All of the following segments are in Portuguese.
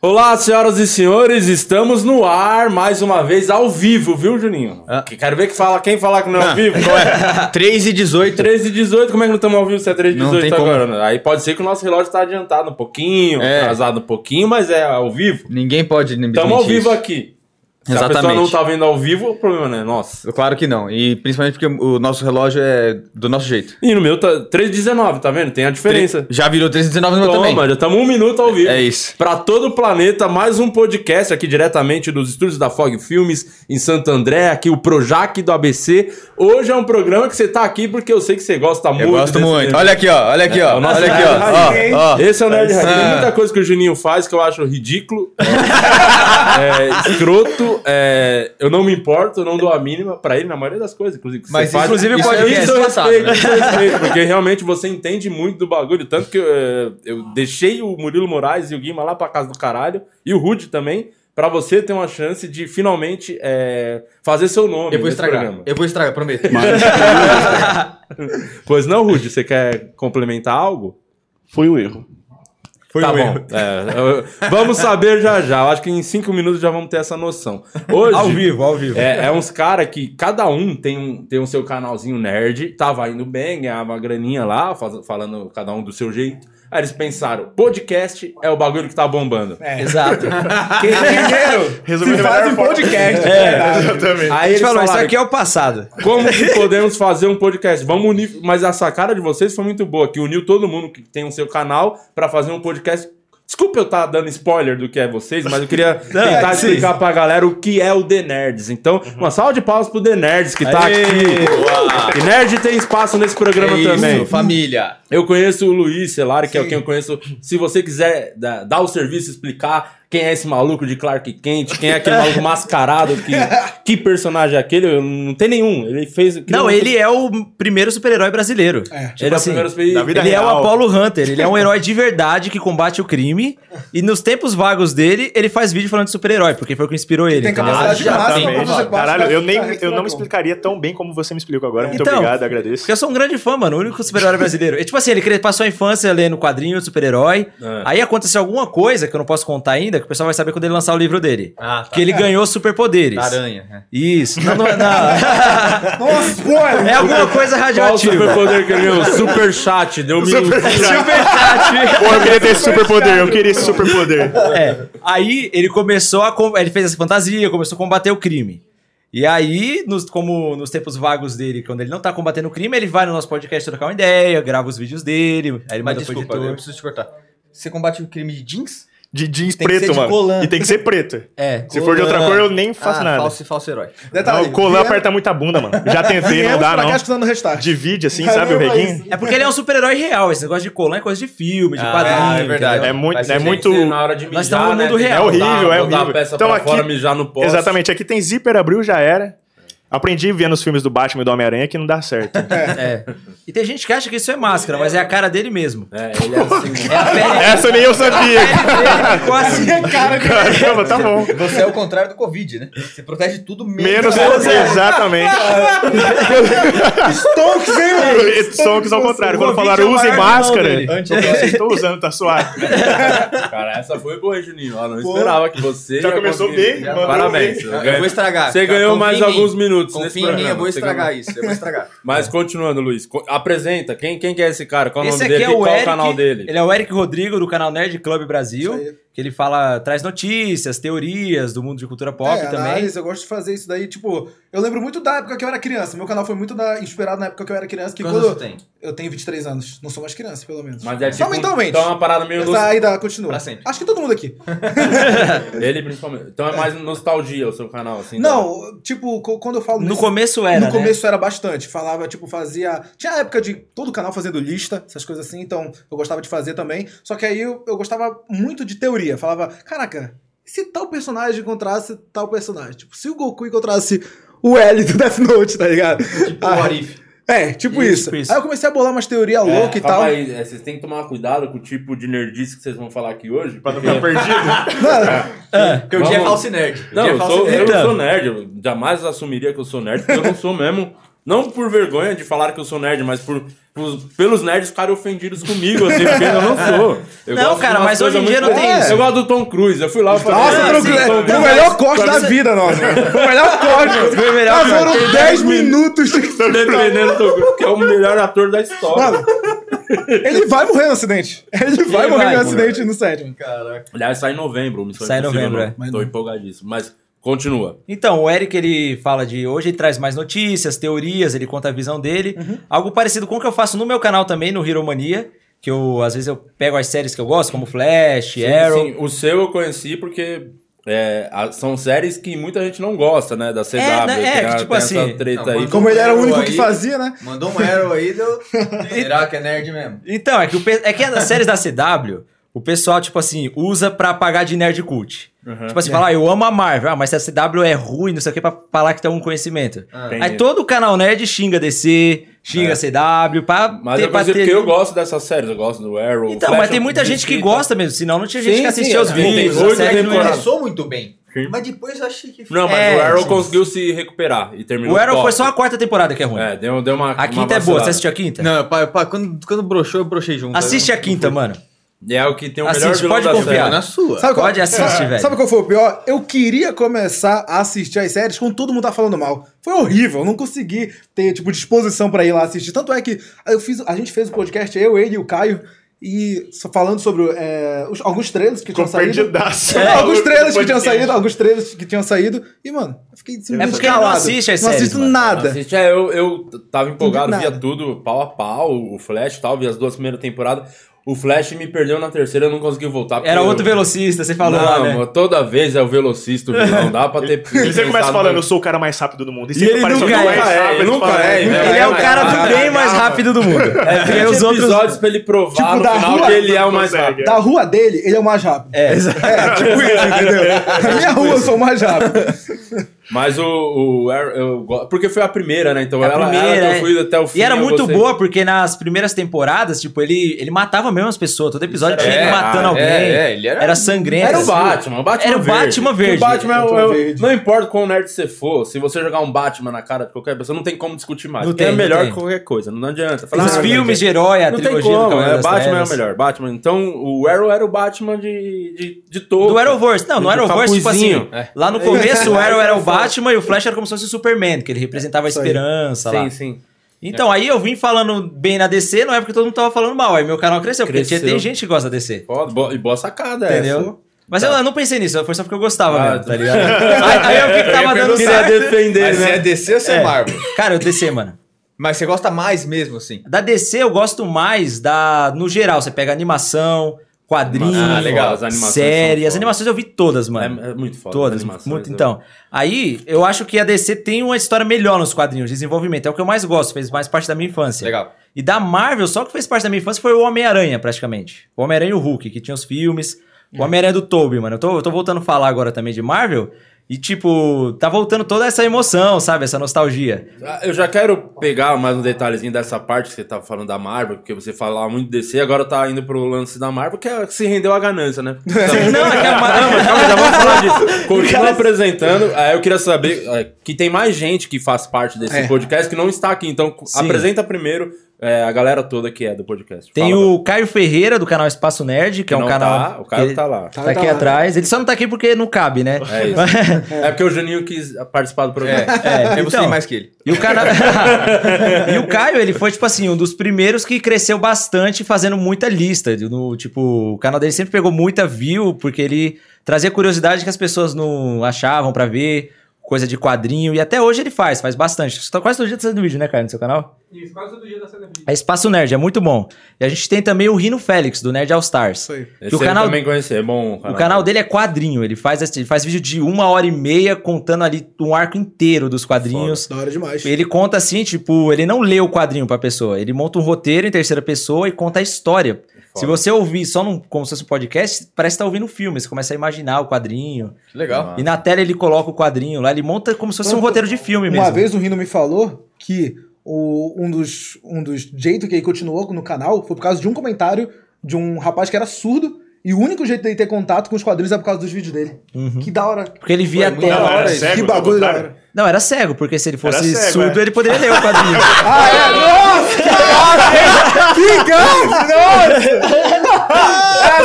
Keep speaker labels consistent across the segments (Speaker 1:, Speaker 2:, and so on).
Speaker 1: Olá, senhoras e senhores, estamos no ar mais uma vez ao vivo, viu, Juninho?
Speaker 2: Ah.
Speaker 1: Que Quero ver que fala, quem falar que não é ao vivo. Qual é?
Speaker 2: 3 Ah. e 18.
Speaker 1: 13 e 18, como é que não estamos ao vivo se é 13 e
Speaker 2: Não
Speaker 1: 18
Speaker 2: tem
Speaker 1: tá
Speaker 2: como.
Speaker 1: agora? né? Aí pode ser que o nosso relógio está adiantado um pouquinho,
Speaker 2: É.
Speaker 1: atrasado um pouquinho, mas é ao vivo.
Speaker 2: Ninguém pode me
Speaker 1: Estamos ao vivo aqui. Se a pessoa
Speaker 2: Exatamente.
Speaker 1: não tá vendo ao vivo, o problema não é nosso.
Speaker 2: Claro que não. E principalmente porque o nosso relógio é do nosso jeito.
Speaker 1: E no meu tá 3,19, tá vendo? Tem a diferença.
Speaker 2: Já virou 319 no meu também.
Speaker 1: Toma, já estamos um minuto ao vivo.
Speaker 2: É isso.
Speaker 1: Pra todo o planeta, mais um podcast aqui diretamente dos estúdios da Fog Filmes em Santo André, aqui o Projac do ABC. Hoje é um programa que você tá aqui porque eu sei que você gosta muito.
Speaker 2: Eu gosto
Speaker 1: desse É,
Speaker 2: muito.
Speaker 1: tema.
Speaker 2: Olha aqui, ó. Olha aqui, ó.
Speaker 1: o nosso
Speaker 2: Olha aqui,
Speaker 1: Nerd
Speaker 2: ó.
Speaker 1: Raiz,
Speaker 2: ó. ó.
Speaker 1: Esse é o Nerd Raiz. Tem
Speaker 2: Ah.
Speaker 1: muita coisa que o Juninho faz que eu acho ridículo, é, é, escroto, é, eu não me importo, eu não dou a mínima pra ele na maioria das coisas, inclusive. que
Speaker 2: Mas
Speaker 1: você faz.
Speaker 2: inclusive o
Speaker 1: Isso- é
Speaker 2: podcast
Speaker 1: isso eu
Speaker 2: passado,
Speaker 1: respeito,
Speaker 2: né?
Speaker 1: isso eu respeito, porque realmente você entende muito do bagulho, tanto que é, eu deixei o Murilo Moraes e o Guima lá pra casa do caralho, e o Rude também, pra você ter uma chance de finalmente é, fazer seu nome
Speaker 2: Eu vou
Speaker 1: nesse
Speaker 2: estragar.
Speaker 1: programa.
Speaker 2: Eu vou estragar, prometo.
Speaker 1: Pois não, Rude, você quer complementar algo?
Speaker 3: Foi um erro.
Speaker 2: Foi
Speaker 1: tá
Speaker 2: um
Speaker 1: bom.
Speaker 2: erro.
Speaker 1: É, eu- vamos saber já já. Eu acho que em cinco minutos já vamos ter essa noção. Hoje.
Speaker 2: Ao vivo, ao vivo.
Speaker 1: É, é uns cara que cada um tem um tem o seu canalzinho nerd, tava indo bem, ganhava uma graninha lá, faz- falando cada um do seu jeito. Aí eles pensaram, podcast é o bagulho que tá bombando.
Speaker 4: É. Exato. Quem tem dinheiro
Speaker 3: Resolveu
Speaker 4: se
Speaker 3: da
Speaker 4: faz
Speaker 3: é melhor
Speaker 4: um
Speaker 3: forma.
Speaker 4: podcast.
Speaker 3: É,
Speaker 4: É.
Speaker 3: exatamente.
Speaker 1: Aí
Speaker 4: A
Speaker 1: eles
Speaker 4: gente falou,
Speaker 1: falaram,
Speaker 4: isso aqui é o passado.
Speaker 1: como que podemos fazer um podcast? Vamos unir, mas a sacada de vocês foi muito boa, que uniu todo mundo que tem o seu canal pra fazer um podcast. Desculpa eu estar dando spoiler do que é vocês, mas eu queria tentar
Speaker 4: é, sim. Uhum.
Speaker 1: explicar pra galera o que é o The Nerds. Então, uma salva de palmas pro The Nerds que tá
Speaker 2: Aê!
Speaker 1: aqui. E nerd tem espaço nesse programa
Speaker 2: É isso,
Speaker 1: também.
Speaker 2: família.
Speaker 1: Eu conheço o Luiz Celari, que é quem eu conheço. Se você quiser da- dar o serviço, explicar quem é esse maluco de Clark Kent, quem é aquele maluco mascarado, que, que personagem é aquele, eu não tem nenhum. Ele fez. um
Speaker 4: Não, ele é o primeiro super-herói brasileiro. Tipo
Speaker 1: ele
Speaker 4: assim,
Speaker 1: é o primeiro
Speaker 3: da vida
Speaker 4: ele é o
Speaker 3: real.
Speaker 4: Apollo Hunter, ele é um herói de verdade que combate o crime. E nos tempos vagos dele, ele faz vídeo falando de super-herói, porque foi o que inspirou ele.
Speaker 5: tem
Speaker 4: entendeu?
Speaker 5: capacidade máxima pra
Speaker 3: Exatamente.
Speaker 5: fazer parte
Speaker 3: Caralho,
Speaker 5: da-
Speaker 3: eu,
Speaker 5: da
Speaker 3: nem,
Speaker 5: rede
Speaker 3: eu não me
Speaker 5: Dragon.
Speaker 3: explicaria tão bem como você me explicou agora. Muito
Speaker 4: Então,
Speaker 3: obrigado, agradeço.
Speaker 4: Porque eu sou um grande fã, mano. O único super-herói brasileiro. E, tipo assim, ele cre- passou a infância lendo quadrinho de super-herói.
Speaker 1: É.
Speaker 4: Aí aconteceu alguma coisa que eu não posso contar ainda, que o pessoal vai saber quando ele lançar o livro dele.
Speaker 3: Ah, tá.
Speaker 4: Que ele ganhou superpoderes.
Speaker 2: Aranha.
Speaker 4: Isso. Não, não, não.
Speaker 5: Nossa, spoiler!
Speaker 4: é alguma coisa
Speaker 1: Qual o
Speaker 4: radioativa.
Speaker 1: superpoder que ele ganhou? Super chat, deu mil.
Speaker 3: Pô, eu queria ter esse superpoder, eu queria esse superpoder.
Speaker 4: É. Aí ele começou a. com- Ele fez essa fantasia, começou a combater o crime. E aí, nos, como nos tempos vagos dele, quando ele não tá combatendo o crime, ele vai no nosso podcast trocar uma ideia, grava os vídeos dele, aí ele
Speaker 2: Mas
Speaker 4: manda pro
Speaker 2: desculpa, eu
Speaker 4: editor.
Speaker 2: preciso te cortar. Você combate o crime de jeans?
Speaker 3: De jeans
Speaker 2: Tem que
Speaker 3: preto,
Speaker 2: ser de
Speaker 3: mano.
Speaker 2: colã.
Speaker 3: E tem que ser preto.
Speaker 2: É.
Speaker 3: Se for de outra cor, eu nem faço nada.
Speaker 2: Ah,
Speaker 3: tá
Speaker 2: Falso, falso herói.
Speaker 5: Detalhe,
Speaker 3: Não, o colã
Speaker 5: Tá viemos-
Speaker 3: aperta muita bunda, mano. Já tentei, não
Speaker 5: viemos
Speaker 3: dá,
Speaker 5: pra
Speaker 3: não.
Speaker 5: cá escutando um restart.
Speaker 3: Divide assim, sabe, o
Speaker 5: Caramba,
Speaker 3: reguinho?
Speaker 4: É porque ele é um super-herói real. Esse negócio de colar é coisa de filme, de
Speaker 2: Ah,
Speaker 4: quadrinho.
Speaker 2: é verdade.
Speaker 4: entendeu?
Speaker 3: É muito,
Speaker 2: Vai ser
Speaker 3: é
Speaker 2: gente,
Speaker 3: muito
Speaker 1: Na hora de mijar,
Speaker 4: Nós estamos no
Speaker 1: né?
Speaker 4: mundo
Speaker 1: Tem que
Speaker 4: real.
Speaker 1: botar-
Speaker 3: É horrível, é
Speaker 1: botar
Speaker 3: horrível.
Speaker 1: a peça
Speaker 3: Então
Speaker 1: pra
Speaker 3: aqui-
Speaker 1: fora, mijar no poste.
Speaker 3: Exatamente, aqui tem zíper, abriu, já era. Aprendi vendo os filmes do Batman e do Homem-Aranha que não dá certo.
Speaker 4: É. E tem gente que acha que isso é máscara, mas é a cara dele mesmo.
Speaker 1: É, ele é assim.
Speaker 4: É a pele
Speaker 3: Essa nem eu sabia.
Speaker 4: dele ficou assim.
Speaker 5: Cara, que-
Speaker 3: Caramba, tá bom.
Speaker 2: Você é o contrário do Covid, né? Você protege tudo
Speaker 3: Menos exatamente.
Speaker 5: Stonks, hein, mano?
Speaker 3: Stonks ao contrário. Quando
Speaker 4: Covid
Speaker 3: falaram
Speaker 4: é o
Speaker 3: use
Speaker 4: maior
Speaker 3: máscara,
Speaker 4: irmão dele.
Speaker 3: eu falei assim, tô usando, tá suave.
Speaker 1: né? Cara, essa foi boa, hein, Juninho. Eu não esperava que você.
Speaker 3: Já
Speaker 1: ia
Speaker 3: começou
Speaker 1: conseguir.
Speaker 3: bem,
Speaker 1: Já-
Speaker 3: mandou
Speaker 1: Parabéns.
Speaker 3: bem.
Speaker 1: Eu
Speaker 2: Eu vou estragar.
Speaker 1: Você
Speaker 2: cara.
Speaker 1: ganhou
Speaker 2: Confia
Speaker 1: mais
Speaker 2: em mim.
Speaker 1: alguns minutos nesse
Speaker 2: Confia em mim,
Speaker 1: programa.
Speaker 2: eu vou
Speaker 1: Você ganhou-
Speaker 2: estragar isso. Eu vou estragar.
Speaker 1: Mas continuando, Luiz, co- apresenta. Quem, quem que é esse cara? Qual o
Speaker 4: Esse
Speaker 1: nome dele?
Speaker 4: aqui é
Speaker 1: e
Speaker 4: o
Speaker 1: Qual
Speaker 4: Eric.
Speaker 1: o canal dele?
Speaker 4: Ele é o Eric Rodrigo do canal Nerd Club Brasil, que ele fala, traz notícias, teorias do mundo de cultura pop
Speaker 5: É,
Speaker 4: também.
Speaker 5: análise, eu gosto de fazer isso daí, tipo, eu lembro muito da época que eu era criança. Meu canal foi muito da- inspirado na época que eu era criança, que
Speaker 2: Quantos
Speaker 5: quando
Speaker 2: você tem?
Speaker 5: eu tenho 23 anos, não sou mais criança, pelo menos.
Speaker 1: Mas é
Speaker 5: Só
Speaker 1: tipo,
Speaker 5: mentalmente.
Speaker 1: Então é uma parada meio
Speaker 5: Essa
Speaker 1: nostalgia.
Speaker 5: aí dá, continua.
Speaker 2: Pra sempre.
Speaker 5: Acho que todo mundo aqui.
Speaker 1: Ele principalmente. Então é mais nostalgia o seu canal,
Speaker 2: Então.
Speaker 1: assim.
Speaker 5: Não, tipo, co- quando eu falo
Speaker 4: No
Speaker 5: nisso-
Speaker 4: começo era,
Speaker 5: No
Speaker 4: né?
Speaker 5: começo era bastante. Falava, tipo, fazia. Tinha a época de todo canal fazendo lista, essas coisas assim, então eu gostava de fazer também. Só que aí eu, eu gostava muito de teoria. Falava, caraca, e se tal personagem encontrasse tal personagem? Tipo, se o Goku encontrasse o L do Death Note, tá ligado? Tipo,
Speaker 2: O What If.
Speaker 5: É, tipo
Speaker 4: Isso,
Speaker 5: isso.
Speaker 4: tipo isso.
Speaker 5: Aí eu comecei a bolar umas teorias
Speaker 1: É,
Speaker 5: loucas e
Speaker 1: calma
Speaker 5: tal.
Speaker 1: aí, é, vocês têm que tomar cuidado com o tipo de nerdice que vocês vão falar aqui hoje.
Speaker 3: Pra não
Speaker 1: porque-
Speaker 3: ficar perdido.
Speaker 2: Porque o dia é
Speaker 1: Vamos.
Speaker 2: falso nerd. O
Speaker 1: Não,
Speaker 2: dia é
Speaker 1: eu
Speaker 2: falso
Speaker 4: Então.
Speaker 1: sou, eu
Speaker 2: nerd.
Speaker 1: não sou nerd. Eu jamais assumiria que eu sou nerd, porque eu não sou mesmo. Não por vergonha de falar que eu sou nerd, mas por, por- pelos nerds ficarem ofendidos comigo, assim, porque eu não sou. Eu
Speaker 4: Não,
Speaker 1: gosto de
Speaker 4: cara,
Speaker 1: umas
Speaker 4: mas hoje em
Speaker 1: coisas muito
Speaker 4: dia não tem
Speaker 1: boas.
Speaker 4: isso.
Speaker 1: Eu gosto do Tom Cruise. Eu fui lá e falei...
Speaker 4: Ah,
Speaker 1: "Ah,
Speaker 5: Nossa,
Speaker 4: sim,
Speaker 1: Tom
Speaker 5: o
Speaker 1: Cruise".
Speaker 5: melhor corte da vida, nossa. O melhor corte.
Speaker 4: Foi o melhor
Speaker 5: Já
Speaker 4: corte.
Speaker 5: foram 10 minutos. de-
Speaker 1: Defendendo o Tom Cruise, que é o melhor ator da história.
Speaker 5: Mano, ele vai morrer no acidente. Ele vai
Speaker 4: Ele
Speaker 5: morrer
Speaker 4: vai
Speaker 5: no
Speaker 4: morrer.
Speaker 5: acidente no sétimo.
Speaker 1: Aliás, sai em novembro. Missão
Speaker 4: Sai em
Speaker 1: Impossível,
Speaker 4: novembro, é.
Speaker 1: não. Tô empolgadíssimo. Mas continua.
Speaker 4: Então, o Eric, ele fala de hoje, ele traz mais notícias, teorias, ele conta a visão dele.
Speaker 5: Uhum.
Speaker 4: Algo parecido com o que eu faço no meu canal também, no Hero Mania, que eu, às vezes, eu pego as séries que eu gosto, como Flash,
Speaker 1: Sim,
Speaker 4: Arrow.
Speaker 1: sim. O seu eu conheci porque é, a- são séries que muita gente não gosta, né? Da CW.
Speaker 4: né?
Speaker 1: tem
Speaker 4: É, que
Speaker 1: a-
Speaker 4: tipo
Speaker 1: tem
Speaker 4: assim-
Speaker 1: Essa treta
Speaker 2: Não,
Speaker 1: aí.
Speaker 2: mas-
Speaker 5: Como ele era o único que
Speaker 2: Aí.
Speaker 5: fazia, né?
Speaker 2: Mandou um arrow aí, deu. Será que é nerd mesmo?
Speaker 4: Então, é que, o pe- é que as séries da CW, o pessoal, tipo assim, usa pra pagar de nerd cult.
Speaker 1: Uhum.
Speaker 4: Tipo assim, fala, ah, eu amo a Marvel, ah, mas a CW é ruim, não sei o que, pra falar que tem algum conhecimento.
Speaker 2: Ah.
Speaker 4: Aí todo o canal nerd xinga DC, xinga CW, pra
Speaker 1: É. Mas
Speaker 4: ter-
Speaker 1: eu
Speaker 4: pra
Speaker 1: conheci
Speaker 4: ter-
Speaker 1: porque eu gosto dessas séries, eu gosto do Arrow.
Speaker 4: Então,
Speaker 1: Flash,
Speaker 4: mas tem
Speaker 1: eu-
Speaker 4: muita gente que
Speaker 1: Mesquita.
Speaker 4: gosta mesmo, senão não tinha gente
Speaker 1: Sim,
Speaker 4: que
Speaker 1: sim,
Speaker 4: assistia os
Speaker 1: é.
Speaker 4: vídeos.
Speaker 1: Oito
Speaker 4: a série que não
Speaker 1: temporadas.
Speaker 4: era-
Speaker 2: Começou muito bem.
Speaker 1: Sim.
Speaker 2: Mas depois eu achei que.
Speaker 1: Não, mas
Speaker 4: É,
Speaker 1: o Arrow
Speaker 4: sim.
Speaker 1: conseguiu se recuperar e terminou
Speaker 4: O Arrow foi
Speaker 1: top.
Speaker 4: só a quarta temporada que é ruim.
Speaker 1: É, deu, deu uma.
Speaker 4: a
Speaker 1: uma
Speaker 4: quinta é boa,
Speaker 1: vacilada.
Speaker 4: você assistiu a quinta?
Speaker 2: Não, pá, pá, quando, quando broxou, eu brochei junto.
Speaker 4: Assiste
Speaker 2: Eu-
Speaker 4: a quinta, mano.
Speaker 1: E é o que tem o
Speaker 4: Assiste,
Speaker 1: melhor vilão
Speaker 4: pode
Speaker 1: da
Speaker 4: confiar.
Speaker 2: Foi
Speaker 1: série.
Speaker 2: na sua.
Speaker 5: Sabe
Speaker 4: Pode assistir,
Speaker 5: sabe-
Speaker 4: velho.
Speaker 5: Sabe qual foi o pior? Eu queria começar a assistir as séries com todo mundo tá falando mal. Foi horrível, eu não consegui ter, tipo, disposição pra ir lá assistir. Tanto é que eu fiz, a gente fez o podcast, eu, ele e o Caio, e só falando sobre é, os- alguns trailers que tinham
Speaker 3: Ficou
Speaker 5: saído.
Speaker 3: perdidaço.
Speaker 5: É, alguns trailers que
Speaker 3: Podcast.
Speaker 5: tinham saído, alguns trailers que tinham saído. E, mano, eu fiquei simplesmente
Speaker 4: É porque ele não
Speaker 5: calado.
Speaker 4: assiste as
Speaker 5: Não
Speaker 4: séries,
Speaker 5: assisto
Speaker 4: mano.
Speaker 5: nada.
Speaker 1: Assiste, é, eu, eu t- tava empolgado,
Speaker 5: Nada.
Speaker 1: via tudo pau a pau, o Flash e tal, vi as duas primeiras temporadas. O Flash me perdeu na terceira, eu não consegui voltar. porque
Speaker 4: Era
Speaker 1: eu-
Speaker 4: outro velocista, você falou
Speaker 1: não,
Speaker 4: lá, né?
Speaker 1: mano, toda vez é o velocista, o vilão. Dá pra ter.
Speaker 3: E você começa
Speaker 1: pensado-
Speaker 3: falando, eu sou o cara mais rápido do mundo. E,
Speaker 4: ele
Speaker 3: sempre parece
Speaker 4: nunca
Speaker 3: alguém
Speaker 4: é,
Speaker 3: mais rápido,
Speaker 1: nunca
Speaker 3: fala,
Speaker 1: é,
Speaker 3: "Nunca
Speaker 1: né?
Speaker 4: Ele é o cara do
Speaker 1: Cara,
Speaker 4: bem
Speaker 3: Ah,
Speaker 4: mais rápido do mundo. É, porque
Speaker 1: Tem
Speaker 4: os outros...
Speaker 1: episódios pra ele provar
Speaker 5: Tipo,
Speaker 1: no
Speaker 5: da
Speaker 1: final
Speaker 5: rua-
Speaker 1: que ele é o mais
Speaker 3: consegue,
Speaker 1: rápido.
Speaker 3: é.
Speaker 5: Da rua dele, ele é o mais rápido.
Speaker 4: É, exato.
Speaker 5: É, tipo isso, entendeu? Na minha rua eu sou o mais rápido.
Speaker 1: Mas o, o Arrow- eu go- porque foi a primeira, né? Então
Speaker 4: A
Speaker 1: ela,
Speaker 4: primeira,
Speaker 1: ela que
Speaker 4: é.
Speaker 1: eu fui até o fim.
Speaker 4: E era
Speaker 1: eu
Speaker 4: muito
Speaker 1: gostei.
Speaker 4: boa, porque nas primeiras temporadas, tipo, ele, ele matava mesmo as pessoas. Todo episódio
Speaker 1: Isso
Speaker 4: tinha
Speaker 1: era-
Speaker 4: ele matando
Speaker 1: é,
Speaker 4: alguém.
Speaker 2: é, ele era-
Speaker 4: era sangrento.
Speaker 1: Era o
Speaker 4: assim.
Speaker 1: Batman, o Batman
Speaker 4: Era o
Speaker 1: verde.
Speaker 4: Batman verde.
Speaker 1: O Batman é o-
Speaker 5: Batman
Speaker 1: é o-
Speaker 5: verde.
Speaker 1: Não importa quão nerd você for, se você jogar um Batman na cara de qualquer pessoa, não tem como discutir mais.
Speaker 4: Não
Speaker 1: Porque
Speaker 4: tem,
Speaker 1: é
Speaker 4: não
Speaker 1: melhor
Speaker 4: tem.
Speaker 1: que qualquer coisa, não adianta. Falar,
Speaker 4: Os
Speaker 1: ah,
Speaker 4: filmes de herói, a
Speaker 1: Não tem
Speaker 4: trilogia do
Speaker 1: como,
Speaker 4: Cavaleiro
Speaker 1: né?
Speaker 4: das
Speaker 1: Batman é o
Speaker 4: Trevas.
Speaker 1: melhor. Batman. Então, o Arrow era o Batman de, de, de todo.
Speaker 4: Do Arrowverse. Não, no
Speaker 1: Do É.
Speaker 4: Arrowverse, tipo assim,
Speaker 1: capuzinho.
Speaker 4: lá no começo o Arrow era o Batman e o Flash era como se fosse o Superman, que ele representava a
Speaker 5: aí.
Speaker 4: esperança lá.
Speaker 1: Sim, sim.
Speaker 4: Então, aí eu vim falando bem na DC, não é porque todo mundo tava falando mal, aí meu canal cresceu,
Speaker 1: Cresceu.
Speaker 4: porque tinha- tem gente que gosta da DC.
Speaker 1: Foda, boa- e boa sacada essa.
Speaker 4: Entendeu? Mas eu, eu não pensei nisso, foi só porque eu gostava
Speaker 1: Tá. Ah,
Speaker 4: mesmo, tá ligado? aí, aí eu vi que tava dando
Speaker 1: Queria
Speaker 4: certo.
Speaker 1: defender,
Speaker 2: Mas você
Speaker 1: né?
Speaker 2: é DC ou você é.
Speaker 4: É.
Speaker 2: Marvel?
Speaker 4: Cara, eu DC, mano.
Speaker 2: Mas você gosta mais mesmo, assim.
Speaker 4: Da DC eu gosto mais da. No geral, você pega animação, quadrinho,
Speaker 1: Ah, legal. As animações
Speaker 4: série.
Speaker 1: são
Speaker 4: As
Speaker 1: foda.
Speaker 4: animações eu vi todas, mano.
Speaker 1: É, é muito foda.
Speaker 4: Todas,
Speaker 1: as animações,
Speaker 4: muito.
Speaker 1: né?
Speaker 4: Então, aí eu acho que a DC tem uma história melhor nos quadrinhos, desenvolvimento. É o que eu mais gosto, fez mais parte da minha infância.
Speaker 2: Legal.
Speaker 4: E da Marvel, só o que fez parte da minha infância foi o Homem-Aranha, praticamente. O Homem-Aranha e o Hulk, que tinha os filmes.
Speaker 1: Uhum.
Speaker 4: O Homem-Aranha do Tobey, mano. Eu tô, eu tô voltando a falar agora também de Marvel. E, tipo, tá voltando toda essa emoção, sabe? Essa nostalgia.
Speaker 1: Ah, Eu já quero pegar mais um detalhezinho dessa parte que você tava falando da Marvel, porque você falava muito DC, agora tá indo pro lance da Marvel, que é- que se rendeu à ganância, né?
Speaker 4: Não, é que a
Speaker 1: Não,
Speaker 4: Marvel.
Speaker 1: mas calma, já vamos falar disso. Continua apresentando. Aí eu queria saber é, que tem mais gente que faz parte desse
Speaker 5: É.
Speaker 1: podcast que não está aqui. Então,
Speaker 4: Sim.
Speaker 1: apresenta primeiro é, a galera toda que é do podcast.
Speaker 4: Tem
Speaker 1: Fala,
Speaker 4: o Caio Ferreira, do canal Espaço Nerd, que, é um
Speaker 1: não
Speaker 4: canal.
Speaker 1: tá, o Caio
Speaker 4: que
Speaker 1: tá lá.
Speaker 4: Tá,
Speaker 5: Tá
Speaker 4: aqui
Speaker 5: lá.
Speaker 4: atrás. Ele só não tá aqui porque não cabe, né?
Speaker 1: É isso. É porque o Juninho quis participar do programa.
Speaker 4: É,
Speaker 2: É, eu você
Speaker 4: então.
Speaker 2: tem mais que ele.
Speaker 4: E o canal. e o Caio, ele foi, tipo assim, um dos primeiros que cresceu bastante fazendo muita lista. No, tipo, o canal dele sempre pegou muita view, porque ele trazia curiosidade que as pessoas não achavam pra ver, coisa de quadrinho. E até hoje ele faz, faz bastante. Você tá quase todo dia fazendo vídeo, né, Caio, no seu canal?
Speaker 6: Isso, quase todo dia tá sendo vídeo.
Speaker 4: É Espaço Nerd, é muito bom. E a gente tem também o Rino Félix, do Nerd All Stars.
Speaker 5: Isso aí.
Speaker 1: Esse
Speaker 4: o
Speaker 1: o
Speaker 4: canal-
Speaker 1: canal... também conhecer, é bom.
Speaker 4: O canal dele é quadrinho, ele faz, esse- ele faz vídeo de uma hora e meia contando ali um arco inteiro dos quadrinhos.
Speaker 5: Da hora demais.
Speaker 4: Ele conta assim, tipo, ele não lê o quadrinho pra pessoa, ele monta um roteiro em terceira pessoa e conta a história.
Speaker 1: É
Speaker 4: Se você ouvir só num, como se fosse um podcast, parece que tá ouvindo um filme, você começa a imaginar o quadrinho.
Speaker 2: Que legal.
Speaker 1: Ah.
Speaker 4: E na tela ele coloca o quadrinho lá, ele monta como se fosse um
Speaker 5: Mano,
Speaker 4: roteiro de filme mesmo.
Speaker 5: Uma vez o Rino me falou que o- um, dos, um dos jeitos que ele continuou no canal foi por causa de um comentário de um rapaz que era surdo E o único jeito dele ter contato com os quadrinhos é por causa dos vídeos dele. Que da hora.
Speaker 4: Porque ele via
Speaker 1: Foi
Speaker 4: até.
Speaker 1: muito
Speaker 5: da
Speaker 1: era
Speaker 5: hora.
Speaker 3: cego,
Speaker 5: que
Speaker 3: pelo
Speaker 5: bagulho da
Speaker 3: contrário.
Speaker 5: hora.
Speaker 4: Não, era cego, porque se ele fosse
Speaker 3: cego,
Speaker 4: surdo,
Speaker 3: é.
Speaker 4: ele poderia ler o quadrinho.
Speaker 5: Ah, é? Nossa! que ganso!
Speaker 4: era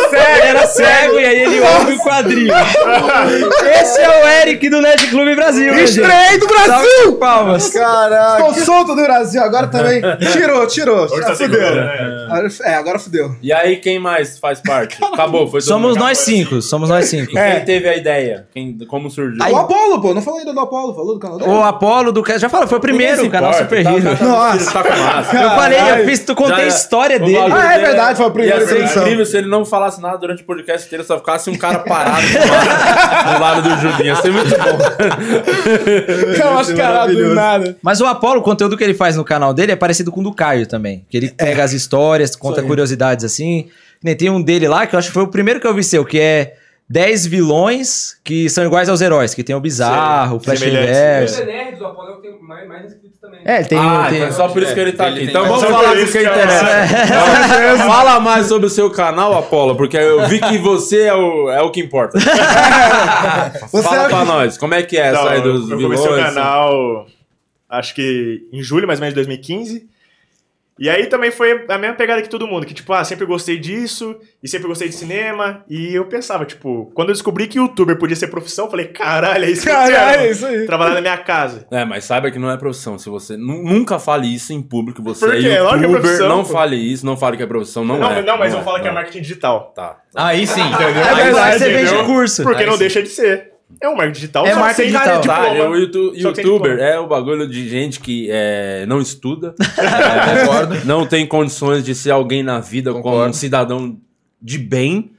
Speaker 4: cego, era cego, e aí ele ouve o quadrinho. Esse é o Eric do Nerd Clube Brasil. né, gente?
Speaker 5: Estreia do
Speaker 4: Salve de
Speaker 5: Brasil!
Speaker 4: palmas.
Speaker 5: Caraca! Estou solto do Brasil agora também. Tirou, tirou.
Speaker 3: Hoje
Speaker 5: Ah,
Speaker 3: tá
Speaker 5: fudeu.
Speaker 3: segura, né?
Speaker 5: Agora- É, agora fudeu.
Speaker 1: E aí, quem mais faz parte? Acabou, foi todo
Speaker 4: Somos
Speaker 1: mundo.
Speaker 4: nós cinco, somos nós cinco.
Speaker 5: É.
Speaker 1: Quem teve a ideia? Quem, como surgiu?
Speaker 5: O Apolo, pô. Não falei ainda do Apolo. Falou do canal dele?
Speaker 4: O Apolo do Ca- Já fala, foi o primeiro, o canal Super Hero.
Speaker 5: Nossa.
Speaker 1: Nossa, tá com massa.
Speaker 4: Eu falei, eu
Speaker 5: Caralho.
Speaker 4: fiz, tu contei a
Speaker 1: Já- é.
Speaker 4: história
Speaker 1: o
Speaker 4: dele.
Speaker 1: bagulho
Speaker 5: Ah, é
Speaker 1: dele né?
Speaker 5: verdade, foi a primeira
Speaker 1: Ia ser
Speaker 5: edição.
Speaker 1: incrível se ele não falasse nada durante o podcast inteiro, só ficasse um cara parado do lado- do lado do Judinho. Ia ser muito bom.
Speaker 5: Não, acho caralho do nada.
Speaker 4: Mas o Apolo, o conteúdo que ele faz no canal dele é parecido com o do Caio também. Que ele pega as histórias, conta curiosidades assim. Que nem Tem um dele lá que eu acho que foi o primeiro que eu vi seu, que é 10 vilões que são iguais aos heróis, que tem o Bizarro, o Flash
Speaker 3: Semelhantes,
Speaker 4: Reverso.
Speaker 6: Você é nerd, o Apollo tem mais, mais inscritos também.
Speaker 4: É, ele tem.
Speaker 1: ah,
Speaker 4: tem...
Speaker 1: então é só por isso que ele tá
Speaker 2: Ele
Speaker 1: aqui.
Speaker 2: tem-
Speaker 1: Então vamos
Speaker 3: Só por
Speaker 1: falar do
Speaker 3: isso
Speaker 1: que
Speaker 3: que é
Speaker 5: tá
Speaker 1: interessa. Fala mais sobre o seu canal, Apolo, porque eu vi que você é o, é o que importa.
Speaker 5: Você
Speaker 1: Fala
Speaker 5: é-
Speaker 1: pra nós, como é que é
Speaker 3: Então,
Speaker 1: essa aí
Speaker 3: eu,
Speaker 1: dos
Speaker 3: eu comecei o
Speaker 1: vilões?
Speaker 3: canal, acho que em julho, mais ou menos, de 2015. E aí também foi a mesma pegada que todo mundo, que tipo, ah, sempre gostei disso, e sempre gostei de cinema, e eu pensava, tipo, quando eu descobri que youtuber podia ser profissão, eu falei, caralho, é isso que eu quero,
Speaker 5: Caralho, é
Speaker 3: mano.
Speaker 5: isso aí.
Speaker 3: Trabalhar na minha casa.
Speaker 1: É, mas saiba que não é profissão. Se você nu- nunca fale isso em público, você
Speaker 3: Por
Speaker 1: é
Speaker 3: quê? Lógico que é
Speaker 1: youtuber,
Speaker 3: profissão,
Speaker 1: não
Speaker 3: pô.
Speaker 1: fale isso, não fale que é profissão, não,
Speaker 3: Não,
Speaker 1: é.
Speaker 3: mas- não, mas eu falo
Speaker 1: é,
Speaker 3: que é
Speaker 1: não
Speaker 3: marketing digital.
Speaker 1: Tá.
Speaker 2: Aí sim.
Speaker 4: Aí
Speaker 3: verdade,
Speaker 4: É você vende
Speaker 3: entendeu?
Speaker 4: curso.
Speaker 3: Porque
Speaker 2: Aí
Speaker 3: não
Speaker 2: sim.
Speaker 3: deixa de ser. É um marketing digital,
Speaker 4: tá, É
Speaker 3: só
Speaker 4: marketing
Speaker 3: sem nada de
Speaker 4: digital.
Speaker 1: Tá,
Speaker 3: diploma.
Speaker 1: o youtu-
Speaker 3: Só tem
Speaker 1: youtuber
Speaker 3: diploma.
Speaker 1: é o bagulho de gente que é, não estuda, é, não tem condições de ser alguém na vida como um
Speaker 2: Concordo.
Speaker 1: cidadão de bem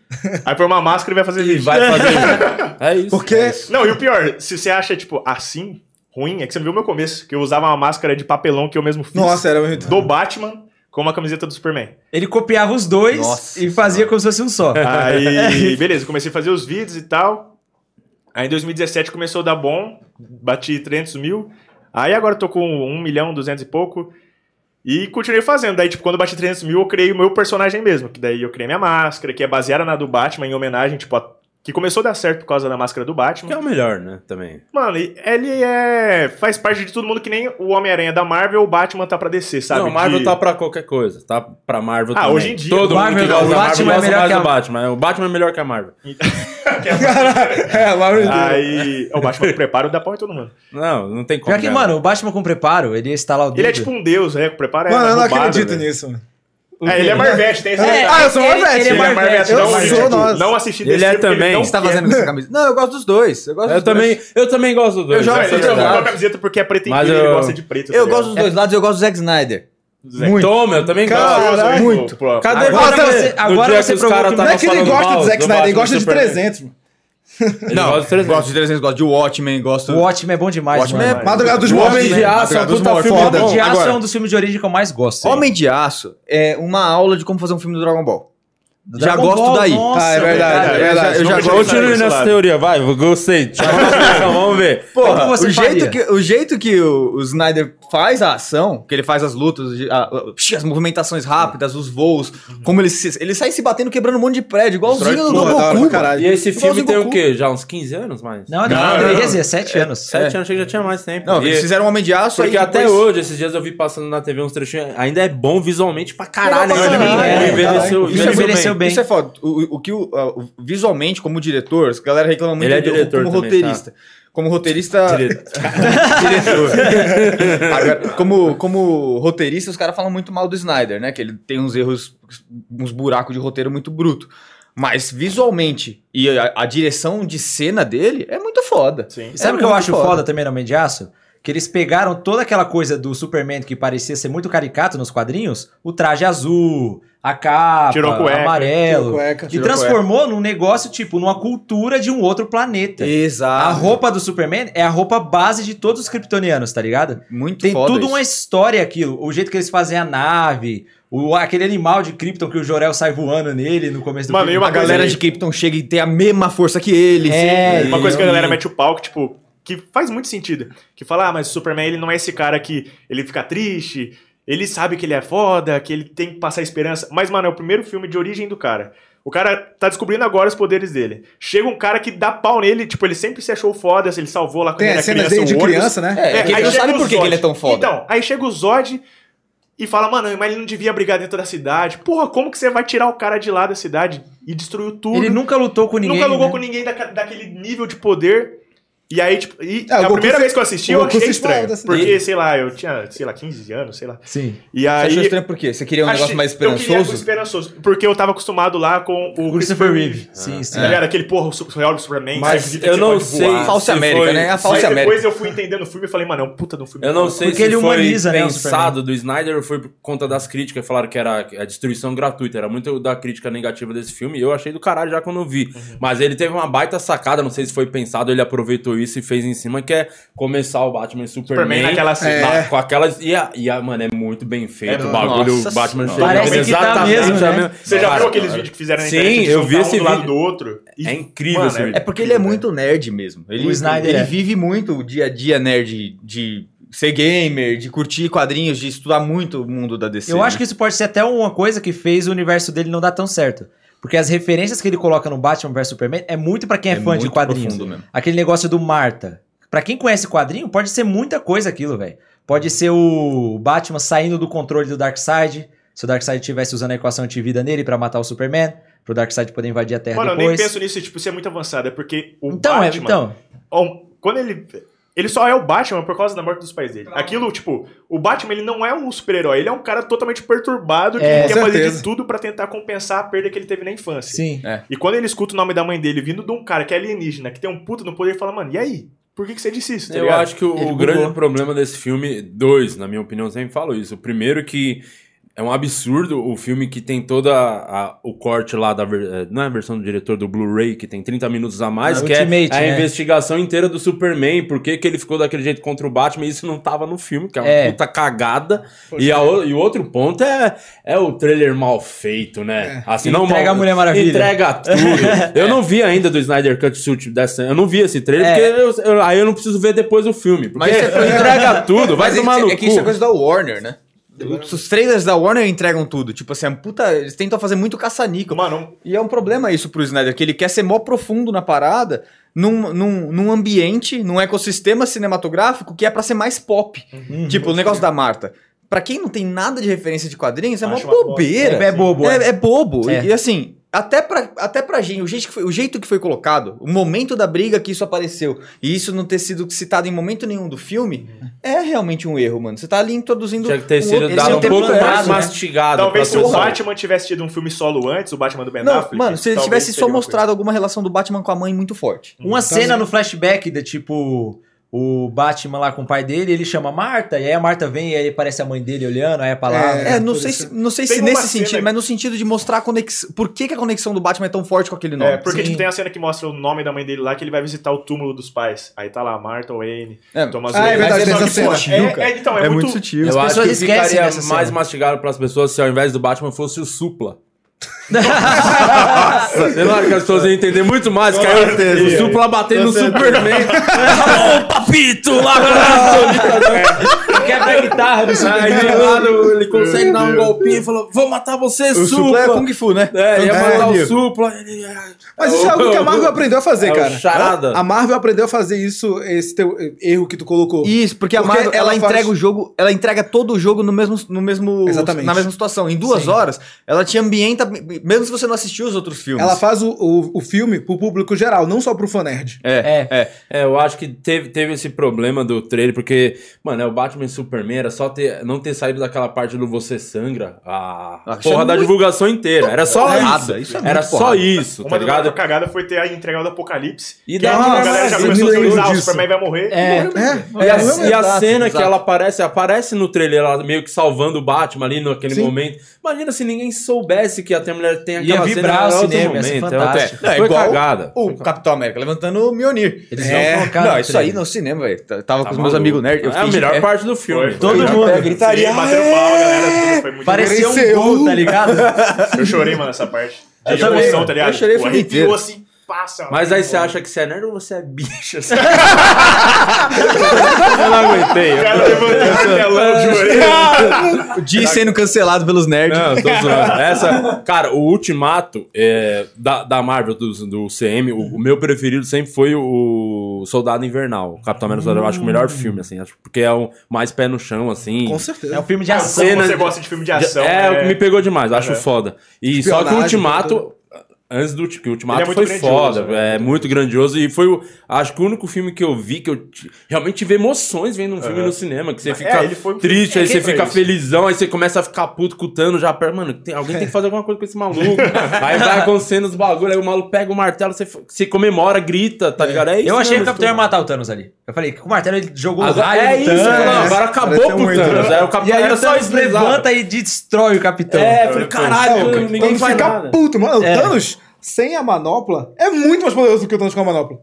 Speaker 3: Aí põe uma máscara e vai fazer
Speaker 1: e
Speaker 3: vídeo.
Speaker 1: vai fazer. é isso.
Speaker 5: Porque
Speaker 3: Não, e o pior, se você acha, tipo, assim, ruim, é que você não viu o meu começo, que eu usava uma máscara de papelão que eu mesmo fiz.
Speaker 5: Nossa, era muito.
Speaker 3: Do Batman com uma camiseta do Superman.
Speaker 4: Ele copiava os dois
Speaker 2: Nossa
Speaker 4: e fazia como se fosse um só.
Speaker 3: Aí, beleza, comecei a fazer os vídeos e tal. Aí em 2017 começou a dar bom, bati 300 mil. Aí agora eu tô com 1 milhão, 200 e pouco. E continuei fazendo. Daí, tipo, quando eu bati 300 mil, eu criei o meu personagem mesmo. Que daí eu criei minha máscara, que é baseada na do Batman, em homenagem, tipo, a- que começou a dar certo por causa da máscara do Batman.
Speaker 1: Que é o melhor, né? Também.
Speaker 3: Mano, e- ele é. faz parte de todo mundo que nem o Homem-Aranha da Marvel, o Batman tá pra descer, sabe?
Speaker 1: não, Marvel
Speaker 3: De-
Speaker 1: tá pra qualquer coisa. Tá pra Marvel
Speaker 3: Ah,
Speaker 1: também.
Speaker 3: hoje em dia,
Speaker 1: Todo
Speaker 4: o
Speaker 1: mundo
Speaker 4: Marvel-
Speaker 1: que gosta
Speaker 4: o
Speaker 1: da Marvel
Speaker 4: Batman é
Speaker 1: gosta
Speaker 4: melhor
Speaker 1: mais
Speaker 4: que a-
Speaker 1: do Batman. O Batman é melhor que a Marvel.
Speaker 5: É, Laura
Speaker 3: Aí. O Batman prepara dá pau em todo mundo.
Speaker 1: Não, não tem como.
Speaker 4: Já que,
Speaker 1: né?
Speaker 4: mano, o Batman com preparo, ele ia instalar o dedo.
Speaker 3: Ele é tipo um deus, né? O preparo é.
Speaker 5: Mano, eu não
Speaker 3: roubado,
Speaker 5: acredito
Speaker 3: velho.
Speaker 5: nisso, mano.
Speaker 3: É, ele é Marvete, tem esse
Speaker 4: É,
Speaker 3: detalhe.
Speaker 5: Ah, eu sou
Speaker 4: ele-
Speaker 5: Marvete.
Speaker 4: Ele é
Speaker 5: Ele é
Speaker 4: Marvete.
Speaker 5: Marvete, eu
Speaker 3: não,
Speaker 5: sou,
Speaker 3: tipo,
Speaker 5: nossa.
Speaker 3: não assisti
Speaker 1: Ele
Speaker 3: desse
Speaker 1: é
Speaker 3: filme, porque
Speaker 1: também.
Speaker 3: Ele não
Speaker 2: Você tá fazendo com essa camisa? Não, eu gosto dos dois. Eu gosto
Speaker 1: Eu
Speaker 2: dos
Speaker 1: também,
Speaker 2: dois.
Speaker 1: eu também gosto dos dois.
Speaker 2: Eu já-
Speaker 1: essa é
Speaker 3: Eu
Speaker 1: a
Speaker 3: tô
Speaker 1: verdade.
Speaker 3: com a camiseta porque é preto e
Speaker 1: Mas
Speaker 3: ele
Speaker 1: eu-
Speaker 3: gosta de preto. tá
Speaker 2: Eu gosto dos dois lados, eu gosto do Zack Snyder.
Speaker 1: Toma, eu também
Speaker 5: Cara,
Speaker 1: gosto.
Speaker 5: muito.
Speaker 1: Cadê
Speaker 4: Agora
Speaker 1: você?
Speaker 4: você-
Speaker 1: No
Speaker 4: agora
Speaker 1: dia
Speaker 4: você
Speaker 1: que os
Speaker 4: provou
Speaker 1: caras
Speaker 4: que
Speaker 5: Não
Speaker 1: tavam
Speaker 5: é que ele
Speaker 1: falando
Speaker 5: gosta
Speaker 1: mal
Speaker 5: do Zack
Speaker 1: do
Speaker 5: Snyder, ele
Speaker 1: Batman
Speaker 5: gosta de
Speaker 1: Superman.
Speaker 5: 300, mano.
Speaker 1: Ele gosta de 300.
Speaker 2: Gosto de 300, gosto de Watchmen, gosto...
Speaker 4: O Watchmen é bom demais,
Speaker 2: Watchmen
Speaker 4: mano.
Speaker 2: é-
Speaker 5: Madrugada dos
Speaker 1: O
Speaker 5: Mortos.
Speaker 1: Homem de
Speaker 5: né?
Speaker 1: Aço é um
Speaker 2: Madrugada tá dos
Speaker 1: puta
Speaker 2: Mortos.
Speaker 1: filme
Speaker 4: Homem
Speaker 1: bom.
Speaker 4: de Aço
Speaker 2: agora.
Speaker 4: é um dos filmes de origem que eu mais gosto. hein?
Speaker 2: Homem de Aço é uma aula de como fazer um filme do Dragon Ball.
Speaker 4: Do
Speaker 2: Já
Speaker 4: Dragon
Speaker 2: gosto
Speaker 4: Ball,
Speaker 2: daí.
Speaker 4: nossa,
Speaker 5: Ah, é verdade, é
Speaker 4: velho.
Speaker 5: verdade.
Speaker 2: Eu já, eu já gosto...
Speaker 1: Continue
Speaker 3: Esse
Speaker 1: nessa
Speaker 3: lado.
Speaker 1: teoria, vai. eu Gostei. Tchau. Vamos ver.
Speaker 2: Porra,
Speaker 4: Como você
Speaker 2: o,
Speaker 4: faria?
Speaker 2: jeito que, o jeito que o, o Snyder faz a ação, que ele faz as lutas, a- a- as movimentações rápidas, os voos, como ele, se, ele sai se batendo, quebrando um monte de prédio, igualzinho
Speaker 5: Pô,
Speaker 2: do
Speaker 5: da hora pra
Speaker 2: Goku. cara.
Speaker 5: caralho.
Speaker 1: E esse filme
Speaker 2: Igualzinho
Speaker 1: tem o
Speaker 2: Goku.
Speaker 1: quê? Já uns 15 anos mais?
Speaker 4: Não,
Speaker 2: Não,
Speaker 4: não,
Speaker 2: não.
Speaker 4: 13, é 7 anos.
Speaker 1: 7 anos, achei que já tinha mais tempo.
Speaker 2: Não,
Speaker 1: E-
Speaker 2: eles fizeram um Homem de Aço
Speaker 1: Porque
Speaker 2: aí
Speaker 1: até
Speaker 2: depois-
Speaker 1: hoje, esses dias eu vi passando na TV uns trechinhos, ainda é bom visualmente pra caralho.
Speaker 2: Legal pra
Speaker 1: né? Ele
Speaker 2: caralho, é,
Speaker 1: envelheceu,
Speaker 4: caralho.
Speaker 1: envelheceu
Speaker 4: Envelheceu
Speaker 1: bem.
Speaker 4: bem.
Speaker 2: Isso é foda. O, o que o, a- o- visualmente, como diretor, a galera reclama muito
Speaker 1: Ele é
Speaker 2: do-
Speaker 1: diretor
Speaker 2: como
Speaker 1: também,
Speaker 2: roteirista. Como roteirista. diretor. Agora, como, como roteirista, os caras falam muito mal do Snyder, né? Que ele tem uns erros, uns buracos de roteiro muito bruto. Mas visualmente e a, a direção de cena dele é muito foda.
Speaker 3: Sim.
Speaker 4: E Sabe o
Speaker 2: É
Speaker 4: que eu
Speaker 2: muito
Speaker 4: acho foda, também no Homem de Aço? Que eles pegaram toda aquela coisa do Superman que parecia ser muito caricato nos quadrinhos, o traje azul, a capa,
Speaker 3: Tirou cueca.
Speaker 5: Tira
Speaker 4: amarelo,
Speaker 5: cueca.
Speaker 4: e
Speaker 2: Tirou
Speaker 4: transformou num negócio tipo numa cultura de um outro planeta. A
Speaker 2: Exato.
Speaker 4: roupa do Superman é a roupa base de todos os kryptonianos, tá ligado?
Speaker 2: Muito
Speaker 4: Tem
Speaker 2: foda.
Speaker 4: tudo
Speaker 2: isso.
Speaker 4: uma história aquilo, o jeito que eles fazem a nave, o, aquele animal de Krypton que o Jorel sai voando nele no começo do
Speaker 3: Mano,
Speaker 4: filme.
Speaker 3: e uma
Speaker 2: A galera
Speaker 3: coisa-
Speaker 2: de Krypton chega e tem a mesma força que ele.
Speaker 4: É,
Speaker 3: Uma
Speaker 4: e-
Speaker 3: coisa que a
Speaker 4: e-
Speaker 3: galera mete o pau, que, tipo, que faz muito sentido. Que fala, ah, mas o Superman, ele não é esse cara que ele fica triste, ele sabe que ele é foda, que ele tem que passar esperança. Mas, mano, é o primeiro filme de origem do cara. O O cara tá descobrindo agora os poderes dele. Chega um cara que dá pau nele, tipo, ele sempre se achou foda, assim, ele salvou lá quando
Speaker 5: Tem
Speaker 3: ele
Speaker 5: a
Speaker 1: é
Speaker 3: era
Speaker 5: cena
Speaker 3: criança,
Speaker 5: dele
Speaker 1: um
Speaker 5: de
Speaker 3: o Ônibus.
Speaker 5: criança,
Speaker 1: assim,
Speaker 5: né?
Speaker 2: É, que ele não
Speaker 3: chega
Speaker 2: sabe
Speaker 3: o
Speaker 2: por que que
Speaker 3: Zod.
Speaker 2: ele é tão foda.
Speaker 3: Então, aí chega o Zod e fala, mano, mas ele não devia brigar dentro da cidade. Porra, como que você vai tirar o cara de lá da cidade e destruiu tudo?
Speaker 4: Ele nunca lutou com ninguém.
Speaker 3: Nunca alugou
Speaker 4: né?
Speaker 3: com ninguém daquela- daquele nível de poder. E aí, tipo, e
Speaker 5: É, o
Speaker 3: a
Speaker 5: Goku
Speaker 3: primeira
Speaker 5: se-
Speaker 3: vez que eu
Speaker 5: o
Speaker 3: assisti, eu
Speaker 5: Goku
Speaker 3: achei
Speaker 5: se espalha
Speaker 3: estranho.
Speaker 5: da cidade.
Speaker 3: Porque, sei lá, eu tinha, sei lá, 15 anos, sei lá.
Speaker 4: assim. Sim.
Speaker 3: E
Speaker 2: Você achou
Speaker 3: aí.
Speaker 2: estranho por quê? Você queria um negócio
Speaker 3: achei-
Speaker 2: mais
Speaker 3: eu queria algo
Speaker 2: esperançoso?
Speaker 3: esperançoso. Porque eu tava acostumado lá com o.
Speaker 4: O Christopher Reeve. Sim, sim.
Speaker 3: Tá ligado? Aquele porra, o Su- real do Superman.
Speaker 1: É. Mas
Speaker 3: sabe, que
Speaker 1: eu
Speaker 3: você
Speaker 1: não
Speaker 3: pode
Speaker 1: sei.
Speaker 3: voar.
Speaker 2: Falsa
Speaker 1: se
Speaker 2: América,
Speaker 1: foi-
Speaker 2: né? A
Speaker 3: Aí
Speaker 2: falsa
Speaker 3: depois
Speaker 2: América.
Speaker 3: eu fui entendendo o filme e falei, mano, é um puta de um filme.
Speaker 1: Eu não
Speaker 3: foda.
Speaker 1: sei
Speaker 4: Porque
Speaker 1: se
Speaker 4: ele
Speaker 1: foi
Speaker 4: humaniza, né, o
Speaker 1: pensado do Snyder ou foi por conta das críticas. Falaram que era a destruição gratuita. Era muito da crítica negativa desse filme. E eu achei do caralho já quando eu vi.
Speaker 4: Uhum.
Speaker 1: Mas ele teve uma baita sacada. Não sei se foi pensado. Ele aproveitou isso e fez em cima. Que é começar o Batman e Superman.
Speaker 3: Superman naquela cena.
Speaker 4: É.
Speaker 1: na- com aquelas... E, a, e a- mano, é muito bem feito.
Speaker 3: É,
Speaker 1: o bagulho,
Speaker 2: nossa
Speaker 1: o Batman
Speaker 2: senhora.
Speaker 1: chega-
Speaker 4: Parece que tá mesmo,
Speaker 1: a
Speaker 4: né?
Speaker 1: mesma-
Speaker 3: Você já
Speaker 1: Cara, é
Speaker 3: viu aqueles vídeos que fizeram na
Speaker 1: Sim,
Speaker 3: internet? de
Speaker 1: eu
Speaker 3: juntar
Speaker 1: vi
Speaker 3: um
Speaker 1: esse
Speaker 3: do lado
Speaker 1: vídeo.
Speaker 3: do outro. E-
Speaker 1: É incrível
Speaker 3: Mano,
Speaker 1: esse vídeo.
Speaker 2: É porque ele é muito nerd mesmo. Ele,
Speaker 4: O Snyder
Speaker 2: ele
Speaker 4: é.
Speaker 2: vive muito o dia a dia nerd de ser gamer, de curtir quadrinhos, de estudar muito o mundo da
Speaker 3: assim,
Speaker 2: né? DC.
Speaker 3: né?
Speaker 4: Eu acho que isso pode ser até uma coisa que fez o universo dele não dar tão certo. Porque as referências que ele coloca no Batman vs Superman é muito pra quem é, fã de quadrinhos.
Speaker 2: mesmo.
Speaker 4: Aquele negócio do Marta. Pra quem conhece quadrinho, pode ser muita coisa aquilo, velho. Pode ser o Batman saindo do controle do Darkseid. Se o Darkseid estivesse usando a equação antivida nele pra matar o Superman, pro Darkseid poder invadir a Terra
Speaker 3: Mano, eu nem
Speaker 4: É, depois.
Speaker 3: penso nisso, tipo, isso é muito avançado. É porque o
Speaker 4: então, é,
Speaker 3: Batman...
Speaker 4: então.
Speaker 3: Ó, um, quando ele. Ele só é o Batman por causa da morte dos pais dele. Aquilo, tipo, o Batman ele não é um super-herói, ele é um cara totalmente perturbado que
Speaker 4: É,
Speaker 3: quer
Speaker 5: com
Speaker 3: fazer
Speaker 5: certeza.
Speaker 3: de tudo pra tentar compensar a perda que ele teve na infância.
Speaker 4: Sim.
Speaker 3: E quando ele escuta o nome da mãe dele vindo de um cara que é alienígena, que tem um puto no poder, ele fala, mano, e aí? Por que, que você disse isso? tá
Speaker 1: Eu
Speaker 3: ligado?
Speaker 1: acho que o,
Speaker 4: Ele
Speaker 1: o grande
Speaker 4: bugou.
Speaker 1: problema desse filme, dois, na minha opinião, eu sempre falo isso. O primeiro que é um absurdo o filme que tem toda a- o corte lá da ver- eh, não é a versão do diretor do Blu-ray que tem 30 minutos a mais,
Speaker 4: Ah,
Speaker 1: que
Speaker 4: Ultimate,
Speaker 1: é a
Speaker 4: né?
Speaker 1: investigação inteira do Superman, por que, que ele ficou daquele jeito contra o Batman, e isso não tava no filme, que é uma
Speaker 4: É.
Speaker 1: puta cagada.
Speaker 5: Poxa.
Speaker 1: E, a o- e o outro ponto é, é o trailer mal feito, né?
Speaker 2: É.
Speaker 1: Assim, não
Speaker 4: Entrega
Speaker 1: mal-
Speaker 4: a Mulher Maravilha.
Speaker 1: Entrega tudo. Eu não vi ainda do Snyder Cut Suit dessa. Eu não vi esse trailer,
Speaker 4: É.
Speaker 1: porque eu- eu- aí eu não preciso ver depois o filme. Porque
Speaker 2: Mas isso é coisa-
Speaker 1: entrega tudo, vai
Speaker 2: Mas
Speaker 1: tomar
Speaker 2: isso,
Speaker 1: no
Speaker 2: é que
Speaker 1: cu.
Speaker 2: isso é coisa da Warner, né? Os trailers da Warner entregam tudo. Tipo assim, a puta. Eles tentam fazer muito caça-níquel.
Speaker 3: Mano,
Speaker 2: E é um problema isso pro Snyder, que ele quer ser mó profundo na parada, num, num, num ambiente, num ecossistema cinematográfico que é pra ser mais pop.
Speaker 3: Uhum.
Speaker 5: Hum.
Speaker 2: Tipo, o negócio da Marta. Pra quem não tem nada de referência de quadrinhos, é
Speaker 3: Acho
Speaker 2: mó
Speaker 3: uma bosta.
Speaker 2: bobeira.
Speaker 4: É bobo,
Speaker 2: É, é bobo. E-
Speaker 4: É.
Speaker 2: E, assim, até pra, até pra gente, o jeito, que foi, o jeito que foi colocado, o momento da briga que isso apareceu, e isso não ter sido citado em momento nenhum do filme,
Speaker 3: Uhum.
Speaker 2: é realmente um erro, mano. Você tá ali introduzindo.
Speaker 1: Tinha que ter
Speaker 2: um
Speaker 1: sido
Speaker 2: outro-
Speaker 1: dado um
Speaker 2: eles iam ter
Speaker 1: pouco
Speaker 2: plano,
Speaker 1: mais
Speaker 2: né?
Speaker 1: mastigado.
Speaker 3: talvez
Speaker 1: pra
Speaker 3: se o
Speaker 1: pessoa.
Speaker 3: Batman tivesse tido um filme solo antes, o Batman do Ben
Speaker 2: Não,
Speaker 3: Affleck...
Speaker 2: mano, se ele
Speaker 3: talvez
Speaker 2: tivesse
Speaker 3: seria
Speaker 2: só
Speaker 3: uma
Speaker 2: mostrado alguma relação do Batman com a mãe muito forte.
Speaker 1: Hum. Então,
Speaker 4: Uma cena
Speaker 1: né?
Speaker 4: no flashback da tipo. O Batman lá com o pai dele, ele chama a Marta, e aí a Marta vem e aí aparece a mãe dele olhando, aí a palavra.
Speaker 5: É,
Speaker 2: É, não
Speaker 5: por
Speaker 2: sei,
Speaker 5: isso.
Speaker 2: se, não sei
Speaker 3: Tem
Speaker 2: se
Speaker 3: uma
Speaker 2: nesse
Speaker 3: cena
Speaker 2: sentido,
Speaker 3: que-
Speaker 2: mas no sentido de mostrar a conexão. Por que, que a conexão do Batman é tão forte com aquele nome?
Speaker 3: coisa. É, porque
Speaker 4: Sim.
Speaker 3: tipo, tem a cena que mostra o nome da mãe dele lá, que ele vai visitar o túmulo dos pais. Aí tá lá, Martha Wayne,
Speaker 2: É.
Speaker 3: Thomas
Speaker 5: Ah, é
Speaker 3: Wayne.
Speaker 5: verdade,
Speaker 3: Então, Mas
Speaker 5: tem
Speaker 3: só
Speaker 5: essa
Speaker 3: que, pô,
Speaker 5: cena.
Speaker 3: é- é- então, é,
Speaker 2: é
Speaker 3: muito...
Speaker 2: sutil.
Speaker 1: Eu acho que
Speaker 4: pessoas esquecem
Speaker 1: ficaria
Speaker 4: dessa
Speaker 1: mais
Speaker 4: cena.
Speaker 1: mastigado pras pessoas se ao invés do Batman fosse o Supla. Você não acha que as pessoas iam entender muito mais,
Speaker 3: Com
Speaker 1: cara? O
Speaker 3: certeza.
Speaker 1: Supla batendo no
Speaker 3: Com certeza.
Speaker 1: Superman. Ô, papito! Lá,
Speaker 4: Quebra a guitarra do
Speaker 1: Aí
Speaker 4: Superman.
Speaker 1: do lado ele consegue
Speaker 3: É. Meu
Speaker 1: dar um
Speaker 3: Deus.
Speaker 1: golpinho e falou: Vou matar você,
Speaker 2: O Supla é
Speaker 1: Supla.
Speaker 2: Kung Fu, né?
Speaker 1: É, ia
Speaker 5: É,
Speaker 1: matar o
Speaker 5: amigo.
Speaker 1: Supla. Ele... ah,
Speaker 5: Mas isso é algo que a Marvel aprendeu a fazer,
Speaker 1: É o
Speaker 5: cara.
Speaker 1: charada.
Speaker 5: A Marvel aprendeu a fazer isso, esse teu erro que tu colocou.
Speaker 2: Isso, porque a
Speaker 5: Porque
Speaker 2: Marvel, ela,
Speaker 5: ela faz-
Speaker 2: entrega o jogo, ela entrega todo o jogo no mesmo, no mesmo,
Speaker 5: Exatamente.
Speaker 2: na mesma situação. Em duas horas, ela te ambienta, mesmo se você não assistiu os outros filmes.
Speaker 5: Ela faz o, o, o filme pro público geral, não só pro fã nerd.
Speaker 2: É, é.
Speaker 1: É, eu acho que teve, teve esse problema do trailer, porque, mano, é o Batman e Superman, era só ter, não ter saído daquela parte do Você Sangra, a
Speaker 2: Ah, isso
Speaker 1: porra
Speaker 2: é
Speaker 1: da
Speaker 2: muito
Speaker 1: divulgação inteira. Era só isso.
Speaker 2: porrada, isso é muito
Speaker 1: era só
Speaker 2: porrada.
Speaker 1: isso, tá
Speaker 3: Uma das
Speaker 1: ligado?
Speaker 3: outras cagadas foi ter a entrega do Apocalipse.
Speaker 1: E
Speaker 3: que
Speaker 1: da
Speaker 3: a
Speaker 1: Mulher
Speaker 3: galera
Speaker 5: Maravilha,
Speaker 3: já começou a
Speaker 5: me lembro
Speaker 3: teorizar, o
Speaker 5: disso.
Speaker 3: Superman vai morrer.
Speaker 4: É.
Speaker 5: É,
Speaker 1: E a,
Speaker 5: Marvel-
Speaker 1: e a
Speaker 2: exato,
Speaker 1: cena que
Speaker 2: exato.
Speaker 1: ela aparece, aparece no trailer, ela meio que salvando o Batman ali naquele
Speaker 5: Sim.
Speaker 1: momento. Imagina se ninguém soubesse que a mulher tem
Speaker 4: Ia
Speaker 1: aquela
Speaker 4: vibrar
Speaker 1: cena, era
Speaker 4: o
Speaker 1: outro
Speaker 4: cinema, ia ser
Speaker 1: momento,
Speaker 4: fantástico.
Speaker 1: era outra-
Speaker 2: É,
Speaker 1: Foi
Speaker 2: igual
Speaker 1: cagada.
Speaker 2: O Capitão América levantando o Mionir.
Speaker 4: Eles
Speaker 5: É.
Speaker 4: não colocaram
Speaker 2: não,
Speaker 4: no
Speaker 2: isso aí
Speaker 4: trailer.
Speaker 2: no cinema, velho. Tava com
Speaker 1: Tá
Speaker 2: os meus
Speaker 1: maluco.
Speaker 2: amigos nerd.
Speaker 1: É
Speaker 2: eu
Speaker 1: a
Speaker 2: fiquei de
Speaker 1: melhor
Speaker 2: pé.
Speaker 1: parte do filme.
Speaker 3: Foi,
Speaker 4: Todo
Speaker 3: foi.
Speaker 4: mundo.
Speaker 2: É, gritaria.
Speaker 3: Sim, bateu pau, galera. Foi muito
Speaker 4: Parecia um
Speaker 5: Pareceu
Speaker 4: gol,
Speaker 5: um-
Speaker 4: tá ligado?
Speaker 3: Eu chorei, mano, nessa parte. De
Speaker 2: Eu também,
Speaker 3: emoção, tá ligado?
Speaker 2: eu chorei o
Speaker 3: Tipo,
Speaker 2: filme
Speaker 3: arrepiou
Speaker 2: inteiro.
Speaker 3: assim. passa.
Speaker 1: Mas
Speaker 3: lá,
Speaker 1: aí
Speaker 3: pô.
Speaker 1: você acha que você é nerd ou você é bicha?
Speaker 2: Eu não aguentei.
Speaker 3: O cara levantou o telão de orelha.
Speaker 2: O Di sendo cancelado pelos nerds.
Speaker 1: Não, eu tô zoando. Essa, cara, o Ultimato é, da, da Marvel, do, do CM, o, o meu preferido sempre foi o Soldado Invernal. O Capitão América Soldado, eu acho que o melhor filme, assim. Acho, porque é um mais pé no chão, assim.
Speaker 5: Com
Speaker 4: É um
Speaker 5: certeza.
Speaker 4: filme de
Speaker 3: Como
Speaker 4: ação.
Speaker 1: cena
Speaker 3: você
Speaker 1: de-
Speaker 3: gosta de filme de ação.
Speaker 1: é,
Speaker 3: né?
Speaker 1: me pegou demais, acho foda. E só que
Speaker 5: Espionagem,
Speaker 1: o Ultimato. Antes do que o
Speaker 3: Ele é
Speaker 1: Ultimato
Speaker 3: muito
Speaker 1: foi
Speaker 3: grandioso,
Speaker 1: foda,
Speaker 3: né?
Speaker 1: é muito grandioso e foi o, acho que o único filme que eu vi que eu t- realmente tive emoções vendo um filme no cinema, que você fica
Speaker 3: ele foi um filme-
Speaker 1: triste,
Speaker 3: é,
Speaker 1: aí
Speaker 3: quem
Speaker 1: você
Speaker 3: foi
Speaker 1: fica
Speaker 3: esse?
Speaker 1: felizão, aí você começa a ficar puto cutando já, pera, mano, tem- alguém tem que fazer alguma coisa com esse maluco. aí vai acontecendo os bagulho, aí o maluco pega o martelo, você, f- você comemora, grita, tá ligado? É isso.
Speaker 4: Eu achei que
Speaker 1: né,
Speaker 4: o Capitão ia
Speaker 1: mano?
Speaker 4: matar o Thanos ali. Eu falei, com o martelo ele jogou o
Speaker 1: Agora,
Speaker 4: raio
Speaker 1: é
Speaker 4: no
Speaker 1: isso,
Speaker 4: Thanos.
Speaker 1: mano, agora acabou
Speaker 2: Pareceu
Speaker 1: pro
Speaker 2: muito,
Speaker 1: Thanos.
Speaker 2: né?
Speaker 1: Aí o Capitão
Speaker 4: E aí
Speaker 1: era
Speaker 4: o Thanos
Speaker 1: tão deslizado.
Speaker 4: levanta e destrói o Capitão.
Speaker 1: É, eu falei, caralho,
Speaker 5: Não,
Speaker 1: ninguém
Speaker 5: Thanos
Speaker 1: faz
Speaker 5: fica
Speaker 1: nada.
Speaker 5: puto, mano.
Speaker 4: É.
Speaker 5: O Thanos sem a manopla é muito mais poderoso do que o Thanos com a manopla.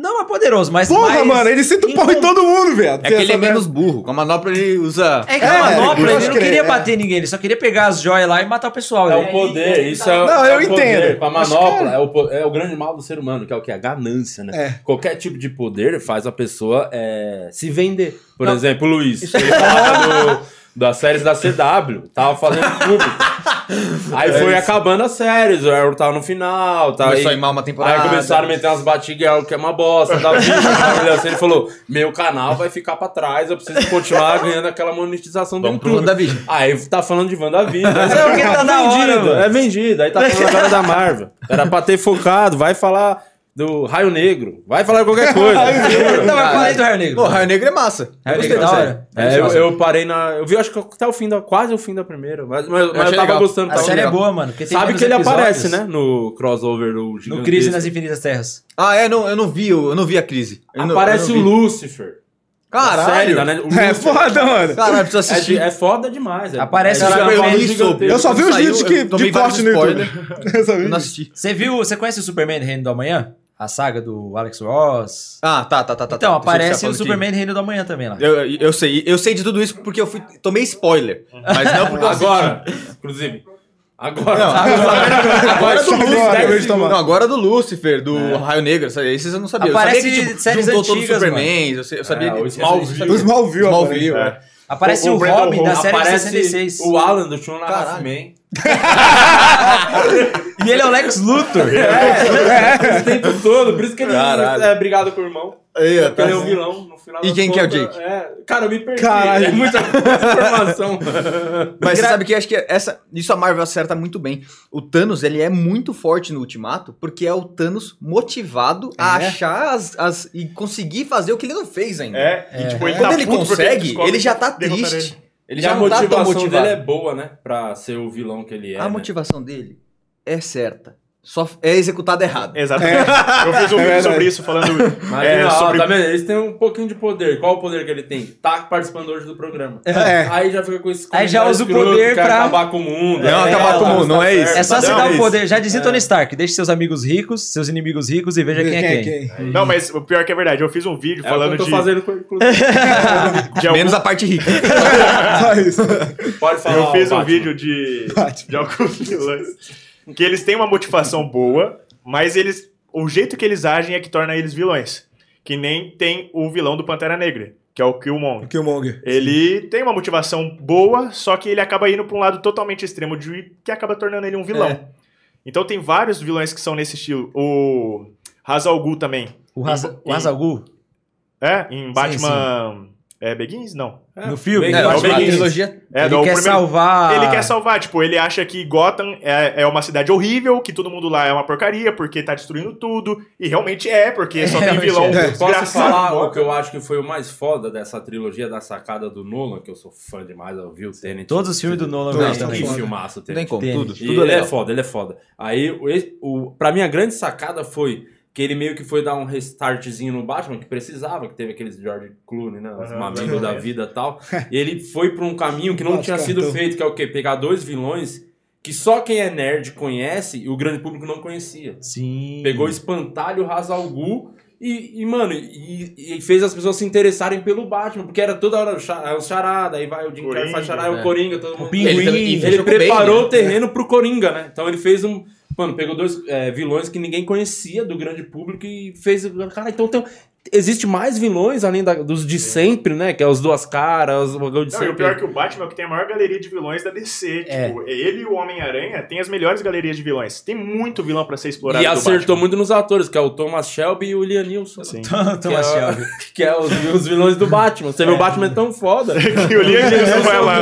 Speaker 4: Não é poderoso, mas...
Speaker 5: Porra,
Speaker 4: mas-
Speaker 1: é
Speaker 5: mano, ele senta o pau em todo mundo, velho.
Speaker 2: É que ele é
Speaker 5: Essa
Speaker 2: menos
Speaker 5: merda.
Speaker 2: burro. Com a manopla ele usa.
Speaker 4: É que
Speaker 5: É,
Speaker 4: a manopla, ele
Speaker 5: pode
Speaker 4: não
Speaker 5: crer,
Speaker 4: queria
Speaker 5: é.
Speaker 4: bater ninguém, ele só queria pegar as joias lá e matar o pessoal.
Speaker 1: É
Speaker 4: né?
Speaker 1: o poder, isso é,
Speaker 5: Não,
Speaker 1: é
Speaker 5: eu
Speaker 1: o poder.
Speaker 5: entendo.
Speaker 1: Com a
Speaker 5: Mas,
Speaker 1: manopla,
Speaker 5: cara-
Speaker 1: é o, po- é o grande mal do ser humano, que é o que? A ganância, né?
Speaker 5: É.
Speaker 1: Qualquer tipo de poder faz a pessoa é, se vender. Por exemplo, o Luiz. Ele falava do- das séries da CW, tava fazendo público. Aí foi acabando as séries, o Arrow tava no final, tava
Speaker 2: É Começou
Speaker 1: aí-
Speaker 2: a rimar uma
Speaker 1: Aí
Speaker 4: É,
Speaker 2: temporada.
Speaker 1: começaram a meter umas batigas, que é uma bosta, tá bicho, tá melhor. Ele falou: meu canal vai ficar pra trás, eu preciso continuar ganhando aquela monetização do
Speaker 2: Vamos um pro
Speaker 1: YouTube."
Speaker 2: WandaVision.
Speaker 1: Aí tá falando de Wandavision.
Speaker 4: Não, porque tá na hora,
Speaker 1: vendido,
Speaker 4: mano.
Speaker 1: é vendido. Aí tá falando agora da Marvel. Era pra ter focado, vai falar do Raio Negro, vai falar qualquer coisa. É,
Speaker 4: Não, mas eu falei do Raio Negro.
Speaker 2: Pô, Raio Negro é massa.
Speaker 4: Raio
Speaker 2: Gostei
Speaker 4: Negro é da
Speaker 2: da série.
Speaker 4: hora.
Speaker 5: Então,
Speaker 1: É, eu, eu parei na. Eu vi, acho que até o fim da. Quase o fim da primeira. Mas, mas- mas eu,
Speaker 2: achei
Speaker 1: tava
Speaker 2: legal.
Speaker 1: gostando.
Speaker 4: A
Speaker 1: Tava
Speaker 4: série é
Speaker 1: legal.
Speaker 4: boa, mano. porque tem
Speaker 1: Sabe
Speaker 4: menos
Speaker 1: que ele
Speaker 4: episódios.
Speaker 1: aparece, né? No crossover do
Speaker 4: No
Speaker 1: gigantesco.
Speaker 4: Crise
Speaker 2: né?
Speaker 4: nas Infinitas Terras.
Speaker 2: Ah, é? Não, eu não vi, eu não vi a crise. Eu não-
Speaker 1: Aparece
Speaker 2: eu
Speaker 1: o
Speaker 2: não vi.
Speaker 1: Lúcifer.
Speaker 2: Caralho.
Speaker 1: Sério, né?
Speaker 5: É
Speaker 1: O Lúcifer.
Speaker 5: foda, mano.
Speaker 2: Caralho, preciso
Speaker 1: É, de-
Speaker 2: assistir.
Speaker 1: é foda demais. é-
Speaker 4: Aparece
Speaker 1: é,
Speaker 4: o
Speaker 1: gigantesco.
Speaker 4: Superman.
Speaker 5: Eu só vi os
Speaker 2: Quando
Speaker 5: vídeos
Speaker 2: saiu,
Speaker 5: que-
Speaker 2: eu tomei
Speaker 5: de corte no
Speaker 2: vários
Speaker 5: YouTube.
Speaker 2: spoilers,
Speaker 5: Eu só vi
Speaker 2: Eu
Speaker 5: isso.
Speaker 2: não assisti.
Speaker 4: Você viu, você conhece o Superman Reino do Amanhã? A saga do Alex Ross?
Speaker 2: Ah, tá, tá, tá. tá
Speaker 4: Então,
Speaker 2: tá. Eu
Speaker 4: aparece
Speaker 2: sei
Speaker 4: o
Speaker 2: que você tá falando
Speaker 4: Superman Reino do Amanhã também lá.
Speaker 2: que- Eu, eu sei, eu sei de tudo isso porque eu fui, tomei spoiler. Mas não porque eu assisti.
Speaker 1: Agora, inclusive. Agora.
Speaker 2: Não, agora, do
Speaker 1: é
Speaker 5: Agora,
Speaker 2: Lúcifer.
Speaker 1: né?
Speaker 5: eu vejo tomar.
Speaker 2: Não, agora é do Lúcifer, do Raio Negro, sabe? esses eu não sabia.
Speaker 4: Aparece
Speaker 2: eu sabia que, tipo,
Speaker 4: séries
Speaker 2: juntou todos os
Speaker 4: antigas,
Speaker 2: Supermans, eu, sei- eu sabia
Speaker 1: É,
Speaker 2: que...
Speaker 1: o Smallville.
Speaker 5: O Smallville,
Speaker 2: Smallville,
Speaker 5: aparece.
Speaker 2: é.
Speaker 4: Aparece
Speaker 3: O-
Speaker 4: o,
Speaker 3: o Brandon
Speaker 4: Robin da
Speaker 3: Routh.
Speaker 4: série
Speaker 1: Aparece
Speaker 4: 66.
Speaker 1: o Alan do Tio Half
Speaker 2: Caralho.
Speaker 1: Man.
Speaker 4: E ele é o Lex Luthor.
Speaker 3: É,
Speaker 4: É,
Speaker 1: O tempo todo, por isso que ele
Speaker 2: Caralho.
Speaker 1: é brigado com o irmão.
Speaker 2: Aí, ó,
Speaker 1: Porque
Speaker 2: tá
Speaker 1: ele é um
Speaker 2: assim.
Speaker 1: vilão no final.
Speaker 2: E
Speaker 1: das
Speaker 2: quem que é o
Speaker 1: contas,
Speaker 2: Jake?
Speaker 1: é. Cara, eu me perdi.
Speaker 5: Caralho.
Speaker 1: É muita informação.
Speaker 2: Mas você sabe que acho que essa, isso a Marvel acerta muito bem. O Thanos, ele é muito forte no Ultimato, porque é o Thanos motivado a
Speaker 5: É.
Speaker 2: achar as, as- e conseguir fazer o que ele não fez ainda.
Speaker 3: É, e tipo, ele
Speaker 2: Quando
Speaker 3: tá
Speaker 2: ele
Speaker 3: puto porque
Speaker 2: consegue,
Speaker 3: descobre
Speaker 2: ele já tá
Speaker 3: que derrotaram
Speaker 2: triste.
Speaker 3: ele.
Speaker 2: Ele
Speaker 1: E
Speaker 2: já
Speaker 1: a
Speaker 2: não tá tão
Speaker 1: motivação
Speaker 2: motivado.
Speaker 1: dele é boa, né? Pra ser o vilão que ele é.
Speaker 2: A
Speaker 1: né?
Speaker 2: motivação dele é certa. Só f- é executada errado.
Speaker 3: Exatamente. Eu fiz um
Speaker 5: É
Speaker 3: vídeo
Speaker 5: verdade.
Speaker 3: sobre isso, falando
Speaker 1: Mas
Speaker 3: é,
Speaker 1: não,
Speaker 3: sobre
Speaker 1: tá vendo? Eles têm um pouquinho de poder. Qual o poder que ele tem? Tá participando hoje do programa.
Speaker 5: É.
Speaker 1: Aí já fica com esse
Speaker 4: Aí já
Speaker 1: comentário
Speaker 4: usa o
Speaker 1: escroto,
Speaker 4: poder
Speaker 1: quer
Speaker 4: pra-
Speaker 1: acabar com o mundo. É,
Speaker 2: Não, acabar com o
Speaker 3: tá
Speaker 2: mundo, não é isso.
Speaker 4: É só
Speaker 3: Não,
Speaker 4: você dar
Speaker 3: é
Speaker 4: o
Speaker 3: isso.
Speaker 4: poder. Já dizia Tony Stark, deixe seus amigos ricos, seus inimigos ricos e veja quem é quem.
Speaker 3: Não, mas o pior que é verdade, eu fiz um vídeo
Speaker 1: É
Speaker 3: falando
Speaker 1: o que eu tô
Speaker 3: de,
Speaker 1: fazendo com o
Speaker 3: de algum-
Speaker 2: Menos a parte rica.
Speaker 5: Só
Speaker 4: Ah,
Speaker 5: isso.
Speaker 1: Pode falar.
Speaker 3: Eu fiz
Speaker 1: ó,
Speaker 3: um
Speaker 1: Batman.
Speaker 3: vídeo de,
Speaker 5: Batman.
Speaker 3: de alguns vilões que eles têm uma motivação boa, mas eles o jeito que eles agem é que torna eles vilões. Que nem tem o vilão do Pantera Negra, que é o Killmonger.
Speaker 5: Killmonger.
Speaker 3: Ele tem uma motivação boa, só que ele acaba indo pra um lado totalmente extremo de que acaba tornando ele um vilão.
Speaker 1: É.
Speaker 3: Então tem vários vilões que são nesse estilo. O Hazal Ghul também.
Speaker 4: O Haza-
Speaker 3: Em-
Speaker 4: o Hazalgu,
Speaker 3: É, em Batman é, Begins? Não.
Speaker 4: no filme, né?
Speaker 1: bem- é,
Speaker 2: É,
Speaker 4: ele
Speaker 2: a
Speaker 1: o Begins.
Speaker 2: trilogia.
Speaker 3: É,
Speaker 4: ele
Speaker 3: não, o
Speaker 4: quer
Speaker 3: primeiro-
Speaker 4: salvar...
Speaker 3: Ele quer salvar, tipo, ele acha que Gotham é, é uma cidade horrível, que todo mundo lá é uma porcaria, porque tá destruindo tudo. E realmente é, porque só tem
Speaker 4: Realmente
Speaker 3: vilão
Speaker 4: é.
Speaker 1: Eu Posso falar o
Speaker 3: desgraçado.
Speaker 1: que eu acho que foi o mais foda dessa trilogia da sacada do Nolan, que eu sou fã demais, eu vi o Tenet.
Speaker 4: Todos os filmes do Nolan
Speaker 5: Todos
Speaker 1: Nolan
Speaker 4: velho,
Speaker 5: são
Speaker 4: também.
Speaker 1: Que
Speaker 5: foda.
Speaker 1: filmaço, o
Speaker 2: Não tem
Speaker 1: Tenet.
Speaker 2: como,
Speaker 4: Tênis.
Speaker 2: tudo.
Speaker 1: E
Speaker 2: Tudo é
Speaker 1: ele é
Speaker 2: legal.
Speaker 1: foda, ele é foda. Aí, o, esse- o, pra mim, a grande sacada foi que ele meio que foi dar um restartzinho no Batman, que precisava, que teve aqueles George Clooney, né? Os
Speaker 3: Aham.
Speaker 1: amigos da vida e tal. E ele foi pra um caminho que não
Speaker 5: Bate
Speaker 1: tinha sido
Speaker 5: cartão.
Speaker 1: feito, que é o quê? Pegar dois vilões que só quem é nerd conhece e o grande público não conhecia.
Speaker 4: Sim.
Speaker 1: Pegou o espantalho, Hazalgu e, e, mano, e, e fez as pessoas se interessarem pelo Batman, porque era toda hora o cha- é o charada, aí vai o Jim Carrey
Speaker 3: Coringa,
Speaker 1: faz charada, é o
Speaker 2: né?
Speaker 1: Coringa, todo mundo...
Speaker 4: Pinguim.
Speaker 1: Ele,
Speaker 2: também- e
Speaker 1: ele
Speaker 3: É.
Speaker 2: fechou com o Bane,
Speaker 1: preparou
Speaker 2: né?
Speaker 1: o terreno pro Coringa, né? Então ele fez um... Mano, pegou dois é, vilões que ninguém conhecia do grande público e fez. Cara, então tem. Existe mais vilões além da- dos de sempre, né? Que é os duas caras, o bagulho de
Speaker 3: Não, e
Speaker 1: sempre.
Speaker 3: o pior é que o Batman é o que tem a maior galeria de vilões da DC.
Speaker 4: É.
Speaker 3: Tipo, ele e o Homem-Aranha têm as melhores galerias de vilões. Tem muito vilão pra ser explorado.
Speaker 1: E
Speaker 3: do
Speaker 1: acertou
Speaker 3: Batman.
Speaker 1: muito nos atores, que é o Thomas Shelby e o Liam Neeson.
Speaker 3: Sim.
Speaker 4: Tanto, mas,
Speaker 1: que, é,
Speaker 4: Thiago.
Speaker 1: que é os, os vilões do Batman. Você vê o Batman é tão foda. é
Speaker 3: Que o Liam Neeson vai lá.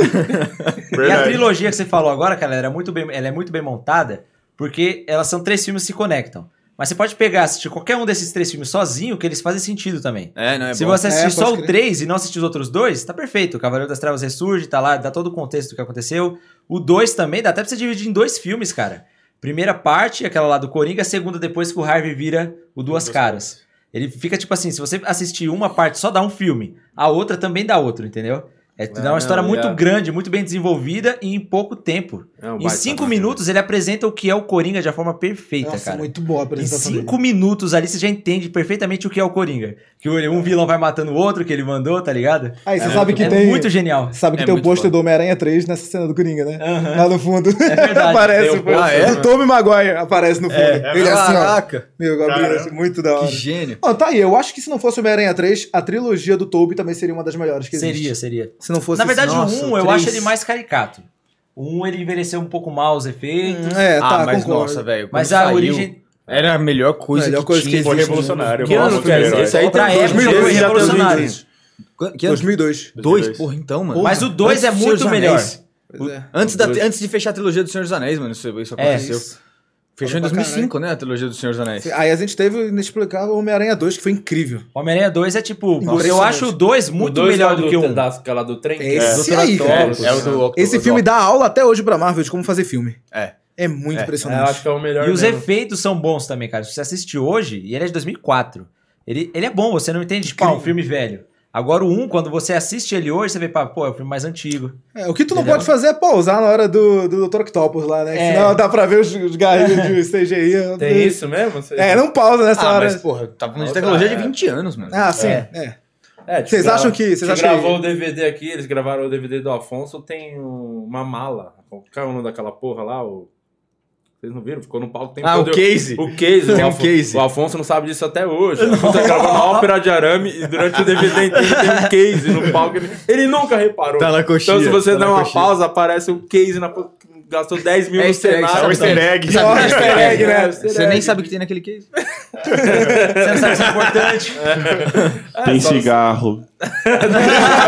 Speaker 4: E a
Speaker 3: Verdade.
Speaker 4: trilogia que você falou agora, cara, ela é muito bem, ela é muito bem montada, porque elas são três filmes que se conectam. Mas você pode pegar, assistir qualquer um desses três filmes sozinho, que eles fazem sentido também.
Speaker 3: né?
Speaker 2: É, não é
Speaker 4: Se
Speaker 2: bom.
Speaker 4: você assistir
Speaker 7: É,
Speaker 4: só o
Speaker 7: pode crer.
Speaker 4: 3 e não assistir os outros dois, tá perfeito. O Cavaleiro das Trevas ressurge, tá lá, dá todo o contexto do que aconteceu. O 2 também, dá até pra você dividir em dois filmes, cara. Primeira parte, aquela lá do Coringa, a segunda depois que o Harvey vira o Duas Caras. Ele fica tipo assim, se você assistir uma parte, só dá um filme. A outra também dá outro, entendeu? É, dá uma história muito grande, muito bem desenvolvida e em pouco tempo.
Speaker 3: É
Speaker 1: É
Speaker 3: um
Speaker 1: um
Speaker 4: em cinco minutos ele apresenta o que é o Coringa de uma forma perfeita,
Speaker 7: Nossa,
Speaker 4: cara.
Speaker 7: muito boa a
Speaker 4: Em
Speaker 7: apresentação dele.
Speaker 4: cinco minutos ali você já entende perfeitamente o que é o Coringa. Que o- um vilão vai matando o outro que ele mandou, tá ligado?
Speaker 7: Aí, Ah, você
Speaker 2: É
Speaker 7: sabe que
Speaker 4: é
Speaker 7: tem...
Speaker 4: muito genial.
Speaker 7: Sabe que
Speaker 2: É
Speaker 7: tem o
Speaker 2: muito
Speaker 7: pôster
Speaker 2: foda.
Speaker 7: do Homem-Aranha 3 nessa cena do Coringa, né?
Speaker 4: Aham.
Speaker 7: Lá no fundo.
Speaker 4: verdade.
Speaker 7: aparece
Speaker 1: Tem
Speaker 7: o
Speaker 1: o pôster,
Speaker 7: pôster.
Speaker 2: Ah, é?
Speaker 7: O Tommy Maguire aparece no fundo. Ele é assim, ó.
Speaker 2: Ah, Caraca,
Speaker 7: Meu, Gabriel, assim,
Speaker 3: Caramba.
Speaker 7: muito da hora.
Speaker 2: que gênio.
Speaker 7: Ó, tá aí, eu acho que se não fosse Homem-Aranha 3, a trilogia do Toby também seria uma das melhores que existe.
Speaker 4: Seria, seria.
Speaker 7: Se não fosse
Speaker 4: Na verdade,
Speaker 7: esse-
Speaker 4: o
Speaker 7: Nossa,
Speaker 4: um eu
Speaker 7: três.
Speaker 4: acho ele mais caricato. O um ele envelheceu um pouco mal os efeitos.
Speaker 7: Hum, É, tá,
Speaker 2: ah, mas
Speaker 7: concordo.
Speaker 2: nossa, velho.
Speaker 4: mas
Speaker 2: quando
Speaker 4: a
Speaker 2: saiu,
Speaker 4: origem.
Speaker 2: Era a melhor coisa
Speaker 7: Melhor
Speaker 2: que
Speaker 7: coisa
Speaker 2: tinha.
Speaker 7: que
Speaker 3: Foi
Speaker 7: existe.
Speaker 3: revolucionário.
Speaker 1: Que
Speaker 3: eu
Speaker 1: ano
Speaker 3: gosto
Speaker 1: que era
Speaker 3: do
Speaker 1: esse?
Speaker 3: herói.
Speaker 1: Esse aí
Speaker 4: Outra
Speaker 1: tem
Speaker 4: é época,
Speaker 1: dois
Speaker 4: foi
Speaker 1: meses, já tem os vinte e
Speaker 4: revolucionário.
Speaker 1: anos.
Speaker 2: Qu- Que ano?
Speaker 7: 2002.
Speaker 2: Dois, porra, então, mano.
Speaker 4: Mas o dois é
Speaker 2: Antes do
Speaker 4: muito
Speaker 2: Senhor dos
Speaker 4: melhor.
Speaker 2: Anéis.
Speaker 7: Pois é.
Speaker 2: Antes, da,
Speaker 1: Dois.
Speaker 2: antes de fechar a trilogia do Senhor dos Anéis, mano, isso, isso
Speaker 4: É,
Speaker 2: aconteceu. Fechou em
Speaker 7: Foda pra
Speaker 2: 2005, né, a trilogia do Senhor dos Anéis.
Speaker 7: Aí a gente teve o inexplicável Homem-Aranha 2, que foi incrível.
Speaker 4: Homem-Aranha 2 é tipo.
Speaker 7: Nossa,
Speaker 4: eu
Speaker 7: gente.
Speaker 4: acho o 2 muito melhor do que o
Speaker 1: um.
Speaker 4: 1. Um.
Speaker 1: Da, aquela do trem.
Speaker 7: Esse
Speaker 1: É.
Speaker 7: aí, velho.
Speaker 1: Octopus. É o do
Speaker 2: Octo-
Speaker 7: Esse
Speaker 2: do
Speaker 7: filme
Speaker 2: Octo-
Speaker 7: dá aula até hoje pra Marvel de como fazer filme.
Speaker 2: É.
Speaker 7: É
Speaker 2: É.
Speaker 7: muito
Speaker 1: É, eu
Speaker 7: impressionante.
Speaker 1: acho que é o melhor.
Speaker 4: E os
Speaker 1: mesmo.
Speaker 4: efeitos são bons também, cara. Se você assistir hoje, e ele é de 2004. Ele, ele é bom, você não entende, tipo, ah, um
Speaker 7: Incrível.
Speaker 4: filme velho. Agora o 1, quando você assiste ele hoje, você vê, pá, pô, é um filme mais antigo.
Speaker 7: É, o que tu não
Speaker 4: Entendeu?
Speaker 7: pode fazer é pausar na hora do, do Dr. Octopus lá, né?
Speaker 4: É.
Speaker 7: Senão dá pra ver os, os garrinhos de CGI.
Speaker 1: Tem isso mesmo? Você-
Speaker 7: É, não pausa nessa
Speaker 2: Ah,
Speaker 7: hora.
Speaker 2: mas, porra, tá falando de
Speaker 1: Outra
Speaker 2: tecnologia de
Speaker 1: época.
Speaker 2: 20 anos, mano.
Speaker 7: Ah, sim.
Speaker 4: É.
Speaker 7: é.
Speaker 1: É, tipo,
Speaker 7: Vocês
Speaker 1: ela-
Speaker 7: acham que- vocês
Speaker 1: que
Speaker 7: acham
Speaker 1: gravou
Speaker 7: que-
Speaker 1: o DVD aqui, eles gravaram o DVD do Afonso, tem um- uma mala. Qual é o nome daquela porra lá? O... Vocês não viram? Ficou no palco o tempo
Speaker 2: Ah,
Speaker 1: todo.
Speaker 2: o Casey.
Speaker 1: O case,
Speaker 2: Tem
Speaker 1: o
Speaker 2: um
Speaker 1: Alfon-
Speaker 2: case.
Speaker 1: O Afonso não sabe disso até hoje. O Afonso gravou uma ópera de arame e durante o DVD inteiro tem um case no palco. Ele, ele nunca reparou.
Speaker 2: Tá na coxinha.
Speaker 1: então, se você
Speaker 2: tá na
Speaker 1: der uma
Speaker 2: coxinha.
Speaker 1: pausa, aparece um case na. po- Gastou 10 mil
Speaker 2: É
Speaker 1: no
Speaker 2: easter egg,
Speaker 1: cenário.
Speaker 3: É um easter egg.
Speaker 7: Só um easter egg,
Speaker 1: É,
Speaker 7: né?
Speaker 1: easter egg.
Speaker 2: Você nem sabe o que tem naquele case.
Speaker 4: Você não sabe se é importante.
Speaker 1: Tem
Speaker 3: cigarro.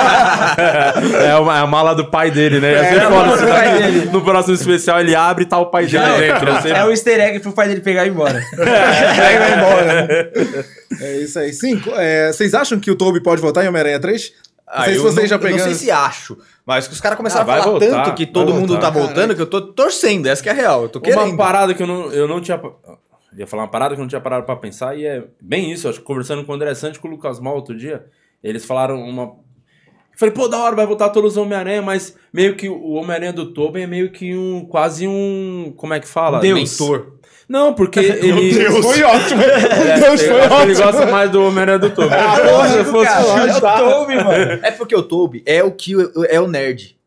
Speaker 1: É uma- é a mala do pai dele, né? Ia ser foda se tá- No próximo especial ele abre e tá o pai dele dentro. Você-
Speaker 4: é o easter egg pro pai dele pegar e ir embora.
Speaker 7: Aí vai embora. É isso aí. Cinco. é, vocês acham que o Toby pode voltar em Homem-Aranha 3? não sei se
Speaker 2: Ah, eu
Speaker 7: vocês já
Speaker 2: eu Não
Speaker 7: pegaram.
Speaker 2: sei se acho, mas que os caras
Speaker 1: Ah,
Speaker 2: começaram a
Speaker 1: vai
Speaker 2: falar
Speaker 1: voltar,
Speaker 2: tanto que
Speaker 1: vai
Speaker 2: todo mundo
Speaker 1: voltar.
Speaker 2: tá voltando que eu tô torcendo, essa que é a real. Eu tô
Speaker 1: Uma
Speaker 2: querendo.
Speaker 1: parada que eu não, eu não tinha. Eu ia falar uma parada que eu não tinha parado pra pensar, e é bem isso. eu Acho que conversando com o André Santos e com o Lucas Mal outro dia, eles falaram uma. Eu falei, pô, da hora, vai voltar todos os Homem-Aranha, mas meio que o Homem-Aranha do Tobey é meio que um. quase um. Como é que fala?
Speaker 2: Mentor.
Speaker 1: Não, porque ele.
Speaker 3: Deus.
Speaker 7: Foi ótimo.
Speaker 1: É,
Speaker 7: Deus,
Speaker 1: eu
Speaker 7: foi
Speaker 1: acho que ele
Speaker 7: ótimo.
Speaker 1: gosta mais do Homem-Aranha do Tobey. Ah,
Speaker 7: lógico, cara,
Speaker 1: fosse
Speaker 7: lógico.
Speaker 1: chutar-
Speaker 4: Tome, mano.
Speaker 2: É porque o Toby é o que é o nerd.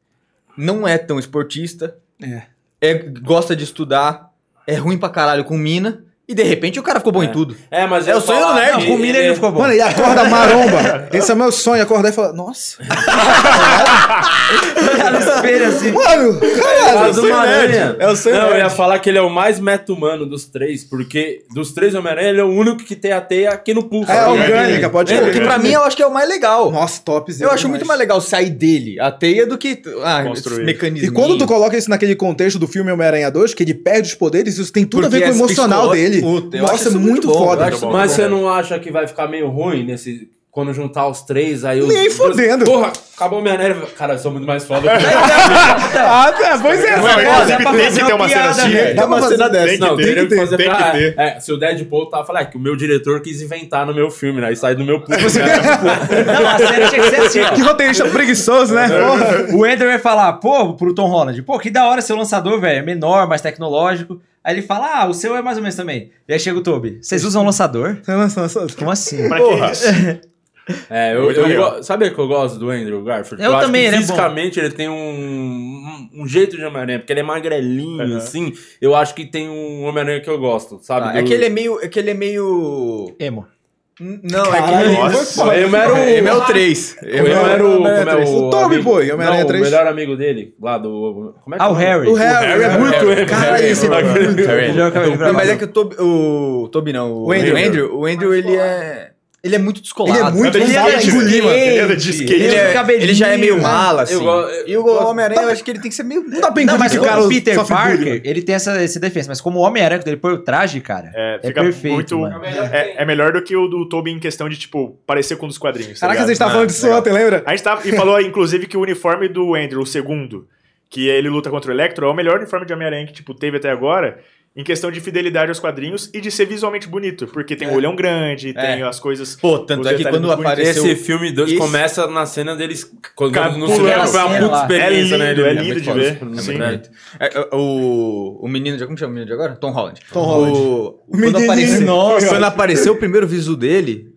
Speaker 2: Não é tão esportista.
Speaker 7: É.
Speaker 2: é- gosta de estudar. É ruim pra caralho com mina. E de repente o cara ficou bom em tudo.
Speaker 1: É, mas
Speaker 2: É o sonho do nerd.
Speaker 1: né?
Speaker 4: Com milha ele não ficou bom.
Speaker 7: Mano, e acorda maromba. Esse é meu sonho, acordar e falar, nossa.
Speaker 4: Olha no espelho assim.
Speaker 7: Mano,
Speaker 1: Mas
Speaker 7: caralho.
Speaker 1: uma aranha.
Speaker 7: É o sonho
Speaker 1: Não, eu
Speaker 7: nerd.
Speaker 1: ia falar que ele é o mais meta-humano dos três, porque dos três Homem-Aranha, ele é o único que tem a teia aqui no pulso.
Speaker 7: É
Speaker 1: tá ligado?
Speaker 7: orgânica, pode
Speaker 2: O que
Speaker 7: ser.
Speaker 2: pra mim eu acho que é o mais legal.
Speaker 7: Nossa, topzinho.
Speaker 2: Eu acho muito mais legal sair dele, a teia, do que ah,
Speaker 3: Construir.
Speaker 2: mecanismo.
Speaker 7: E quando tu coloca isso naquele contexto do filme Homem-Aranha 2, que ele perde os poderes, isso tem tudo a ver com o emocional dele. Nossa, é muito foda.
Speaker 1: Mas você não acha que vai ficar meio ruim nesse. Quando juntar os três, aí os.
Speaker 7: Nem fodendo.
Speaker 1: Porra, acabou o Homem-Aranha. Cara, eu sou muito mais foda.
Speaker 7: Ah, tá, pois é,
Speaker 3: Não,
Speaker 7: essa
Speaker 3: mas
Speaker 7: foda.
Speaker 3: inclusive tem que ter uma cena assim.
Speaker 7: velho. Dá
Speaker 2: Dá uma
Speaker 7: pra
Speaker 2: cena
Speaker 7: fazer-
Speaker 2: dessa.
Speaker 3: Tem
Speaker 1: não,
Speaker 3: que ter,
Speaker 1: teria
Speaker 3: tem que
Speaker 1: fazer
Speaker 3: ter.
Speaker 1: pra- é, se o Deadpool tava falando, é que o meu diretor quis inventar no meu filme, né? E sai do meu pulso.
Speaker 4: Não, a série tinha que ser assim, ó.
Speaker 7: Que roteirista preguiçoso, né? Porra.
Speaker 4: O Ender vai falar, pô, pro Tom Holland, pô, que da hora seu lançador, velho, é menor, mais tecnológico. Aí ele fala, ah, o seu é mais ou menos também. E aí chega o Toby, vocês usam lançador?
Speaker 7: Nossa, nossa,
Speaker 4: Como assim?
Speaker 3: Pra que isso?
Speaker 1: É, eu,
Speaker 3: Muito
Speaker 1: eu
Speaker 3: legal.
Speaker 1: go- sabe o que eu gosto do Andrew Garfield?
Speaker 4: Eu
Speaker 1: acho
Speaker 4: também,
Speaker 1: que
Speaker 4: ele é bom.
Speaker 1: Fisicamente, ele tem um, um, um jeito de Homem-Aranha, porque ele é magrelinho,
Speaker 3: Aham.
Speaker 1: assim. Eu acho que tem um Homem-Aranha que eu gosto, sabe?
Speaker 2: Ah, É que ele é meio. É que ele é meio.
Speaker 4: Emo.
Speaker 2: Não, é
Speaker 5: Caralho,
Speaker 2: que ele.
Speaker 3: nossa.
Speaker 5: foi-
Speaker 1: Eu era o-
Speaker 2: Ele é o 3.
Speaker 1: Eu era o. Como
Speaker 5: Homem-Aranha
Speaker 1: é
Speaker 5: três.
Speaker 1: o.
Speaker 5: O Tommy
Speaker 1: amigo-
Speaker 5: Boy, Homem-Aranha
Speaker 1: não,
Speaker 5: três.
Speaker 1: O melhor amigo dele, lá do. Como é que
Speaker 4: Ah,
Speaker 1: é
Speaker 4: o
Speaker 1: nome?
Speaker 4: Harry.
Speaker 5: O Harry,
Speaker 1: Harry é muito emo.
Speaker 5: Cara,
Speaker 1: Harry é
Speaker 5: esse é
Speaker 1: emo.
Speaker 5: muito
Speaker 2: Harry.
Speaker 5: emo.
Speaker 4: Ele é o cabelo
Speaker 2: Não, mas é
Speaker 4: gravado.
Speaker 2: que o Toby. O Toby não. O,
Speaker 5: O Andrew.
Speaker 2: Andrew. O Andrew, o Andrew, ele é. Ele é muito descolado.
Speaker 5: Ele é muito
Speaker 3: Ele
Speaker 5: usado
Speaker 3: é
Speaker 5: em
Speaker 3: de-
Speaker 5: Gulima.
Speaker 3: ele é de skate.
Speaker 2: Ele, é-
Speaker 4: cabelinho,
Speaker 2: ele já é meio
Speaker 4: né?
Speaker 2: mala, assim.
Speaker 1: Eu go- eu
Speaker 2: e o
Speaker 1: gosto-
Speaker 2: Homem-Aranha, eu acho que ele tem que ser meio.
Speaker 5: Não dá pra
Speaker 4: Não,
Speaker 5: engolir
Speaker 4: mas
Speaker 5: que o
Speaker 4: como
Speaker 5: cara
Speaker 4: Peter
Speaker 5: sofre bullying.
Speaker 4: Parker, ele tem essa, essa defesa, mas como Homem-Aranha, quando ele põe o traje, cara, é,
Speaker 3: É, fica
Speaker 4: perfeito.
Speaker 3: muito.
Speaker 4: mano.
Speaker 3: É, é melhor do que o do Toby em questão de, tipo, parecer com um dos quadrinhos. tá
Speaker 5: Caraca, a
Speaker 3: ligado?
Speaker 5: gente tava falando disso ontem, lembra?
Speaker 3: A gente tava, e falou, inclusive, que o uniforme do Andrew, o segundo, que ele luta contra o Electro, é o melhor uniforme de Homem-Aranha que, tipo, teve até agora, em questão de fidelidade aos quadrinhos e de ser visualmente bonito, porque tem o olhão grande, tem as coisas...
Speaker 2: Pô, tanto
Speaker 3: os
Speaker 2: é que
Speaker 3: detalhes
Speaker 2: quando
Speaker 3: muito bonitos.
Speaker 2: apareceu-
Speaker 1: Esse filme 2
Speaker 2: Esse-
Speaker 1: começa na cena deles. Quando no
Speaker 3: Capulando.
Speaker 1: cinema foi
Speaker 4: Aquela
Speaker 1: uma
Speaker 4: cena
Speaker 1: puta
Speaker 4: lá.
Speaker 1: experiência,
Speaker 3: É
Speaker 1: né?
Speaker 3: lindo,
Speaker 1: ele-
Speaker 3: é lindo de
Speaker 1: muito
Speaker 3: ver.
Speaker 1: foda.
Speaker 3: Sim.
Speaker 1: verdade.
Speaker 2: É, é, o, o menino, de- como chama o menino de agora? Tom Holland.
Speaker 5: Tom Holland.
Speaker 2: O, quando,
Speaker 5: menininho.
Speaker 2: apareceu,
Speaker 5: Nossa.
Speaker 2: quando apareceu o primeiro visu dele,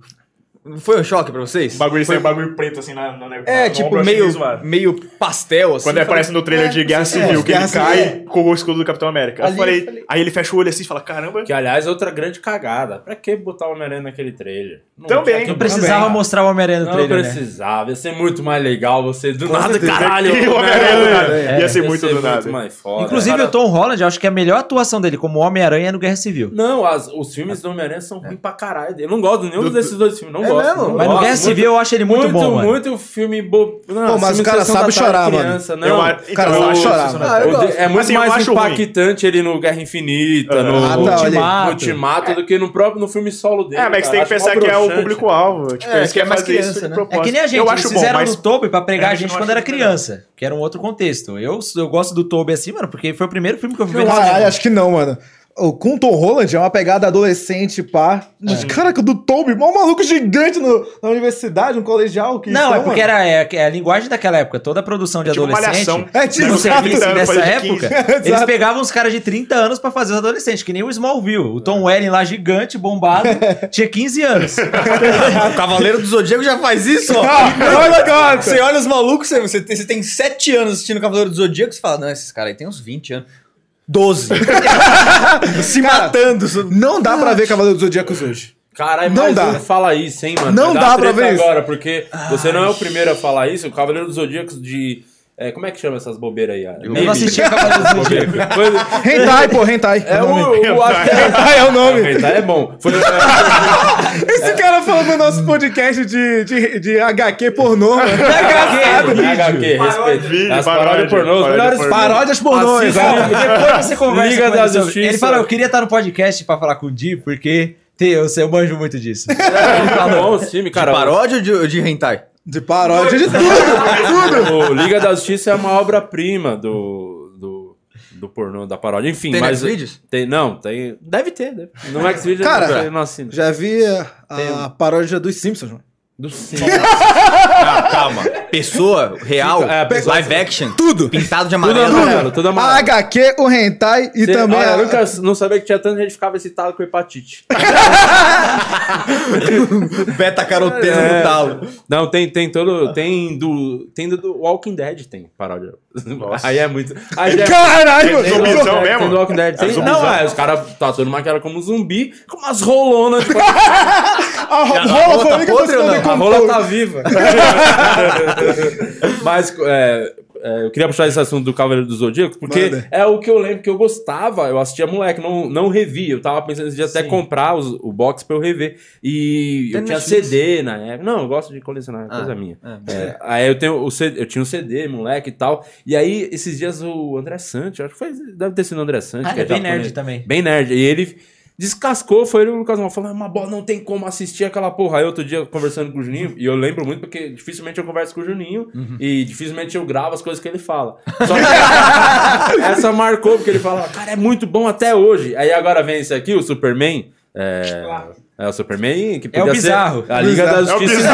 Speaker 2: foi um choque pra vocês?
Speaker 3: O bagulho, sai um bagulho preto, assim, na... na, na
Speaker 2: É,
Speaker 3: no ombro,
Speaker 2: tipo,
Speaker 3: eu achei
Speaker 2: meio,
Speaker 3: zoado.
Speaker 2: meio pastel, assim.
Speaker 3: Quando
Speaker 2: eu falei,
Speaker 3: aparece no trailer de Guerra Civil, que
Speaker 5: Guerra
Speaker 3: ele
Speaker 5: Civil,
Speaker 3: cai
Speaker 5: é.
Speaker 3: com o escudo do Capitão América. Eu
Speaker 2: Ali eu
Speaker 3: falei-
Speaker 2: falei-
Speaker 3: Aí ele fecha o olho assim e fala, caramba...
Speaker 1: Que, aliás, é outra grande cagada. Pra que botar o Homem-Aranha naquele trailer? Não,
Speaker 3: Também.
Speaker 1: já que-
Speaker 4: Não precisava
Speaker 5: Também.
Speaker 4: mostrar o Homem-Aranha no
Speaker 1: Não
Speaker 4: trailer, né?
Speaker 1: precisava, ia ser muito mais legal você do nada,
Speaker 5: certeza.
Speaker 1: caralho.
Speaker 3: E o
Speaker 1: né,
Speaker 3: Homem-Aranha do nada. Ia ser muito do nada.
Speaker 1: Muito mais foda.
Speaker 4: Inclusive,
Speaker 1: Cara,
Speaker 4: o Tom Holland, eu acho que a melhor atuação dele como Homem-Aranha é no Guerra Civil.
Speaker 1: Não, as- os filmes do Homem-Aranha são ruins pra caralho. Eu não gosto de nenhum desses dois filmes. Não
Speaker 5: É
Speaker 1: gosto.
Speaker 5: mesmo?
Speaker 1: não
Speaker 4: Mas no
Speaker 1: gosto.
Speaker 4: Guerra
Speaker 1: Muito-
Speaker 4: Civil eu acho
Speaker 5: é
Speaker 4: ele muito, bom, mano.
Speaker 1: muito filme bobo. Não,
Speaker 5: Pô, mas
Speaker 1: filme
Speaker 5: o cara sabe
Speaker 1: Sessão da Tarde é
Speaker 5: chorar,
Speaker 1: criança,
Speaker 3: Eu
Speaker 1: Não,
Speaker 3: a- então,
Speaker 5: Cara,
Speaker 3: eu-
Speaker 5: sabe chorar,
Speaker 3: Sessão
Speaker 5: mano.
Speaker 3: da
Speaker 5: Ah, eu
Speaker 3: Tarde.
Speaker 1: O de- é muito
Speaker 3: Assim, eu
Speaker 1: mais
Speaker 3: acho ruim.
Speaker 1: impactante ele no Guerra Infinita,
Speaker 3: É.
Speaker 1: no,
Speaker 5: Ah, tá, olha aí.
Speaker 1: no
Speaker 4: Ultimato.
Speaker 1: Ultimato, do que no próprio no filme solo dele.
Speaker 3: É,
Speaker 1: cara.
Speaker 3: mas tem que
Speaker 1: Acho mó
Speaker 3: pensar que é o
Speaker 1: broxante.
Speaker 3: público-alvo. Tipo,
Speaker 2: É,
Speaker 3: eles
Speaker 2: que é
Speaker 3: querem
Speaker 2: mais
Speaker 3: fazer
Speaker 2: criança,
Speaker 3: isso de
Speaker 2: né?
Speaker 4: É
Speaker 3: propósito.
Speaker 4: que nem a gente,
Speaker 3: Eu
Speaker 4: eles
Speaker 3: acho bom,
Speaker 4: fizeram
Speaker 3: mas...
Speaker 4: no Toby pra pregar
Speaker 3: É,
Speaker 4: a
Speaker 3: mas eu
Speaker 4: gente
Speaker 3: não
Speaker 4: quando
Speaker 3: acho
Speaker 4: era
Speaker 3: muito
Speaker 4: criança, que era um outro contexto. Eu, eu gosto do Toby assim, mano, porque foi o primeiro filme que eu vi no
Speaker 5: Caralho,
Speaker 4: cinema.
Speaker 5: acho que não, mano. O com o Tom Holland é uma pegada adolescente, pá. Caraca, do Toby, mó maluco gigante no- na universidade, um colegial. Que
Speaker 4: Não,
Speaker 5: então,
Speaker 4: é porque
Speaker 5: mano.
Speaker 4: era é, é a linguagem daquela época. Toda a produção de
Speaker 3: É tipo
Speaker 4: adolescente. né,
Speaker 3: Malhação.
Speaker 5: É, tipo,
Speaker 4: no
Speaker 5: exato.
Speaker 4: serviço
Speaker 3: 30 anos,
Speaker 4: dessa
Speaker 3: fazia de 15.
Speaker 4: época, eles
Speaker 5: Exato.
Speaker 4: pegavam os caras de 30 anos pra fazer os adolescentes, que nem o Smallville. O Tom
Speaker 3: É.
Speaker 4: Welling lá, gigante, bombado, tinha 15 anos.
Speaker 2: O Cavaleiro do Zodíaco já faz isso, ó.
Speaker 5: Olha agora!
Speaker 2: Você olha os malucos, você, você tem- você tem 7 anos assistindo Cavaleiro do Zodíaco, você fala, não, esses caras aí tem uns 20 anos. 12. Se matando.
Speaker 5: Não dá pra ver Cavaleiro dos Zodíacos hoje.
Speaker 1: Caralho,
Speaker 5: Não
Speaker 1: mas
Speaker 5: dá.
Speaker 1: não fala isso, hein, mano.
Speaker 5: Não
Speaker 1: Vai
Speaker 5: dá
Speaker 1: dar
Speaker 5: pra
Speaker 1: treta
Speaker 5: ver isso. Ah,
Speaker 1: agora, porque você não é o primeiro a falar isso. O Cavaleiro dos Zodíacos de... é, como é que chama essas bobeiras aí?
Speaker 4: Eu não assistia Cavaleiro do Zodíaco.
Speaker 1: Coisa-
Speaker 5: Hentai, pô, Hentai.
Speaker 1: É
Speaker 5: o nome.
Speaker 1: o... o acho que-
Speaker 5: Hentai é o
Speaker 1: Ah,
Speaker 5: nome.
Speaker 1: Hentai é bom. Foi, é,
Speaker 5: Esse cara falando no nosso podcast de, de, de HQ pornô. mano.
Speaker 1: é HQ, respeito.
Speaker 3: Vídeo,
Speaker 1: As paródias
Speaker 3: paródia,
Speaker 1: pornô, os
Speaker 3: paródia
Speaker 1: melhores
Speaker 3: pornô.
Speaker 5: Paródias pornô,
Speaker 7: Assim,
Speaker 1: Assista.
Speaker 5: exato.
Speaker 4: Depois você conversa
Speaker 1: Liga
Speaker 4: com ele
Speaker 1: da
Speaker 4: sobre-
Speaker 1: Justiça.
Speaker 4: Ele falou, eu queria estar no podcast pra falar com o Di, porque tem- eu, sei- eu manjo muito disso.
Speaker 1: Tá bom, esse filme, cara.
Speaker 2: de paródia ou de, de hentai?
Speaker 5: De paródia de tudo.
Speaker 1: O Liga da Justiça é uma obra-prima do, do, do pornô, da paródia. Enfim,
Speaker 2: Tem
Speaker 1: mas.
Speaker 2: Xvideos?
Speaker 1: Tem, não, tem. Deve ter, deve. No Xvideos
Speaker 5: Cara,
Speaker 1: não assim, sei, não assino.
Speaker 5: Já vi a- a paródia dos Simpsons, mano.
Speaker 1: Do
Speaker 2: Ah, calma. Pessoa, real,
Speaker 1: É, pessoa-
Speaker 2: live action,
Speaker 5: Tudo.
Speaker 2: pintado de
Speaker 1: Tudo
Speaker 2: amarelo.
Speaker 1: amarelo, Ah, tudo
Speaker 5: A
Speaker 1: amarelo.
Speaker 5: HQ, o Hentai e
Speaker 1: Cê-
Speaker 5: também
Speaker 1: olha,
Speaker 5: a...
Speaker 1: eu Ah, nunca não sabia que tinha tanta gente que ficava excitado com hepatite.
Speaker 2: né? Beta caroteno
Speaker 1: É.
Speaker 2: no talo.
Speaker 1: Não, tem, tem todo. Tem do. Tem do, do Walking Dead, tem paródia. Aí é muito. Aí já é
Speaker 5: Caralho,
Speaker 3: Tem
Speaker 5: mano.
Speaker 3: zumbizão
Speaker 1: É, tem do
Speaker 3: mesmo?
Speaker 1: Walking Dead. Tem,
Speaker 3: zumbizão.
Speaker 1: não, é, os caras tatuando uma cara como zumbi, com umas rolonas. tipo,
Speaker 5: A ro- rola foi a única coisa que eu
Speaker 2: podre ou
Speaker 5: me
Speaker 1: a
Speaker 5: contou.
Speaker 1: rola tá viva. Mas é, é, eu queria puxar esse assunto do Cavaleiro do Zodíaco, porque
Speaker 5: Manda.
Speaker 1: é o que eu lembro que eu gostava. Eu assistia moleque, não, não revi. Eu tava pensando de até comprar os- o box pra eu rever. E eu
Speaker 2: Tem
Speaker 1: tinha
Speaker 2: Netflix?
Speaker 1: CD na época. Não, eu gosto de colecionar, é
Speaker 2: Ah.
Speaker 1: coisa minha.
Speaker 2: É.
Speaker 1: É, aí eu, tenho o CD, eu tinha um CD, moleque e tal. E aí, esses dias, o André Sante, acho que foi, deve ter sido o André Sante.
Speaker 2: Ah,
Speaker 1: que
Speaker 4: é bem
Speaker 1: japonês.
Speaker 4: nerd também.
Speaker 1: Bem nerd. E ele descascou, foi no Lucas Mal, falou, uma bola, não tem como assistir aquela porra. Aí outro dia, conversando com o Juninho, e eu lembro muito porque dificilmente eu converso com o Juninho e dificilmente eu gravo as coisas que ele fala. Só que essa marcou, porque ele fala, cara, é muito bom até hoje. Aí agora vem esse aqui, o Superman. É, é o Superman que podia
Speaker 4: o bizarro.
Speaker 1: ser a Liga da
Speaker 3: É o
Speaker 1: Justiça.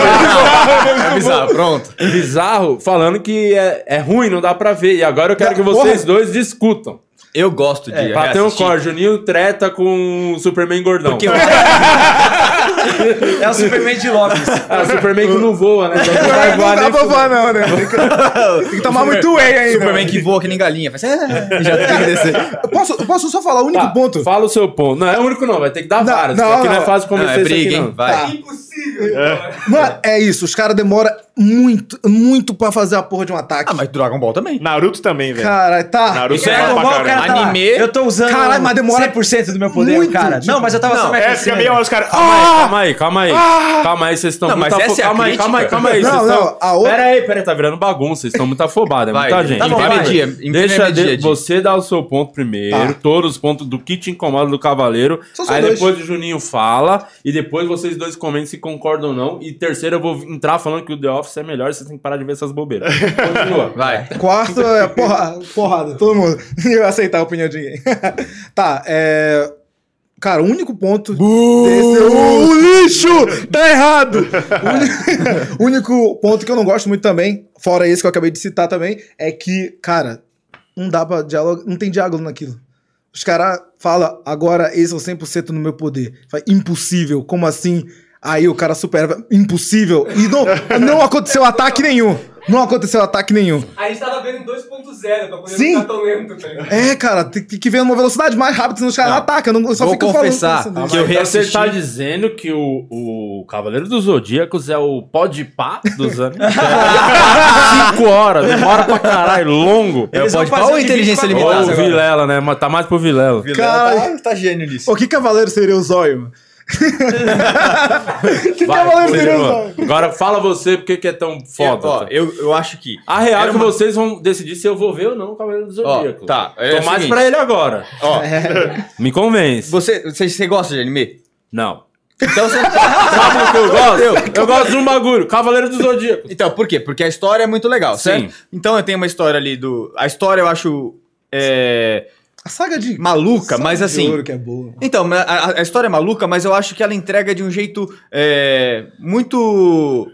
Speaker 2: É bizarro, pronto.
Speaker 1: bizarro falando que é, é ruim, não dá pra ver. E agora eu quero que
Speaker 5: Porra.
Speaker 1: vocês dois discutam.
Speaker 2: Eu gosto de
Speaker 1: Bateu um
Speaker 2: reassistir.
Speaker 1: corte, Juninho treta com o Superman gordão.
Speaker 2: Porque eu,
Speaker 4: É o Superman de Lopes.
Speaker 1: Ah, o Superman que não voa, né? Então não vai
Speaker 7: Não
Speaker 1: voar
Speaker 7: dá
Speaker 1: nem
Speaker 7: pra voar, não, né? Tem que, tem que tomar muito whey ainda.
Speaker 2: é. Superman que voa que nem galinha. Faz... "Ah", já tem que descer.
Speaker 7: Eu posso, eu posso só falar o único
Speaker 1: Tá,
Speaker 7: ponto?
Speaker 1: Fala o seu ponto. Não, é o único não, vai ter que dar
Speaker 7: Não,
Speaker 1: várias.
Speaker 7: não,
Speaker 1: aqui não, é
Speaker 7: não.
Speaker 1: fácil
Speaker 2: Não,
Speaker 1: convencer
Speaker 2: é
Speaker 1: isso aqui,
Speaker 2: briga,
Speaker 1: não.
Speaker 2: hein? Vai.
Speaker 7: Tá.
Speaker 6: Impossível, cara.
Speaker 7: Mano, é isso, os caras demoram muito, muito pra fazer a porra de um ataque.
Speaker 2: Ah, mas Dragon Ball também.
Speaker 3: Naruto também, velho.
Speaker 7: Caralho, tá.
Speaker 3: Naruto é
Speaker 4: Dragon
Speaker 3: mal
Speaker 4: Ball,
Speaker 3: pra
Speaker 4: o cara
Speaker 3: caralho.
Speaker 4: tá lá,
Speaker 2: Anime.
Speaker 4: Eu tô usando
Speaker 7: Caralho, mas demora
Speaker 4: 100% do meu poder,
Speaker 7: muito,
Speaker 4: cara.
Speaker 7: tipo-
Speaker 4: não, mas eu tava só me
Speaker 3: É, fica
Speaker 4: aquecendo.
Speaker 3: meia hora os "Ah, caras.
Speaker 7: Ah!
Speaker 1: Calma aí, calma aí. Calma aí, vocês estão
Speaker 2: Não,
Speaker 1: muito
Speaker 2: mas essa é a
Speaker 1: Calma aí,
Speaker 2: crítica.
Speaker 1: calma aí, calma aí.
Speaker 7: Não,
Speaker 1: vocês
Speaker 7: não,
Speaker 1: tão-
Speaker 7: a outra-
Speaker 1: Pera aí, pera aí, tá virando bagunça. Vocês estão muita afobada, é
Speaker 2: Vai,
Speaker 1: muita gente.
Speaker 2: tá bom,
Speaker 1: Vai,
Speaker 2: intermedia,
Speaker 1: vai.
Speaker 2: intermedia,
Speaker 1: Deixa de-
Speaker 2: Di.
Speaker 1: você dar o seu ponto primeiro,
Speaker 7: Tá.
Speaker 1: todos os pontos do que te incomoda do Cavaleiro.
Speaker 7: Só Então são
Speaker 1: Aí
Speaker 7: dois.
Speaker 1: depois o Juninho fala, e depois vocês dois comentam se concordam ou não. E terceiro, eu vou entrar falando que o The Office é melhor, vocês têm que parar de ver essas bobeiras. Continua.
Speaker 2: Vai.
Speaker 7: Quarto é porra, porrada, todo mundo. Eu aceitar a opinião de ninguém. tá, é. Cara, o único ponto. desse é o, o lixo! Tá errado! O único, único ponto que eu não gosto muito também, fora esse que eu acabei de citar também, é que, cara, não dá pra diálogo. Não tem diálogo naquilo. Os caras falam, agora esse é o 100% no meu poder. Fala, impossível, como assim? Aí o cara supera, impossível. E não, não aconteceu ataque nenhum. Não aconteceu ataque nenhum.
Speaker 6: A gente tava vendo em 2.0 pra poder
Speaker 7: Sim.
Speaker 6: ficar tão lento, tá ligado?
Speaker 7: É, cara, tem que que ver numa velocidade mais rápida, senão os caras não atacam. Não, só
Speaker 2: Vou
Speaker 7: ficam
Speaker 2: confessar
Speaker 7: falando.
Speaker 2: que eu
Speaker 1: Então você
Speaker 2: reassisti.
Speaker 1: está dizendo que o, o Cavaleiro dos Zodíacos é o pó de pá dos anos. Cinco horas, demora pra caralho, longo.
Speaker 2: Eu
Speaker 4: Eles vão
Speaker 2: pode
Speaker 4: fazer
Speaker 2: falar
Speaker 4: um
Speaker 2: ou inteligência
Speaker 4: divide
Speaker 1: Ou
Speaker 4: pra
Speaker 2: limitada?
Speaker 1: o
Speaker 2: agora?
Speaker 1: Vilela, né? Mas Tá mais pro Vilela.
Speaker 7: Caralho.
Speaker 2: tá, tá gênio nisso.
Speaker 7: O que cavaleiro seria o zóio? que
Speaker 1: Vai,
Speaker 7: cavaleiro seria o
Speaker 1: continua.
Speaker 7: zóio?
Speaker 1: Agora fala você porque que é tão foda.
Speaker 2: Ó, eu, eu acho que.
Speaker 1: a real é
Speaker 2: Era
Speaker 1: que
Speaker 2: uma-
Speaker 1: vocês vão decidir se eu vou ver ou não o Cavaleiro do
Speaker 2: Ó,
Speaker 1: Zodíaco.
Speaker 2: tá. É
Speaker 1: Tô
Speaker 2: o
Speaker 1: mais
Speaker 2: seguinte,
Speaker 1: pra ele agora.
Speaker 2: Ó,
Speaker 1: Me convence.
Speaker 2: você, você, você gosta de anime?
Speaker 1: Não.
Speaker 2: Então você.
Speaker 1: Sabe o que eu gosto? Eu gosto de um bagulho. Cavaleiro do Zodíaco.
Speaker 2: Então, por quê? Porque a história é muito legal,
Speaker 1: Sim.
Speaker 2: certo? Então eu tenho uma história ali do. A história eu acho. É,
Speaker 7: A saga de.
Speaker 2: maluca,
Speaker 7: saga
Speaker 2: mas
Speaker 7: de
Speaker 2: assim.
Speaker 7: ouro que é boa.
Speaker 2: Então, mas a, a história é maluca, mas eu acho que ela entrega de um jeito é, muito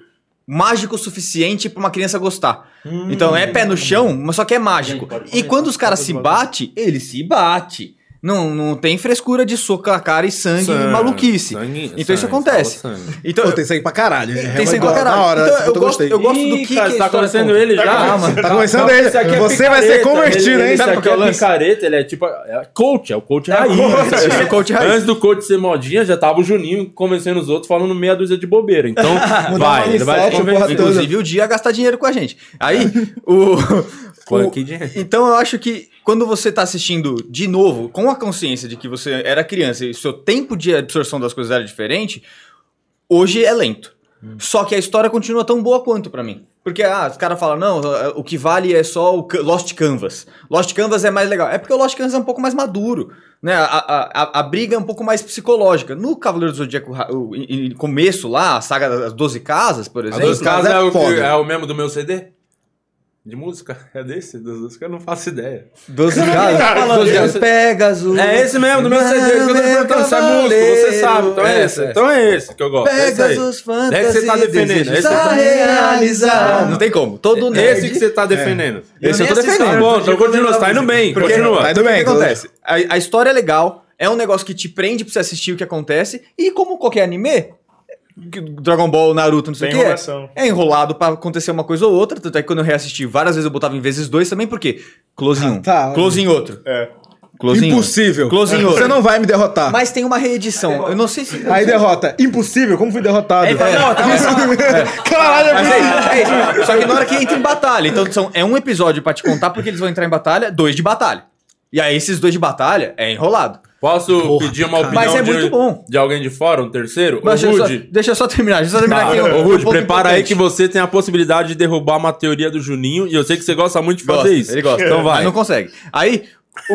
Speaker 2: mágico o suficiente pra uma criança gostar. então é pé no chão, mas só que é mágico. E quando os caras se batem, eles se batem. Não, não tem frescura de soco na cara e sangue, e maluquice. Então isso acontece. Então,
Speaker 7: Pô, tem sangue pra caralho. É
Speaker 2: tem sangue pra
Speaker 7: da
Speaker 2: caralho.
Speaker 7: hora,
Speaker 2: então,
Speaker 7: essa
Speaker 2: eu,
Speaker 7: puta
Speaker 2: gosto,
Speaker 7: gostei.
Speaker 2: eu gosto do
Speaker 1: Ih,
Speaker 2: que.
Speaker 1: cara,
Speaker 2: que a
Speaker 1: tá
Speaker 2: história
Speaker 1: acontecendo
Speaker 2: conta.
Speaker 1: ele já?
Speaker 2: Calma.
Speaker 7: Tá começando ele.
Speaker 1: Esse aqui é
Speaker 7: Você vai
Speaker 1: picareta,
Speaker 7: ser convertido,
Speaker 1: ele-
Speaker 7: hein?
Speaker 1: Esse
Speaker 2: Sabe
Speaker 1: aqui
Speaker 2: qual é o
Speaker 1: é
Speaker 2: lance?
Speaker 1: picareta, ele é tipo. É coach, é o coach raiz.
Speaker 2: coach, esse é o coach raiz.
Speaker 1: Antes do coach ser modinha, já tava o Juninho convencendo os outros falando meia dúzia de bobeira. Então, vai, ele vai te
Speaker 7: mindset,
Speaker 1: convencer.
Speaker 7: porra toda.
Speaker 2: Inclusive o dia a gastar dinheiro com a gente. Aí, o.
Speaker 1: Pô,
Speaker 2: o-
Speaker 1: que dinheiro.
Speaker 2: Então eu acho que quando você tá assistindo de novo, com a consciência de que você era criança e o seu tempo de absorção das coisas era diferente, hoje é lento.
Speaker 1: Hum.
Speaker 2: Só que a história continua tão boa quanto pra mim. Porque ah, os caras falam, não, o que vale é só o Ca- Lost Canvas. Lost Canvas é mais legal. É porque o Lost Canvas é um pouco mais maduro. Né? A, a, a, a briga é um pouco mais psicológica. No Cavaleiro do Zodíaco, ra- o, em- em começo lá, a saga das 12 Casas, por exemplo.
Speaker 1: Dos casos
Speaker 7: mas é
Speaker 1: é, o que-
Speaker 7: foda.
Speaker 1: é o mesmo do meu CD? De música? É desse? Dos dos que eu não faço ideia.
Speaker 2: 12 Casas. 12 Casas. Pegasus.
Speaker 1: É esse mesmo, do meu CD. isso que eu tô perguntando, você é músico, você sabe. Então é
Speaker 2: É,
Speaker 1: esse.
Speaker 2: é.
Speaker 1: Então é esse que eu gosto. É esse aí.
Speaker 2: Pegasus fantasias.
Speaker 1: É que você tá defendendo, é esse que você tá-
Speaker 2: Não tem como. Todo nerd.
Speaker 1: Esse que você tá defendendo.
Speaker 2: Eu
Speaker 1: Esse eu tô
Speaker 2: nem assisto,
Speaker 1: defendendo. Tá
Speaker 2: eu
Speaker 1: bom,
Speaker 2: tô
Speaker 1: então continua, você tá indo bem.
Speaker 2: Porque-
Speaker 1: Continua.
Speaker 7: Tá indo
Speaker 2: O que
Speaker 7: bem, tudo bem.
Speaker 2: acontece? A, a história é legal, é um negócio que te prende pra você assistir o que acontece, e como qualquer anime, que- Dragon Ball, Naruto, não sei
Speaker 3: Sem
Speaker 2: o que, é,
Speaker 3: enrolação.
Speaker 2: é enrolado pra acontecer uma coisa ou outra, tanto é que quando eu reassisti várias vezes eu botava em vezes dois também, porque close em um,
Speaker 7: tá.
Speaker 2: close em outro,
Speaker 3: É.
Speaker 2: close em outro.
Speaker 7: Impossível.
Speaker 2: Close em outro.
Speaker 7: Você não vai me derrotar.
Speaker 2: Mas tem uma reedição, eu não sei se...
Speaker 7: Aí derrota. Impossível, como fui
Speaker 2: É,
Speaker 7: derrotado?
Speaker 4: Ele fala, não, eu tava
Speaker 7: Caralho,
Speaker 2: tá, Mas
Speaker 7: é
Speaker 2: é isso, é isso. Só que na hora que entra em batalha. Então são, é um episódio pra te contar porque eles vão entrar em batalha, dois de batalha. E aí esses dois de batalha é enrolado.
Speaker 1: Posso pedir uma opinião
Speaker 2: Mas é
Speaker 1: de,
Speaker 2: muito bom.
Speaker 1: de alguém de fora, um terceiro?
Speaker 2: Mas
Speaker 1: o
Speaker 2: deixa, eu só,
Speaker 1: Rude.
Speaker 2: deixa eu só terminar, deixa eu só terminar
Speaker 1: Tá.
Speaker 2: aqui.
Speaker 1: Ô,
Speaker 2: um- um
Speaker 1: Rude,
Speaker 2: ponto
Speaker 1: prepara aí
Speaker 2: importante.
Speaker 1: que você tem a possibilidade de derrubar uma teoria do Juninho. E eu sei que você gosta muito de fazer
Speaker 2: Gosta,
Speaker 1: isso.
Speaker 2: Ele gosta.
Speaker 1: Então vai.
Speaker 2: Mas não consegue. Aí, o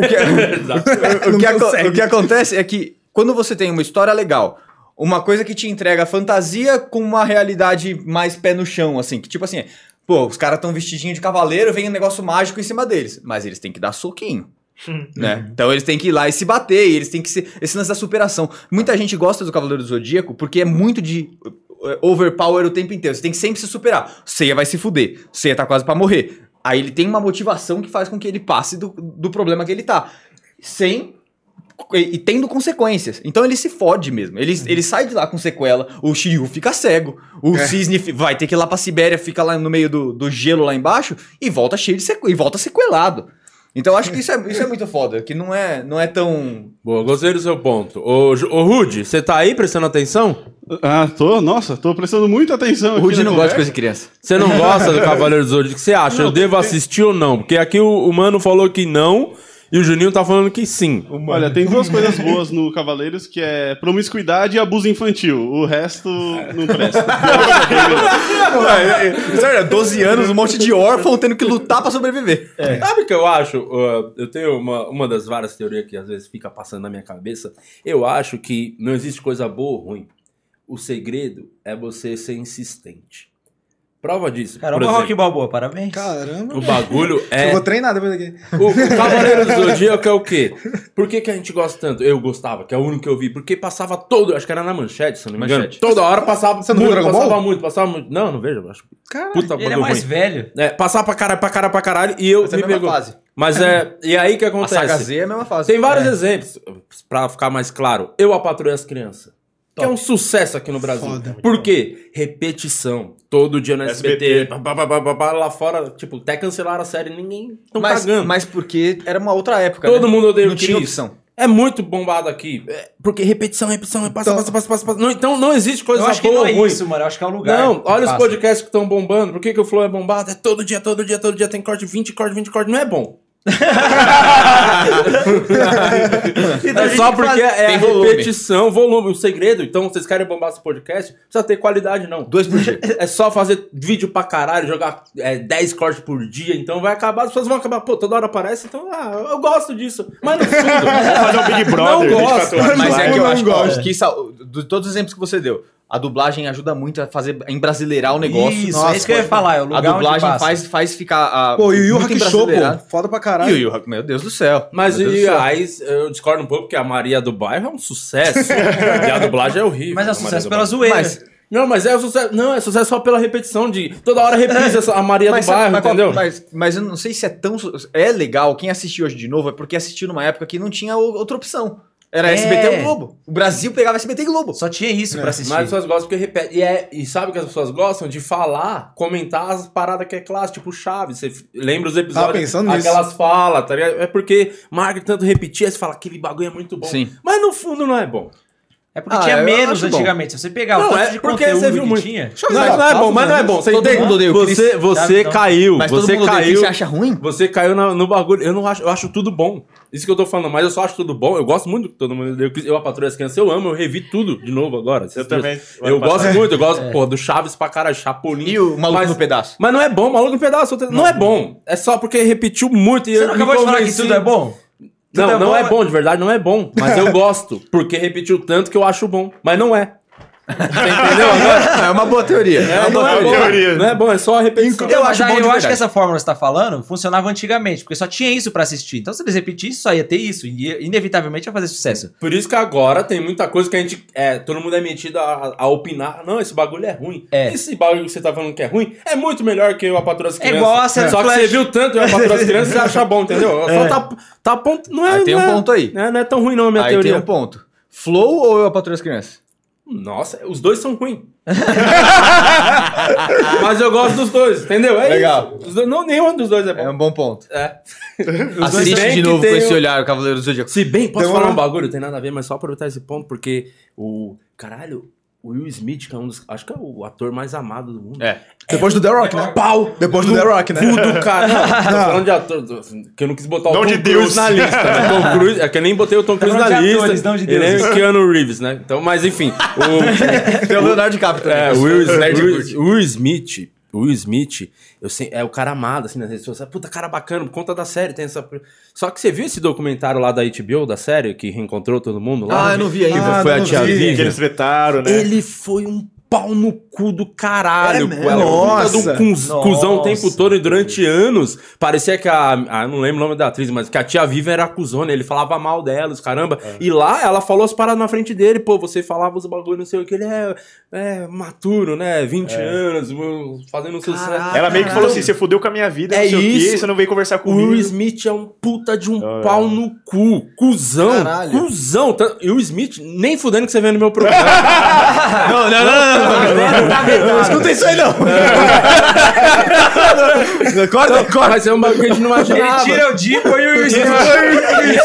Speaker 2: que, o, que aco- o que acontece é que quando você tem uma história legal, uma coisa que te entrega fantasia com uma realidade mais pé no chão, assim, que tipo assim, é, pô, os caras estão vestidinho de cavaleiro, vem um negócio mágico em cima deles, mas eles têm que dar soquinho. né? Então eles têm que ir lá e se bater, e eles têm que ser. Esse lance da superação. Muita gente gosta do Cavaleiro do Zodíaco porque é muito de eh, overpower o tempo inteiro. Você tem que sempre se superar. Seiya vai se fuder, Seiya tá quase pra morrer. Aí ele tem uma motivação que faz com que ele passe do, do problema que ele tá. Sem e, e tendo consequências. Então ele se fode mesmo. Ele, ele sai de lá com sequela, o Shiryu fica cego, o Cisne fi- vai ter que ir lá pra Sibéria, fica lá no meio do, do gelo lá embaixo e volta cheio de sequela, e volta sequelado. Então eu acho que isso é, isso é muito foda, que não é, não é tão
Speaker 1: Boa, gostei do seu ponto. Ô, Ju- ô Rude, você tá aí prestando atenção?
Speaker 8: Ah, tô, nossa, tô prestando muita atenção
Speaker 2: O
Speaker 8: aqui
Speaker 2: Rudy
Speaker 8: na
Speaker 2: não gosta de coisa
Speaker 8: conversa.
Speaker 2: de criança.
Speaker 1: Você não gosta do Cavaleiro do Zodíaco? O que você acha? eu devo assistir ou não? Porque aqui o, o Mano falou que não e o Juninho tá falando que sim.
Speaker 8: Olha, tem duas coisas boas no Cavaleiros, que é promiscuidade e abuso infantil. O resto não presta.
Speaker 2: é, Sério, 12 anos, um monte de órfão tendo que lutar pra sobreviver.
Speaker 1: É. Sabe o que eu acho? Uh, eu tenho uma, uma das várias teorias que às vezes fica passando na minha cabeça. Eu acho que não existe coisa boa ou ruim. O segredo é você ser insistente. Prova disso.
Speaker 4: Caramba,
Speaker 1: por
Speaker 4: Rock
Speaker 1: exemplo,
Speaker 4: Balboa, parabéns.
Speaker 5: Caramba.
Speaker 1: o bagulho
Speaker 5: Eu
Speaker 1: é
Speaker 5: vou treinar depois daqui.
Speaker 1: O, o Cavaleiro do Zodíaco é o quê? Por que, que a gente gosta tanto? Eu gostava, que é o único que eu vi. Porque passava todo. Acho que era na manchete, se eu não me engano.
Speaker 2: Manchete.
Speaker 1: Toda hora passava.
Speaker 5: Você não viu
Speaker 1: muito,
Speaker 5: Dragon Ball?
Speaker 1: passava muito, passava muito. Não, não vejo. Acho.
Speaker 5: Caralho.
Speaker 1: Puta
Speaker 4: Ele é
Speaker 1: bagulho
Speaker 4: mais
Speaker 1: ruim.
Speaker 4: velho.
Speaker 1: É, passava pra caralho, pra caralho, pra caralho. E eu
Speaker 2: Essa é a
Speaker 1: me
Speaker 2: mesma
Speaker 1: pegou.
Speaker 2: fase.
Speaker 1: Mas é. E aí que
Speaker 2: A saga
Speaker 1: acontece?
Speaker 2: Z é a mesma fase.
Speaker 1: Tem vários exemplos. Pra ficar mais claro, eu apatrulhei as crianças. Que é um sucesso aqui no Brasil.
Speaker 5: Foda.
Speaker 1: Por quê? Repetição. Todo dia no SBT.
Speaker 3: SBT.
Speaker 1: pá, pá, pá, pá, pá, lá fora, tipo, até cancelaram a série, ninguém tão
Speaker 2: mas,
Speaker 1: cagando.
Speaker 2: mas porque era uma outra época.
Speaker 1: Todo
Speaker 2: né?
Speaker 1: mundo odeia
Speaker 2: Não
Speaker 1: o
Speaker 2: tinha
Speaker 1: Chris.
Speaker 2: opção.
Speaker 1: É muito bombado aqui. É, porque repetição, repetição, passa, passa, passa, passa, passa. Não, então não existe coisa
Speaker 4: Eu acho que
Speaker 1: boa
Speaker 4: não
Speaker 1: ou
Speaker 4: é
Speaker 1: ruim.
Speaker 4: isso, mano. Eu acho que é o lugar.
Speaker 1: Não,
Speaker 4: que
Speaker 1: olha os
Speaker 4: passa.
Speaker 1: podcasts que estão bombando. Por que, que o Flow é bombado? É todo dia, todo dia, todo dia. Tem corte 20, corte 20, corte. Não é bom.
Speaker 4: Então, a
Speaker 1: É
Speaker 4: gente
Speaker 1: só porque
Speaker 4: faz-
Speaker 1: é
Speaker 2: tem volume.
Speaker 1: repetição, volume, o segredo. Então, vocês querem bombar esse podcast? Precisa ter qualidade, não.
Speaker 2: Dois por dia.
Speaker 1: É só fazer vídeo pra caralho, jogar é, 10 cortes por dia, então vai acabar, as pessoas vão acabar, pô, toda hora aparece, então, ah, eu gosto disso. Mas no fundo,
Speaker 3: Fazer um Big Brother,
Speaker 1: Não
Speaker 3: 24
Speaker 1: gosto.
Speaker 3: horas.
Speaker 2: Mas
Speaker 3: lá.
Speaker 2: é que eu
Speaker 7: não
Speaker 2: acho
Speaker 7: gosto.
Speaker 2: que isso- de todos os exemplos que você deu, a dublagem ajuda muito a fazer a embrasileirar o negócio.
Speaker 4: Isso,
Speaker 5: Nossa,
Speaker 4: é isso que eu ia
Speaker 5: pode-
Speaker 4: falar. É o
Speaker 2: a
Speaker 4: lugar onde
Speaker 2: dublagem
Speaker 4: passa.
Speaker 2: faz, faz ficar. A,
Speaker 5: Pô, e o Yu
Speaker 2: muito
Speaker 5: Hakusho,
Speaker 2: embrasileirado.
Speaker 5: pô. Foda pra caralho.
Speaker 2: E o Yu Hakusho, meu Deus do céu.
Speaker 1: Mas
Speaker 2: Meu Deus
Speaker 1: e,
Speaker 2: do céu.
Speaker 1: aí eu discordo um pouco, porque a Maria do Bairro é um sucesso. e a dublagem é horrível.
Speaker 4: Mas é
Speaker 1: a
Speaker 4: um
Speaker 1: Maria
Speaker 4: sucesso
Speaker 1: do
Speaker 4: pela
Speaker 1: Bairro.
Speaker 4: zoeira.
Speaker 2: Mas-
Speaker 1: Não, mas é sucesso. Não, é sucesso só pela repetição de. Toda hora reprise essa- a Maria
Speaker 2: Mas,
Speaker 1: do
Speaker 2: sabe-
Speaker 1: Bairro,
Speaker 2: mas qual-
Speaker 1: entendeu?
Speaker 2: Mas, mas eu não sei se é tão. su- É legal, quem assistiu hoje de novo é porque assistiu numa época que não tinha o- outra opção. Era
Speaker 4: É.
Speaker 2: SBT ou Globo. O Brasil pegava SBT e Globo.
Speaker 4: Só tinha isso pra assistir.
Speaker 1: Mas as pessoas gostam porque repete. E, é, e sabe o que as pessoas gostam? De falar, comentar as paradas que é clássico, tipo Chaves. Você f- lembra os episódios?
Speaker 7: Tava pensando nisso.
Speaker 1: aquelas falas, tá ligado? É porque marca tanto repetir, aí você fala, aquele bagulho é muito bom.
Speaker 2: Sim.
Speaker 1: Mas no fundo não é bom.
Speaker 4: É porque
Speaker 2: Ah,
Speaker 4: tinha
Speaker 2: eu
Speaker 4: menos
Speaker 2: acho bom.
Speaker 4: antigamente. Se você pegar o
Speaker 1: Não,
Speaker 4: tanto
Speaker 1: é
Speaker 4: de
Speaker 1: porque
Speaker 4: conteúdo
Speaker 1: você viu
Speaker 4: que
Speaker 1: muito.
Speaker 4: tinha...
Speaker 1: Não, mas não é bom, mas não é bom. Você
Speaker 2: Todo
Speaker 1: entende?
Speaker 2: mundo odeia o
Speaker 1: Você,
Speaker 2: Chris.
Speaker 1: você
Speaker 4: Tá, então.
Speaker 1: caiu.
Speaker 2: Mas
Speaker 1: você
Speaker 2: todo mundo odeia. é
Speaker 1: caiu.
Speaker 2: Você acha ruim?
Speaker 1: Você caiu na- no bagulho. Eu não acho, eu acho tudo bom. Isso que eu tô falando, mas eu só acho tudo bom. Eu gosto muito que todo mundo. Eu, eu a Patrulha das Crianças, eu amo, eu revi tudo de novo agora. esses
Speaker 3: Eu
Speaker 1: dias.
Speaker 3: também.
Speaker 1: Eu gosto muito, eu gosto, porra, do Chaves pra cara, Chapolin.
Speaker 2: É. E o maluco
Speaker 1: mas,
Speaker 2: no pedaço.
Speaker 1: Mas não é bom, maluco no pedaço. Não, é bom. É só porque repetiu muito e
Speaker 4: Você
Speaker 1: eu
Speaker 4: não
Speaker 1: me
Speaker 4: acabou de falar que
Speaker 2: assim?
Speaker 1: convenci.
Speaker 4: tudo é bom?
Speaker 1: Não,
Speaker 4: Tudo é
Speaker 1: não
Speaker 4: bom,
Speaker 1: é
Speaker 4: mas-
Speaker 1: bom, de verdade, não é bom. Mas eu gosto, porque repetiu tanto que eu acho bom. Mas não é.
Speaker 2: Entendeu? é uma boa teoria. É uma
Speaker 1: não, é
Speaker 2: boa teoria.
Speaker 1: bom,
Speaker 3: teoria.
Speaker 1: não é bom, é só a repetição.
Speaker 4: Eu,
Speaker 2: Eu
Speaker 4: acho,
Speaker 2: acho bom de
Speaker 4: Então, eu acho
Speaker 2: verdade.
Speaker 4: que essa fórmula que você tá falando funcionava antigamente, porque só tinha isso pra assistir. Então, se eles repetissem, só ia ter isso. E ia- inevitavelmente ia fazer sucesso.
Speaker 1: Por isso que agora tem muita coisa que a gente. É, todo mundo é metido a, a opinar. Não, esse bagulho é ruim.
Speaker 4: É.
Speaker 1: Esse bagulho que você tá falando que é ruim é muito melhor que eu a Patrulha das
Speaker 4: É
Speaker 1: Crianças.
Speaker 4: igual a Cena
Speaker 1: Só que
Speaker 4: Flash. É.
Speaker 1: você viu tanto eu a Patrulha das Crianças e acha bom, entendeu? Só tá, tá ponto. Não é,
Speaker 2: Aí tem um
Speaker 1: não é-
Speaker 2: ponto aí.
Speaker 1: Não é, não é tão ruim, não, a minha
Speaker 2: Aí
Speaker 1: teoria.
Speaker 2: tem um ponto. Flow ou eu a patrulha das crianças?
Speaker 1: Nossa, os dois são ruins. Mas eu gosto dos dois, entendeu? É
Speaker 2: Legal.
Speaker 1: isso. Os dois- não, nenhum dos dois é
Speaker 2: É
Speaker 1: bom.
Speaker 2: um bom ponto.
Speaker 1: É.
Speaker 2: Assiste
Speaker 1: bem
Speaker 2: de
Speaker 1: que
Speaker 2: novo
Speaker 1: tem
Speaker 2: com esse
Speaker 1: o-
Speaker 2: olhar, o Cavaleiro do Zodíaco.
Speaker 1: Se bem, posso
Speaker 7: Demorou.
Speaker 1: falar um bagulho, tem nada a ver, mas só aproveitar esse ponto, porque o. Caralho, o Will Smith, que é um dos. Acho que é o ator mais amado do mundo.
Speaker 2: É.
Speaker 7: Depois do The Rock, né?
Speaker 1: Pau!
Speaker 7: Depois do The Rock, né?
Speaker 1: Cu do cara. Não, tô falando de ator. do- Que eu não quis botar o
Speaker 3: Não
Speaker 1: Tom
Speaker 3: de
Speaker 1: Cruise
Speaker 3: Deus.
Speaker 1: na lista. né? Tom Cruise, é que eu nem botei o Tom Cruise na
Speaker 4: falando de
Speaker 1: lista.
Speaker 4: atores, não de
Speaker 1: E nem
Speaker 4: deuses.
Speaker 1: o Keanu Reeves, né? Então, mas enfim. O,
Speaker 2: Tem o Leonardo DiCaprio também.
Speaker 1: É, o Will,
Speaker 2: Nerd
Speaker 1: Will-
Speaker 2: curte.
Speaker 1: Will Smith. O Will Smith eu sei, é o cara amado, assim, nas redes sociais. Puta, cara bacana, por conta da série, tem essa... Só que você viu esse documentário lá da HBO, da série, que reencontrou todo mundo lá?
Speaker 2: Ah, eu não vi ainda.
Speaker 7: Ah,
Speaker 1: Foi a
Speaker 7: não
Speaker 1: tia
Speaker 7: vi.
Speaker 3: Que
Speaker 1: Vivian.
Speaker 3: eles vetaram, né?
Speaker 1: Ele foi um pau no cu do caralho.
Speaker 7: É
Speaker 1: com ela.
Speaker 7: mesmo?
Speaker 1: Puta do cun-
Speaker 7: Nossa.
Speaker 1: cuzão o tempo todo e durante anos. Parecia que a. Ah, não lembro o nome da atriz, mas que a tia Viva era cuzona. Ele falava mal dela, os caramba. E lá ela falou as paradas na frente dele. Pô, você falava os bagulho, não sei o que. Ele é, é maturo, né? 20 anos, fazendo sucesso.
Speaker 3: Ela meio que falou assim: você fudeu com a minha vida, não
Speaker 1: É
Speaker 3: sei o
Speaker 1: isso.
Speaker 3: quê, você não veio conversar
Speaker 1: O
Speaker 3: comigo.
Speaker 1: Smith é um puta de um pau no cu. Cusão.
Speaker 7: Caralho.
Speaker 1: Cusão. Tá- E o Smith, nem fudendo que você vê no meu programa.
Speaker 4: Não, não, não, não, não,
Speaker 7: Não escuta isso aí, não. Corta, corta.
Speaker 1: mas é um bagulho que a gente não
Speaker 4: Ele
Speaker 1: imaginava.
Speaker 4: tira o Dipo e o Smith.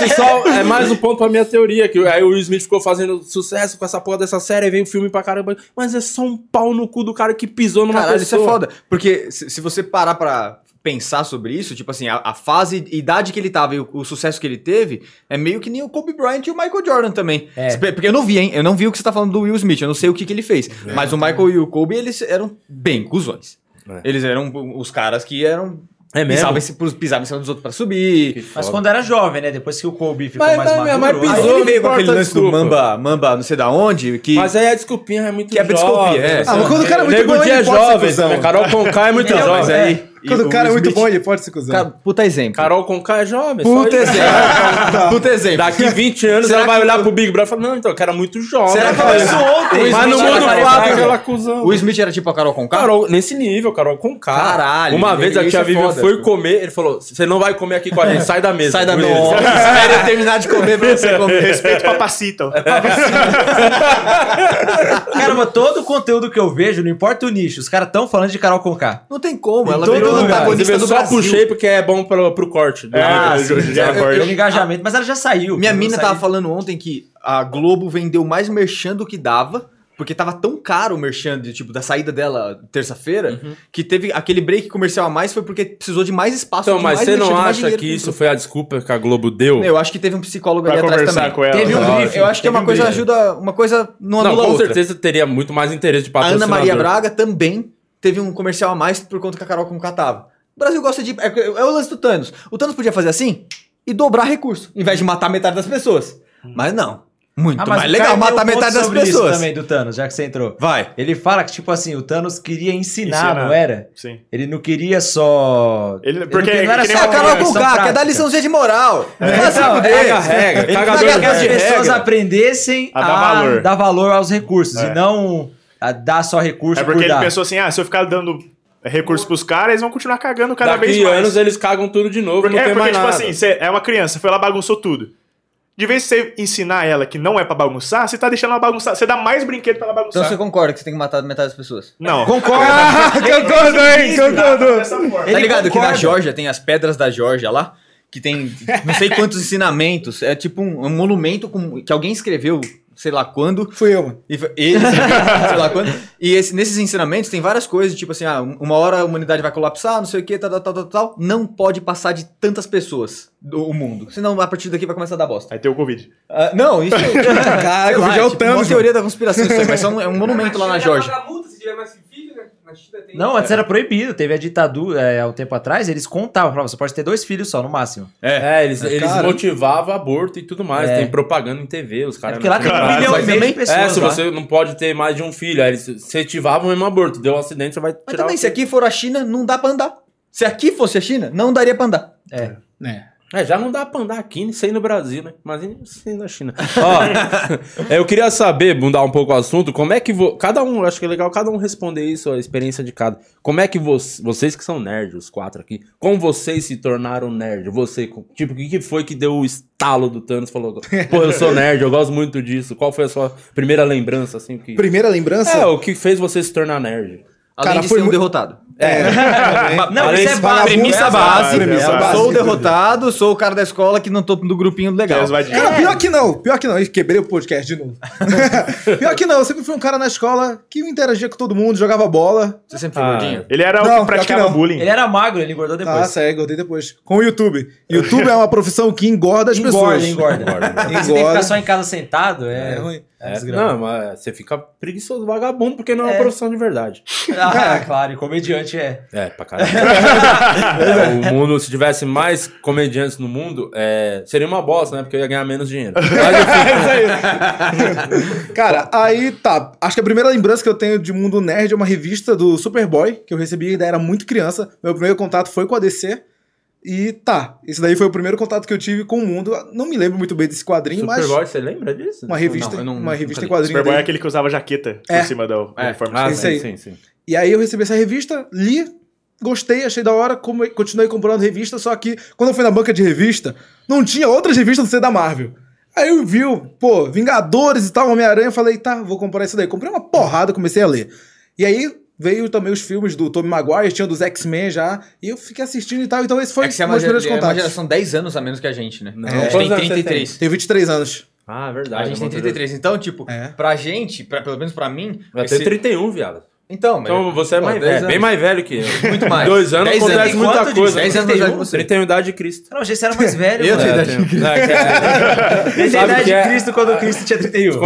Speaker 1: Isso só é mais um ponto pra minha teoria. Que aí o Will Smith ficou fazendo sucesso com essa porra dessa série, aí vem o filme pra caramba. Mas é só um pau no cu do cara que pisou numa
Speaker 2: Caralho, isso
Speaker 1: pessoa.
Speaker 2: é foda. Porque se, se você parar pra pensar sobre isso, tipo assim, a, a fase, idade que ele tava e o, o sucesso que ele teve, é meio que nem o Kobe Bryant e o Michael Jordan também.
Speaker 4: É.
Speaker 2: Se- Porque eu não vi, hein? Eu não vi o que você tá falando do Will Smith, eu não sei o que, que ele fez. Mas o Michael e o Kobe, eles eram bem cuzões. Eles eram um, os caras que eram.
Speaker 1: É mesmo?
Speaker 2: Pisavam, em ci- pisavam em cima dos outros pra subir.
Speaker 4: Mas quando era jovem, né? Depois que o Kobe ficou
Speaker 1: Mas-
Speaker 4: mais
Speaker 1: mas-
Speaker 4: maduro.
Speaker 1: mas
Speaker 2: Aí
Speaker 1: pisou.
Speaker 2: ele veio com
Speaker 1: Não importa
Speaker 2: aquele
Speaker 1: a
Speaker 2: lance do
Speaker 1: desculpa.
Speaker 2: Mamba, Mamba, não sei da onde, que.
Speaker 1: Mas aí a desculpinha é muito
Speaker 2: Que é pra
Speaker 1: jovem.
Speaker 2: desculpinha, é.
Speaker 1: assim.
Speaker 5: Ah, mas quando o cara é muito
Speaker 1: Nego
Speaker 5: bom,
Speaker 1: Di
Speaker 5: ele
Speaker 1: é
Speaker 5: pode ser
Speaker 1: jovem.
Speaker 5: cuzão.
Speaker 1: né? Carol Conká é muito
Speaker 2: Então,
Speaker 4: Não, mas
Speaker 1: jovem.
Speaker 4: é.
Speaker 5: Quando o cara é muito bom, ele pode se
Speaker 2: Cara,
Speaker 5: cuzar.
Speaker 2: puta exemplo.
Speaker 1: Carol Conká é jovem. só
Speaker 2: Puta
Speaker 1: isso. Tá,
Speaker 2: exemplo. Puta exemplo.
Speaker 1: Daqui 20 anos
Speaker 2: Será
Speaker 1: ela vai
Speaker 2: que-
Speaker 1: olhar pro Big Brother e falar: Não, então, o cara é muito jovem.
Speaker 2: Será que
Speaker 1: cara.
Speaker 2: ela isso ontem?
Speaker 1: é Mas no
Speaker 2: Será
Speaker 1: mundo
Speaker 2: que ela
Speaker 1: fato
Speaker 2: é
Speaker 1: aquela cuzão.
Speaker 2: O Smith era tipo a Carol Conká?
Speaker 1: Carol, nesse nível, Carol com cara.
Speaker 2: Caralho,
Speaker 1: Uma vez a
Speaker 2: isso
Speaker 1: tia
Speaker 2: é
Speaker 1: Vivian
Speaker 2: foda.
Speaker 1: foi comer, ele falou: Você não vai comer aqui com a gente, sai da mesa.
Speaker 2: Sai da
Speaker 1: Por
Speaker 2: mesa.
Speaker 1: isso.
Speaker 2: Espera eu terminar de comer pra você comer.
Speaker 3: Respeito papacito.
Speaker 4: Caramba, todo o conteúdo que eu vejo, não importa o nicho, os caras tão falando de Carol Conká.
Speaker 2: Não tem como, ela
Speaker 4: todo
Speaker 2: virou
Speaker 4: lugar.
Speaker 1: Inclusive,
Speaker 2: protagonista
Speaker 1: eu
Speaker 2: do
Speaker 1: só
Speaker 2: Brasil.
Speaker 1: puxei porque é bom pro, pro corte. do-
Speaker 3: Ah,
Speaker 1: do-
Speaker 3: sim.
Speaker 1: do- do-
Speaker 4: Pelo Assim, engajamento, mas ela já saiu.
Speaker 2: Minha
Speaker 4: Ela
Speaker 2: mina
Speaker 4: saiu.
Speaker 2: tava falando ontem que a Globo vendeu mais merchan do que dava, porque tava tão caro o merchan, de, tipo, da saída dela terça-feira,
Speaker 1: Uhum.
Speaker 2: que teve aquele break comercial a mais foi porque precisou de mais espaço.
Speaker 1: Então,
Speaker 2: de
Speaker 1: mas
Speaker 2: mais
Speaker 1: você não
Speaker 2: merchan, de mais
Speaker 1: acha
Speaker 2: dinheiro,
Speaker 1: que
Speaker 2: de
Speaker 1: isso
Speaker 2: tudo.
Speaker 1: foi a desculpa que a Globo deu?
Speaker 2: Eu acho que teve um psicólogo ali
Speaker 3: Pra
Speaker 2: atrás
Speaker 3: conversar
Speaker 2: também.
Speaker 3: com ela.
Speaker 4: Teve um
Speaker 2: Eu
Speaker 4: briefing,
Speaker 2: acho- Eu acho que é uma
Speaker 4: teve um
Speaker 2: coisa
Speaker 4: briefing.
Speaker 2: ajuda, uma coisa não
Speaker 1: não,
Speaker 2: anula a
Speaker 1: com
Speaker 2: outra.
Speaker 1: certeza teria muito mais interesse de
Speaker 2: A Ana
Speaker 1: patrocinador.
Speaker 2: Maria Braga também teve um comercial a mais por conta que a Carol Conká tava. O Brasil gosta de. É, é o lance do Thanos. O Thanos podia fazer assim e dobrar recurso, em vez de matar metade das pessoas. Mas não. Muito
Speaker 4: Ah, mas
Speaker 2: mais
Speaker 4: o cara
Speaker 2: legal matar
Speaker 4: tem um
Speaker 2: metade
Speaker 4: ponto
Speaker 2: das
Speaker 4: sobre isso
Speaker 2: pessoas.
Speaker 4: também do Thanos, já que você entrou.
Speaker 2: Vai.
Speaker 4: Ele fala que, tipo assim, o Thanos queria ensinar,
Speaker 3: Ensinar.
Speaker 4: não era?
Speaker 3: Sim.
Speaker 4: Ele não queria só.
Speaker 3: Ele- porque
Speaker 4: não,
Speaker 3: é
Speaker 4: era
Speaker 3: que
Speaker 2: É
Speaker 4: só
Speaker 3: nem
Speaker 2: a Carol
Speaker 4: lição
Speaker 2: Conká, quer
Speaker 4: prática.
Speaker 2: dar liçãozinha de moral. Vai se
Speaker 4: Então,
Speaker 2: fuder.
Speaker 1: Caga regra,
Speaker 2: Ele
Speaker 1: cagador
Speaker 2: caga
Speaker 1: de
Speaker 4: que as
Speaker 2: regra.
Speaker 4: pessoas aprendessem
Speaker 3: A
Speaker 4: a,
Speaker 3: dar valor.
Speaker 4: dar valor aos recursos
Speaker 3: É.
Speaker 4: e não a dar só recursos
Speaker 3: É
Speaker 4: por
Speaker 3: porque ele
Speaker 4: dar.
Speaker 3: pensou assim: ah, se eu ficar dando recurso pros caras, eles vão continuar cagando cada
Speaker 1: Daqui
Speaker 3: vez mais.
Speaker 1: anos eles cagam tudo de novo,
Speaker 3: Porque,
Speaker 1: não
Speaker 3: é
Speaker 1: tem
Speaker 3: porque,
Speaker 1: mais
Speaker 3: tipo
Speaker 1: nada.
Speaker 3: assim, você é uma criança, foi lá bagunçou tudo. De vez que você ensinar ela que não é pra bagunçar, você tá deixando ela bagunçar. Você dá mais brinquedo pra ela bagunçar.
Speaker 2: Então você concorda que você tem que matar metade das pessoas?
Speaker 3: Não.
Speaker 4: tá
Speaker 5: Ah, concordo, hein? Concordo.
Speaker 3: Dessa forma.
Speaker 2: tá
Speaker 4: Ele
Speaker 2: ligado que
Speaker 4: concorda.
Speaker 2: na Geórgia tem as pedras da Geórgia lá, que tem não sei quantos ensinamentos. É tipo um, um monumento com- que alguém escreveu, sei lá quando.
Speaker 5: Fui eu, mano.
Speaker 2: E, fa- e- sei lá quando. E esse- nesses ensinamentos tem várias coisas, tipo assim, ah, um- uma hora a humanidade vai colapsar, não sei o que, tal, tal, tal, tal, tal. Não pode passar de tantas pessoas do o mundo. Senão a partir daqui vai começar a dar bosta.
Speaker 3: Aí tem o Covid.
Speaker 2: Ah, não, isso. Caraca,
Speaker 5: o vídeo é o Thanos,
Speaker 2: tipo, uma
Speaker 5: mano.
Speaker 2: teoria da conspiração, isso aí, mas só um- é um monumento lá na Geórgia.
Speaker 6: Paga multa se tiver mais filho, né? Na China tem.
Speaker 4: Não, antes era proibido. Teve a ditadura é, há um tempo atrás, eles contavam, falavam, você pode ter dois filhos só, no máximo.
Speaker 1: É, eles, eles
Speaker 5: Cara.
Speaker 1: motivavam aborto e tudo mais.
Speaker 4: É.
Speaker 1: Tem propaganda em TV, os
Speaker 4: É
Speaker 1: caras.
Speaker 4: porque lá tem um
Speaker 1: Caralho,
Speaker 4: milhão
Speaker 1: mas
Speaker 4: e meio de pessoas.
Speaker 1: É, se
Speaker 4: lá.
Speaker 1: você não pode ter mais de um filho, aí eles incentivavam o mesmo aborto. Deu um acidente, você vai tirar
Speaker 2: Mas
Speaker 1: o
Speaker 2: também, se
Speaker 1: filho.
Speaker 2: aqui for a China, não dá pra andar. Se aqui fosse a China, não daria pra andar.
Speaker 4: É.
Speaker 1: É, já não dá pra andar aqui, nem sei no Brasil, né? Imagina sei na China. Ó, eu queria saber, mudar um pouco o assunto, como é que... Vo... Cada um, acho que é legal cada um responder isso, a experiência de cada. Como é que vo- vocês que são nerds, os quatro aqui, como vocês se tornaram nerd? Você, co- tipo, o que que foi que deu o estalo do Thanos? Falou, pô, eu sou nerd, eu gosto muito disso. Qual foi a sua primeira lembrança, assim? Que...
Speaker 5: Primeira lembrança?
Speaker 1: É, o que fez você se tornar nerd?
Speaker 2: Além
Speaker 5: Cara,
Speaker 2: de
Speaker 5: foi
Speaker 2: ser um
Speaker 5: mu-
Speaker 2: derrotado.
Speaker 7: É,
Speaker 1: É,
Speaker 5: É.
Speaker 4: Não,
Speaker 1: Além
Speaker 4: isso é
Speaker 1: de
Speaker 4: básico.
Speaker 2: Premissa
Speaker 4: é
Speaker 2: base.
Speaker 3: premissa
Speaker 5: básica.
Speaker 2: Sou o derrotado, sou o cara da escola que não tô no grupinho legal.
Speaker 3: Eles vai de-
Speaker 5: Cara, pior que não, pior que não. Ih, Quebrei o podcast de novo. pior que não, eu sempre fui um cara na escola que interagia com todo mundo, jogava bola.
Speaker 2: Você sempre foi
Speaker 1: Ah.
Speaker 2: gordinho?
Speaker 3: Ele era
Speaker 5: Não,
Speaker 3: o
Speaker 5: pior
Speaker 3: que
Speaker 5: que
Speaker 3: praticava
Speaker 5: não.
Speaker 3: bullying.
Speaker 4: Ele era magro, ele
Speaker 7: Tá,
Speaker 4: engordou depois.
Speaker 5: Nossa, é, engordei depois. Com o YouTube. YouTube é uma profissão que engorda as
Speaker 4: engorda,
Speaker 5: pessoas.
Speaker 4: engorda. Porque Você tem que
Speaker 5: Engorda.
Speaker 4: ficar só em casa sentado,
Speaker 5: É
Speaker 4: é...
Speaker 5: ruim.
Speaker 1: É, não, mas você fica preguiçoso, vagabundo, porque não é, uma profissão de verdade.
Speaker 4: Ah, claro, e comediante é.
Speaker 1: É, pra caralho. É, o mundo, se tivesse mais comediantes no mundo, é, seria uma bosta, né? Porque eu ia ganhar menos dinheiro. Mas, enfim,
Speaker 7: Cara, aí tá. Acho que a primeira lembrança que eu tenho de Mundo Nerd é uma revista do Superboy, que eu recebi ainda era muito criança. Meu primeiro contato foi com a DC. E tá, esse daí foi o primeiro contato que eu tive com o mundo. Não me lembro muito bem desse quadrinho, mas
Speaker 1: Superboy, você lembra disso?
Speaker 7: uma revista,
Speaker 2: Não, eu não-
Speaker 7: uma revista em
Speaker 2: nunca
Speaker 7: quadrinho.
Speaker 3: Superboy é
Speaker 7: dele.
Speaker 3: aquele que usava jaqueta
Speaker 7: É.
Speaker 3: por cima do
Speaker 1: É,
Speaker 3: uniforme.
Speaker 1: ah,
Speaker 7: Isso aí.
Speaker 1: sim, sim, sim.
Speaker 7: E aí eu recebi essa revista, li, gostei, achei da hora, come- continuei comprando revista, só que quando eu fui na banca de revista, não tinha outras revistas do ser da Marvel. Aí eu vi, o, pô, Vingadores e tal, Homem-Aranha, eu falei, tá, vou comprar isso daí. Comprei uma porrada, comecei a ler. E aí veio também os filmes do Tobey Maguire, tinha dos X-Men já, e eu fiquei assistindo e tal, então esse foi
Speaker 2: É que você é
Speaker 7: um
Speaker 2: uma,
Speaker 7: dos meus
Speaker 2: gera- é uma
Speaker 7: primeiros contatos.
Speaker 2: geração 10 anos a menos que a gente, né?
Speaker 1: Não.
Speaker 2: A gente
Speaker 1: Quantos
Speaker 2: tem
Speaker 1: anos você
Speaker 2: 33.
Speaker 7: Tenho 23 anos.
Speaker 1: Ah, verdade.
Speaker 2: A gente
Speaker 1: é
Speaker 2: tem
Speaker 1: uma coisa-
Speaker 2: 33. Então, tipo,
Speaker 7: É.
Speaker 2: pra gente, pra, pelo menos pra mim...
Speaker 1: Vai
Speaker 2: esse-
Speaker 1: ter 31, viado.
Speaker 2: Então, mas...
Speaker 1: Então você é
Speaker 2: Pô,
Speaker 1: mais
Speaker 2: 10
Speaker 1: velho, bem
Speaker 2: anos.
Speaker 1: mais velho que eu.
Speaker 2: Muito mais.
Speaker 1: Dois anos
Speaker 2: 10
Speaker 1: acontece
Speaker 2: Tem
Speaker 1: muita
Speaker 2: quanto disso?
Speaker 1: coisa.
Speaker 2: 10 anos mais velho que você.
Speaker 1: 31 idade de Cristo.
Speaker 4: Não, gente, você era mais velho,
Speaker 2: Eu
Speaker 4: mano.
Speaker 2: tenho
Speaker 1: É,
Speaker 2: idade de
Speaker 1: tem- Não, é que é-
Speaker 4: Ele tem a
Speaker 1: Sabe
Speaker 4: idade
Speaker 1: que é-
Speaker 4: de Cristo quando Cristo tinha 31.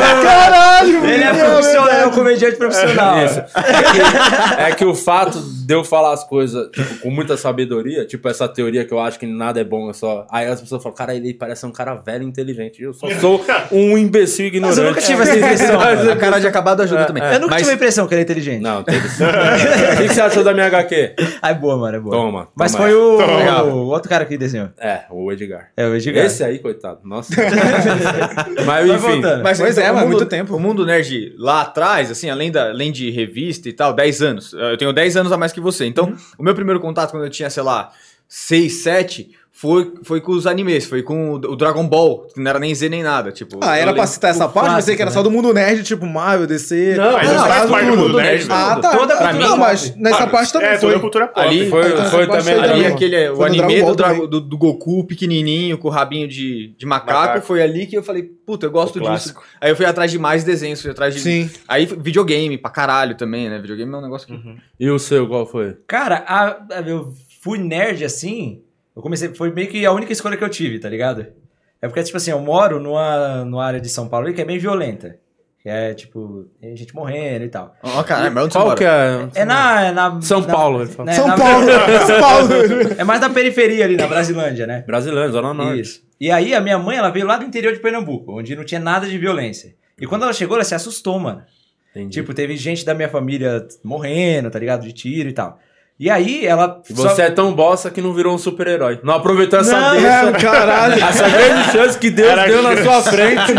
Speaker 7: Caralho,
Speaker 4: Ele é
Speaker 7: meu,
Speaker 4: profissional,
Speaker 7: meu
Speaker 4: é
Speaker 7: Deus.
Speaker 4: um comediante profissional.
Speaker 1: Isso. É que, é que o fato de eu falar as coisas tipo, com muita sabedoria, tipo essa teoria que eu acho que nada é bom, é só. Aí as pessoas falam, cara, ele parece um cara velho e inteligente. Eu só sou um imbecil ignorante.
Speaker 4: Mas eu nunca tive essa impressão.
Speaker 2: A
Speaker 4: mano.
Speaker 2: cara de acabado ajuda também.
Speaker 4: Eu nunca
Speaker 2: Mas-
Speaker 4: tive a impressão que ele é inteligente.
Speaker 1: Não, teve sim. O que que você achou da minha HQ?
Speaker 4: Ah, é boa, mano, é boa.
Speaker 1: Toma,
Speaker 4: Mas
Speaker 1: toma
Speaker 4: foi
Speaker 1: essa.
Speaker 4: o,
Speaker 2: Toma.
Speaker 4: o outro cara que desenhou.
Speaker 1: É, o Edgar.
Speaker 4: É o Edgar.
Speaker 1: Esse aí, coitado. Nossa. Mas
Speaker 4: Vai
Speaker 1: enfim.
Speaker 4: voltando.
Speaker 2: Mas,
Speaker 7: Pois
Speaker 2: então,
Speaker 7: é,
Speaker 2: o
Speaker 7: mas
Speaker 2: mundo-
Speaker 7: muito tempo.
Speaker 2: O mundo nerd lá atrás, assim, além, da, além de revista e tal, 10 anos. Eu tenho 10 anos a mais que você. Então,
Speaker 7: Uhum.
Speaker 2: o meu primeiro contato quando eu tinha, sei lá, 6, 7, foi, foi com os animes, foi com o, o Dragon Ball, que não era nem Z nem nada. Tipo,
Speaker 7: Ah,
Speaker 2: eu
Speaker 7: era pra
Speaker 2: lembro- né?
Speaker 7: citar essa parte, pensei que era só do mundo nerd, tipo Marvel, DC.
Speaker 1: Não,
Speaker 3: Mas
Speaker 1: não,
Speaker 3: isso faz
Speaker 7: mas
Speaker 3: parte do mundo nerd, velho.
Speaker 7: Ah, tá.
Speaker 4: Toda a
Speaker 7: Pra
Speaker 4: cultura
Speaker 7: Não,
Speaker 4: pop.
Speaker 7: mas nessa
Speaker 3: Ah,
Speaker 7: parte também
Speaker 3: É, toda a
Speaker 7: foi.
Speaker 3: cultura pop.
Speaker 2: Ali,
Speaker 1: Foi,
Speaker 7: Então,
Speaker 1: foi
Speaker 7: essa parte
Speaker 1: também.
Speaker 7: aí
Speaker 2: ali
Speaker 7: também.
Speaker 2: aquele, eh,
Speaker 7: Foi
Speaker 2: o
Speaker 7: no Dragon
Speaker 2: anime
Speaker 7: Ball
Speaker 2: do, Dra-
Speaker 7: também.
Speaker 2: do, do Goku pequenininho, com o rabinho de, de macaco,
Speaker 3: Macaco.
Speaker 2: foi ali que eu falei, puta, eu gosto
Speaker 3: O
Speaker 2: disso. Aí eu fui atrás de mais desenhos, fui atrás de...
Speaker 7: Sim.
Speaker 2: Aí videogame pra caralho também, né? Videogame é um negócio que...
Speaker 1: E o seu, qual foi?
Speaker 4: Cara, a- a- eu fui nerd assim. Eu comecei. Foi meio que a única escolha que eu tive, tá ligado? É porque, tipo assim, eu moro numa, numa área de São Paulo aí que é bem violenta. Que é, tipo, tem gente morrendo e tal.
Speaker 2: Ó, caralho, mas onde você
Speaker 1: Qual
Speaker 2: mora?
Speaker 1: que é?
Speaker 4: É na. é na-
Speaker 1: São
Speaker 4: na-
Speaker 1: Paulo, ele fala.
Speaker 4: né,
Speaker 7: São
Speaker 4: na-
Speaker 7: Paulo, São Paulo.
Speaker 4: É mais na periferia ali, na Brasilândia, né?
Speaker 1: Brasileiro, Zona Norte.
Speaker 4: Isso. E aí a minha mãe, ela veio lá do interior de Pernambuco, onde não tinha nada de violência. E quando ela chegou, ela se assustou, mano.
Speaker 1: Entendi.
Speaker 4: Tipo, teve gente da minha família morrendo, tá ligado? De tiro e tal. E aí ela.
Speaker 1: E você é tão bossa que não virou um super-herói. Não aproveitou essa
Speaker 4: Não,
Speaker 1: deixa.
Speaker 7: É, caralho.
Speaker 1: Essa grande chance que Deus
Speaker 3: Era a
Speaker 1: deu na
Speaker 3: chance.
Speaker 1: sua frente.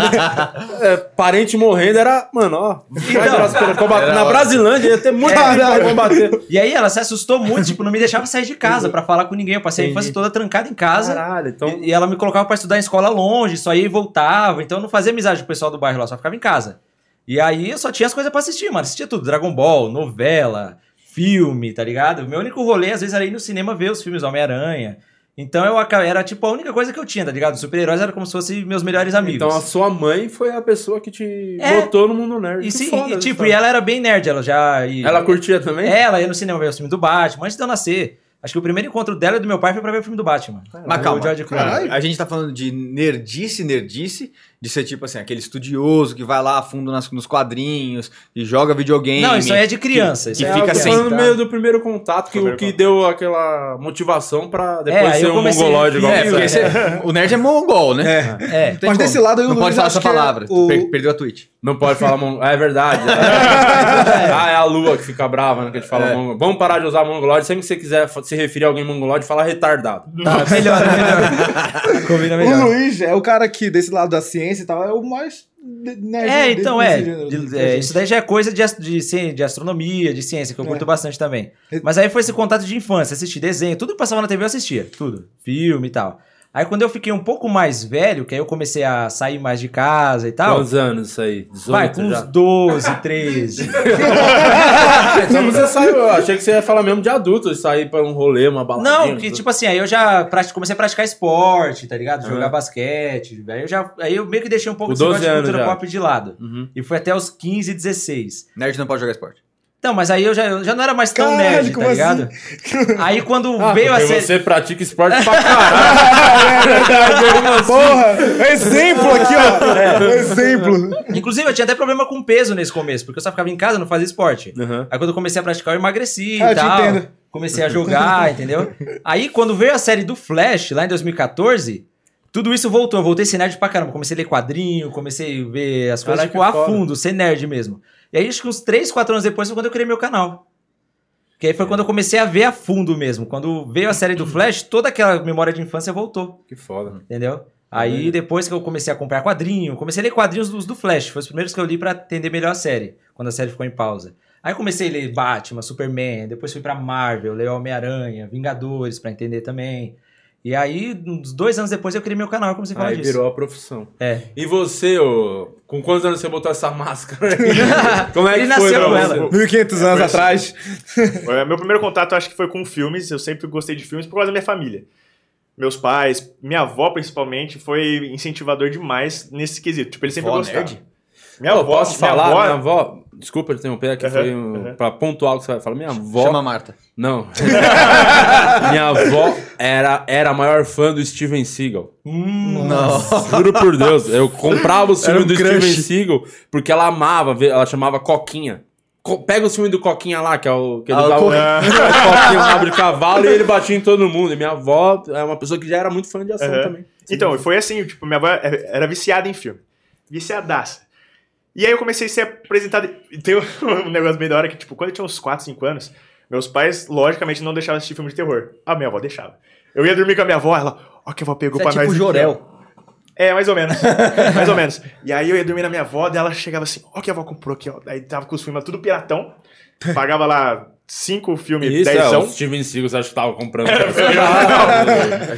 Speaker 1: é, parente morrendo era. Mano, ó. vai virar super- combat-
Speaker 2: Era
Speaker 1: na
Speaker 2: ótimo.
Speaker 1: Brasilândia ia ter muito
Speaker 7: É,
Speaker 1: gente pra
Speaker 7: verdade.
Speaker 1: combater.
Speaker 4: E aí ela se assustou muito, tipo, não me deixava sair de casa pra falar com ninguém. Eu passei a
Speaker 1: Entendi.
Speaker 4: infância toda trancada em casa.
Speaker 1: Caralho, então.
Speaker 4: E, e ela me colocava pra estudar em escola longe, só ia e voltava. Então eu não fazia amizade com o pessoal do bairro lá, só ficava em casa. E aí eu só tinha as coisas pra assistir, mano. Assistia tudo: Dragon Ball, novela, filme, tá ligado? Meu único rolê, às vezes, era ir no cinema ver os filmes do Homem-Aranha. Então eu aca- era tipo a única coisa que eu tinha, tá ligado? Os Super-heróis eram como se fossem meus melhores amigos.
Speaker 1: Então a sua mãe foi a pessoa que te
Speaker 4: É.
Speaker 1: botou no mundo nerd.
Speaker 4: e
Speaker 1: Que
Speaker 4: sim,
Speaker 1: foda
Speaker 4: e,
Speaker 1: essa
Speaker 4: tipo,
Speaker 1: história.
Speaker 4: e ela era bem nerd, ela já. e-
Speaker 1: Ela curtia também?
Speaker 4: É, ela ia no cinema ver o filme do Batman antes de eu nascer. Acho que o primeiro encontro dela e do meu pai foi pra ver o filme do Batman.
Speaker 2: Mas calma,
Speaker 4: O George Clooney.
Speaker 7: Caralho.
Speaker 2: a gente tá falando de nerdice, nerdice, de ser tipo assim, aquele estudioso que vai lá a fundo nas- nos quadrinhos e joga videogame.
Speaker 4: Não, isso aí é de criança. isso
Speaker 2: que
Speaker 4: aí é
Speaker 2: fica
Speaker 4: algo-
Speaker 1: Foi
Speaker 2: sem-
Speaker 1: no meio do primeiro contato que, o
Speaker 3: Primeiro
Speaker 1: que
Speaker 3: contato.
Speaker 1: deu aquela motivação pra depois
Speaker 4: É, aí
Speaker 1: ser
Speaker 4: eu
Speaker 1: um
Speaker 4: comecei a
Speaker 1: mongolóide igual
Speaker 2: É,
Speaker 1: você.
Speaker 2: porque você- o nerd é mongol, né?
Speaker 4: É.
Speaker 2: Não tem como.
Speaker 7: Mas desse lado aí o
Speaker 2: Não
Speaker 7: Luiz
Speaker 2: pode falar
Speaker 7: acho
Speaker 2: essa
Speaker 7: que é
Speaker 2: palavra.
Speaker 7: o-
Speaker 2: Per- perdeu a tweet.
Speaker 1: Não pode falar mongo. É verdade. ah, é a lua que fica brava, né? Que a gente fala mongo. Vamos parar de usar mongoloide. Sempre que você quiser fa- se referir a alguém mongoloide, fala retardado.
Speaker 4: Tá, melhor, melhor. Combina
Speaker 7: O
Speaker 4: melhor.
Speaker 7: Luiz é o cara que, desse lado da ciência e tal, é o mais de- nerd.
Speaker 4: É,
Speaker 7: desse-
Speaker 4: então
Speaker 7: desse
Speaker 4: é,
Speaker 7: gênero.
Speaker 4: de- é, Isso daí já é coisa de, as- de, ci- de astronomia, de ciência, que eu curto bastante também. Mas aí foi esse contato de infância, assistir desenho, tudo que passava na TV eu assistia, tudo. Filme e tal. Aí quando eu fiquei um pouco mais velho, que aí eu comecei a sair mais de casa e tal.
Speaker 1: Quantos anos isso aí? 18
Speaker 4: vai, com uns
Speaker 1: já?
Speaker 4: 12, 13.
Speaker 1: Ah, então você saiu. Eu achei que você ia falar mesmo de adulto, sair pra um rolê, uma balada.
Speaker 4: Não, que tipo assim, aí eu já prati- comecei a praticar esporte, tá ligado? Jogar
Speaker 1: Aham.
Speaker 4: basquete. Aí eu já. Aí eu meio que deixei um pouco
Speaker 1: Com
Speaker 4: esse negócio
Speaker 1: 12
Speaker 4: de
Speaker 1: anos
Speaker 4: cultura
Speaker 1: já.
Speaker 4: pop de lado.
Speaker 1: Uhum.
Speaker 4: E foi até os 15, 16.
Speaker 2: Nerd não pode jogar esporte.
Speaker 4: Não, mas aí eu já, eu já não era mais tão
Speaker 7: Caralho,
Speaker 4: nerd,
Speaker 7: como assim?
Speaker 4: tá ligado? Aí quando um veio a
Speaker 1: Porque
Speaker 4: série.
Speaker 1: Ah, você pratica esporte pra caralho.
Speaker 4: é assim.
Speaker 7: Porra! Exemplo aqui, ó!
Speaker 1: É.
Speaker 7: Exemplo!
Speaker 4: Inclusive, eu tinha até problema com peso nesse começo, porque eu só ficava em casa, não fazia esporte.
Speaker 1: Uhum.
Speaker 4: Aí quando eu comecei a praticar, eu emagreci
Speaker 7: Ah, eu
Speaker 4: e
Speaker 7: te
Speaker 4: tal.
Speaker 7: entendo.
Speaker 4: Comecei a jogar, entendeu? Aí quando veio a série do Flash, lá em 2014, tudo isso voltou. Eu voltei a ser nerd pra caramba. Comecei a ler quadrinho, comecei a ver as coisas
Speaker 1: Caralho,
Speaker 4: tipo, a
Speaker 1: que foda.
Speaker 4: fundo, ser nerd mesmo. E aí acho que uns 3, 4 anos depois foi quando eu criei meu canal. Que
Speaker 1: É.
Speaker 4: aí foi quando eu comecei a ver a fundo mesmo. Quando veio a série do Flash, toda aquela memória de infância voltou.
Speaker 1: Que foda.
Speaker 4: Entendeu? Aí depois que eu comecei a comprar quadrinho, comecei a ler quadrinhos dos do Flash, foi os primeiros que eu li pra atender melhor a série, quando a série ficou em pausa. Aí comecei a ler Batman, Superman, depois fui pra Marvel, ler Homem-Aranha, Vingadores pra entender também. E aí, uns dois anos depois, eu criei meu canal e comecei a falar
Speaker 1: Aí
Speaker 4: disso.
Speaker 1: virou a profissão.
Speaker 4: É.
Speaker 1: E você, ô, com quantos anos você botou essa máscara? Como é
Speaker 4: Ele
Speaker 1: que foi?
Speaker 4: nasceu
Speaker 1: pra
Speaker 4: com
Speaker 1: você?
Speaker 4: ela.
Speaker 7: 1500 anos
Speaker 3: Foi
Speaker 7: atrás.
Speaker 3: É, meu primeiro contato acho que foi com filmes. Eu sempre gostei de filmes por causa da minha família. Meus pais, minha avó principalmente, foi incentivador demais nesse quesito. Tipo, ele sempre
Speaker 2: Vó
Speaker 3: gostava.
Speaker 2: nerd?
Speaker 3: Minha
Speaker 1: Pô,
Speaker 3: avó,
Speaker 1: posso
Speaker 3: minha
Speaker 1: falar?
Speaker 3: avó- é-
Speaker 1: Minha avó... Desculpa te interromper, aqui
Speaker 3: Aham,
Speaker 1: foi um,
Speaker 3: aham.
Speaker 1: pra pontuar o que você vai falar. Minha avó...
Speaker 2: Chama a Marta.
Speaker 1: Não. minha avó era, era a maior fã do Steven Seagal.
Speaker 2: Não.
Speaker 1: Juro por Deus, eu comprava o filme
Speaker 2: um
Speaker 1: do
Speaker 2: crush.
Speaker 1: Steven Seagal porque ela amava, ver- ela chamava Coquinha. Co- pega o filme do Coquinha lá, que é o que ele
Speaker 2: Ah, o
Speaker 1: usava
Speaker 2: Co-
Speaker 1: o Coquinha, o rabo de cavalo, e ele batia em todo mundo. E minha avó é uma pessoa que já era muito fã de ação
Speaker 3: Aham.
Speaker 1: também.
Speaker 3: Então, foi assim, tipo, minha avó era era viciada em filme. Viciadaça. E aí eu comecei a ser apresentado. e Tem um negócio bem da hora que, tipo, quando eu tinha uns 4, 5 anos, meus pais, logicamente, não deixavam assistir filme de terror. A minha avó deixava. Eu ia dormir com a minha avó, ela, ó, que a avó pegou
Speaker 2: Você é
Speaker 3: pra
Speaker 2: tipo
Speaker 3: nós. então."
Speaker 2: Jorel.
Speaker 3: É, mais ou menos. mais ou menos. E aí eu ia dormir na minha avó, daí ela chegava assim, ó, que a avó comprou aqui, ó. Aí tava com os filmes tudo piratão. Pagava lá cinco
Speaker 1: E
Speaker 3: filmes,
Speaker 1: Isso, é, o
Speaker 3: dezão.
Speaker 1: Steven Seagal, você acha que tava comprando.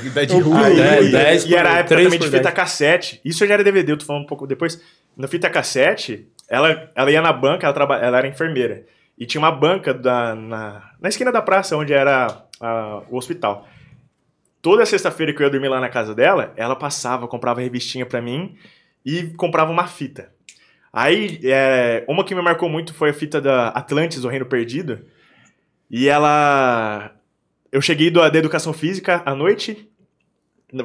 Speaker 2: Ideia É, de né? rua.
Speaker 1: é,
Speaker 3: e,
Speaker 1: dez
Speaker 3: e
Speaker 1: por-
Speaker 3: era a época
Speaker 1: três
Speaker 3: também de
Speaker 1: por
Speaker 3: fita
Speaker 1: dez.
Speaker 3: cassete. Isso já era DVD, eu tô falando um pouco depois. Na fita cassete, ela, ela ia na banca, ela, traba- ela era enfermeira. E tinha uma banca da- na, na esquina da praça, onde era a- o hospital. Toda sexta-feira que eu ia dormir lá na casa dela, ela passava, comprava revistinha pra mim e comprava uma fita. Aí, é, uma que me marcou muito foi a fita da Atlantis, O Reino Perdido. E ela. Eu cheguei do, da educação física à noite,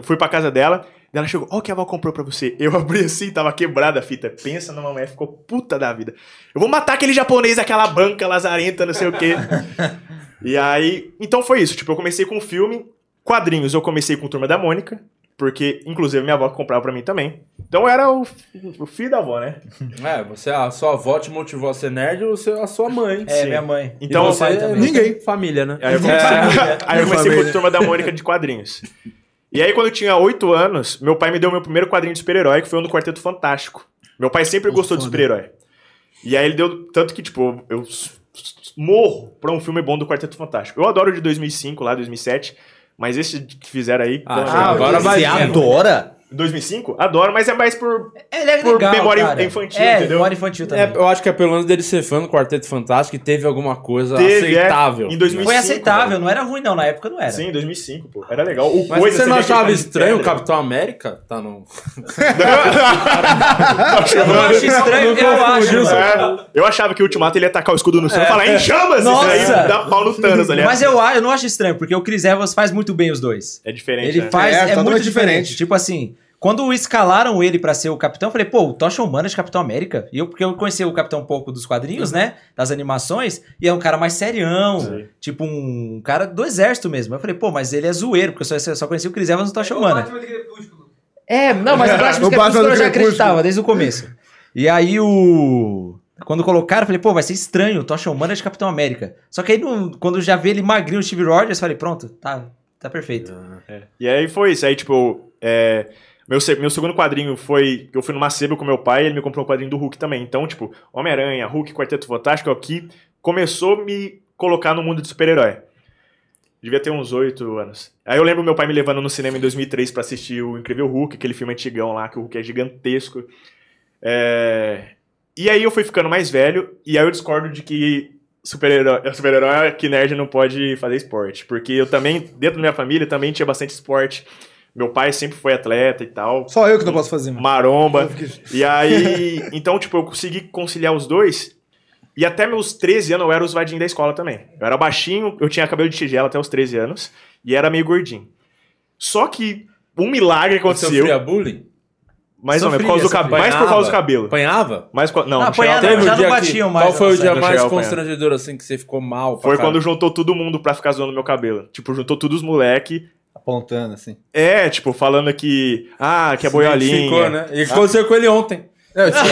Speaker 3: fui pra casa dela, e ela chegou, ó, o que a avó comprou pra você. Eu abri assim, tava quebrada a fita. Pensa numa mulher, ficou puta da vida. Eu vou matar aquele japonês daquela banca lazarenta, não sei o quê. e aí. Então foi isso. Tipo, eu comecei com filme, quadrinhos, eu comecei com Turma da Mônica. Porque, inclusive, minha avó comprava pra mim também. Então eu era o, o filho da avó, né?
Speaker 1: É, você, a sua avó te motivou a ser nerd ou você, a sua mãe.
Speaker 4: É,
Speaker 3: Sim.
Speaker 4: minha mãe.
Speaker 3: Então,
Speaker 1: e
Speaker 3: É,
Speaker 1: você,
Speaker 4: também.
Speaker 1: ninguém. Família, né?
Speaker 3: Aí eu comecei, aí eu comecei com a Turma da Mônica de quadrinhos. E aí, quando eu tinha 8 anos, meu pai me deu meu primeiro quadrinho de super-herói, que foi um do Quarteto Fantástico. Meu pai sempre gostou de super-herói. E aí ele deu. Tanto que, tipo, eu s- s- morro pra um filme bom do Quarteto Fantástico. Eu adoro o de 2005, lá, 2007. Mas esse que fizeram aí.
Speaker 1: Ah,
Speaker 3: pô,
Speaker 1: agora vai
Speaker 2: Você
Speaker 1: mesmo.
Speaker 2: adora?
Speaker 3: 2005? Adoro, mas é mais por.
Speaker 4: Ele é
Speaker 3: Por
Speaker 4: legal,
Speaker 3: memória
Speaker 4: cara.
Speaker 3: infantil,
Speaker 4: é,
Speaker 3: entendeu?
Speaker 4: memória infantil também.
Speaker 1: É, eu acho que é pelo menos dele ser fã do Quarteto Fantástico e teve alguma coisa
Speaker 3: Teve, é,
Speaker 1: aceitável.
Speaker 3: em 2005.
Speaker 4: Foi
Speaker 3: velho.
Speaker 4: aceitável, não era ruim não, na época não era.
Speaker 3: Sim, 2005, pô. Era legal. O
Speaker 1: Mas
Speaker 3: Coisa,
Speaker 1: você não
Speaker 3: vê que ele
Speaker 1: achava
Speaker 3: tá de
Speaker 1: estranho o
Speaker 3: pedra.
Speaker 1: Capitão América? Tá não.
Speaker 4: Eu não acho estranho, eu acho. né?
Speaker 1: confundiu,
Speaker 4: mano.
Speaker 3: É, eu achava que o Ultimato ele ia atacar o escudo no céu e falar em chamas!
Speaker 4: É. Nossa!
Speaker 3: Isso aí dá pau no Thanos, aliás.
Speaker 4: Mas eu, a- eu não acho estranho, porque o Chris Evans faz muito bem os dois.
Speaker 3: É diferente,
Speaker 4: Ele
Speaker 3: né?
Speaker 4: faz.
Speaker 7: É,
Speaker 4: É,
Speaker 7: totalmente
Speaker 4: muito diferente.
Speaker 7: diferente.
Speaker 4: Tipo assim, quando escalaram ele pra ser o capitão, eu falei, pô, o Tocha Humana é de Capitão América. E eu, porque eu conheci o capitão um pouco dos quadrinhos, né? Das animações. E é um cara mais serião.
Speaker 3: Sim.
Speaker 4: Tipo um cara do exército mesmo. Eu falei, pô, mas ele é zoeiro, porque eu só, eu só conheci o Chris Evans no
Speaker 6: É,
Speaker 4: Tocha Humana.
Speaker 6: Batman do Crepúsculo.
Speaker 4: É, não, mas o Batman do
Speaker 7: O
Speaker 4: Crepúsculo
Speaker 7: Batman
Speaker 4: eu
Speaker 7: do
Speaker 4: já
Speaker 7: Crepúsculo.
Speaker 4: acreditava desde o começo. E aí o. Quando colocaram, eu falei, pô, vai ser estranho, o Tocha Humana de Capitão América. Só que aí, no- quando eu já vi ele magrinho, o Steve Rogers, eu falei, pronto, tá, tá perfeito.
Speaker 3: É. E aí foi isso. Aí, tipo, é, meu, se- meu segundo quadrinho foi. Eu fui numa sebo com meu pai e ele me comprou um quadrinho do Hulk também. Então, tipo, Homem-Aranha, Hulk, Quarteto Fantástico é o que começou a me colocar no mundo de super-herói. Devia ter uns oito anos. Aí eu lembro meu pai me levando no cinema em 2003 pra assistir o Incrível Hulk, aquele filme antigão lá, que o Hulk é gigantesco. É, E aí eu fui ficando mais velho, e aí eu discordo de que super-herói super é que nerd não pode fazer esporte. Porque eu também, dentro da minha família, também tinha bastante esporte. Meu pai sempre foi atleta e tal.
Speaker 7: Só eu que não posso fazer, mano.
Speaker 3: Maromba. E aí, então, tipo, eu consegui conciliar os dois. E até meus 13 anos eu era o zoadinho da escola também. Eu era baixinho, eu tinha cabelo de tigela até os 13 anos e era meio gordinho. Só que um milagre
Speaker 1: Você
Speaker 3: aconteceu.
Speaker 1: sofria bullying?
Speaker 3: Mais ou menos, por causa do
Speaker 4: sofria,
Speaker 3: cabelo. Mais por causa do cabelo.
Speaker 1: Apanhava?
Speaker 3: Mais co- Não,
Speaker 4: Não,
Speaker 3: não chegava-
Speaker 4: apanhava,
Speaker 3: teve um
Speaker 4: já
Speaker 3: dia
Speaker 4: não
Speaker 3: que-
Speaker 4: batiam mais.
Speaker 1: Qual foi o dia
Speaker 3: Não
Speaker 1: mais
Speaker 3: chegava a apanhar.
Speaker 1: constrangedor, assim, que você ficou mal? pra
Speaker 3: Foi
Speaker 1: caralho?
Speaker 3: quando juntou todo mundo pra ficar zoando meu cabelo. Tipo, juntou todos os moleque.
Speaker 2: Apontando, assim.
Speaker 3: É, tipo, falando que. Ah, que é
Speaker 1: Se identificou,
Speaker 3: boiolinha.
Speaker 1: né? E aconteceu com ele ontem.
Speaker 2: Não, eu tinha-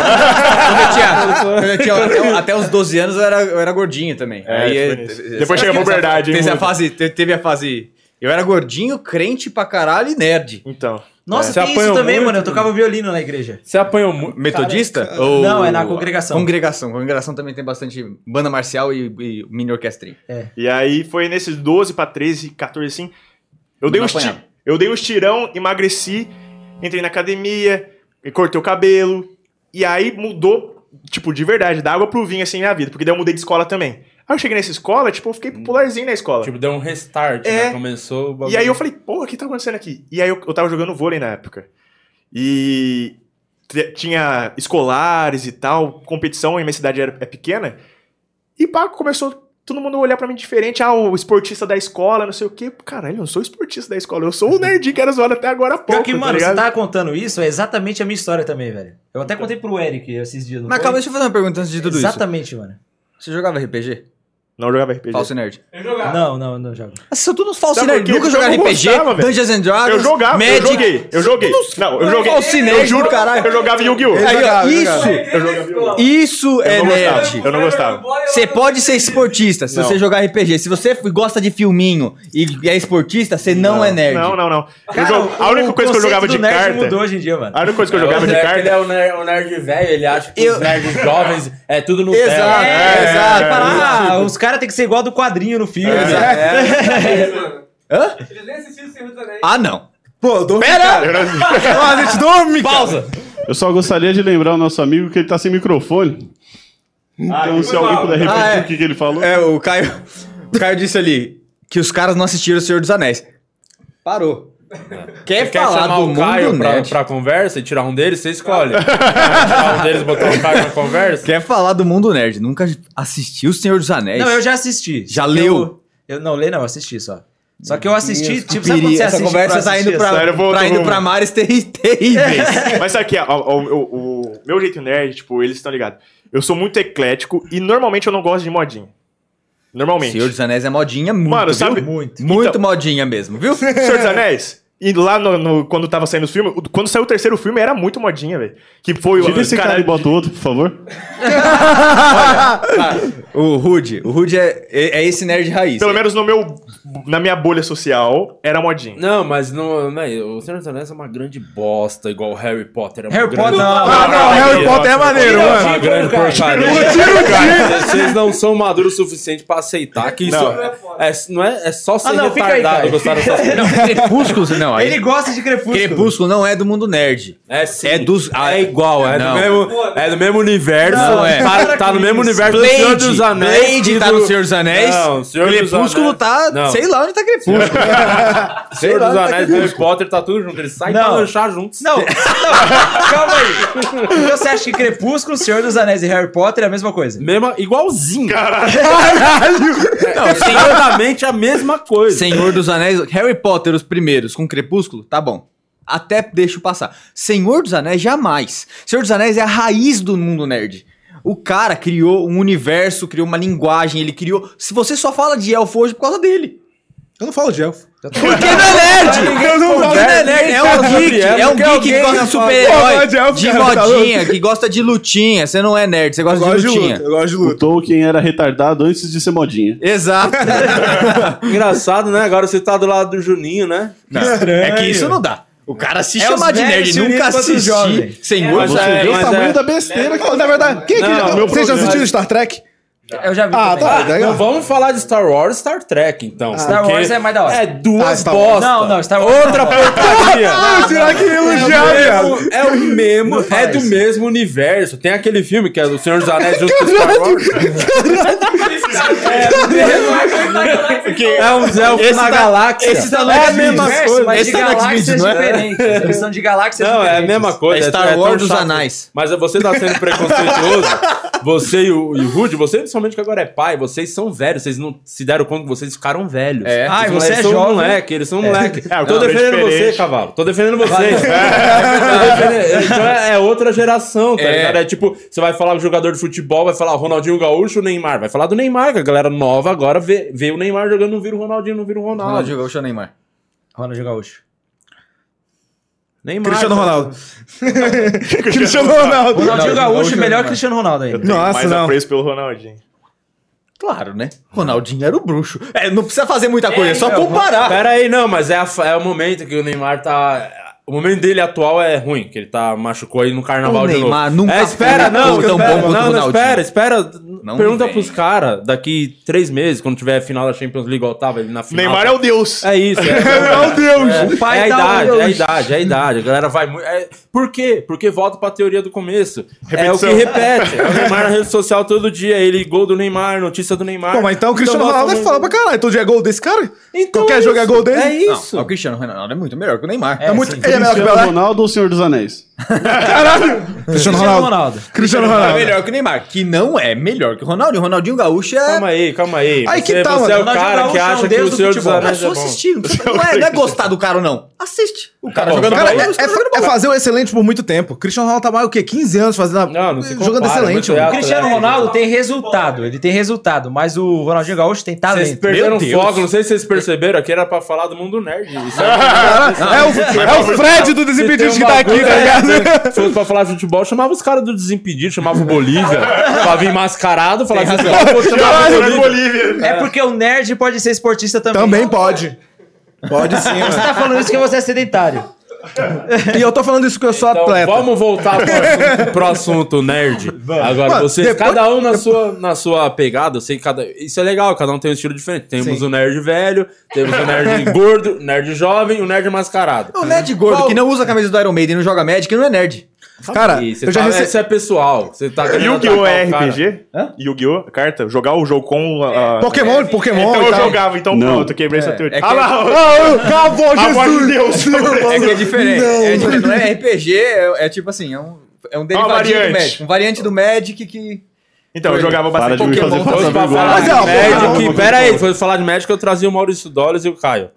Speaker 2: quando eu tinha, quando eu tinha até, até os 12 anos eu era, eu era gordinho também.
Speaker 3: É,
Speaker 2: Aí,
Speaker 3: tipo
Speaker 2: eh,
Speaker 3: isso.
Speaker 2: eh,
Speaker 3: Depois
Speaker 2: sabe
Speaker 3: chega a
Speaker 2: essa-
Speaker 3: puberdade, hein,
Speaker 2: teve a
Speaker 3: muda.
Speaker 2: fase, te- Teve a fase. Eu era gordinho, crente pra caralho e nerd.
Speaker 3: Então.
Speaker 4: Nossa,
Speaker 1: É. Você
Speaker 4: tem isso
Speaker 1: apanhou
Speaker 4: também,
Speaker 1: muito?
Speaker 4: mano.
Speaker 3: né?
Speaker 4: Eu tocava violino na igreja.
Speaker 1: Você apanhou muito.
Speaker 2: Metodista?
Speaker 4: Não, é na congregação.
Speaker 2: Congregação. Congregação também tem bastante banda marcial e, e mini orquestrinha.
Speaker 3: E aí foi nesses 12 pra 13, 14, assim. Eu dei,
Speaker 2: Não
Speaker 3: uns ti-
Speaker 2: apanhava.
Speaker 3: eu dei uns tirão, emagreci, entrei na academia, e cortei o cabelo. E aí mudou, tipo, de verdade, da água pro vinho, assim, minha vida. Porque daí eu mudei de escola também. Aí eu cheguei nessa escola, tipo, eu fiquei popularzinho na escola.
Speaker 1: Tipo, deu um restart,
Speaker 3: É.
Speaker 1: né? Começou o bagulho.
Speaker 3: E aí eu falei, pô, o que tá acontecendo aqui? E aí eu, eu tava jogando vôlei na época. E t- tinha escolares e tal, competição, e minha cidade era, é pequena. E pá, começou todo mundo a olhar pra mim diferente. Ah, o esportista da escola, não sei o quê. Caralho, eu não sou esportista da escola, eu sou o nerdinho que era zoado até agora há
Speaker 4: Pior
Speaker 3: pouco,
Speaker 4: que,
Speaker 3: tá
Speaker 4: mano, você
Speaker 3: ligado?
Speaker 4: tá contando isso, é exatamente a minha história também, velho. Eu até contei pro Eric esses dias. não
Speaker 2: Mas
Speaker 4: foi?
Speaker 2: calma, deixa eu fazer uma pergunta antes de tudo
Speaker 4: Exatamente, mano.
Speaker 2: isso. Você jogava RPG?
Speaker 3: Não jogava RPG.
Speaker 2: Falso nerd.
Speaker 6: Eu jogava.
Speaker 4: Não, não, não jogo.
Speaker 2: Vocês são todos falso
Speaker 3: Sabe por
Speaker 2: nerd.
Speaker 3: quê?
Speaker 2: Nunca
Speaker 3: Porque eu
Speaker 2: jogaram
Speaker 3: não
Speaker 2: RPG,
Speaker 3: gostava, velho.
Speaker 2: Dungeons and Dragons,
Speaker 3: Eu jogava,
Speaker 2: Magic.
Speaker 3: eu joguei, eu joguei. Não, eu joguei.
Speaker 2: Falso nerd
Speaker 3: eu juro,
Speaker 2: do caralho.
Speaker 3: Eu jogava Yu-Gi-Oh!
Speaker 2: Aí, ó,
Speaker 6: É
Speaker 7: jogava, eu
Speaker 2: isso,
Speaker 6: Eu jogava.
Speaker 2: isso é
Speaker 3: Eu não
Speaker 2: nerd.
Speaker 3: gostava, eu não gostava.
Speaker 2: Você pode ser esportista se
Speaker 3: Não.
Speaker 2: você jogar RPG. Se você f- gosta de filminho e é esportista, você não, é nerd.
Speaker 3: Não, não, não. Eu
Speaker 4: Cara,
Speaker 3: jogo- a única
Speaker 4: o
Speaker 3: coisa que
Speaker 4: conceito
Speaker 3: eu jogava
Speaker 4: do
Speaker 3: de
Speaker 4: nerd
Speaker 3: carta.
Speaker 4: mudou hoje em dia, mano.
Speaker 3: A única coisa que eu
Speaker 1: É, o
Speaker 3: jogava de
Speaker 1: Zé, que
Speaker 3: carta.
Speaker 1: Ele é o ner- o nerd velho, ele acha que
Speaker 2: Eu-
Speaker 1: os nerds jovens é tudo no
Speaker 2: Exato,
Speaker 1: É,
Speaker 2: exato.
Speaker 4: Fala, ah,
Speaker 2: exato.
Speaker 4: os caras têm que ser igual do quadrinho no filme.
Speaker 3: É.
Speaker 4: né?
Speaker 2: Hã?
Speaker 6: Eles nem assistiram o Senhor dos Anéis.
Speaker 2: Ah, não.
Speaker 7: Pô, eu dormi.
Speaker 2: Pera!
Speaker 3: Eu não-
Speaker 2: Não, a gente dorme, Pausa.
Speaker 8: Eu só gostaria de lembrar o nosso amigo que ele tá sem microfone.
Speaker 3: "Ah,
Speaker 8: Então, se alguém puder repetir
Speaker 2: Ah, é.
Speaker 8: o que, que ele falou.
Speaker 2: É, o Caio, o Caio disse ali que os caras não assistiram O Senhor dos Anéis. Parou. Quer
Speaker 1: Quer
Speaker 2: falar
Speaker 1: chamar
Speaker 2: do
Speaker 1: o
Speaker 2: mundo
Speaker 1: Caio pra,
Speaker 2: nerd?
Speaker 1: pra conversa e tirar um deles? Você escolhe. tirar um deles, botar o Caio na conversa?
Speaker 2: Quer falar do mundo nerd? Nunca assistiu O Senhor dos Anéis?
Speaker 4: Não, eu já assisti.
Speaker 2: É Já
Speaker 4: Eu-
Speaker 2: leu?
Speaker 4: Eu não leio, não, eu assisti só. Só que eu assisti, tipo, sabe quando
Speaker 2: Piri,
Speaker 4: você
Speaker 2: essa
Speaker 4: assiste
Speaker 2: conversa
Speaker 4: pra
Speaker 2: tá
Speaker 4: assistir,
Speaker 2: indo pra,
Speaker 4: sabe?
Speaker 3: Sério, volta
Speaker 2: tá indo
Speaker 3: pro-
Speaker 2: pra mares terri- terríveis.
Speaker 3: é." Mas sabe aqui, ó, ó, o, o- o meu jeito nerd, tipo, eles estão ligados. Eu sou muito eclético e normalmente eu não gosto de modinha. Normalmente.
Speaker 2: Senhor dos Anéis é modinha muito,
Speaker 3: Mano,
Speaker 2: viu?
Speaker 3: sabe-
Speaker 2: Muito, muito modinha mesmo, viu?
Speaker 3: Senhor dos Anéis? E lá no, no- quando tava saindo os filmes, o- quando saiu o terceiro filme era muito modinha, velho. Que foi
Speaker 8: Tira esse cara e
Speaker 3: caralho-
Speaker 8: bota o outro, por favor.
Speaker 2: O Rude, o Rude é, é é esse nerd raiz.
Speaker 3: Pelo menos no meu, na minha bolha social, era modinha.
Speaker 1: Não, mas não, né, o Senhor dos Anéis é uma grande bosta, igual o Harry Potter. É uma
Speaker 4: assim? Harry
Speaker 1: grande
Speaker 4: Potter, não.
Speaker 1: bosta. tipo,
Speaker 7: Ah, não, Harry Potter é maneiro,
Speaker 3: né?
Speaker 1: Tira o
Speaker 7: mano.
Speaker 1: Uma grande porcaria. Cara, Vocês não são maduros o suficiente pra aceitar que isso
Speaker 3: Não.
Speaker 1: é, não é, é só ser
Speaker 4: Ah, não, fica aí,
Speaker 1: retardado
Speaker 4: cara.
Speaker 1: gostar dessas coisas.
Speaker 2: Crepúsculo, não. aí-
Speaker 4: Ele é gosta de Crepúsculo.
Speaker 2: Crepúsculo não é do mundo nerd.
Speaker 1: É, sim.
Speaker 2: É dos- ah,
Speaker 1: É igual, é
Speaker 2: não.
Speaker 1: do, mesmo, é do mesmo universo.
Speaker 2: Não, é.
Speaker 1: Tá, tá no mesmo universo do Senhor dos Anéis.
Speaker 2: Blade
Speaker 1: e
Speaker 2: tá
Speaker 1: do-
Speaker 2: no Senhor dos Anéis.
Speaker 1: Não, Senhor dos
Speaker 2: Crepúsculo
Speaker 1: Anéis-
Speaker 2: tá.
Speaker 1: Não.
Speaker 2: Sei lá onde tá Crepúsculo.
Speaker 1: Senhor
Speaker 2: lá,
Speaker 1: dos
Speaker 2: tá
Speaker 1: Anéis, Harry Potter, tá tudo junto. Eles saem
Speaker 4: Não.
Speaker 1: pra lanchar juntos.
Speaker 4: Não, não, calma aí. Então você acha que Crepúsculo, Senhor dos Anéis e Harry Potter é a mesma coisa?
Speaker 1: Mesma, igualzinho. Caralho! É exatamente a mesma coisa.
Speaker 2: Senhor dos Anéis, Harry Potter, os primeiros, com Crepúsculo, tá bom. Até deixo passar. Senhor dos Anéis, jamais. Senhor dos Anéis é a raiz do mundo nerd. O cara criou um universo, criou uma linguagem, ele criou. Se você só fala de elfo hoje por causa dele.
Speaker 7: Eu não falo de elfo.
Speaker 2: Porque não é nerd!
Speaker 7: Eu não
Speaker 2: Porque não é nerd, é um geek, é um geek que gosta de super-herói,
Speaker 7: de elfo,
Speaker 2: de
Speaker 7: cara, tá
Speaker 2: modinha, que gosta de lutinha. Você não é nerd, você
Speaker 7: Eu
Speaker 2: gosta
Speaker 7: gosto
Speaker 2: de
Speaker 7: de
Speaker 2: lutinha.
Speaker 7: luta, eu gosto de
Speaker 8: O
Speaker 7: luta.
Speaker 8: Tolkien era retardado antes de ser modinha.
Speaker 2: Exato.
Speaker 1: Engraçado, né? Agora você tá do lado do Juninho, né?
Speaker 2: É que isso não dá. O cara se
Speaker 4: É
Speaker 2: chamar
Speaker 4: os
Speaker 2: de
Speaker 4: velhos
Speaker 2: nerd
Speaker 4: se
Speaker 2: e nunca
Speaker 4: unindo contra os
Speaker 2: assistir.
Speaker 4: jovens.
Speaker 2: Senhor,
Speaker 1: Mas
Speaker 8: Você
Speaker 1: é,
Speaker 8: vê o
Speaker 1: mas
Speaker 2: tá
Speaker 8: tamanho
Speaker 1: é.
Speaker 8: da besteira que
Speaker 7: Não, na verdade, quem, quem
Speaker 1: Não,
Speaker 7: já,
Speaker 1: meu
Speaker 7: vocês
Speaker 1: problema. é-
Speaker 7: já assistiram Star Trek?
Speaker 4: Eu já vi.
Speaker 7: Ah,
Speaker 4: também.
Speaker 7: tá. legal.
Speaker 1: Não vamos falar de Star Wars Star Trek, então.
Speaker 4: Star
Speaker 1: porque
Speaker 4: Wars é mais da hora.
Speaker 1: É
Speaker 7: Ah,
Speaker 1: duas
Speaker 7: Star Wars.
Speaker 1: bosta.
Speaker 4: Não, não, Star Wars. é
Speaker 1: Outra
Speaker 4: não.
Speaker 1: porcaria.
Speaker 7: Ah, será que elogiar,
Speaker 1: É
Speaker 7: viado?
Speaker 1: o mesmo- é o mesmo, é do mesmo universo. Tem aquele filme que é do Senhor dos Anéis junto com Star Wars.
Speaker 6: Ele vai cortar a galáxia
Speaker 8: Porque
Speaker 4: É um Zé
Speaker 9: Esse
Speaker 4: na
Speaker 9: tá-
Speaker 4: galáxia.
Speaker 9: esse tá no
Speaker 4: é a
Speaker 9: X-Videos.
Speaker 4: mesma
Speaker 9: Esse-
Speaker 4: coisa.
Speaker 9: esse
Speaker 4: Mas de
Speaker 9: tá no
Speaker 4: galáxias
Speaker 9: X-Videos, não é?
Speaker 4: diferentes. Eles são de galáxias
Speaker 1: Não, é a
Speaker 4: diferentes.
Speaker 1: mesma coisa.
Speaker 9: É Star
Speaker 1: tão
Speaker 9: Wars dos
Speaker 1: chato.
Speaker 9: anais.
Speaker 1: Mas você tá sendo preconceituoso. Você e o, e o Rude, você principalmente que agora é pai, vocês são velhos. Vocês não se deram conta que vocês ficaram velhos.
Speaker 2: É.
Speaker 1: Os
Speaker 4: Ai,
Speaker 1: moleques
Speaker 4: você é
Speaker 1: são
Speaker 4: jovem.
Speaker 1: moleque, eles são moleque.
Speaker 3: É, o
Speaker 1: Tô
Speaker 3: cara é
Speaker 1: defendendo
Speaker 3: diferente.
Speaker 1: você, cavalo. Tô defendendo vocês. Tô defendendo- Então é é outra geração, tá
Speaker 2: É.
Speaker 1: ligado? É tipo, você vai falar do jogador de futebol, vai falar Ronaldinho Gaúcho ou Neymar. Vai falar do Neymar, que a galera nova agora vê, vê o Neymar jogando, não vira o Ronaldinho, não vira o Ronaldo.
Speaker 2: Ronaldinho Gaúcho ou Neymar?
Speaker 4: Ronaldinho Gaúcho.
Speaker 1: Neymar.
Speaker 7: Cristiano
Speaker 1: tá-
Speaker 7: Ronaldo. Cristiano Ronaldo.
Speaker 4: Ronaldinho Gaúcho, é melhor
Speaker 9: Neymar.
Speaker 4: que Cristiano Ronaldo ainda.
Speaker 7: Nossa,
Speaker 3: mais
Speaker 7: não.
Speaker 3: apreço é pelo Ronaldinho.
Speaker 2: Claro, né? Ronaldinho era o bruxo. É, não precisa fazer muita coisa, é só
Speaker 4: então,
Speaker 2: comparar.
Speaker 1: Pera aí, não, mas é, a fa- é o momento que o Neymar tá. O momento dele atual é ruim, que ele tá machucou aí no carnaval
Speaker 2: O
Speaker 1: de
Speaker 2: Neymar
Speaker 1: novo.
Speaker 2: nunca
Speaker 1: é, espera,
Speaker 2: foi
Speaker 1: não,
Speaker 2: tão
Speaker 1: espera,
Speaker 2: bom quanto o
Speaker 1: não, não,
Speaker 2: Ronaldinho.
Speaker 1: espera, espera.
Speaker 2: Não
Speaker 1: Pergunta
Speaker 2: vem.
Speaker 1: pros caras daqui três meses, quando tiver a final da Champions League ou tava ali na final.
Speaker 3: Neymar é o deus.
Speaker 1: É isso. É,
Speaker 7: Meu Deus.
Speaker 1: é,
Speaker 4: pai tá um
Speaker 1: é a
Speaker 4: da
Speaker 1: idade, é a
Speaker 4: Deus.
Speaker 1: idade, é a idade. A galera vai muito. é- por quê? Porque volta pra teoria do começo. É o que
Speaker 3: Repetição.
Speaker 1: repete. É o Neymar na rede social todo dia. Ele gol do Neymar, notícia do Neymar.
Speaker 7: Pô, mas então o Cristiano
Speaker 1: volta
Speaker 7: Ronaldo é
Speaker 1: muito.
Speaker 7: foda pra caralho. Todo dia é gol desse cara?
Speaker 1: Então
Speaker 7: Qualquer
Speaker 1: é
Speaker 7: jogo é
Speaker 1: isso,
Speaker 7: gol dele?
Speaker 1: É
Speaker 2: Não,
Speaker 1: isso.
Speaker 2: o Cristiano Ronaldo é muito melhor que o Neymar.
Speaker 4: É,
Speaker 7: muito-
Speaker 4: sim.
Speaker 7: Ele é melhor que o
Speaker 8: Cristiano
Speaker 7: Pelé?
Speaker 8: Ronaldo ou Senhor dos Anéis?
Speaker 7: Caralho. Cristiano Ronaldo. Cristiano
Speaker 2: É
Speaker 7: Ronaldo.
Speaker 2: melhor que o Neymar, que não é melhor que o Ronaldinho. O Ronaldinho Gaúcho é.
Speaker 1: Calma aí, calma aí.
Speaker 7: Aí
Speaker 1: você
Speaker 7: que tá,
Speaker 1: você é o
Speaker 7: mano.
Speaker 1: cara
Speaker 4: Ronaldinho
Speaker 1: que
Speaker 4: Gaúcho é
Speaker 1: acha que
Speaker 4: o deus
Speaker 1: o
Speaker 4: do
Speaker 1: Senhor dos
Speaker 4: futebol.
Speaker 2: É
Speaker 1: Anéis é
Speaker 2: só
Speaker 1: bom.
Speaker 2: assistir. Não, precisa- não é, não é gostar do cara ou não. Assiste. O cara
Speaker 1: bom,
Speaker 2: jogando
Speaker 1: tá
Speaker 7: Cara,
Speaker 2: bola.
Speaker 7: é,
Speaker 2: os caras jogando
Speaker 7: é- é
Speaker 2: bola.
Speaker 7: fazer o excelente por muito tempo. Cristiano Ronaldo tá mais o quê? 15 anos fazendo a...
Speaker 1: Não, não se
Speaker 7: jogando
Speaker 1: compara,
Speaker 7: excelente,
Speaker 1: muito
Speaker 7: mano.
Speaker 1: é
Speaker 4: O Cristiano Ronaldo tem resultado, ele tem resultado, mas o Ronaldinho Gaúcho tem
Speaker 1: Vocês
Speaker 4: talento.
Speaker 1: perderam
Speaker 2: Deus.
Speaker 1: foco, não sei se vocês perceberam, aqui era pra falar do mundo nerd. Isso
Speaker 7: É o, é o Fred
Speaker 1: um
Speaker 7: do Desimpedidos que tá aqui, tá
Speaker 1: né?
Speaker 7: ligado?
Speaker 1: Se fosse pra falar de futebol, chamava os caras do Desimpedido, chamava o Bolívia, pra vir mascarado, falar de futebol, pô, chamava o
Speaker 3: Caralho,
Speaker 1: Bolívia.
Speaker 3: Bolívia.
Speaker 4: É porque o nerd pode ser esportista também.
Speaker 7: Também pode. Pode sim,
Speaker 4: Você
Speaker 7: mano.
Speaker 4: tá falando isso que você é sedentário.
Speaker 7: E eu tô falando isso que eu sou
Speaker 1: Então,
Speaker 7: atleta.
Speaker 1: vamos voltar pro assunto, pro assunto nerd. Agora,
Speaker 7: Mano,
Speaker 1: vocês,
Speaker 7: depois-
Speaker 1: cada um na sua, na sua pegada, eu sei que cada. Isso é legal, cada um tem um estilo diferente. Temos o nerd velho, temos o nerd gordo, o nerd jovem e o nerd mascarado.
Speaker 2: É O nerd gordo que não usa a camisa do Iron Maiden e não joga Magic não é nerd.
Speaker 7: Cara,
Speaker 1: E você
Speaker 7: eu já
Speaker 1: tá-
Speaker 7: recebi.
Speaker 1: Isso é pessoal. Você tá querendo
Speaker 3: Yu-Gi-Oh!
Speaker 1: atacar o cara.
Speaker 3: RPG? Yu-Gi-Oh! Carta? Jogar o jogo com. a- a-
Speaker 7: Pokémon,
Speaker 1: É,
Speaker 7: Pokémon
Speaker 3: Então
Speaker 7: e
Speaker 3: eu
Speaker 7: tal.
Speaker 3: jogava, então
Speaker 8: Não.
Speaker 3: pronto, eu quebrei essa teoria.
Speaker 2: é que-
Speaker 3: ah lá,
Speaker 7: Ah, acabou,
Speaker 3: agora
Speaker 7: Jesus!
Speaker 3: Deus.
Speaker 2: É que é diferente.
Speaker 7: Não.
Speaker 2: É diferente, Não é RPG, é, é tipo assim, é um, é um derivadinho do
Speaker 3: variante.
Speaker 2: Magic. Um variante do Magic que...
Speaker 3: Então, eu jogava
Speaker 8: Para de
Speaker 3: bastante
Speaker 8: me
Speaker 3: Pokémon. então,
Speaker 8: fazer
Speaker 1: Fosse
Speaker 8: passar
Speaker 1: pra
Speaker 8: vergonha.
Speaker 1: falar
Speaker 7: Mas,
Speaker 1: de
Speaker 7: ó,
Speaker 1: médico.
Speaker 8: vamos-
Speaker 1: é, Pera aí, fosse falar de médico, eu trazia o Maurício Dollars e o Caio.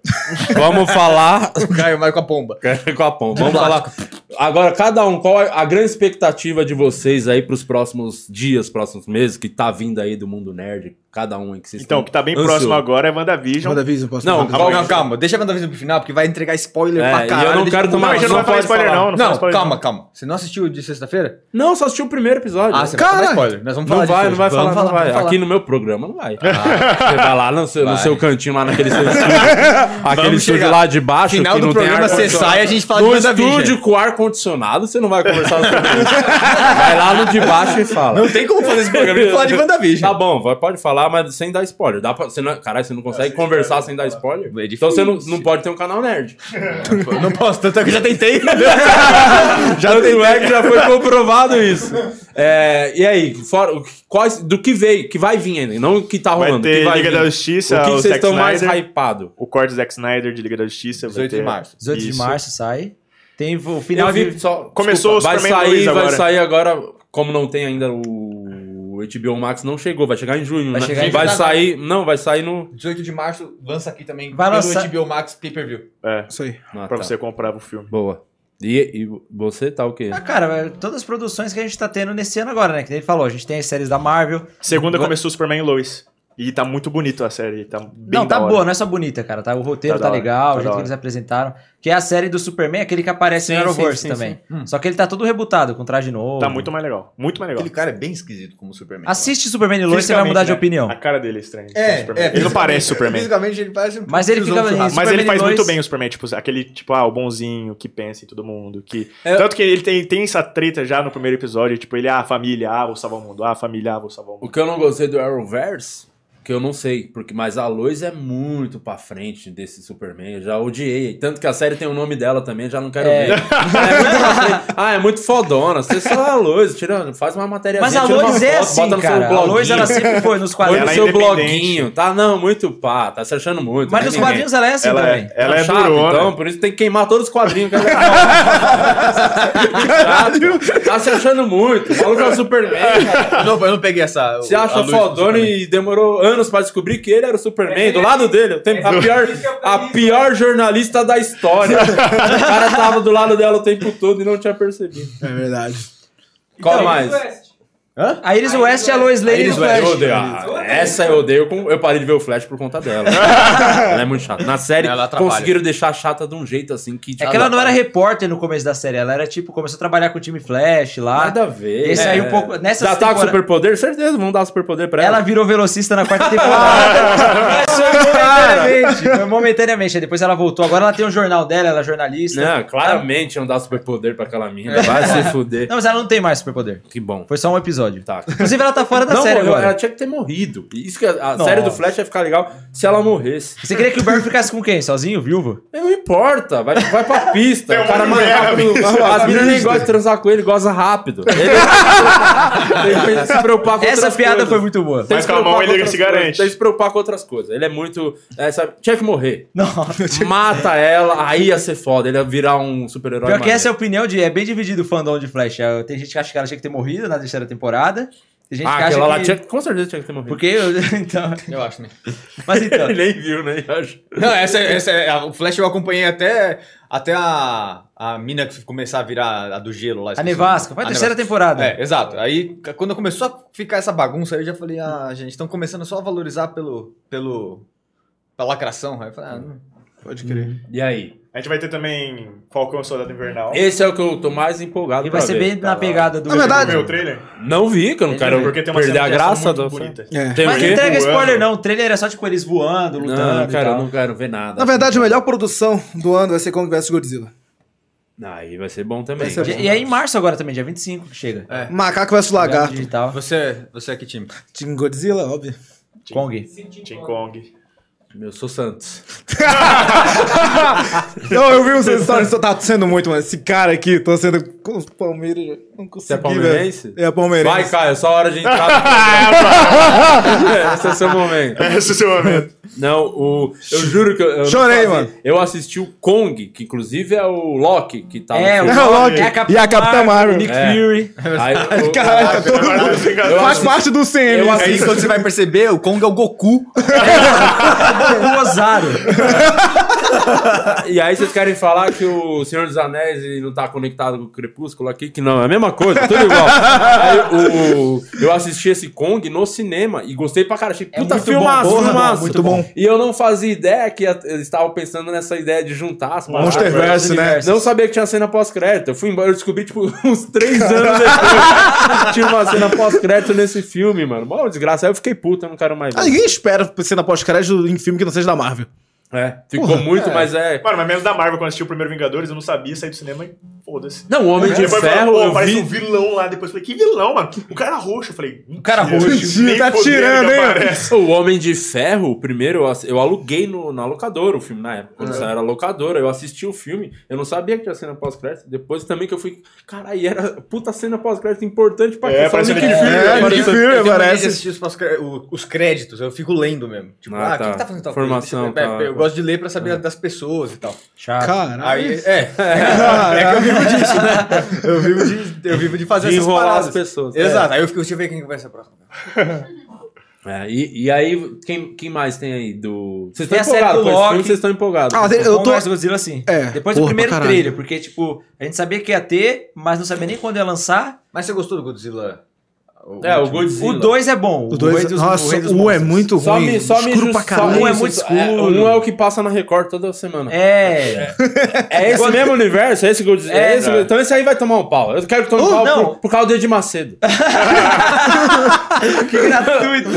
Speaker 1: Vamos falar.
Speaker 2: Caio Maio com a pomba.
Speaker 1: com a pão. Vamos falar. Agora, cada um, qual é a grande expectativa de vocês aí pros próximos dias, próximos meses, que tá vindo aí do mundo nerd? Cada um aí
Speaker 8: é
Speaker 1: que vocês
Speaker 3: Então, o que
Speaker 1: estão
Speaker 3: tá bem
Speaker 1: ansioso.
Speaker 3: próximo agora é WandaVision.
Speaker 7: WandaVision, posso
Speaker 1: Não,
Speaker 7: falar?
Speaker 2: Não, calma, calma. Deixa a WandaVision pro final, porque vai entregar spoiler
Speaker 1: É, e
Speaker 2: pra
Speaker 1: eu
Speaker 2: caralho.
Speaker 1: não
Speaker 2: deixa
Speaker 1: quero
Speaker 2: eu-
Speaker 1: tomar-
Speaker 3: Não, a gente não, vai
Speaker 1: não
Speaker 3: falar
Speaker 1: pode
Speaker 3: spoiler,
Speaker 1: falar.
Speaker 3: não.
Speaker 2: Não,
Speaker 3: fala spoiler,
Speaker 2: calma, calma. Você não assistiu de sexta-feira?
Speaker 1: Não, só assisti o primeiro episódio.
Speaker 2: Ah, você vai
Speaker 7: Cara,
Speaker 2: tomar spoiler. Nós vamos falar
Speaker 1: não vai,
Speaker 2: disso
Speaker 1: não vai
Speaker 2: hoje.
Speaker 1: falar,
Speaker 2: Vamos
Speaker 1: não vai.
Speaker 2: vamos Ah,
Speaker 1: Aqui no meu programa não vai. Você vai lá no seu, no seu cantinho, lá naquele seu estúdio. aquele
Speaker 2: Vamos
Speaker 1: estúdio
Speaker 2: chegar.
Speaker 1: lá de baixo.
Speaker 2: Final
Speaker 1: que
Speaker 2: do
Speaker 1: não tem
Speaker 2: programa, você
Speaker 1: ar-condicionado.
Speaker 2: sai e a gente fala de
Speaker 1: No
Speaker 2: WandaVision.
Speaker 1: estúdio com ar-condicionado, você não vai conversar sobre isso. Vai lá no de baixo e fala.
Speaker 2: Não tem como fazer esse programa e falar de WandaVision.
Speaker 1: Tá bom, vai, pode falar, mas sem dar spoiler. Dá pra, você não, caralho, você não consegue conversar
Speaker 3: né?
Speaker 1: sem dar spoiler?
Speaker 2: É difícil.
Speaker 1: então você não, não pode ter um canal nerd.
Speaker 2: Não posso, tanto é que eu já tentei.
Speaker 1: Já
Speaker 2: um
Speaker 1: Tanto é que já foi comprovado isso. É, e aí, fora, o que- quais, do que veio, que vai vir ainda, não o que tá
Speaker 3: Vai
Speaker 1: rolando. o que
Speaker 3: ter
Speaker 1: vai
Speaker 3: Liga
Speaker 1: vir.
Speaker 3: da Justiça,
Speaker 1: O que,
Speaker 3: o
Speaker 1: que vocês
Speaker 3: Zack
Speaker 1: estão mais
Speaker 3: Snyder.
Speaker 1: hypado?
Speaker 3: O corte Zack Snyder de Liga da Justiça. vai
Speaker 2: 18 de
Speaker 3: ter.
Speaker 2: março.
Speaker 4: 18 de
Speaker 3: Isso.
Speaker 4: março sai. Tem o
Speaker 1: Eu
Speaker 4: final
Speaker 1: vi
Speaker 4: de.
Speaker 1: só. desculpa,
Speaker 3: Começou o
Speaker 1: vai
Speaker 3: Superman
Speaker 1: sair,
Speaker 3: Luiz
Speaker 1: vai
Speaker 3: agora.
Speaker 1: sair agora, como não tem ainda o HBO Max, não chegou, vai chegar em junho,
Speaker 2: Vai
Speaker 1: né?
Speaker 2: chegar em
Speaker 1: vai
Speaker 2: junho.
Speaker 1: sair, não, vai sair no
Speaker 2: 18 de março, lança aqui também
Speaker 4: Vai
Speaker 2: pelo
Speaker 4: lançar-
Speaker 2: HBO Max Pay-Per-View.
Speaker 3: É,
Speaker 7: Isso aí.
Speaker 1: ah,
Speaker 3: pra
Speaker 1: tá.
Speaker 3: você comprar o filme.
Speaker 1: Boa. E, e você tá o quê?
Speaker 4: Ah, cara, todas as produções que a gente tá tendo nesse ano agora, né? Que nem ele falou, a gente tem as séries da Marvel.
Speaker 3: Segunda
Speaker 4: Agora-
Speaker 3: começou o Superman Lois. E tá muito bonito a série. Tá bem
Speaker 4: não,
Speaker 3: da
Speaker 4: tá
Speaker 3: hora.
Speaker 4: boa, não é só bonita, cara. Tá, o roteiro
Speaker 3: Tá
Speaker 4: tá,
Speaker 3: da hora,
Speaker 4: legal,
Speaker 3: tá
Speaker 4: o
Speaker 3: da
Speaker 4: jeito
Speaker 3: hora.
Speaker 4: que eles apresentaram. Que é a série do Superman, aquele que aparece
Speaker 1: Sim,
Speaker 4: no Arrowverse
Speaker 1: sim, sim,
Speaker 4: também. Só que ele tá todo rebutado, com traje novo.
Speaker 3: Hum. Tá muito mais legal. Muito mais legal.
Speaker 2: Aquele cara é bem esquisito como Superman.
Speaker 4: Assiste Superman e Lois, você vai mudar de
Speaker 3: Fisicamente, né?
Speaker 4: opinião.
Speaker 3: A cara dele é estranha.
Speaker 2: É, é,
Speaker 3: Superman. ele não
Speaker 2: fisicamente-
Speaker 3: parece Superman.
Speaker 2: Fisicamente ele parece um
Speaker 4: Mas ele fica-
Speaker 2: tiozão churrasco.
Speaker 3: Mas ele
Speaker 4: Superman
Speaker 3: faz
Speaker 4: dois.
Speaker 3: muito bem o Superman, tipo, aquele, tipo, ah, o bonzinho que pensa em todo mundo. Que...
Speaker 1: É.
Speaker 3: Tanto que ele tem, tem essa treta já no primeiro episódio, tipo, ele, ah, família, ah, vou salvar o mundo, ah, família, ah, vou salvar o
Speaker 1: O
Speaker 3: mundo.
Speaker 1: que eu não gostei do Arrowverse que eu não sei, porque mas a Lois é muito pra frente desse Superman, eu já odiei. Tanto que a série tem o nome dela também, já não quero
Speaker 4: É.
Speaker 1: ver. É muito pra frente. ah, é muito fodona. Você só é a Lois, tira, faz uma matéria
Speaker 4: Mas a
Speaker 1: tira uma
Speaker 4: Lois é
Speaker 1: foto,
Speaker 4: assim,
Speaker 1: bota no seu
Speaker 4: cara. A
Speaker 1: bloguinho.
Speaker 4: Lois, ela sempre foi nos
Speaker 1: Põe no
Speaker 4: quadrinhos.
Speaker 3: é
Speaker 1: seu
Speaker 3: independente.
Speaker 1: bloguinho, tá? Não, muito pá, tá se achando muito.
Speaker 4: Mas
Speaker 1: né,
Speaker 4: nos
Speaker 1: ninguém.
Speaker 4: quadrinhos ela é assim
Speaker 3: Ela
Speaker 4: também.
Speaker 3: é, ela
Speaker 1: Tá
Speaker 3: é
Speaker 1: chato,
Speaker 3: durona.
Speaker 1: então, por isso tem que queimar todos os quadrinhos. Que ela é chato. Tá se achando muito. O maluco é o Superman. cara.
Speaker 2: Eu não, eu não peguei essa.
Speaker 1: Se
Speaker 2: a
Speaker 1: acha
Speaker 2: luz do
Speaker 1: fodona
Speaker 2: Superman.
Speaker 1: e demorou anos pra descobrir que ele era o Superman.
Speaker 6: É,
Speaker 1: Do lado dele, tem- a, pior,
Speaker 6: isso que eu
Speaker 1: a
Speaker 6: falei,
Speaker 4: né?
Speaker 1: pior jornalista da história. O cara tava do lado dela o tempo todo e não tinha percebido.
Speaker 7: É verdade.
Speaker 1: Qual
Speaker 4: Então,
Speaker 1: mais?
Speaker 6: West.
Speaker 4: A Iris West e a Lois Lane
Speaker 1: Iris
Speaker 4: do
Speaker 1: West,
Speaker 4: é- Flash.
Speaker 1: eu odeio. Ah, essa eu odeio. com- Eu parei de ver o Flash por conta dela. ela é muito chata. Na série,
Speaker 2: Ela atrapalha.
Speaker 1: conseguiram deixar chata de um jeito assim que.
Speaker 4: É que ela não era repórter no começo da série, ela era tipo, começou a trabalhar com o time Flash lá.
Speaker 1: Nada a ver.
Speaker 4: Esse aí um pouco- nessas
Speaker 1: Já tá com
Speaker 4: temporadas-
Speaker 1: superpoder? Certeza, vão dar superpoder pra ela.
Speaker 4: Ela é virou velocista na quarta temporada. Foi momentaneamente. Foi momentaneamente. Aí depois ela voltou. Agora ela tem um jornal dela, ela é jornalista. Não,
Speaker 1: Não, claramente não dá superpoder pra aquela mina.
Speaker 4: É.
Speaker 1: Vai se fuder.
Speaker 4: mas ela não tem mais superpoder.
Speaker 1: Que bom.
Speaker 4: Foi só um episódio.
Speaker 1: Tá.
Speaker 4: Inclusive, ela tá fora da
Speaker 1: Não,
Speaker 4: série
Speaker 1: morreu,
Speaker 4: agora.
Speaker 1: ela tinha que ter morrido. Isso que a, a
Speaker 4: Nossa.
Speaker 1: série do Flash ia ficar legal se ela morresse.
Speaker 4: Você queria que o Barry ficasse com quem? Sozinho, viúvo?
Speaker 1: Não importa, vai, vai pra pista. o cara
Speaker 3: um
Speaker 1: mais rápido. As meninas nem gostam de transar com ele, goza rápido. Ele tem que se preocupar com
Speaker 4: Essa
Speaker 1: outras
Speaker 4: piada
Speaker 1: coisas.
Speaker 4: foi muito boa.
Speaker 1: Tem que
Speaker 3: Mas
Speaker 1: se
Speaker 3: com a mão
Speaker 1: preocupar
Speaker 3: um ele
Speaker 1: outras
Speaker 3: se
Speaker 1: coisas,
Speaker 3: garante.
Speaker 1: Tem que se preocupar com outras coisas. Ele é muito. é, sabe, tinha que morrer.
Speaker 4: Não.
Speaker 1: Mata ela, aí ia ser foda. Ele ia virar um super-herói.
Speaker 4: Pior que
Speaker 1: maneiro.
Speaker 4: essa é a opinião de. É bem dividido o fandom de Flash. É, Tem gente que acha que ela tinha que ter morrido na terceira temporada. Tem gente
Speaker 1: Ah,
Speaker 4: que acha
Speaker 1: aquela lá
Speaker 4: que.
Speaker 1: tinha, com certeza tinha que ter morrido.
Speaker 4: Porque. eu- Então.
Speaker 2: Eu acho, né?
Speaker 4: Mas então.
Speaker 1: Ele nem viu, né? Eu acho.
Speaker 2: Não, essa, essa é, a- o Flash eu acompanhei até, até a, a mina que começar a virar a do gelo lá.
Speaker 4: A
Speaker 2: esqueci o
Speaker 4: Nevasca.
Speaker 2: nome.
Speaker 4: Foi a
Speaker 2: A
Speaker 4: terceira
Speaker 2: Nevasca.
Speaker 4: temporada.
Speaker 1: né?
Speaker 2: É, exato. Aí, c- quando começou a ficar essa bagunça, aí eu já falei, ah, gente, estão começando só a valorizar pelo. pelo pela lacração. Aí eu falei, ah, não.
Speaker 7: Pode crer.
Speaker 1: E aí?
Speaker 3: A gente vai ter também Falcão e Soldado Invernal.
Speaker 1: Esse é o que eu tô mais empolgado
Speaker 4: E vai
Speaker 1: pra
Speaker 4: ser
Speaker 1: ver.
Speaker 4: bem na pegada do.
Speaker 7: Na verdade-
Speaker 3: Meu trailer?
Speaker 1: Não vi, que é eu não quero
Speaker 3: Porque tem uma
Speaker 1: perder
Speaker 3: cena
Speaker 1: a
Speaker 3: de ação
Speaker 1: graça do.
Speaker 3: muito bonita.
Speaker 7: É.
Speaker 1: Tem o
Speaker 4: Mas não
Speaker 1: quê?
Speaker 4: entrega
Speaker 3: Voando.
Speaker 4: spoiler, não. O trailer é só tipo eles voando, lutando.
Speaker 1: Não,
Speaker 4: né, e
Speaker 1: cara, eu
Speaker 4: tal.
Speaker 1: não quero ver nada.
Speaker 7: Na verdade, a melhor produção do ano vai ser Kong vs Godzilla.
Speaker 1: Aí vai ser bom também.
Speaker 7: Vai ser
Speaker 4: E é em março agora também, dia 25 que chega.
Speaker 2: É.
Speaker 7: Macaco vs Lagarto.
Speaker 4: Digital.
Speaker 2: Você, você é que time?
Speaker 7: Team Godzilla, óbvio.
Speaker 4: Kong.
Speaker 3: King Kong.
Speaker 1: Eu sou Santos.
Speaker 7: Não, eu vi uns stories, só tá sendo muito, mano. Esse cara aqui, tô sendo com os Palmeiras. Não consegui,
Speaker 1: Você é palmeirense?
Speaker 7: velho. É palmeirense.
Speaker 1: Vai, Caio, é só hora de entrar. no programa. É, Esse é o seu momento.
Speaker 3: Esse é o seu momento.
Speaker 1: Não, o. Eu juro que eu. eu não
Speaker 7: Chorei,
Speaker 1: sabia.
Speaker 7: mano.
Speaker 1: Eu assisti o Kong, que inclusive é o Loki que tá
Speaker 4: É,
Speaker 1: no
Speaker 4: o
Speaker 7: É
Speaker 1: filme.
Speaker 7: o
Speaker 4: Loki.
Speaker 7: Loki. E a Capitã Marvel.
Speaker 4: Nick
Speaker 1: É.
Speaker 4: Fury.
Speaker 1: Aí, o-
Speaker 7: Caraca, todo
Speaker 3: Agora
Speaker 7: mundo-
Speaker 3: você enganou.
Speaker 7: Faz parte do CM.
Speaker 1: Eu
Speaker 7: isso.
Speaker 2: É isso quando você vai perceber, o Kong é o Goku.
Speaker 4: O Osaru.
Speaker 1: E aí vocês querem falar que o Senhor dos Anéis não tá conectado com o Crepúsculo aqui? Que não, é a mesma coisa, tudo igual. Aí, o- eu assisti esse Kong no cinema e gostei pra caralho. Achei,
Speaker 4: É
Speaker 1: puta,
Speaker 4: muito
Speaker 1: filmaço,
Speaker 4: bom, porra,
Speaker 1: filmaço.
Speaker 7: muito bom.
Speaker 1: E eu não fazia ideia que a- eles estavam pensando nessa ideia de juntar as paradas.
Speaker 7: Monsterverse, né?
Speaker 1: Não sabia que tinha cena pós-crédito. Eu fui embora, eu descobri, tipo, uns três anos depois. que tinha uma cena pós-crédito nesse filme, mano. Mó desgraça. Aí eu fiquei puta, eu não quero mais
Speaker 7: Ah,
Speaker 1: ver.
Speaker 7: ninguém espera ser na pós-crédito em filme que não seja da Marvel.
Speaker 1: É, ficou muito, mas é.
Speaker 3: Mano, mas menos da Marvel, quando eu assisti o primeiro Vingadores, eu não sabia, saí do cinema e foda-se.
Speaker 1: Não, o Homem de
Speaker 3: Depois
Speaker 1: Ferro,
Speaker 3: É, falou, pô,
Speaker 1: eu
Speaker 3: parece
Speaker 1: vi
Speaker 3: um vilão lá. Depois eu falei, que vilão, mano? O cara é roxo. Eu falei, o
Speaker 4: cara
Speaker 7: roxo. Tá tirando, hein?
Speaker 1: O Homem de Ferro, o primeiro, eu, ass- eu aluguei no, na locadora o filme na época.
Speaker 7: É.
Speaker 1: Quando saiu era locadora, eu assisti o filme. Eu não sabia que tinha cena pós-crédito. Depois também que eu fui. Caralho, era puta cena pós-crédito importante pra
Speaker 3: É,
Speaker 1: quê? Só
Speaker 3: parece
Speaker 1: Nick
Speaker 3: Nick
Speaker 1: Fury,
Speaker 7: Fury,
Speaker 1: apareceu.
Speaker 7: Nick Fury.
Speaker 2: Eu tenho mania de
Speaker 7: parece.
Speaker 2: assistir os, pós- o- os créditos, eu fico lendo mesmo. Tipo,
Speaker 1: Ah,
Speaker 2: ah,
Speaker 1: tá.
Speaker 2: quem que tá fazendo tal
Speaker 1: Formação,
Speaker 2: coisa? Deixa eu ver.
Speaker 1: tá.
Speaker 2: Eu gosto de ler pra saber das pessoas e tal.
Speaker 4: Chato.
Speaker 7: Caralho.
Speaker 2: Aí, é. É que eu vivo disso, né? Eu vivo de, eu vivo de fazer
Speaker 1: De
Speaker 2: essas
Speaker 1: enrolar
Speaker 2: paradas.
Speaker 1: as
Speaker 7: é.
Speaker 1: pessoas.
Speaker 2: Exato. Aí eu fico, deixa eu ver quem que vai ser a próxima.
Speaker 1: É, e, e aí, quem, quem mais tem aí do. Vocês
Speaker 4: Tem
Speaker 1: estão
Speaker 4: a série
Speaker 1: empolgados com
Speaker 4: do
Speaker 1: esse filme,
Speaker 4: Loki.
Speaker 1: vocês estão empolgados.
Speaker 7: Ah, mas
Speaker 4: Eu
Speaker 7: eu
Speaker 4: tô...
Speaker 7: tô.
Speaker 4: Godzilla assim.
Speaker 7: É,
Speaker 4: Depois do
Speaker 7: porra,
Speaker 4: primeiro
Speaker 7: pra caralho.
Speaker 4: trailer, porque tipo, a gente sabia que ia ter, mas não sabia nem quando ia lançar.
Speaker 2: Mas você gostou do Godzilla?
Speaker 1: É, o
Speaker 2: último?
Speaker 1: Godzilla.
Speaker 4: O 2 é bom.
Speaker 7: O dois,
Speaker 4: Rei dos- o
Speaker 7: nossa,
Speaker 4: Rei dos
Speaker 7: o U é
Speaker 4: Monstros.
Speaker 7: muito ruim.
Speaker 1: Só me, só me
Speaker 7: escuro
Speaker 1: ju-
Speaker 7: pra
Speaker 1: só
Speaker 7: caralho.
Speaker 1: isso,
Speaker 4: Um é muito
Speaker 1: só-
Speaker 4: escuro.
Speaker 1: um é o que passa na Record toda semana.
Speaker 4: É.
Speaker 1: É esse mesmo universo, é esse que eu disse. é
Speaker 4: É,
Speaker 1: esse-
Speaker 3: cara.
Speaker 1: Então esse aí vai tomar um pau. Eu quero que tome um
Speaker 4: Uh,
Speaker 1: pau
Speaker 4: não.
Speaker 1: por, por causa do Edir Macedo.
Speaker 4: que é gratuito.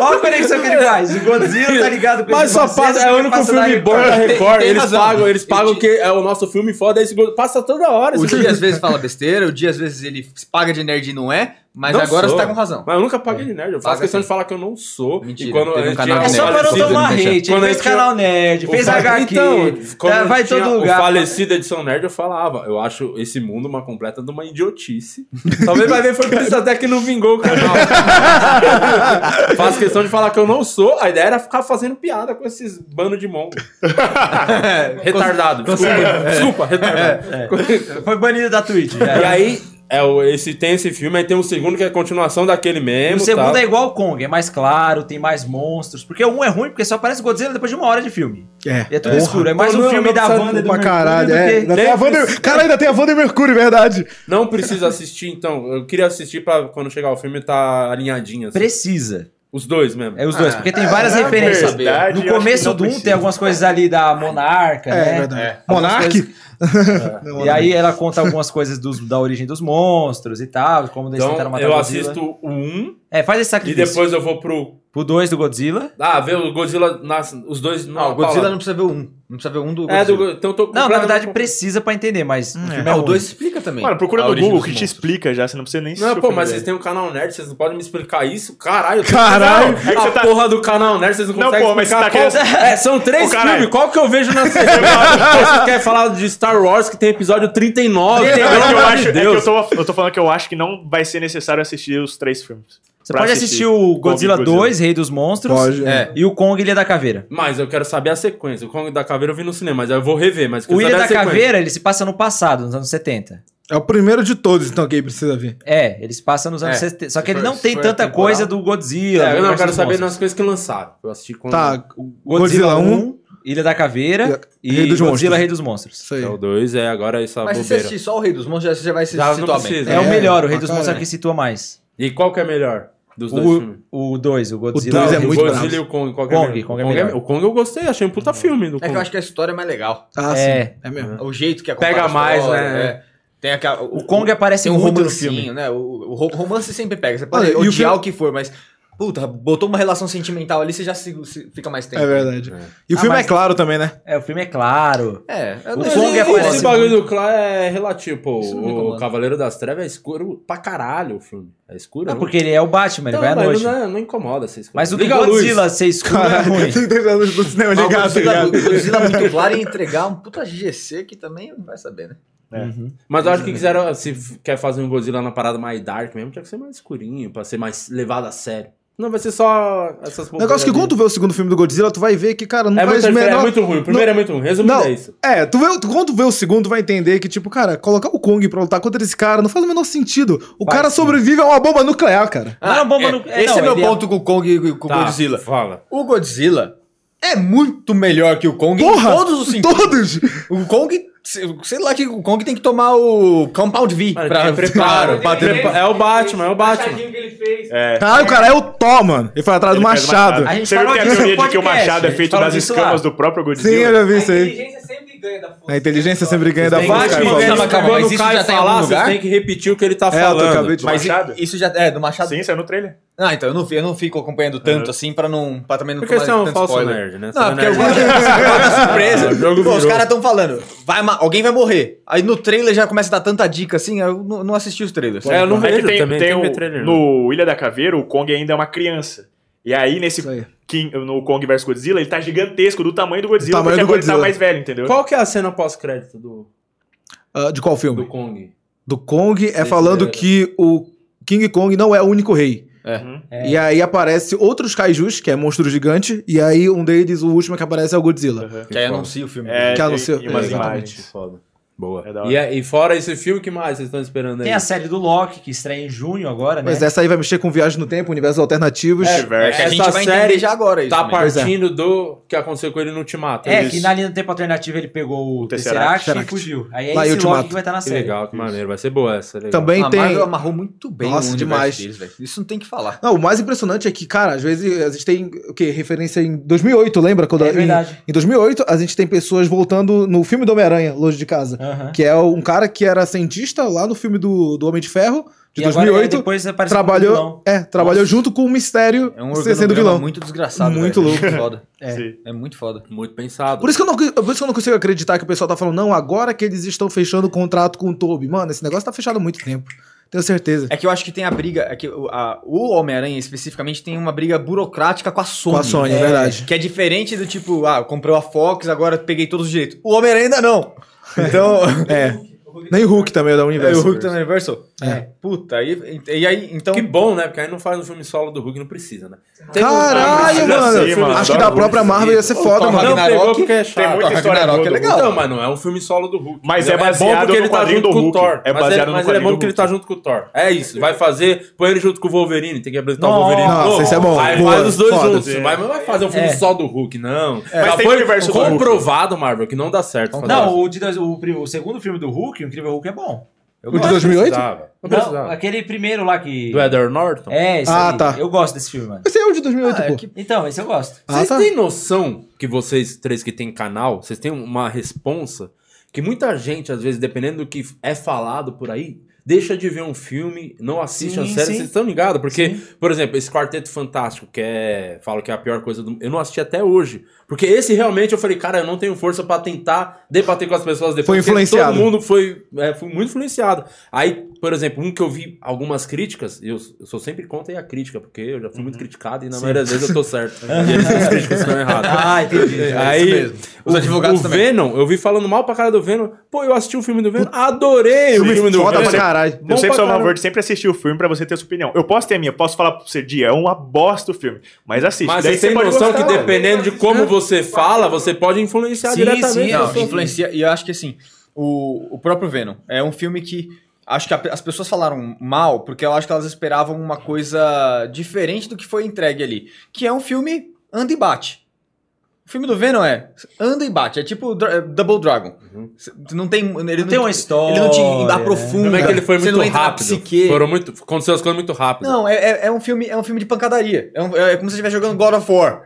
Speaker 4: Olha a conexão que ele faz. O Godzilla tá ligado com
Speaker 1: Mas
Speaker 4: esse
Speaker 1: só
Speaker 4: Godzilla,
Speaker 1: passa, é o
Speaker 4: que
Speaker 1: único
Speaker 4: passa na
Speaker 1: filme bom da
Speaker 2: Tem-
Speaker 1: Record.
Speaker 2: tem
Speaker 1: eles
Speaker 2: razão.
Speaker 1: pagam, eles pagam
Speaker 2: Ele-
Speaker 1: que é o nosso filme foda, esse go- passa toda hora.
Speaker 2: O
Speaker 1: esse
Speaker 2: Dia
Speaker 1: go-
Speaker 2: às vezes fala besteira, o Dia às vezes ele se paga de nerd e não é, Mas
Speaker 1: Não
Speaker 2: agora
Speaker 1: sou.
Speaker 2: você tá com razão.
Speaker 1: Mas eu nunca paguei de nerd. Eu faço
Speaker 2: Paga
Speaker 1: questão
Speaker 2: sim.
Speaker 1: de falar que eu não sou.
Speaker 2: Mentira,
Speaker 1: E quando
Speaker 2: teve um
Speaker 1: eu
Speaker 2: canal
Speaker 1: tinha
Speaker 2: que
Speaker 4: É só
Speaker 2: nega.
Speaker 4: para não
Speaker 1: falecido-
Speaker 4: tomar
Speaker 2: deixa-
Speaker 4: hate. Ele
Speaker 1: quando
Speaker 4: fez
Speaker 1: eu tinha-
Speaker 4: canal nerd,
Speaker 1: o
Speaker 4: fez
Speaker 1: fa- Então,
Speaker 4: HQ,
Speaker 1: quando
Speaker 4: tá, vai em
Speaker 1: tinha
Speaker 4: todo
Speaker 1: o
Speaker 4: lugar.
Speaker 1: falecido edição nerd, eu falava. Eu acho esse mundo uma completa de uma idiotice. Talvez vai ver foi por isso até que não vingou o canal. Faço questão de falar que eu não sou. A ideia era ficar fazendo piada com esses bando de mongo. retardado. Desculpa, desculpa retardado.
Speaker 4: Foi banido da Twitch. né?
Speaker 1: E
Speaker 4: Já.
Speaker 1: aí, É. é, o- esse, tem esse filme, aí tem um segundo que é a continuação daquele mesmo.
Speaker 4: O segundo
Speaker 1: tal.
Speaker 4: é igual o Kong, é mais claro, tem mais monstros. Porque o um é ruim porque só aparece Godzilla depois de uma hora de filme.
Speaker 7: É.
Speaker 4: E é tudo escuro. É mais
Speaker 1: Não,
Speaker 4: um
Speaker 1: não,
Speaker 4: filme
Speaker 1: não
Speaker 4: da
Speaker 1: precisa
Speaker 4: Wanda e do
Speaker 7: Pra
Speaker 4: Mercúrio
Speaker 7: caralho,
Speaker 4: do
Speaker 7: é.
Speaker 4: que-
Speaker 7: Ainda tem a
Speaker 1: Lembra-
Speaker 7: Vander... Cara, ainda tem a Vander Mercúrio, verdade.
Speaker 1: Não precisa assistir, então. Eu queria assistir pra quando chegar o filme tá alinhadinho. assim.
Speaker 4: Precisa.
Speaker 1: Os dois mesmo.
Speaker 4: É os dois, porque tem várias referências.
Speaker 3: verdade, eu
Speaker 4: no
Speaker 3: acho que
Speaker 4: começo
Speaker 3: não
Speaker 4: do um
Speaker 3: precisa.
Speaker 4: tem algumas coisas ali da Monarca,
Speaker 7: É,
Speaker 4: né?
Speaker 7: verdade. Monarque?
Speaker 4: E aí ela conta algumas coisas dos- da origem dos monstros e tal, como eles tentaram
Speaker 1: Então,
Speaker 4: matar
Speaker 1: eu
Speaker 4: o Godzilla.
Speaker 1: assisto o 1
Speaker 4: É, faz esse
Speaker 1: e
Speaker 4: sacrifício.
Speaker 1: depois eu vou pro.
Speaker 4: Pro 2 do Godzilla.
Speaker 1: Ah, vê o Godzilla. Nas, os dois.
Speaker 2: Não,
Speaker 3: Ah,
Speaker 1: Não,
Speaker 2: Ah, o Godzilla não precisa ver o um. Não precisa ver o um do Godzilla.
Speaker 1: É, do, Go- então eu tô
Speaker 4: Não, na verdade
Speaker 1: completamente-
Speaker 4: precisa pra entender, mas o filme
Speaker 2: É,
Speaker 4: é
Speaker 2: o
Speaker 4: ruim.
Speaker 2: 2 explica também. É
Speaker 3: Mano,
Speaker 2: A
Speaker 3: procura no
Speaker 2: origem
Speaker 3: Google
Speaker 2: dos
Speaker 3: que te
Speaker 2: monstros.
Speaker 3: explica já, você não precisa nem assistir
Speaker 1: Não,
Speaker 3: o
Speaker 1: pô,
Speaker 3: filme
Speaker 1: mas
Speaker 3: dele.
Speaker 1: vocês têm um canal nerd, vocês não podem me explicar isso? Caralho, eu tô-
Speaker 7: Caralho.
Speaker 1: Não,
Speaker 3: É que
Speaker 1: a
Speaker 3: você tá-
Speaker 1: porra do canal nerd, vocês não
Speaker 3: Não,
Speaker 1: conseguem
Speaker 3: pô, mas
Speaker 1: explicar
Speaker 3: você tá
Speaker 1: qual- É, são três
Speaker 3: Ô, caralho.
Speaker 1: filmes, qual que eu vejo na semana? você quer falar de Star Wars que tem episódio 39,
Speaker 3: É que
Speaker 1: pelo
Speaker 3: eu
Speaker 1: amor
Speaker 3: acho-
Speaker 1: de
Speaker 3: é que
Speaker 1: Deus.
Speaker 3: eu tô- eu tô falando que eu acho que não vai ser necessário assistir os três filmes.
Speaker 4: Você
Speaker 3: Pra
Speaker 4: pode assistir o
Speaker 3: Kong
Speaker 4: Godzilla
Speaker 3: e Godzilla.
Speaker 4: 2, Rei dos Monstros.
Speaker 7: Pode, é.
Speaker 4: E o Kong Ilha da Caveira.
Speaker 1: Mas eu quero saber a sequência. O Kong da Caveira eu vi no cinema, mas eu vou rever. Mas eu
Speaker 4: O
Speaker 1: quero saber
Speaker 4: Ilha
Speaker 1: a
Speaker 4: da
Speaker 1: é sequência.
Speaker 4: Caveira, ele se passa no passado, nos anos 70.
Speaker 7: É o primeiro de todos, então, que precisa vir.
Speaker 4: É, ele se passa nos anos
Speaker 2: É,
Speaker 4: 70. Só que ele
Speaker 2: foi-
Speaker 4: não tem
Speaker 2: foi
Speaker 4: tanta
Speaker 2: atemporal.
Speaker 4: coisa do Godzilla.
Speaker 1: É, eu não, eu
Speaker 4: versus
Speaker 1: quero saber
Speaker 4: monstros.
Speaker 1: nas coisas que lançaram. Eu assisti quando.
Speaker 7: Tá,
Speaker 4: Godzilla,
Speaker 7: Godzilla é 1.
Speaker 4: 1, Ilha da Caveira e,
Speaker 7: Rei dos
Speaker 4: Godzilla
Speaker 7: Monstros.
Speaker 4: Rei dos Monstros.
Speaker 7: Isso aí.
Speaker 1: É o 2, é agora essa
Speaker 2: Mas se você
Speaker 1: bobeira.
Speaker 2: assistir só o Rei dos Monstros, já- você já vai se
Speaker 1: Já não
Speaker 2: situar bem.
Speaker 1: precisa.
Speaker 4: É, o
Speaker 7: É,
Speaker 4: melhor, o Rei
Speaker 7: pra
Speaker 4: dos Monstros é o
Speaker 7: caralho.
Speaker 4: que situa mais.
Speaker 1: E qual que é melhor dos dois filmes?
Speaker 4: O 2, o Godzilla.
Speaker 7: dois é
Speaker 1: o
Speaker 7: muito
Speaker 1: Godzilla
Speaker 7: bravo.
Speaker 1: e o Kong. Qual que
Speaker 4: Kong,
Speaker 1: é melhor?
Speaker 4: Kong é
Speaker 1: O
Speaker 4: melhor.
Speaker 1: O Kong eu gostei, achei um puta filme do
Speaker 2: É
Speaker 1: Kong.
Speaker 2: que eu acho que a história é mais legal.
Speaker 7: Ah,
Speaker 4: É.
Speaker 7: sim. É mesmo.
Speaker 2: O jeito que é
Speaker 1: Pega
Speaker 2: contada a
Speaker 1: mais,
Speaker 2: história,
Speaker 1: né?
Speaker 2: é. Tem aquela,
Speaker 4: O Kong aparece
Speaker 2: tem um
Speaker 4: muito no
Speaker 2: romancinho,
Speaker 4: filme.
Speaker 2: né? O, o ro- romance sempre pega. Você pode
Speaker 7: Olha, e o
Speaker 2: odiar o,
Speaker 7: filme-
Speaker 2: que for, mas... Puta, botou uma relação sentimental ali, você já se- se- fica mais tempo.
Speaker 7: É verdade. E o
Speaker 4: Ah,
Speaker 7: filme
Speaker 4: mas-
Speaker 7: é claro também, né?
Speaker 4: É, o filme é claro.
Speaker 2: É, eu
Speaker 4: O
Speaker 2: não-
Speaker 4: Kong
Speaker 2: eu-
Speaker 4: aparece
Speaker 1: Esse bagulho do Clá é relativo, pô.
Speaker 2: Isso não me
Speaker 1: O
Speaker 2: incomoda.
Speaker 1: Cavaleiro das Trevas é escuro pra caralho o filme. É escuro?
Speaker 4: É
Speaker 1: não?
Speaker 4: porque ele é o Batman, ele
Speaker 1: Não,
Speaker 4: vai à
Speaker 1: mas
Speaker 4: noite.
Speaker 1: Não, é- não incomoda ser escuro.
Speaker 4: Mas o do
Speaker 1: Liga a luz.
Speaker 4: Godzilla ser escuro é ruim.
Speaker 7: Tem que deixar a luz do cinema
Speaker 2: Mas o
Speaker 7: ligado, tá
Speaker 2: Godzilla-
Speaker 7: ligado?
Speaker 2: o Godzilla muito claro e entregar um puta GC que também não vai saber, né?
Speaker 4: Uhum.
Speaker 1: Mas eu acho que quiseram, se f- quer fazer um Godzilla na parada mais dark mesmo, tinha que ser mais escurinho, pra ser mais levado a sério. Não, vai ser só essas
Speaker 7: Negócio que quando tu vê o segundo filme do Godzilla, tu vai ver que, cara, não
Speaker 1: É
Speaker 7: faz
Speaker 1: muito, é
Speaker 7: menor...
Speaker 1: muito ruim. O primeiro é muito ruim. Resumindo,
Speaker 7: Não,
Speaker 1: é isso.
Speaker 7: é, tu vê, tu- quando tu vê o segundo, tu vai entender que, tipo, cara, colocar o Kong pra lutar contra esse cara não faz o menor sentido. O cara sobrevive a uma bomba nuclear, cara.
Speaker 4: Mas não, bomba
Speaker 2: é,
Speaker 4: no- é,
Speaker 2: esse
Speaker 4: não,
Speaker 2: é meu
Speaker 4: ele é-
Speaker 2: ponto com o Kong e com o
Speaker 1: Tá,
Speaker 2: Godzilla.
Speaker 1: Fala.
Speaker 2: O Godzilla é muito melhor que o Kong
Speaker 7: Porra!
Speaker 2: em todos os sentidos.
Speaker 7: Todos!
Speaker 2: O Kong, sei lá que o Kong tem que tomar o Compound V
Speaker 1: Mano, é
Speaker 2: pra,
Speaker 1: tem preparo.
Speaker 2: pra- pra-
Speaker 1: Tem preparo. É o Batman, é o Batman.
Speaker 6: Machadinho que ele fez.
Speaker 7: Caralho, o cara é o Thor, mano. Ele foi atrás
Speaker 3: Ele
Speaker 7: do
Speaker 3: faz o
Speaker 7: Machado.
Speaker 4: A gente
Speaker 3: Você viu
Speaker 4: falou
Speaker 3: que a
Speaker 4: disso no
Speaker 3: teoria de que o
Speaker 4: podcast,
Speaker 3: Machado
Speaker 4: a
Speaker 3: é
Speaker 4: gente
Speaker 3: feito
Speaker 4: falou
Speaker 3: das
Speaker 4: disso
Speaker 3: escamas
Speaker 4: lá.
Speaker 3: do próprio
Speaker 7: Sim,
Speaker 3: Godzilla?
Speaker 7: eu já
Speaker 6: A
Speaker 7: vi isso aí.
Speaker 6: inteligência sempre ganha da força.
Speaker 7: A inteligência sempre ganha da
Speaker 1: Tem que-
Speaker 7: força, cara. É,
Speaker 2: Batman-
Speaker 7: falou.
Speaker 2: Calma, calma,
Speaker 1: quando
Speaker 2: mas
Speaker 1: o
Speaker 2: isso
Speaker 1: Caio
Speaker 2: já tá em algum
Speaker 1: falar, vocês
Speaker 2: lugar?
Speaker 1: têm que repetir o que ele tá
Speaker 7: É, eu tô-
Speaker 1: falando.
Speaker 7: acabei de...
Speaker 2: Mas
Speaker 3: Machado?
Speaker 2: i- isso já é do Machado.
Speaker 3: Sim, saiu no trailer.
Speaker 2: Ah, então eu não, fi- eu não fico acompanhando tanto assim pra não para também não
Speaker 1: É. Porque você é um
Speaker 2: tanto
Speaker 1: falso
Speaker 2: spoiler.
Speaker 1: nerd, né? Você
Speaker 2: Não,
Speaker 1: é
Speaker 2: porque eu
Speaker 1: nerd. Ah,
Speaker 2: gosto de surpresa.
Speaker 1: O jogo
Speaker 2: Pô, os
Speaker 1: virou.
Speaker 2: caras estão falando, vai, ma- alguém vai morrer. Aí no trailer já começa a dar tanta dica assim, eu não, não assisti os trailers.
Speaker 1: É, eu não
Speaker 3: É que
Speaker 1: vejo
Speaker 3: tem,
Speaker 1: também.
Speaker 3: tem
Speaker 1: tem que ver
Speaker 3: o-
Speaker 1: trailer, né? não.
Speaker 3: no Ilha da Caveira, o Kong ainda é uma criança. E aí, nesse King- no Kong vs Godzilla, ele tá gigantesco, do tamanho do Godzilla,
Speaker 7: tamanho
Speaker 3: porque
Speaker 7: do
Speaker 3: agora ele
Speaker 7: Godzilla.
Speaker 3: tá mais velho, entendeu?
Speaker 1: Qual que é a cena pós-crédito do,
Speaker 7: Ah, de qual
Speaker 1: do
Speaker 7: filme?
Speaker 1: Kong?
Speaker 7: Do Kong é
Speaker 1: Esse
Speaker 7: falando
Speaker 1: era.
Speaker 7: que o King Kong não é o único rei.
Speaker 3: Uhum.
Speaker 4: É.
Speaker 7: E aí aparece outros kaijus, que é monstro gigante, e aí um deles, o último que aparece é o Godzilla.
Speaker 2: que aí anuncia o filme.
Speaker 3: É,
Speaker 7: Que
Speaker 3: tem-
Speaker 7: anunciou-
Speaker 3: tem umas
Speaker 7: é,
Speaker 3: imagens.
Speaker 7: exatamente.
Speaker 1: Foda. Boa.
Speaker 3: É da hora.
Speaker 1: e, é- e fora esse filme, o que mais vocês estão esperando aí?
Speaker 4: Tem a série do Loki, que estreia em junho agora, né?
Speaker 7: Mas é, essa aí vai mexer com viagem no tempo, universos alternativos.
Speaker 2: É que a
Speaker 1: Essa
Speaker 2: gente vai
Speaker 1: série
Speaker 2: entender já agora isso. né?
Speaker 1: Tá
Speaker 2: também.
Speaker 7: é.
Speaker 1: partindo do que aconteceu com ele no Ultimato.
Speaker 4: É,
Speaker 1: Isso.
Speaker 4: que na linha do tempo alternativo ele pegou o Tesseract,
Speaker 7: Tesseract.
Speaker 4: e fugiu. Aí é
Speaker 7: Lá em
Speaker 4: esse
Speaker 7: Ultimato.
Speaker 4: Loki que vai estar na
Speaker 1: Que
Speaker 4: série.
Speaker 1: legal, que maneiro. Vai ser boa essa. Legal.
Speaker 7: Também
Speaker 4: Ah,
Speaker 2: A
Speaker 7: tem.
Speaker 2: Marvel amarrou muito bem o
Speaker 7: Nossa,
Speaker 2: universo
Speaker 7: demais.
Speaker 2: deles, velho. Isso não tem o que falar.
Speaker 7: Não, o mais impressionante é que, cara, às vezes a gente tem o quê? Referência em 2008, lembra? Quando
Speaker 4: É
Speaker 7: em-
Speaker 4: verdade.
Speaker 7: Em 2008, a gente tem pessoas voltando no filme do Homem-Aranha, Longe de Casa.
Speaker 4: Aham.
Speaker 7: Que é um cara que era cientista lá no filme do, do Homem de Ferro, de
Speaker 4: E agora, aí
Speaker 7: 2008.
Speaker 4: depois apareceu como vilão.
Speaker 7: Trabalhou, é, trabalhou junto com o Mistério
Speaker 2: um É um
Speaker 7: se- sendo
Speaker 2: organograma
Speaker 7: vilão.
Speaker 2: muito desgraçado,
Speaker 7: Muito
Speaker 2: velho. É foda.
Speaker 3: É.
Speaker 2: É muito foda.
Speaker 1: Muito pensado.
Speaker 7: Por isso, que eu não, por isso que eu não consigo acreditar que o pessoal tá falando, não, agora que eles estão fechando o contrato com o Toby. Mano, esse negócio tá fechado há muito tempo. Tenho certeza.
Speaker 2: É que eu acho que tem a briga. É que o, a- o Homem-Aranha especificamente tem uma briga burocrática com a Sony.
Speaker 7: Com a Sony, é verdade.
Speaker 2: Que é diferente do tipo, ah, comprou a Fox, agora peguei todos os direitos. O Homem-Aranha ainda não. Então.
Speaker 7: É. Nem o Hulk também é da
Speaker 2: É,
Speaker 7: Universo.
Speaker 2: o Hulk tá na Universal?
Speaker 7: É.
Speaker 2: Puta, aí- e, aí, então.
Speaker 1: Que bom, né? Porque aí não faz um filme solo do Hulk, não precisa, né?
Speaker 7: Caralho,
Speaker 3: Não,
Speaker 7: mano.
Speaker 1: um
Speaker 3: sim, mano,
Speaker 7: Acho que
Speaker 3: adoro
Speaker 7: da própria
Speaker 1: Hulk.
Speaker 7: Marvel ia ser foda,
Speaker 2: Thor
Speaker 7: mano.
Speaker 1: Não pegou
Speaker 2: Ragnarok
Speaker 1: porque é chato.
Speaker 3: Tem muita
Speaker 2: Thor
Speaker 3: história
Speaker 2: Ragnarok
Speaker 3: boa
Speaker 2: é
Speaker 3: do
Speaker 2: legal.
Speaker 1: Então, mas não é um filme solo do Hulk.
Speaker 3: Mas é
Speaker 1: bom
Speaker 3: baseado
Speaker 1: porque
Speaker 3: no
Speaker 1: ele tá
Speaker 3: quadrinho
Speaker 1: junto
Speaker 3: do
Speaker 1: com o
Speaker 3: Hulk.
Speaker 1: Thor.
Speaker 3: É
Speaker 1: Mas
Speaker 3: baseado
Speaker 1: ele- mas
Speaker 3: no
Speaker 1: ele é
Speaker 3: quadrinho
Speaker 1: bom
Speaker 3: do
Speaker 1: porque ele
Speaker 3: Hulk.
Speaker 1: tá junto com o Thor. É isso. Vai fazer, põe ele junto com o Wolverine, tem que apresentar o Wolverine.
Speaker 7: Nossa,
Speaker 1: novo.
Speaker 7: isso é bom.
Speaker 1: Aí
Speaker 7: Boa,
Speaker 1: faz os dois
Speaker 7: foda.
Speaker 1: juntos. Vai, mas não vai fazer um filme
Speaker 4: É.
Speaker 1: só do Hulk, não.
Speaker 3: Mas
Speaker 1: Já
Speaker 3: tem
Speaker 1: foi
Speaker 3: universo do Hulk.
Speaker 1: comprovado, Marvel, que não dá certo. fazer isso.
Speaker 4: Não, o, de dois- o pri- o segundo filme do Hulk, o Incrível Hulk, é bom. Eu
Speaker 7: O de
Speaker 4: gosto.
Speaker 7: 2008?
Speaker 1: Precisava. Não
Speaker 4: Não,
Speaker 1: precisava.
Speaker 4: aquele primeiro lá que.
Speaker 1: Do Edward Norton?
Speaker 4: É, esse
Speaker 7: Ah,
Speaker 4: aí.
Speaker 7: tá.
Speaker 4: Eu gosto desse filme, mano.
Speaker 7: Esse é o de 2008,
Speaker 2: Ah,
Speaker 7: pô.
Speaker 2: é que-
Speaker 4: Então, esse eu gosto.
Speaker 7: Ah,
Speaker 1: Vocês
Speaker 7: tá.
Speaker 1: têm noção que vocês três que têm canal, vocês têm uma responsa que muita gente, às vezes, dependendo do que é falado por aí, deixa de ver um filme, não assiste a
Speaker 4: Sim,
Speaker 1: série,
Speaker 4: sim.
Speaker 1: vocês estão ligados? Porque, por exemplo, esse Quarteto Fantástico, que é. Falo que é a pior coisa do Eu não assisti até hoje. Porque esse realmente eu falei, cara, eu não tenho força pra tentar debater com as pessoas depois.
Speaker 7: Foi
Speaker 1: porque
Speaker 7: influenciado.
Speaker 1: Todo mundo foi, é, foi muito influenciado. Aí, por exemplo, um que eu vi algumas críticas, e eu, eu sou sempre contra a crítica, porque eu já fui muito criticado e na maioria das vezes eu tô certo. e eles, os críticos estão errados.
Speaker 4: Ah, entendi.
Speaker 1: Aí,
Speaker 2: Os
Speaker 1: o,
Speaker 2: advogados
Speaker 1: o
Speaker 2: também.
Speaker 1: Venom, eu vi falando mal pra cara do Venom. Pô, eu assisti o filme do Venom, adorei o filme do é
Speaker 7: Foda
Speaker 1: Venom.
Speaker 7: pra caralho.
Speaker 1: Bom pra
Speaker 3: Eu sempre sou a
Speaker 1: caramba.
Speaker 3: favor de sempre assistir o filme pra você ter sua opinião. Eu posso ter a minha, posso falar pra você, dia, é uma bosta o filme. Mas assiste.
Speaker 1: Mas
Speaker 3: Daí
Speaker 1: você tem
Speaker 3: pode
Speaker 1: noção
Speaker 3: gostar,
Speaker 1: que
Speaker 3: velho.
Speaker 1: dependendo de como você fala, você pode influenciar
Speaker 4: Sim,
Speaker 1: diretamente.
Speaker 4: sim,
Speaker 1: a
Speaker 2: Não,
Speaker 1: pessoa.
Speaker 2: influencia. E eu acho que assim, o, o próprio Venom é um filme que. Acho que a- as pessoas falaram mal porque eu acho que elas esperavam uma coisa diferente do que foi entregue ali. Que é um filme anda e bate. O filme do Venom é anda e bate. É tipo Dra- é Double Dragon. Cê- Não tem. Ele não,
Speaker 4: tem uma história,
Speaker 2: Ele não
Speaker 4: né?
Speaker 2: te aprofunda.
Speaker 1: Como é que ele foi
Speaker 2: Você
Speaker 1: muito
Speaker 2: não entra na
Speaker 1: rápido?
Speaker 2: psique.
Speaker 1: Foram muito, aconteceu as coisas muito rápido.
Speaker 2: Não, é, é- é um filme, é um filme de pancadaria. É, um- é como se você estivesse jogando God of War.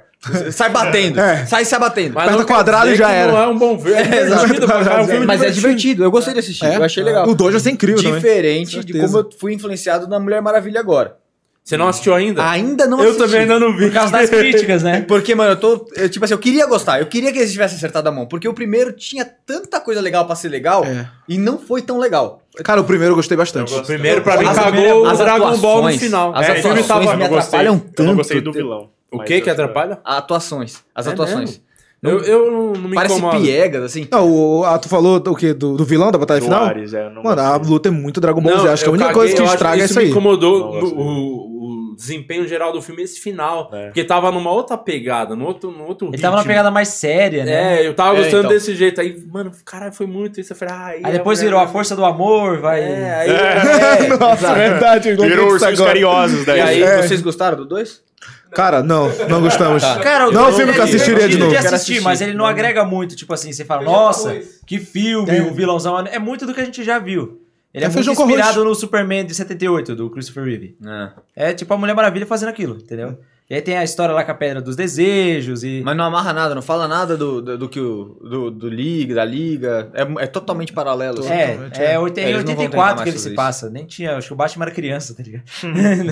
Speaker 2: Sai batendo.
Speaker 7: É.
Speaker 2: Sai se abatendo.
Speaker 1: Mas
Speaker 7: Aperta
Speaker 1: não quer
Speaker 7: quadrado
Speaker 1: dizer
Speaker 7: e já
Speaker 1: que
Speaker 7: era.
Speaker 1: Não é um bom ver. É divertido pra caralho, é um filme
Speaker 2: Mas é
Speaker 1: divertido.
Speaker 2: divertido. Eu gostei de assistir.
Speaker 7: É?
Speaker 2: Eu achei legal.
Speaker 7: O dois vai ser incrível também.
Speaker 2: Diferente de
Speaker 7: Certeza.
Speaker 2: como eu fui influenciado na Mulher Maravilha agora.
Speaker 1: Você não assistiu ainda?
Speaker 2: Ainda não
Speaker 1: eu
Speaker 2: assisti. É,
Speaker 1: também ainda não vi.
Speaker 4: Por causa das críticas, né?
Speaker 2: Porque, mano, eu tô. eu, tipo assim, eu queria gostar. Eu queria que eles tivessem acertado a mão. Porque o primeiro tinha tanta coisa legal pra ser legal
Speaker 7: É.
Speaker 2: e não foi tão legal.
Speaker 7: Cara, o primeiro eu gostei bastante.
Speaker 3: Eu
Speaker 1: Primeiro, pra mim,
Speaker 2: As
Speaker 1: cagou
Speaker 2: primeiras-
Speaker 1: o
Speaker 2: as
Speaker 1: Dragon Ball no
Speaker 2: atuações,
Speaker 1: final.
Speaker 2: as
Speaker 1: É, o filme
Speaker 2: atuações
Speaker 1: tava...
Speaker 2: me
Speaker 3: eu gostei.
Speaker 2: atrapalham
Speaker 3: Eu
Speaker 2: tanto.
Speaker 3: não gostei do vilão.
Speaker 1: O
Speaker 3: mas
Speaker 1: que que
Speaker 3: eu-
Speaker 1: atrapalha?
Speaker 2: As atuações. As
Speaker 1: É
Speaker 2: atuações.
Speaker 1: mesmo? Eu, eu não não me
Speaker 2: Parece
Speaker 1: incomodo.
Speaker 2: piegas, assim.
Speaker 7: Não, o, a, tu falou do que? Do, do vilão da batalha
Speaker 3: Do
Speaker 7: final?
Speaker 3: Ares, é, eu não
Speaker 7: Mano, a
Speaker 3: gostei.
Speaker 7: luta é muito Dragon Ball Z.
Speaker 1: Não,
Speaker 7: Acho que a
Speaker 1: eu
Speaker 7: única
Speaker 1: caguei,
Speaker 7: coisa que
Speaker 1: eu acho
Speaker 7: estraga é isso
Speaker 1: me
Speaker 7: aí.
Speaker 3: Não,
Speaker 1: incomodou
Speaker 3: eu gosto
Speaker 1: no- o, o desempenho geral do filme esse final.
Speaker 3: É.
Speaker 1: Porque tava numa outra pegada, num outro, num outro
Speaker 4: Ele tava numa
Speaker 1: ritmo.
Speaker 4: pegada mais séria, né?
Speaker 1: É, eu tava
Speaker 2: É,
Speaker 1: gostando
Speaker 2: então.
Speaker 1: desse jeito. Aí, mano, caralho, foi muito isso. Eu falei, ah,
Speaker 4: Aí depois virou a força do amor, vai.
Speaker 1: É, aí-
Speaker 7: Nossa, verdade. eu lembrei
Speaker 3: Virou
Speaker 7: disso
Speaker 3: ursinhos
Speaker 7: agora.
Speaker 3: carinhosos daí.
Speaker 2: E aí,
Speaker 7: É.
Speaker 2: vocês gostaram do dois?
Speaker 7: Cara, não, não gostamos.
Speaker 4: Cara,
Speaker 7: Não é um
Speaker 4: o
Speaker 7: filme que eu assistiria de novo.
Speaker 4: Eu
Speaker 2: Quero
Speaker 4: assistir,
Speaker 2: assistir.
Speaker 4: mas ele não agrega muito. Tipo assim, você fala,
Speaker 6: Eu já
Speaker 4: nossa,
Speaker 6: falei isso.
Speaker 4: que filme, o vilãozão. É muito do que a gente já viu. Ele é,
Speaker 7: É
Speaker 4: muito
Speaker 7: feijão com arroz.
Speaker 4: inspirado no Superman de 78, do Christopher Reeve. É tipo a Mulher Maravilha fazendo aquilo, entendeu? E aí tem a história lá com a Pedra dos Desejos e...
Speaker 2: Mas não amarra nada, não fala nada do, do, do que o. Do, do Liga, da Liga. É, é totalmente paralelo. assim.
Speaker 4: É, é, oit-
Speaker 2: É,
Speaker 4: em
Speaker 2: eles não vão tentar
Speaker 4: 84
Speaker 2: mais
Speaker 4: que ele se
Speaker 2: sobre isso.
Speaker 4: passa. Nem tinha, acho que o Batman era criança, tá ligado?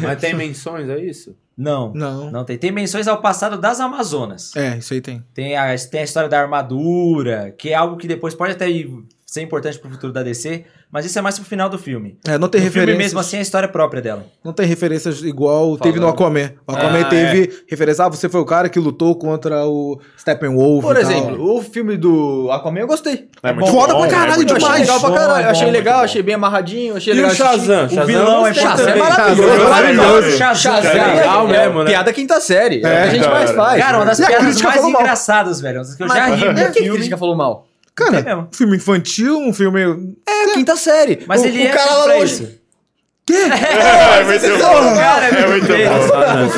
Speaker 1: Mas tem menções, é isso?
Speaker 4: Não,
Speaker 7: Não.
Speaker 4: não tem. Tem menções ao passado das Amazonas.
Speaker 7: É, isso aí tem.
Speaker 4: Tem a, tem a história da armadura, que é algo que depois pode até ir- ser importante pro futuro da DC, mas isso é mais pro final do filme.
Speaker 7: É, não tem
Speaker 4: o filme
Speaker 7: referência.
Speaker 4: mesmo assim é a história própria dela.
Speaker 7: Não tem referências igual teve no
Speaker 2: Falando.
Speaker 7: Aquaman. O Aquaman
Speaker 2: Ah,
Speaker 7: teve referência. Ah, você foi o cara que lutou contra o Steppenwolf.
Speaker 2: Por
Speaker 7: e tal.
Speaker 2: exemplo, o filme do Aquaman eu gostei.
Speaker 3: É muito
Speaker 7: Foda
Speaker 3: bom,
Speaker 7: pra
Speaker 3: é
Speaker 7: caralho
Speaker 3: muito
Speaker 2: Eu achei
Speaker 7: demais.
Speaker 2: legal pra caralho. Eu
Speaker 4: É
Speaker 2: achei
Speaker 4: bom,
Speaker 2: legal,
Speaker 4: muito
Speaker 2: achei bem amarradinho, achei
Speaker 1: E o
Speaker 2: legal.
Speaker 1: Shazam? Shazam
Speaker 4: vilão é
Speaker 1: gostei
Speaker 4: Shazam,
Speaker 1: também.
Speaker 2: é maravilhoso.
Speaker 1: Shazam é maravilhoso.
Speaker 4: Shazam,
Speaker 2: Shazam
Speaker 1: é legal
Speaker 2: é
Speaker 1: mesmo, né?
Speaker 2: Piada quinta série. É, o
Speaker 7: É,
Speaker 2: que a gente
Speaker 3: cara.
Speaker 2: mais faz.
Speaker 4: Cara, uma das
Speaker 7: E a
Speaker 4: piadas
Speaker 7: crítica
Speaker 4: mais
Speaker 7: falou mal.
Speaker 4: engraçadas, velho. Umas que eu já né?
Speaker 2: Mas-
Speaker 4: ri no
Speaker 2: Por que a
Speaker 4: filme.
Speaker 2: crítica falou mal?
Speaker 4: Tem
Speaker 7: Cara,
Speaker 4: mesmo.
Speaker 7: um filme infantil, um filme.
Speaker 2: É, quinta série.
Speaker 4: Mas
Speaker 2: O-
Speaker 4: ele
Speaker 2: o
Speaker 4: é
Speaker 2: cara lá
Speaker 4: pra
Speaker 2: longe.
Speaker 4: isso.
Speaker 3: É muito bom.
Speaker 4: Cara,
Speaker 3: É muito bom.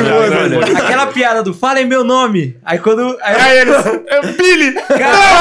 Speaker 1: Não, não, não.
Speaker 4: Aquela piada do falem meu nome. Aí quando. Aí,
Speaker 3: Aí eles. É Billy!
Speaker 4: cara, eu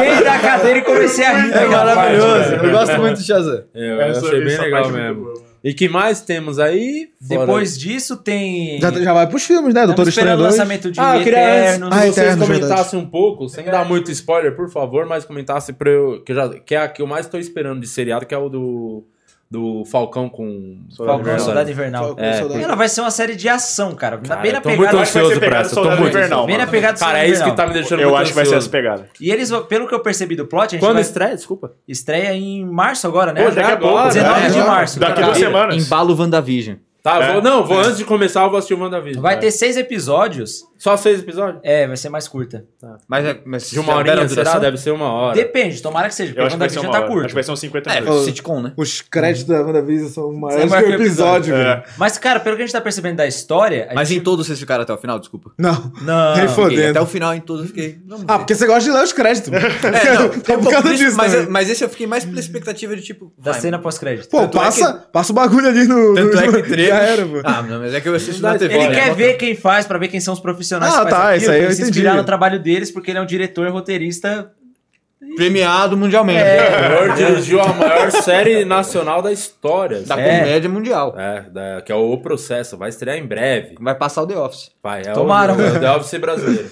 Speaker 4: levantei da cadeira e comecei a rir.
Speaker 2: É
Speaker 4: daquela parte,
Speaker 2: maravilhoso.
Speaker 4: velho.
Speaker 2: Eu gosto muito do Shazam.
Speaker 1: É, Eu achei bem legal mesmo. E que mais temos aí? Fora-
Speaker 4: Depois disso tem.
Speaker 7: Já, já vai pros filmes, né?
Speaker 4: Estamos
Speaker 7: Doutor
Speaker 4: esperando o
Speaker 7: Estranho 2.
Speaker 4: lançamento de um
Speaker 1: Ah, eu queria antes
Speaker 4: Eternos.
Speaker 1: que
Speaker 7: Ah,
Speaker 1: vocês
Speaker 7: Eternos,
Speaker 1: comentassem um pouco, sem dar muito spoiler, por favor, mas comentassem pra eu. Que, já, que é a que eu mais tô esperando de seriado, que é o do do Falcão com.
Speaker 4: Falcão,
Speaker 1: Invernal.
Speaker 4: Soldado Invernal.
Speaker 5: Falcão, Soldado-
Speaker 4: Ela vai ser uma série de ação, cara. Tá
Speaker 1: Cara,
Speaker 4: bem na
Speaker 1: eu tô muito
Speaker 4: pegada.
Speaker 1: ansioso pra essa. eu Tô
Speaker 3: Soldado
Speaker 1: muito
Speaker 3: Invernal,
Speaker 1: ansioso.
Speaker 4: Bem na
Speaker 3: mano.
Speaker 4: pegada do
Speaker 1: Cara, é
Speaker 4: Soldado
Speaker 1: isso que tá
Speaker 4: Invernal.
Speaker 1: me deixando
Speaker 3: Eu
Speaker 1: muito
Speaker 3: acho que vai ser essa
Speaker 1: ansioso.
Speaker 3: pegada.
Speaker 4: E eles, vão- pelo que eu percebi do plot, a gente
Speaker 1: Quando
Speaker 4: vai...
Speaker 1: estreia? Desculpa.
Speaker 4: estreia em março agora, né?
Speaker 1: Pô, daqui a pouco.
Speaker 4: 19 de
Speaker 5: É,
Speaker 4: março.
Speaker 3: Daqui
Speaker 4: cara.
Speaker 3: duas semanas.
Speaker 2: Embalo WandaVision.
Speaker 1: Tá,
Speaker 3: É.
Speaker 1: vou- não, vou antes de começar, eu vou assistir o WandaVision.
Speaker 4: Vai ter seis episódios.
Speaker 1: Só seis episódios?
Speaker 4: É, vai ser mais curta.
Speaker 2: Mas, é- mas
Speaker 1: De uma horinha,
Speaker 2: Pera,
Speaker 1: será?
Speaker 2: será?
Speaker 1: Deve ser uma hora.
Speaker 4: Depende, tomara que seja,
Speaker 3: Eu
Speaker 4: porque
Speaker 3: acho
Speaker 4: o
Speaker 3: que vai ser
Speaker 4: WandaVision
Speaker 3: uma
Speaker 4: tá
Speaker 3: hora.
Speaker 4: curto.
Speaker 3: Acho que vai ser uns 50
Speaker 2: É,
Speaker 3: minutos.
Speaker 2: sitcom, né?
Speaker 7: Os créditos da WandaVision são maiores
Speaker 4: maior
Speaker 7: que o
Speaker 4: que o
Speaker 7: episódio, velho.
Speaker 3: É.
Speaker 4: Mas, cara, pelo que a gente tá percebendo da história... a
Speaker 2: Mas em
Speaker 4: gente-
Speaker 2: todos vocês ficaram até o final, desculpa.
Speaker 7: Não.
Speaker 4: Não.
Speaker 7: Nem
Speaker 2: Fiquei,
Speaker 7: fodendo.
Speaker 2: até o final em todos eu fiquei. Não,
Speaker 7: Ah, porque você gosta de ler os créditos.
Speaker 2: É, não,
Speaker 7: Tem
Speaker 2: um
Speaker 7: por
Speaker 2: pouco
Speaker 7: causa
Speaker 2: disso,
Speaker 7: disso
Speaker 2: mas,
Speaker 7: também.
Speaker 2: mas esse eu fiquei mais pela expectativa de tipo.
Speaker 4: Da
Speaker 2: vai,
Speaker 4: cena pós-crédito.
Speaker 7: Pô,
Speaker 2: Tanto é
Speaker 7: passa, passa o bagulho ali no.
Speaker 2: Tanto
Speaker 7: no-
Speaker 2: é que três.
Speaker 7: Já era, pô.
Speaker 2: Ah, não, mas é que eu assisto na TV.
Speaker 4: Ele
Speaker 2: né?
Speaker 4: quer
Speaker 2: Bota-
Speaker 4: ver quem faz, pra ver quem são os profissionais
Speaker 7: Ah,
Speaker 4: que fazem
Speaker 7: tá,
Speaker 4: aquilo,
Speaker 7: isso
Speaker 4: pra
Speaker 7: aí eu
Speaker 4: eles se
Speaker 7: entendi.
Speaker 4: inspirar no trabalho deles, porque ele é um diretor roteirista...
Speaker 2: Premiado mundialmente.
Speaker 1: O Lord dirigiu a maior série nacional da história.
Speaker 2: Da
Speaker 4: É.
Speaker 2: comédia mundial.
Speaker 1: É, da- que é o Processo. Vai estrear em breve.
Speaker 2: Vai passar o The Office.
Speaker 1: Vai, é
Speaker 4: Tomara,
Speaker 1: o,
Speaker 4: mano.
Speaker 1: é o The Office brasileiro.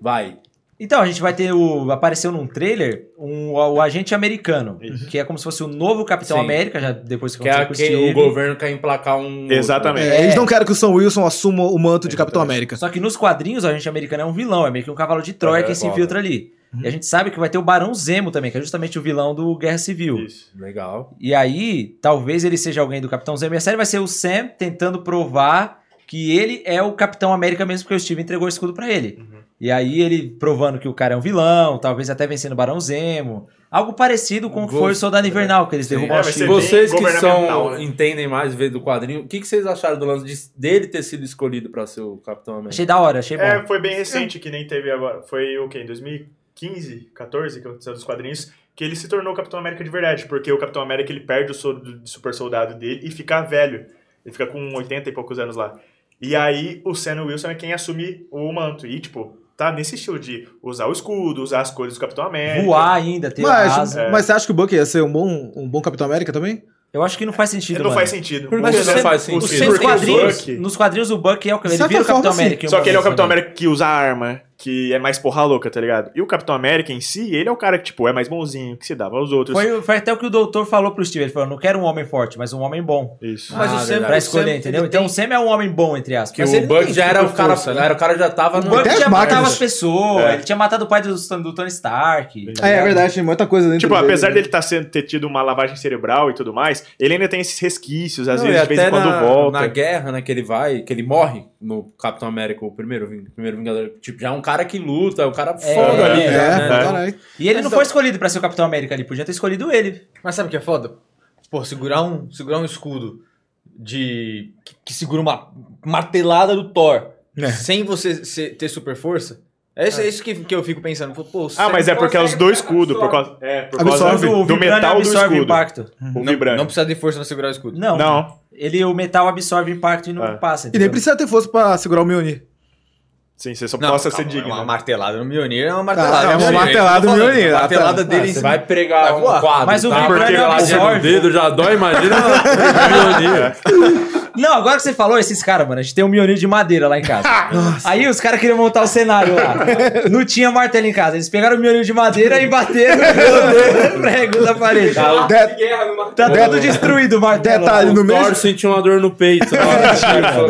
Speaker 1: Vai.
Speaker 4: Então, a gente vai ter o... Apareceu num trailer um, o agente americano, que é como se fosse o novo Capitão
Speaker 1: Sim.
Speaker 4: América, já depois que
Speaker 1: Que é
Speaker 4: aconteceu com
Speaker 1: quem o
Speaker 4: Steve.
Speaker 1: governo quer emplacar um...
Speaker 3: Exatamente.
Speaker 7: É, Eles não querem que o Sam Wilson assuma o manto de Capitão América.
Speaker 4: Só que nos quadrinhos o agente americano é um vilão, é meio que um cavalo de Troia
Speaker 1: É, Uhum.
Speaker 4: que se
Speaker 1: claro.
Speaker 4: infiltra ali. E a gente sabe que vai ter o Barão Zemo também, que é justamente o vilão do Guerra Civil.
Speaker 3: Isso.
Speaker 1: Legal.
Speaker 4: E aí, talvez ele seja alguém do Capitão Zemo. E a série vai ser o Sam tentando provar que ele é o Capitão América mesmo, porque o Steve entregou o escudo pra ele.
Speaker 3: Uhum.
Speaker 4: E aí ele provando que o cara é um vilão, talvez até vencendo o Barão Zemo. Algo parecido com o que foi o Soldado Invernal, que eles derrubam
Speaker 3: É,
Speaker 4: a
Speaker 3: vai ser
Speaker 4: Shield.
Speaker 3: bem
Speaker 1: Vocês que são,
Speaker 3: governamental, né?
Speaker 1: entendem mais vez do quadrinho, o que, que vocês acharam do lance de- dele ter sido escolhido pra ser o Capitão América?
Speaker 4: Achei da hora, achei bom.
Speaker 3: É, foi bem recente, que nem teve agora. Foi o quê? Em 2015, 14, que aconteceu dos quadrinhos, que ele se tornou o Capitão América de verdade, porque o Capitão América ele perde o soro do super soldado dele e fica velho. Ele fica com 80 e poucos anos lá. E aí o Sam Wilson é quem assume o manto. E, tipo, tá nesse estilo de usar o escudo, usar as cores do Capitão América.
Speaker 4: Voar ainda, ter
Speaker 7: Mas,
Speaker 4: asa.
Speaker 7: mas você acha que o Buck ia ser um bom, um bom Capitão América também?
Speaker 4: Eu acho que não faz sentido,
Speaker 3: É, Não
Speaker 4: mano.
Speaker 3: faz sentido.
Speaker 1: Por que
Speaker 3: Mas
Speaker 1: não
Speaker 3: o Sam-
Speaker 1: faz
Speaker 3: o
Speaker 1: sentido?
Speaker 4: Nos,
Speaker 3: Sam-
Speaker 1: Porque
Speaker 4: seus
Speaker 3: porque o
Speaker 4: quadrinhos,
Speaker 3: Buck-
Speaker 4: nos quadrinhos, o Buck é o que ele
Speaker 7: Certa
Speaker 4: vira o Capitão
Speaker 7: forma, sim.
Speaker 4: América. em um
Speaker 3: Só que ele é o
Speaker 4: momento
Speaker 3: Capitão
Speaker 4: também.
Speaker 3: América que usa arma, que é mais porra louca, tá ligado? E o Capitão América em si, ele é o cara que, tipo, é mais bonzinho, que se dava aos outros.
Speaker 4: Foi, foi até o que o doutor falou pro Steve. Ele falou: não quero um homem forte, mas um homem bom.
Speaker 3: Isso.
Speaker 2: Mas
Speaker 1: Ah,
Speaker 2: o Sam,
Speaker 1: verdade.
Speaker 4: Pra
Speaker 2: o Sam,
Speaker 4: escolher,
Speaker 2: ele
Speaker 4: entendeu?
Speaker 2: tem-
Speaker 4: Então o Sam é um homem bom, entre
Speaker 1: Que
Speaker 4: aspas.
Speaker 2: Mas
Speaker 1: o
Speaker 2: ele
Speaker 1: Buck
Speaker 2: tem
Speaker 1: já era o cara,
Speaker 2: força, né?
Speaker 1: era o cara já tava
Speaker 4: o
Speaker 1: no...
Speaker 4: Buck
Speaker 7: Até
Speaker 4: já
Speaker 7: as máquinas.
Speaker 4: matava as pessoas,
Speaker 3: É.
Speaker 4: ele tinha matado o pai do, do Tony Stark. tá
Speaker 7: É, é
Speaker 4: ligado?
Speaker 7: verdade, tem muita coisa dentro
Speaker 3: Tipo,
Speaker 7: dele,
Speaker 3: apesar
Speaker 7: né?
Speaker 3: dele tá sendo, ter tido uma lavagem cerebral e tudo mais, ele ainda tem esses resquícios, às
Speaker 1: Não,
Speaker 3: vezes,
Speaker 1: e
Speaker 3: de vez em
Speaker 1: até
Speaker 3: quando
Speaker 1: na,
Speaker 3: volta.
Speaker 1: Na guerra, né, que ele vai, que ele morre no Capitão América, o primeiro, ving- primeiro Vingador. Tipo, já é um cara que luta, é um cara foda ali,
Speaker 7: É,
Speaker 1: já, né?
Speaker 7: caralho.
Speaker 4: E ele não foi escolhido pra ser o Capitão América ali, podia ter escolhido ele.
Speaker 2: Mas sabe o que é foda? Pô, segurar um, segurar um escudo de. que, que segura uma martelada do Thor
Speaker 7: É.
Speaker 2: sem você ser- ter super força. É isso, é isso que, que eu fico pensando. Pô, pô,
Speaker 3: Ah, mas é
Speaker 6: Você
Speaker 3: porque é os
Speaker 6: consegue
Speaker 3: dois
Speaker 6: pegar
Speaker 3: escudos, por
Speaker 6: só.
Speaker 3: causa, é, por
Speaker 7: Absorve
Speaker 3: causa do, do
Speaker 4: vibranium
Speaker 3: metal do
Speaker 4: absorve
Speaker 3: escudo,
Speaker 4: impacto.
Speaker 3: o
Speaker 2: Uhum. não né?
Speaker 3: vibrante.
Speaker 2: precisa de força pra segurar o escudo.
Speaker 4: Não.
Speaker 3: Não,
Speaker 4: Ele, o metal absorve impacto e não
Speaker 3: É.
Speaker 4: passa.
Speaker 7: E nem
Speaker 4: entendeu?
Speaker 7: precisa ter força pra segurar o Mjolnir.
Speaker 3: sim, você só
Speaker 2: Não,
Speaker 3: possa
Speaker 2: calma,
Speaker 3: ser digno.
Speaker 2: É uma
Speaker 3: né?
Speaker 2: martelada no Mjolnir, é uma martelada.
Speaker 7: é uma
Speaker 2: no Mjolnir,
Speaker 7: martelada
Speaker 2: isso que eu tô
Speaker 7: no
Speaker 2: falando,
Speaker 7: Mjolnir,
Speaker 2: A martelada
Speaker 7: tá.
Speaker 2: dele
Speaker 1: Ah,
Speaker 2: em
Speaker 1: você
Speaker 2: cima.
Speaker 1: vai pregar
Speaker 2: Vai
Speaker 1: um
Speaker 2: voar.
Speaker 1: quadro,
Speaker 4: Mas o
Speaker 1: tá?
Speaker 4: vibranium
Speaker 1: Porque lá
Speaker 4: absorve.
Speaker 1: o dedo já dói, imagina
Speaker 3: É,
Speaker 1: a ironia.
Speaker 4: Não, agora que você falou, esses caras, mano, a gente tem um Mionir de madeira lá em casa. Aí os caras queriam montar o cenário lá. Não tinha martelo em casa. Eles pegaram o Mionir de madeira e bateram no prego da parede. Tá
Speaker 7: De-
Speaker 6: Guerra no mar.
Speaker 4: tudo destruído o
Speaker 7: é,
Speaker 4: martelo.
Speaker 7: Detalhe, no
Speaker 1: Thor
Speaker 7: mesmo,
Speaker 1: sentiu uma dor no peito. né? na hora que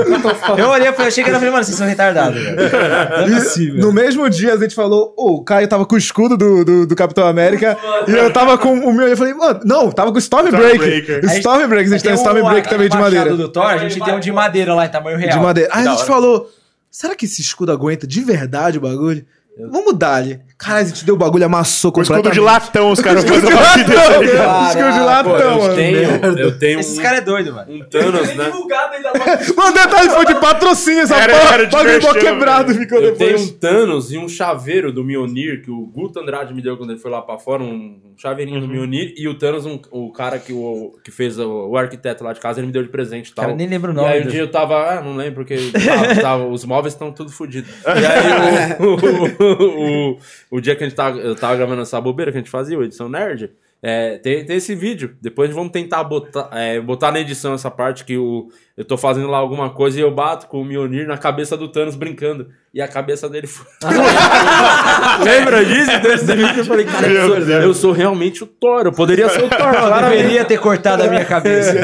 Speaker 1: chegou.
Speaker 4: Eu olhei e falei, eu cheguei e falei, mano, vocês são retardados. velho.
Speaker 7: é no mesmo dia a gente falou, ô, o Caio tava com o escudo do, do, do Capitão América e eu tava com o Mjolnir. Eu falei, mano, não, tava com o Stormbreaker.
Speaker 3: Stormbreaker.
Speaker 7: O Stormbreaker, a gente É tem o Stormbreaker
Speaker 4: um a-
Speaker 7: um também de
Speaker 4: a
Speaker 7: madeira.
Speaker 4: machado do Thor, a gente tem um de madeira lá em tamanho real.
Speaker 7: De madeira. Aí
Speaker 2: Da
Speaker 7: a gente
Speaker 2: hora.
Speaker 7: falou: será que esse escudo aguenta de verdade o bagulho? Vamos mudar ali. Caralho, a gente deu o bagulho, amassou
Speaker 3: Com escudo de
Speaker 7: completamente.
Speaker 3: latão, os caras fazem uma
Speaker 7: Escudo de
Speaker 3: vida.
Speaker 7: latão! Escudo de
Speaker 1: Pô,
Speaker 7: latão,
Speaker 1: eu
Speaker 7: mano.
Speaker 1: tenho, eu tenho
Speaker 4: Esses
Speaker 1: um,
Speaker 4: caras é doido, mano.
Speaker 1: um Thanos,
Speaker 6: Nem
Speaker 1: né?
Speaker 6: divulgado ainda mais.
Speaker 7: Mano, detalhe, foi de patrocínio essa
Speaker 3: Era-
Speaker 7: porra.
Speaker 3: era
Speaker 7: O
Speaker 3: de
Speaker 7: bagulho mó
Speaker 3: merchan,
Speaker 7: quebrado
Speaker 3: velho.
Speaker 7: ficou
Speaker 1: Eu tenho
Speaker 7: depois.
Speaker 1: um Thanos e um chaveiro do Mionir, que o Guto Andrade me deu quando ele foi lá pra fora, um chaveirinho
Speaker 4: Uhum.
Speaker 1: do Mionir, e o Thanos, um- o cara que, o, que fez o, o arquiteto lá de casa, ele me deu de presente e tal.
Speaker 4: Cara, nem lembro o
Speaker 1: E
Speaker 4: nome.
Speaker 1: aí um dia eu tava, ah, não lembro, porque tava- tava- os móveis estão tudo fodidos. E aí o, o, o, o dia que a gente tava, eu tava gravando essa bobeira que a gente fazia, o Edição Nerd, é, É, tem, tem esse vídeo. Depois vamos tentar botar, é, botar na edição essa parte que o, eu tô fazendo lá alguma coisa e eu bato com o Mionir na cabeça do Thanos brincando. E a cabeça dele foi. Lembra disso? Então esse vídeo eu falei, cara, eu sou, eu sou realmente o Thor. Eu poderia ser o Thor.
Speaker 4: Eu
Speaker 1: claramente.
Speaker 4: deveria ter cortado a minha cabeça.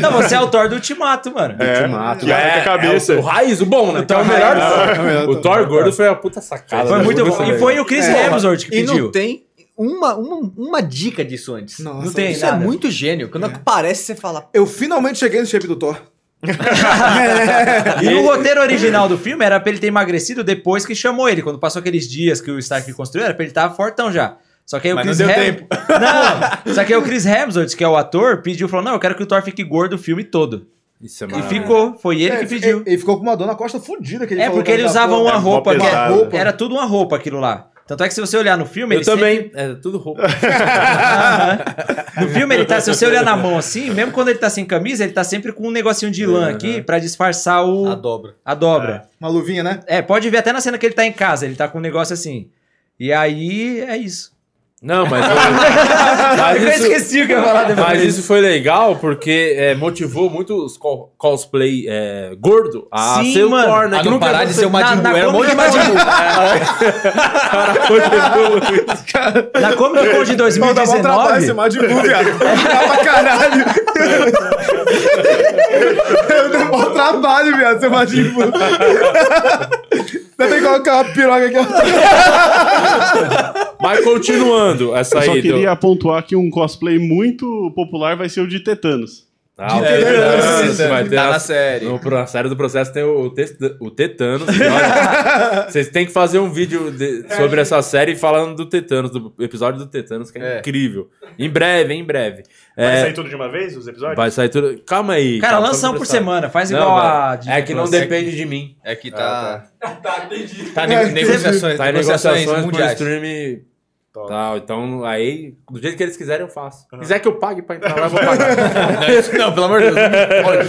Speaker 4: Não, você é o Thor do Ultimato, mano.
Speaker 3: É,
Speaker 1: Ultimato,
Speaker 3: que arranca
Speaker 1: é,
Speaker 3: a cabeça.
Speaker 1: é o, o raiz, o bom, né? O, o melhor. o Thor gordo foi a puta sacada.
Speaker 4: Foi
Speaker 1: né?
Speaker 4: muito bom. E
Speaker 1: legal.
Speaker 4: foi o Chris
Speaker 7: É.
Speaker 4: Hemsworth que
Speaker 2: E não
Speaker 4: pediu.
Speaker 2: tem uma, uma, uma dica disso antes.
Speaker 5: Nossa,
Speaker 4: Não tem
Speaker 2: Isso
Speaker 4: nada.
Speaker 2: é muito gênio. Quando aparece, você fala.
Speaker 5: Eu finalmente cheguei no shape do Thor.
Speaker 4: E o roteiro original do filme era pra ele ter emagrecido depois que chamou ele. Quando passou aqueles dias que o Stark construiu, era pra ele estar fortão já. Só que aí o
Speaker 2: Mas
Speaker 4: Chris
Speaker 2: não deu
Speaker 4: Hem- Não! Só que aí o Chris Hemsworth, que é o ator, pediu, falou, não, eu quero que o Thor fique gordo o filme todo.
Speaker 1: Isso é
Speaker 4: E
Speaker 1: maravilhoso.
Speaker 4: ficou, foi ele que
Speaker 5: É,
Speaker 4: pediu.
Speaker 5: Ele, ele ficou com uma dor na costa fodida que ele
Speaker 4: É,
Speaker 5: falou
Speaker 4: porque
Speaker 5: que
Speaker 4: ele usava
Speaker 5: tava-
Speaker 4: uma
Speaker 3: é mó
Speaker 4: roupa, que era,
Speaker 3: pesado.
Speaker 5: Roupa.
Speaker 4: era tudo uma roupa aquilo lá. Tanto é que se você olhar no filme,
Speaker 1: Eu
Speaker 4: ele sempre-
Speaker 1: também. É tudo roupa.
Speaker 4: Aham. No filme ele tá, se você olhar na mão assim, mesmo quando ele tá sem camisa, ele tá sempre com um negocinho de lã aqui pra disfarçar o,
Speaker 2: A
Speaker 4: a,
Speaker 2: dobra.
Speaker 4: dobra.
Speaker 5: Uma luvinha, né?
Speaker 4: É. pode ver até na cena que ele tá em casa, ele tá com um negócio assim. E aí é isso.
Speaker 1: Não, mas.
Speaker 4: Ah, eu
Speaker 1: mas isso,
Speaker 4: esqueci o que eu ia falar depois.
Speaker 1: mas isso foi legal porque é, motivou muito os co- cosplay é, gordo a
Speaker 2: Ah,
Speaker 4: Sim,
Speaker 1: ser o
Speaker 4: mano.
Speaker 1: Thor, né?
Speaker 2: A
Speaker 1: Que
Speaker 2: não
Speaker 1: nunca
Speaker 2: parar
Speaker 1: ia
Speaker 2: de
Speaker 1: ser-
Speaker 2: ser o Majin
Speaker 4: na-
Speaker 2: Buu.
Speaker 4: na
Speaker 2: Era um monte de
Speaker 4: Comic
Speaker 2: Majin
Speaker 4: Con-
Speaker 2: Buu.
Speaker 1: Cara, foi evoluindo.
Speaker 4: Na Comic Con de
Speaker 7: Mano, dá mó trabalho
Speaker 4: 2019,
Speaker 7: esse mar de Buu, viado. Dá pra caralho. Eu dei mó trabalho, viado, ser mar de Buu. Ainda tem que colocar uma piroca aqui. ó.
Speaker 1: Mas continuando, essa
Speaker 8: Eu
Speaker 1: aí.
Speaker 8: só
Speaker 1: do-
Speaker 8: queria pontuar que um cosplay muito popular vai ser o de Tetanos.
Speaker 1: Ah, o
Speaker 2: É,
Speaker 1: Tetanos,
Speaker 2: é,
Speaker 1: vai ter
Speaker 2: tá
Speaker 1: a-
Speaker 2: na série.
Speaker 1: No, pro- na série do processo tem o, o, te, o Tetanos. E olha, Vocês têm que fazer um vídeo de- sobre
Speaker 3: É.
Speaker 1: essa série falando do Tetanos, do episódio do Tetanos, que é,
Speaker 2: É.
Speaker 1: incrível. Em breve, em breve.
Speaker 3: Vai
Speaker 1: É,
Speaker 3: sair tudo de uma vez, os episódios?
Speaker 1: vai sair tudo. Calma aí.
Speaker 2: Tá,
Speaker 4: cara,
Speaker 1: calma,
Speaker 4: lança
Speaker 1: só
Speaker 4: um por
Speaker 1: pressar.
Speaker 4: semana, faz
Speaker 1: Não,
Speaker 4: igual
Speaker 1: vai.
Speaker 4: a... Disney
Speaker 1: É que não
Speaker 4: Plus.
Speaker 1: depende de mim.
Speaker 2: É que tá.
Speaker 6: Tá, entendi.
Speaker 2: Tá
Speaker 3: É,
Speaker 2: em negociações.
Speaker 1: Tá em
Speaker 2: negociações
Speaker 1: negociações por
Speaker 2: mundiais.
Speaker 1: stream tal. Então, aí, do jeito que eles quiserem, eu faço. Se quiser que eu pague pra entrar lá, eu vou pagar.
Speaker 2: né? Não, pelo amor de Deus.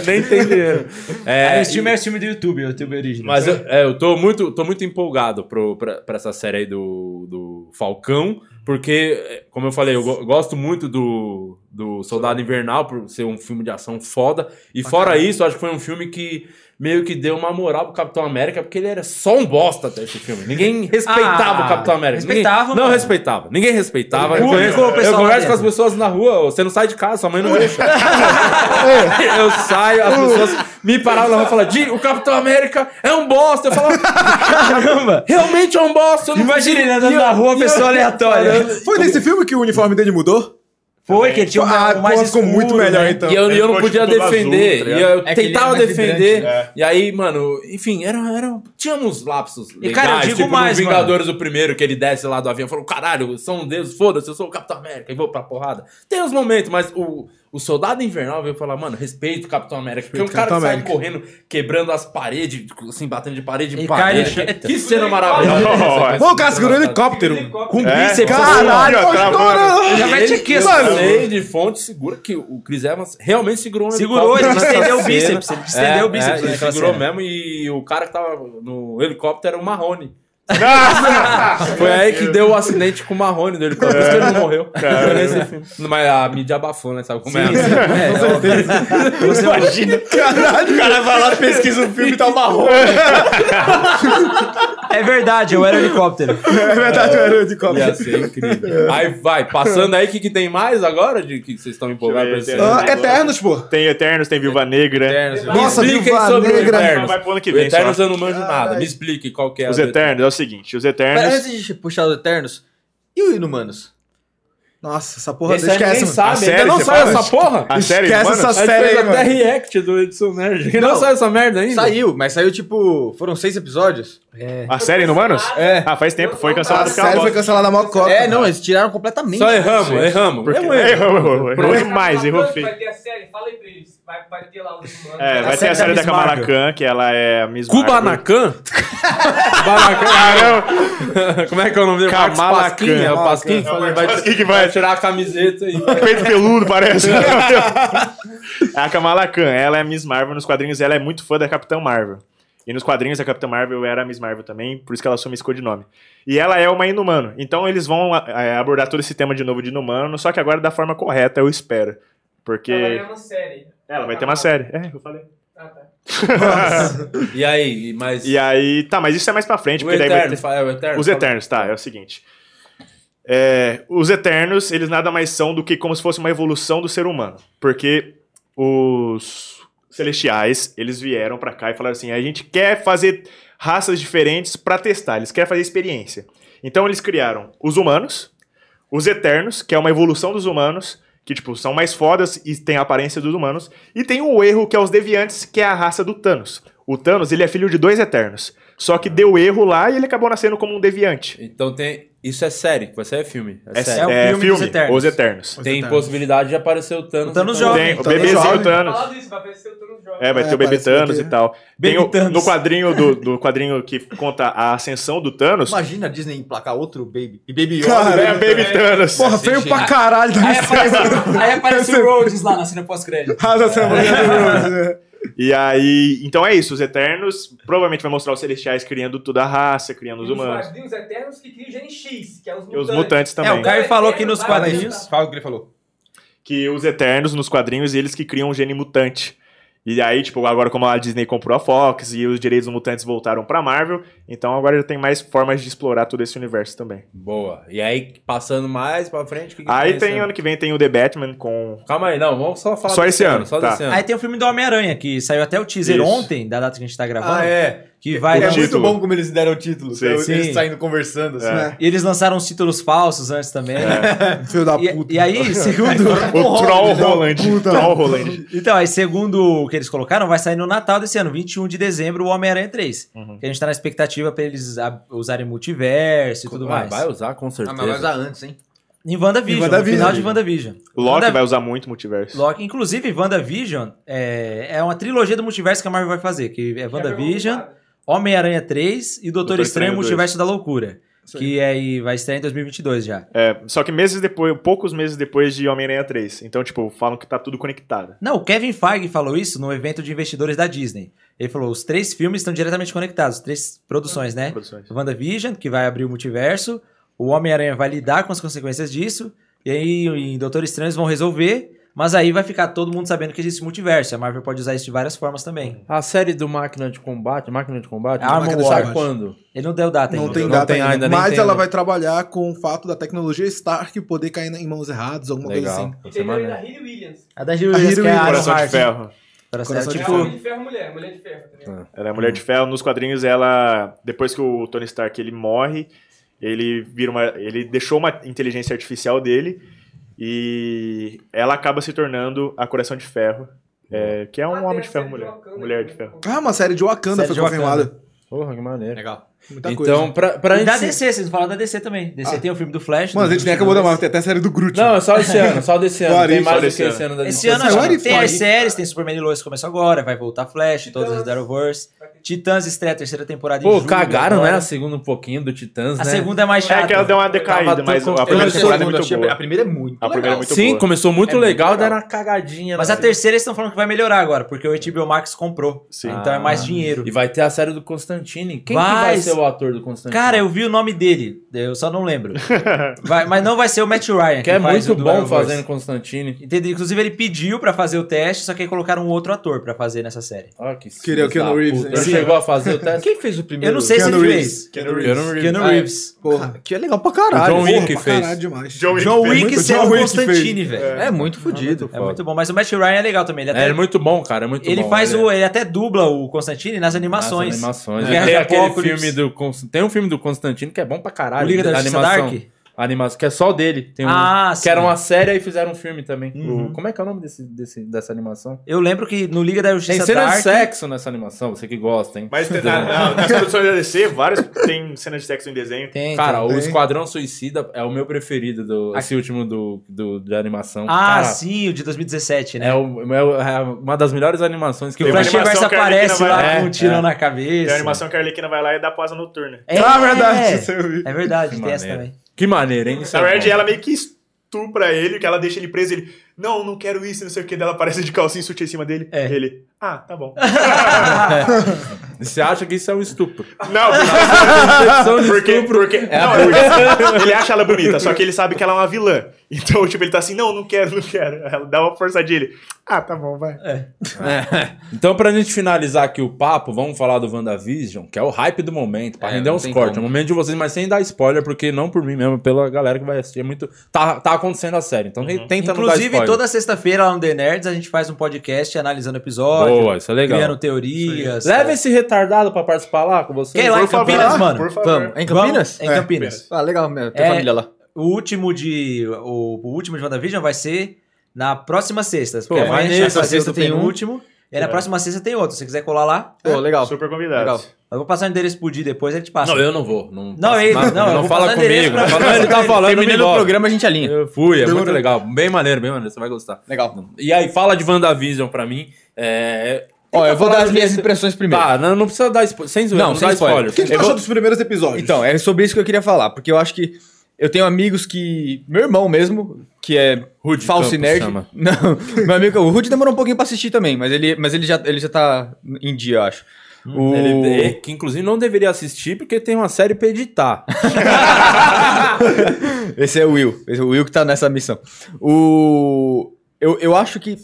Speaker 1: Nem tem dinheiro. É,
Speaker 4: Aí o stream é o stream do YouTube, o YouTube original.
Speaker 1: Mas eu, é, eu tô muito, tô muito empolgado pro, pra, pra essa série aí do, do Falcão, porque, é, como eu falei, eu go- gosto muito do, do Soldado Invernal por ser um filme de ação foda. E fora isso, acho que foi um filme que meio que deu uma moral pro Capitão América, porque ele era só um bosta até esse filme. Ninguém respeitava
Speaker 4: Ah,
Speaker 1: o Capitão América. Ninguém-
Speaker 4: respeitava,
Speaker 1: não
Speaker 4: mano.
Speaker 1: respeitava. Ninguém respeitava. Eu,
Speaker 4: Público,
Speaker 1: conheço-
Speaker 4: o
Speaker 1: eu
Speaker 4: pessoal
Speaker 1: converso
Speaker 4: lá
Speaker 1: com
Speaker 4: dentro. É.
Speaker 1: as pessoas na rua, você não sai de casa, sua mãe não deixa. Eu saio, as
Speaker 4: Uh.
Speaker 1: pessoas me paravam na rua e falavam, "Di, o Capitão América é um bosta. Eu falava,
Speaker 4: Caramba!
Speaker 1: realmente é um bosta. eu não
Speaker 4: Imagina
Speaker 1: consigo-
Speaker 4: ele andando
Speaker 1: E eu-
Speaker 4: na rua,
Speaker 1: e eu-
Speaker 4: pessoa aleatória.
Speaker 7: Foi nesse filme que o uniforme dele mudou?
Speaker 4: Foi que ele tinha um,
Speaker 7: Ah,
Speaker 4: um mais
Speaker 7: pô, ficou
Speaker 4: escuro,
Speaker 7: muito melhor,
Speaker 4: né?
Speaker 7: então.
Speaker 1: E eu, e eu não
Speaker 3: Ele
Speaker 1: podia
Speaker 3: ficou, tipo,
Speaker 1: defender,
Speaker 2: azul, tá
Speaker 1: e eu
Speaker 2: ligado? É que ele
Speaker 1: tentava
Speaker 2: era mais
Speaker 1: defender,
Speaker 2: vibrante,
Speaker 4: né?
Speaker 1: e aí, mano, enfim, era, era, tínhamos lapsos legais,
Speaker 4: E, cara, eu digo
Speaker 1: tipo
Speaker 4: mais,
Speaker 1: no Vingadores, o primeiro, que ele desce lá do avião, falou, caralho, são deuses, foda-se, eu sou o Capitão América, e vou pra porrada. Tem uns momentos, mas o, o Soldado Invernal veio falar, mano, respeito o Capitão América, porque é um cara
Speaker 7: Capitão
Speaker 1: que sai
Speaker 7: América.
Speaker 1: correndo, quebrando as paredes, assim, batendo de parede em
Speaker 4: E
Speaker 1: parede,
Speaker 4: cai no chão.
Speaker 1: que cena maravilhosa.
Speaker 3: Nossa.
Speaker 7: Ô, o cara segurou um helicóptero. um
Speaker 4: Com
Speaker 3: É?
Speaker 4: bíceps.
Speaker 7: assim, Caralho,
Speaker 3: Olha,
Speaker 7: olha,
Speaker 3: travando.
Speaker 7: estourando.
Speaker 4: Já vai te
Speaker 1: Ele- eu
Speaker 4: aqui,
Speaker 1: sei de fonte segura que o Chris Evans realmente segurou um
Speaker 4: Segurou, ele
Speaker 1: helicóptero
Speaker 4: distendeu o
Speaker 1: nessa
Speaker 4: bíceps.
Speaker 1: cena.
Speaker 4: Ele distendeu
Speaker 1: É,
Speaker 4: o bíceps.
Speaker 1: é, ele
Speaker 4: naquela
Speaker 1: segurou
Speaker 4: cena.
Speaker 1: mesmo e o cara que tava no helicóptero era o Marrone. Foi aí que deu o acidente com o Marrone do helicóptero. Por
Speaker 3: É.
Speaker 1: isso que ele não morreu. Foi nesse filme. Mas a mídia abafou, né? Sabe como é?
Speaker 4: Sim, sim. É,
Speaker 3: Imagina.
Speaker 7: Caralho. O cara vai lá, pesquisa o filme e tá uma roupa.
Speaker 4: É verdade, eu era helicóptero.
Speaker 7: É verdade, eu era de copo.
Speaker 1: Ia ser incrível. Aí vai, passando aí, o que, que tem mais agora de que vocês estão empolgados pra
Speaker 3: É. Deixa
Speaker 1: esse
Speaker 3: eu ver, um-
Speaker 1: ano?
Speaker 7: Ah, Eternos, pô.
Speaker 3: Tem Eternos, tem Viúva Negra.
Speaker 1: Me
Speaker 7: Nossa,
Speaker 1: expliquem
Speaker 7: Viúva
Speaker 1: sobre o
Speaker 7: Negra.
Speaker 1: Eternos.
Speaker 3: Vai pro ano que
Speaker 1: O
Speaker 3: vem, só. assim?
Speaker 1: Eternos eu não manjo nada. Me explique qual que é.
Speaker 3: Os
Speaker 1: do
Speaker 3: Eternos é o seguinte, os Eternos...
Speaker 2: Mas antes de puxar os Eternos, e o Inumanos?
Speaker 7: Nossa, essa porra
Speaker 1: Esse aí
Speaker 7: esquece.
Speaker 1: ninguém
Speaker 7: mano.
Speaker 1: sabe,
Speaker 3: A
Speaker 1: ainda
Speaker 3: série,
Speaker 1: não
Speaker 3: você
Speaker 1: saiu
Speaker 3: fala?
Speaker 1: essa porra?
Speaker 3: A série,
Speaker 7: Esquece
Speaker 3: mano,
Speaker 7: essa
Speaker 1: Aí
Speaker 7: série
Speaker 1: fez
Speaker 7: aí,
Speaker 1: até
Speaker 7: mano.
Speaker 1: react do Edson Nerd. Não,
Speaker 2: Não.
Speaker 1: saiu essa merda ainda?
Speaker 2: Saiu, mas saiu tipo. Foram seis episódios?
Speaker 3: a série Inumanos?
Speaker 2: É.
Speaker 3: Ah, faz tempo, foi
Speaker 7: A
Speaker 3: cancelado por causa
Speaker 7: série foi
Speaker 3: bosta.
Speaker 7: cancelada a maior cota.
Speaker 2: É, não, eles tiraram completamente.
Speaker 1: Só erramos, erramos.
Speaker 3: Porque...
Speaker 1: Erramos,
Speaker 3: Errou, É, errou, errou. Errou
Speaker 1: Pronto.
Speaker 3: demais, errou feio.
Speaker 6: Vai ter a série, fala aí pra eles. Vai, vai ter lá o Inumanos.
Speaker 3: É, vai
Speaker 4: série
Speaker 3: ter a
Speaker 4: da
Speaker 3: série da
Speaker 4: Miss Marvel.
Speaker 3: Kamala Khan, que ela é a Miss Marvel. Ah,
Speaker 1: Kubanacan? Kubanacan. Como é que é o nome dele? Marcos
Speaker 3: Kamala
Speaker 1: Pasquim,
Speaker 3: Khan.
Speaker 1: é o Pasquim?
Speaker 3: É o Marcos
Speaker 1: Vai-
Speaker 3: Pasquim que vai-
Speaker 1: Vai tirar a camiseta e...
Speaker 3: Peito peludo, parece. a Kamala Khan, ela é a Miss Marvel nos quadrinhos, ela é muito fã da Capitã Marvel. E nos quadrinhos a Capitã Marvel era a Miss Marvel também, por isso que ela assume esse codinome. E ela é uma inumano. Então eles vão é, abordar todo esse tema de novo de inumano, só que agora da forma correta, eu espero. Porque.
Speaker 6: Ela tá é uma série.
Speaker 3: Ela vai ter uma série. É, eu falei.
Speaker 6: Ah, tá.
Speaker 1: E aí, mas.
Speaker 3: E aí, tá, mas isso é mais pra frente,
Speaker 1: o
Speaker 3: porque daí vai
Speaker 1: Eterno,
Speaker 3: ter...
Speaker 1: fa- é, o Eterno.
Speaker 3: Os Eternos, tá, é o seguinte. É, os Eternos, eles nada mais são do que como se fosse uma evolução do ser humano. Porque os Celestiais, eles vieram pra cá e falaram assim: a gente quer fazer raças diferentes pra testar, eles querem fazer experiência. Então eles criaram os humanos, os Eternos, que é uma evolução dos humanos, que, tipo, são mais fodas e têm a aparência dos humanos. E tem o erro, que é os deviantes, que é a raça do Thanos. O Thanos, ele é filho de dois Eternos. Só que deu erro lá e ele acabou nascendo como um deviante.
Speaker 1: Então tem. Isso é série, vai ser filme. É,
Speaker 3: É,
Speaker 1: série.
Speaker 4: o
Speaker 3: é
Speaker 4: filme
Speaker 3: filme,
Speaker 4: dos Eternos.
Speaker 3: Os Eternos.
Speaker 1: Tem possibilidade de aparecer o Thanos.
Speaker 4: O Thanos
Speaker 1: então-
Speaker 4: jovem.
Speaker 3: Tem o
Speaker 7: Thanos
Speaker 3: bebezinho
Speaker 7: jovem.
Speaker 3: Thanos.
Speaker 6: Fala disso, vai aparecer o Thanos Jovem.
Speaker 3: É, vai
Speaker 7: É,
Speaker 3: ter o bebê
Speaker 7: parece que vai
Speaker 3: Thanos
Speaker 7: ter.
Speaker 3: e tal.
Speaker 4: Baby
Speaker 3: Tem o-
Speaker 4: Thanos.
Speaker 3: no quadrinho do, do quadrinho que conta a ascensão do Thanos.
Speaker 2: Imagina a Disney emplacar outro Baby. E Baby Yoda. né?
Speaker 7: Cara,
Speaker 3: É Baby Thanos.
Speaker 7: Porra, feio pra caralho.
Speaker 4: Aí aparece, aí aparece o Rhodes lá na cena pós-crédito.
Speaker 7: Ah, da semana.
Speaker 3: E aí, então é isso, os Eternos provavelmente vai mostrar os Celestiais criando toda a raça, criando os
Speaker 6: Os
Speaker 3: humanos.
Speaker 6: quadrinhos eternos que criam Gen X, que é os
Speaker 3: E os
Speaker 6: mutantes.
Speaker 3: mutantes
Speaker 4: É,
Speaker 3: também.
Speaker 4: o Caio falou aqui nos
Speaker 6: Fala aí,
Speaker 4: quadrinhos.
Speaker 2: Fala o que ele falou.
Speaker 3: que os Eternos nos quadrinhos, eles que criam o gene mutante. E aí, tipo, agora como a Disney comprou a Fox e os direitos dos mutantes voltaram pra Marvel, então agora já tem mais formas de explorar todo esse universo também.
Speaker 1: Boa. E aí, passando mais pra frente, o que, que
Speaker 3: aí
Speaker 1: Ah, esse é
Speaker 3: tem
Speaker 1: ano?
Speaker 3: ano que vem tem o The Batman com
Speaker 1: Calma aí, não, vamos só falar.
Speaker 3: Só
Speaker 1: desse
Speaker 3: esse ano,
Speaker 1: Só
Speaker 3: tá.
Speaker 1: desse ano.
Speaker 4: Aí tem o filme do Homem-Aranha, que saiu até o teaser
Speaker 3: Isso.
Speaker 4: ontem, da data que a gente tá gravando.
Speaker 1: Ah, é.
Speaker 4: Que vai.
Speaker 3: O
Speaker 2: é
Speaker 3: título.
Speaker 2: muito bom como eles deram o título.
Speaker 3: Sim.
Speaker 2: Eles
Speaker 4: Sim.
Speaker 2: saindo conversando, assim.
Speaker 3: É.
Speaker 2: né?
Speaker 4: E eles lançaram os títulos falsos antes também.
Speaker 7: Filho da puta.
Speaker 4: E, e aí, segundo.
Speaker 7: Tá É
Speaker 3: o Troll Holland.
Speaker 7: né? Puta.
Speaker 3: Troll Holland.
Speaker 4: Então, aí, segundo o que eles colocaram, vai sair no Natal desse ano, 21 de dezembro, o Homem-Aranha 3. Que a gente tá na expectativa pra eles a- usarem multiverso e tudo
Speaker 1: Ah,
Speaker 4: mais.
Speaker 1: Vai usar, com certeza.
Speaker 2: Ah, mas vai usar antes, hein?
Speaker 4: Em WandaVision,
Speaker 7: Em WandaVision.
Speaker 4: no final de WandaVision.
Speaker 3: Loki
Speaker 4: Wanda-
Speaker 3: vai usar muito multiverso.
Speaker 4: Loki, inclusive, WandaVision é, é uma trilogia do multiverso que a Marvel vai fazer, que é
Speaker 6: Já foi
Speaker 4: WandaVision,
Speaker 6: confirmado.
Speaker 4: Homem-Aranha 3 e Doutor,
Speaker 3: Doutor
Speaker 4: Estranho,
Speaker 3: Estranho
Speaker 4: Multiverso da Loucura. Que aí vai estrear em 2022 já.
Speaker 3: É, só que meses depois, poucos meses depois de Homem-Aranha 3. Então, tipo, falam que tá tudo conectado.
Speaker 4: Não, o Kevin Feige falou isso no evento de investidores da Disney. Ele falou, os três filmes estão diretamente conectados, três produções, né?
Speaker 3: Produções.
Speaker 4: WandaVision, que vai abrir o multiverso, o Homem-Aranha vai lidar com as consequências disso, e aí em Doutor Estranho eles vão resolver, mas aí vai ficar todo mundo sabendo que existe multiverso. A Marvel pode usar isso de várias formas também.
Speaker 1: A série do Máquina de Combate, Máquina de Combate,
Speaker 4: Arma
Speaker 1: Máquina de
Speaker 4: War.
Speaker 1: Combate. quando?
Speaker 4: Ele Ah, não deu data
Speaker 7: Não
Speaker 4: ainda.
Speaker 7: tem
Speaker 1: Não
Speaker 7: data
Speaker 1: tem
Speaker 7: ainda,
Speaker 1: ainda, nem
Speaker 7: mas
Speaker 1: tem
Speaker 7: ela
Speaker 1: ainda.
Speaker 7: vai trabalhar com o fato da tecnologia Stark poder cair na- em mãos erradas, alguma coisa
Speaker 1: Legal.
Speaker 7: assim.
Speaker 6: E
Speaker 1: Essa
Speaker 6: tem também
Speaker 1: maneira.
Speaker 6: da Hilary Williams.
Speaker 4: A da Jill Williams,
Speaker 7: Hero
Speaker 4: que é a Iron
Speaker 3: Coração de
Speaker 4: Heart.
Speaker 3: ferro.
Speaker 4: Coração-
Speaker 7: Coração
Speaker 4: é
Speaker 7: de
Speaker 6: É
Speaker 4: tipo-
Speaker 7: ferro.
Speaker 6: Homem de Ferro Mulher, Mulher de Ferro. Tá ligado?
Speaker 3: Ela é a Mulher de Ferro. Nos quadrinhos, ela. Depois que o Tony Stark ele morre, ele vira uma. Ele deixou uma inteligência artificial dele. E ela acaba se tornando a Coração de Ferro. é, que é um
Speaker 6: Ah, tem
Speaker 3: homem
Speaker 6: a
Speaker 3: de ferro,
Speaker 6: série
Speaker 3: mulher.
Speaker 6: do Wakanda
Speaker 3: Mulher de
Speaker 6: também.
Speaker 3: ferro.
Speaker 7: Ah, uma série de Wakanda
Speaker 4: Série
Speaker 7: foi
Speaker 4: de
Speaker 7: confirmada.
Speaker 1: Porra, que maneiro.
Speaker 2: É
Speaker 4: É
Speaker 2: Legal.
Speaker 7: Muita coisa.
Speaker 1: então, pra, pra
Speaker 4: E da
Speaker 1: gente...
Speaker 4: DC, vocês não falaram da DC também. DC tem o filme do Flash.
Speaker 7: Mano, a
Speaker 4: do
Speaker 7: gente nem
Speaker 4: Flash
Speaker 7: acabou da
Speaker 4: dois.
Speaker 7: Marvel, tem até a série do Groot.
Speaker 1: Não, é só desse ano, só desse ano.
Speaker 7: Claro,
Speaker 1: Tem
Speaker 7: isso,
Speaker 1: mais
Speaker 3: só
Speaker 1: do
Speaker 3: desse
Speaker 1: que esse ano. da
Speaker 4: Esse
Speaker 1: DC.
Speaker 4: ano é
Speaker 7: Esse
Speaker 4: acho
Speaker 7: ano
Speaker 4: que
Speaker 7: ele
Speaker 4: tem
Speaker 7: foi.
Speaker 4: as
Speaker 1: tá.
Speaker 4: séries, tem Superman e Lois começou agora, vai voltar Flash, todas as
Speaker 6: Titãs.
Speaker 4: Arrowverse. Titãs estreia a terceira temporada em
Speaker 1: Pô,
Speaker 4: julho
Speaker 1: cagaram,
Speaker 4: agora.
Speaker 1: né? A segunda um pouquinho do Titãs,
Speaker 4: A
Speaker 1: né?
Speaker 4: segunda é mais chata.
Speaker 3: É que ela deu uma
Speaker 1: Tava
Speaker 3: decaída,
Speaker 1: tão
Speaker 3: mas a
Speaker 1: confuso.
Speaker 3: primeira
Speaker 1: Eu
Speaker 3: temporada é
Speaker 2: Eu
Speaker 3: muito
Speaker 2: achei-
Speaker 3: boa.
Speaker 2: A primeira é muito
Speaker 3: A primeira é
Speaker 2: legal.
Speaker 3: muito
Speaker 1: Sim,
Speaker 3: boa.
Speaker 1: começou muito
Speaker 2: É
Speaker 1: legal,
Speaker 2: muito
Speaker 1: daí
Speaker 2: legal.
Speaker 1: era uma cagadinha.
Speaker 4: Mas
Speaker 1: né?
Speaker 4: a terceira eles estão falando que vai melhorar agora, porque o HBO Max comprou.
Speaker 3: Sim.
Speaker 1: Ah.
Speaker 4: Então é mais dinheiro.
Speaker 1: E vai ter a série do Constantine. Quem que
Speaker 4: Vai
Speaker 1: vai
Speaker 4: ser
Speaker 1: ser o ator do Constantine?
Speaker 4: Cara, eu vi o nome dele, eu só não lembro. Vai- mas não vai ser o Matt Ryan.
Speaker 1: Que é
Speaker 4: faz
Speaker 1: muito
Speaker 4: o do
Speaker 1: bom
Speaker 4: Arrowverse.
Speaker 1: fazendo Constantine.
Speaker 4: Entendeu? Inclusive ele pediu pra fazer o teste, só que aí colocaram um outro ator pra fazer nessa série.
Speaker 1: Olha que
Speaker 7: Queria o
Speaker 1: filho da
Speaker 7: Keanu Reeves,
Speaker 1: puta.
Speaker 7: hein?
Speaker 1: Ele chegou a fazer o teste. Ah, é.
Speaker 2: Quem fez o
Speaker 4: Eu
Speaker 2: primeiro?
Speaker 4: não sei
Speaker 7: Keanu
Speaker 4: se ele
Speaker 7: Reeves. é,
Speaker 4: fez.
Speaker 3: Keanu Reeves.
Speaker 1: Keanu Reeves.
Speaker 4: Keanu Reeves.
Speaker 7: Porra.
Speaker 2: Que é legal pra
Speaker 1: O
Speaker 2: caralho.
Speaker 1: John
Speaker 7: Porra,
Speaker 1: Wick
Speaker 7: pra
Speaker 1: fez.
Speaker 7: caralho demais.
Speaker 3: John Wick
Speaker 4: John Wick
Speaker 7: muito-
Speaker 4: ser o
Speaker 7: John Wick
Speaker 4: Constantine, velho.
Speaker 2: É muito fodido.
Speaker 4: É muito bom. Mas o Matt Ryan é legal também. Ele
Speaker 1: É,
Speaker 4: até,
Speaker 1: ele é muito bom, cara. É muito
Speaker 4: ele
Speaker 1: bom.
Speaker 4: faz
Speaker 1: é-
Speaker 4: o. Ele até dubla o Constantine nas animações. é
Speaker 1: As animações.
Speaker 4: Guerra
Speaker 1: Tem
Speaker 4: de
Speaker 1: aquele
Speaker 4: Apocalipse.
Speaker 1: filme do. Cons- Tem um filme do Constantino que é bom pra
Speaker 4: O
Speaker 1: caralho.
Speaker 4: Liga da Justiça
Speaker 1: animação.
Speaker 4: Dark?
Speaker 1: A animação, que é só o dele. Tem um,
Speaker 4: Ah, sim. Uhum.
Speaker 1: que era uma série e fizeram um filme também. O- como é que é o nome desse, desse- dessa animação?
Speaker 4: Eu lembro que no Liga da
Speaker 1: Tem
Speaker 4: Justiça
Speaker 1: cena
Speaker 4: Dark.
Speaker 1: de sexo nessa animação, você que gosta, hein?
Speaker 3: Mas tem- na- na- nas produções da DC, várias tem cenas de sexo em desenho.
Speaker 4: Tem,
Speaker 1: Cara, o
Speaker 7: Tem.
Speaker 1: Esquadrão Suicida é o meu preferido, do, esse último do, do, de animação.
Speaker 4: Ah,
Speaker 1: Cara,
Speaker 4: sim, o de 2017, né?
Speaker 1: É, o- é o- é uma das melhores animações que
Speaker 4: o
Speaker 1: eu
Speaker 3: Tem uma
Speaker 4: Flash
Speaker 1: vi.
Speaker 3: animação
Speaker 4: Versa
Speaker 3: que a Arlequina
Speaker 4: aparece
Speaker 3: vai-
Speaker 4: lá
Speaker 1: É,
Speaker 4: com um tirão
Speaker 1: é.
Speaker 4: na
Speaker 3: Tem
Speaker 4: cabeça.
Speaker 3: a animação que a Arlequina vai lá e dá pausa noturna.
Speaker 4: É,
Speaker 7: Ah, verdade, isso eu vi.
Speaker 4: É verdade,
Speaker 1: Que
Speaker 4: tem essa
Speaker 1: maneiro.
Speaker 4: também.
Speaker 1: Que maneiro, hein? Isso
Speaker 3: Na
Speaker 1: é
Speaker 3: verdade,
Speaker 1: bom.
Speaker 3: ela meio que estupra ele, que ela deixa ele preso. Ele, não, não quero
Speaker 1: É.
Speaker 3: isso, "Ah, tá não sei o que. Dela aparece de calcinha e sutiã em cima dele.
Speaker 4: É.
Speaker 3: Ele, ah, tá bom.
Speaker 1: E você acha que isso é um estupro.
Speaker 3: Não,
Speaker 1: Percepção de
Speaker 3: porque.
Speaker 1: estupro.
Speaker 3: porque, porque não, é porque ele acha ela bonita, só que ele sabe que ela é uma vilã. Então, tipo, ele tá assim: não, não quero, não quero. Ela dá uma forçadinha ele. Ah, tá bom, vai.
Speaker 1: Então, pra gente finalizar aqui o papo, vamos falar do WandaVision, que é o hype do momento, pra
Speaker 2: É,
Speaker 1: render
Speaker 2: não
Speaker 1: uns
Speaker 2: tem
Speaker 1: cortes. É o
Speaker 2: como.
Speaker 1: momento de vocês, mas sem dar spoiler, porque não por mim mesmo, pela galera que vai assistir. É muito. Tá, tá acontecendo a série, então tenta não dar
Speaker 4: Uhum. Inclusive,
Speaker 1: spoiler.
Speaker 4: toda sexta-feira lá no The Nerds a gente faz um podcast analisando episódio,
Speaker 1: Boa, isso é legal.
Speaker 4: criando teorias.
Speaker 1: Leva esse retardado pra participar lá com você.
Speaker 4: Quem lá em Campinas, mano?
Speaker 3: Por favor.
Speaker 2: Vamos. É Em Campinas?
Speaker 4: Em Campinas.
Speaker 2: Ah, legal, meu. Tem
Speaker 4: É.
Speaker 2: família lá.
Speaker 4: O último de. O, o último de WandaVision vai ser na próxima sexta.
Speaker 1: Pô,
Speaker 4: Porque a
Speaker 1: maneiro,
Speaker 4: gente vai
Speaker 2: essa
Speaker 4: fazer
Speaker 2: sexta
Speaker 4: o do
Speaker 2: tem um.
Speaker 4: penúltimo. E na próxima sexta tem outro. Se você quiser colar lá,
Speaker 2: Pô, legal.
Speaker 3: Super
Speaker 2: legal.
Speaker 3: convidado.
Speaker 4: eu vou passar o endereço pro Di depois, ele te passa.
Speaker 1: Não, eu não vou. Não,
Speaker 4: Não, ele- não, eu vou
Speaker 1: fala
Speaker 4: passar endereço
Speaker 1: comigo.
Speaker 4: pra-
Speaker 1: não fala- Não, ele tá falando, eu
Speaker 2: Terminando
Speaker 1: não
Speaker 2: o
Speaker 1: vou.
Speaker 2: programa, a gente alinha.
Speaker 1: Eu fui, é muito legal. Bem maneiro, bem maneiro. Você vai gostar.
Speaker 2: Legal.
Speaker 1: E aí, fala de WandaVision pra mim. É...
Speaker 2: Ó, eu vou dar as
Speaker 1: Fala
Speaker 2: minhas
Speaker 1: desse-
Speaker 2: impressões primeiro.
Speaker 1: Tá, não, não precisa dar spoiler. Sem zoeira,
Speaker 2: Não,
Speaker 1: não,
Speaker 2: sem
Speaker 1: dá
Speaker 2: spoiler.
Speaker 1: spoiler.
Speaker 5: O que a gente
Speaker 1: Eu vou-
Speaker 5: achou dos primeiros episódios?
Speaker 2: Então, é sobre isso que eu queria falar, porque eu acho que eu tenho amigos que. Meu irmão mesmo, que é
Speaker 1: Rude
Speaker 2: falso e
Speaker 1: Campos
Speaker 2: nerd.
Speaker 1: chama.
Speaker 2: Não, meu amigo, o Rude demorou um pouquinho pra assistir também, mas ele, mas ele, já, ele já tá em dia, eu acho. O-
Speaker 1: Ele- é, que inclusive não deveria assistir porque tem uma série pra editar.
Speaker 2: Esse é o Will. Esse é o Will que tá nessa missão. O... Eu, eu acho que.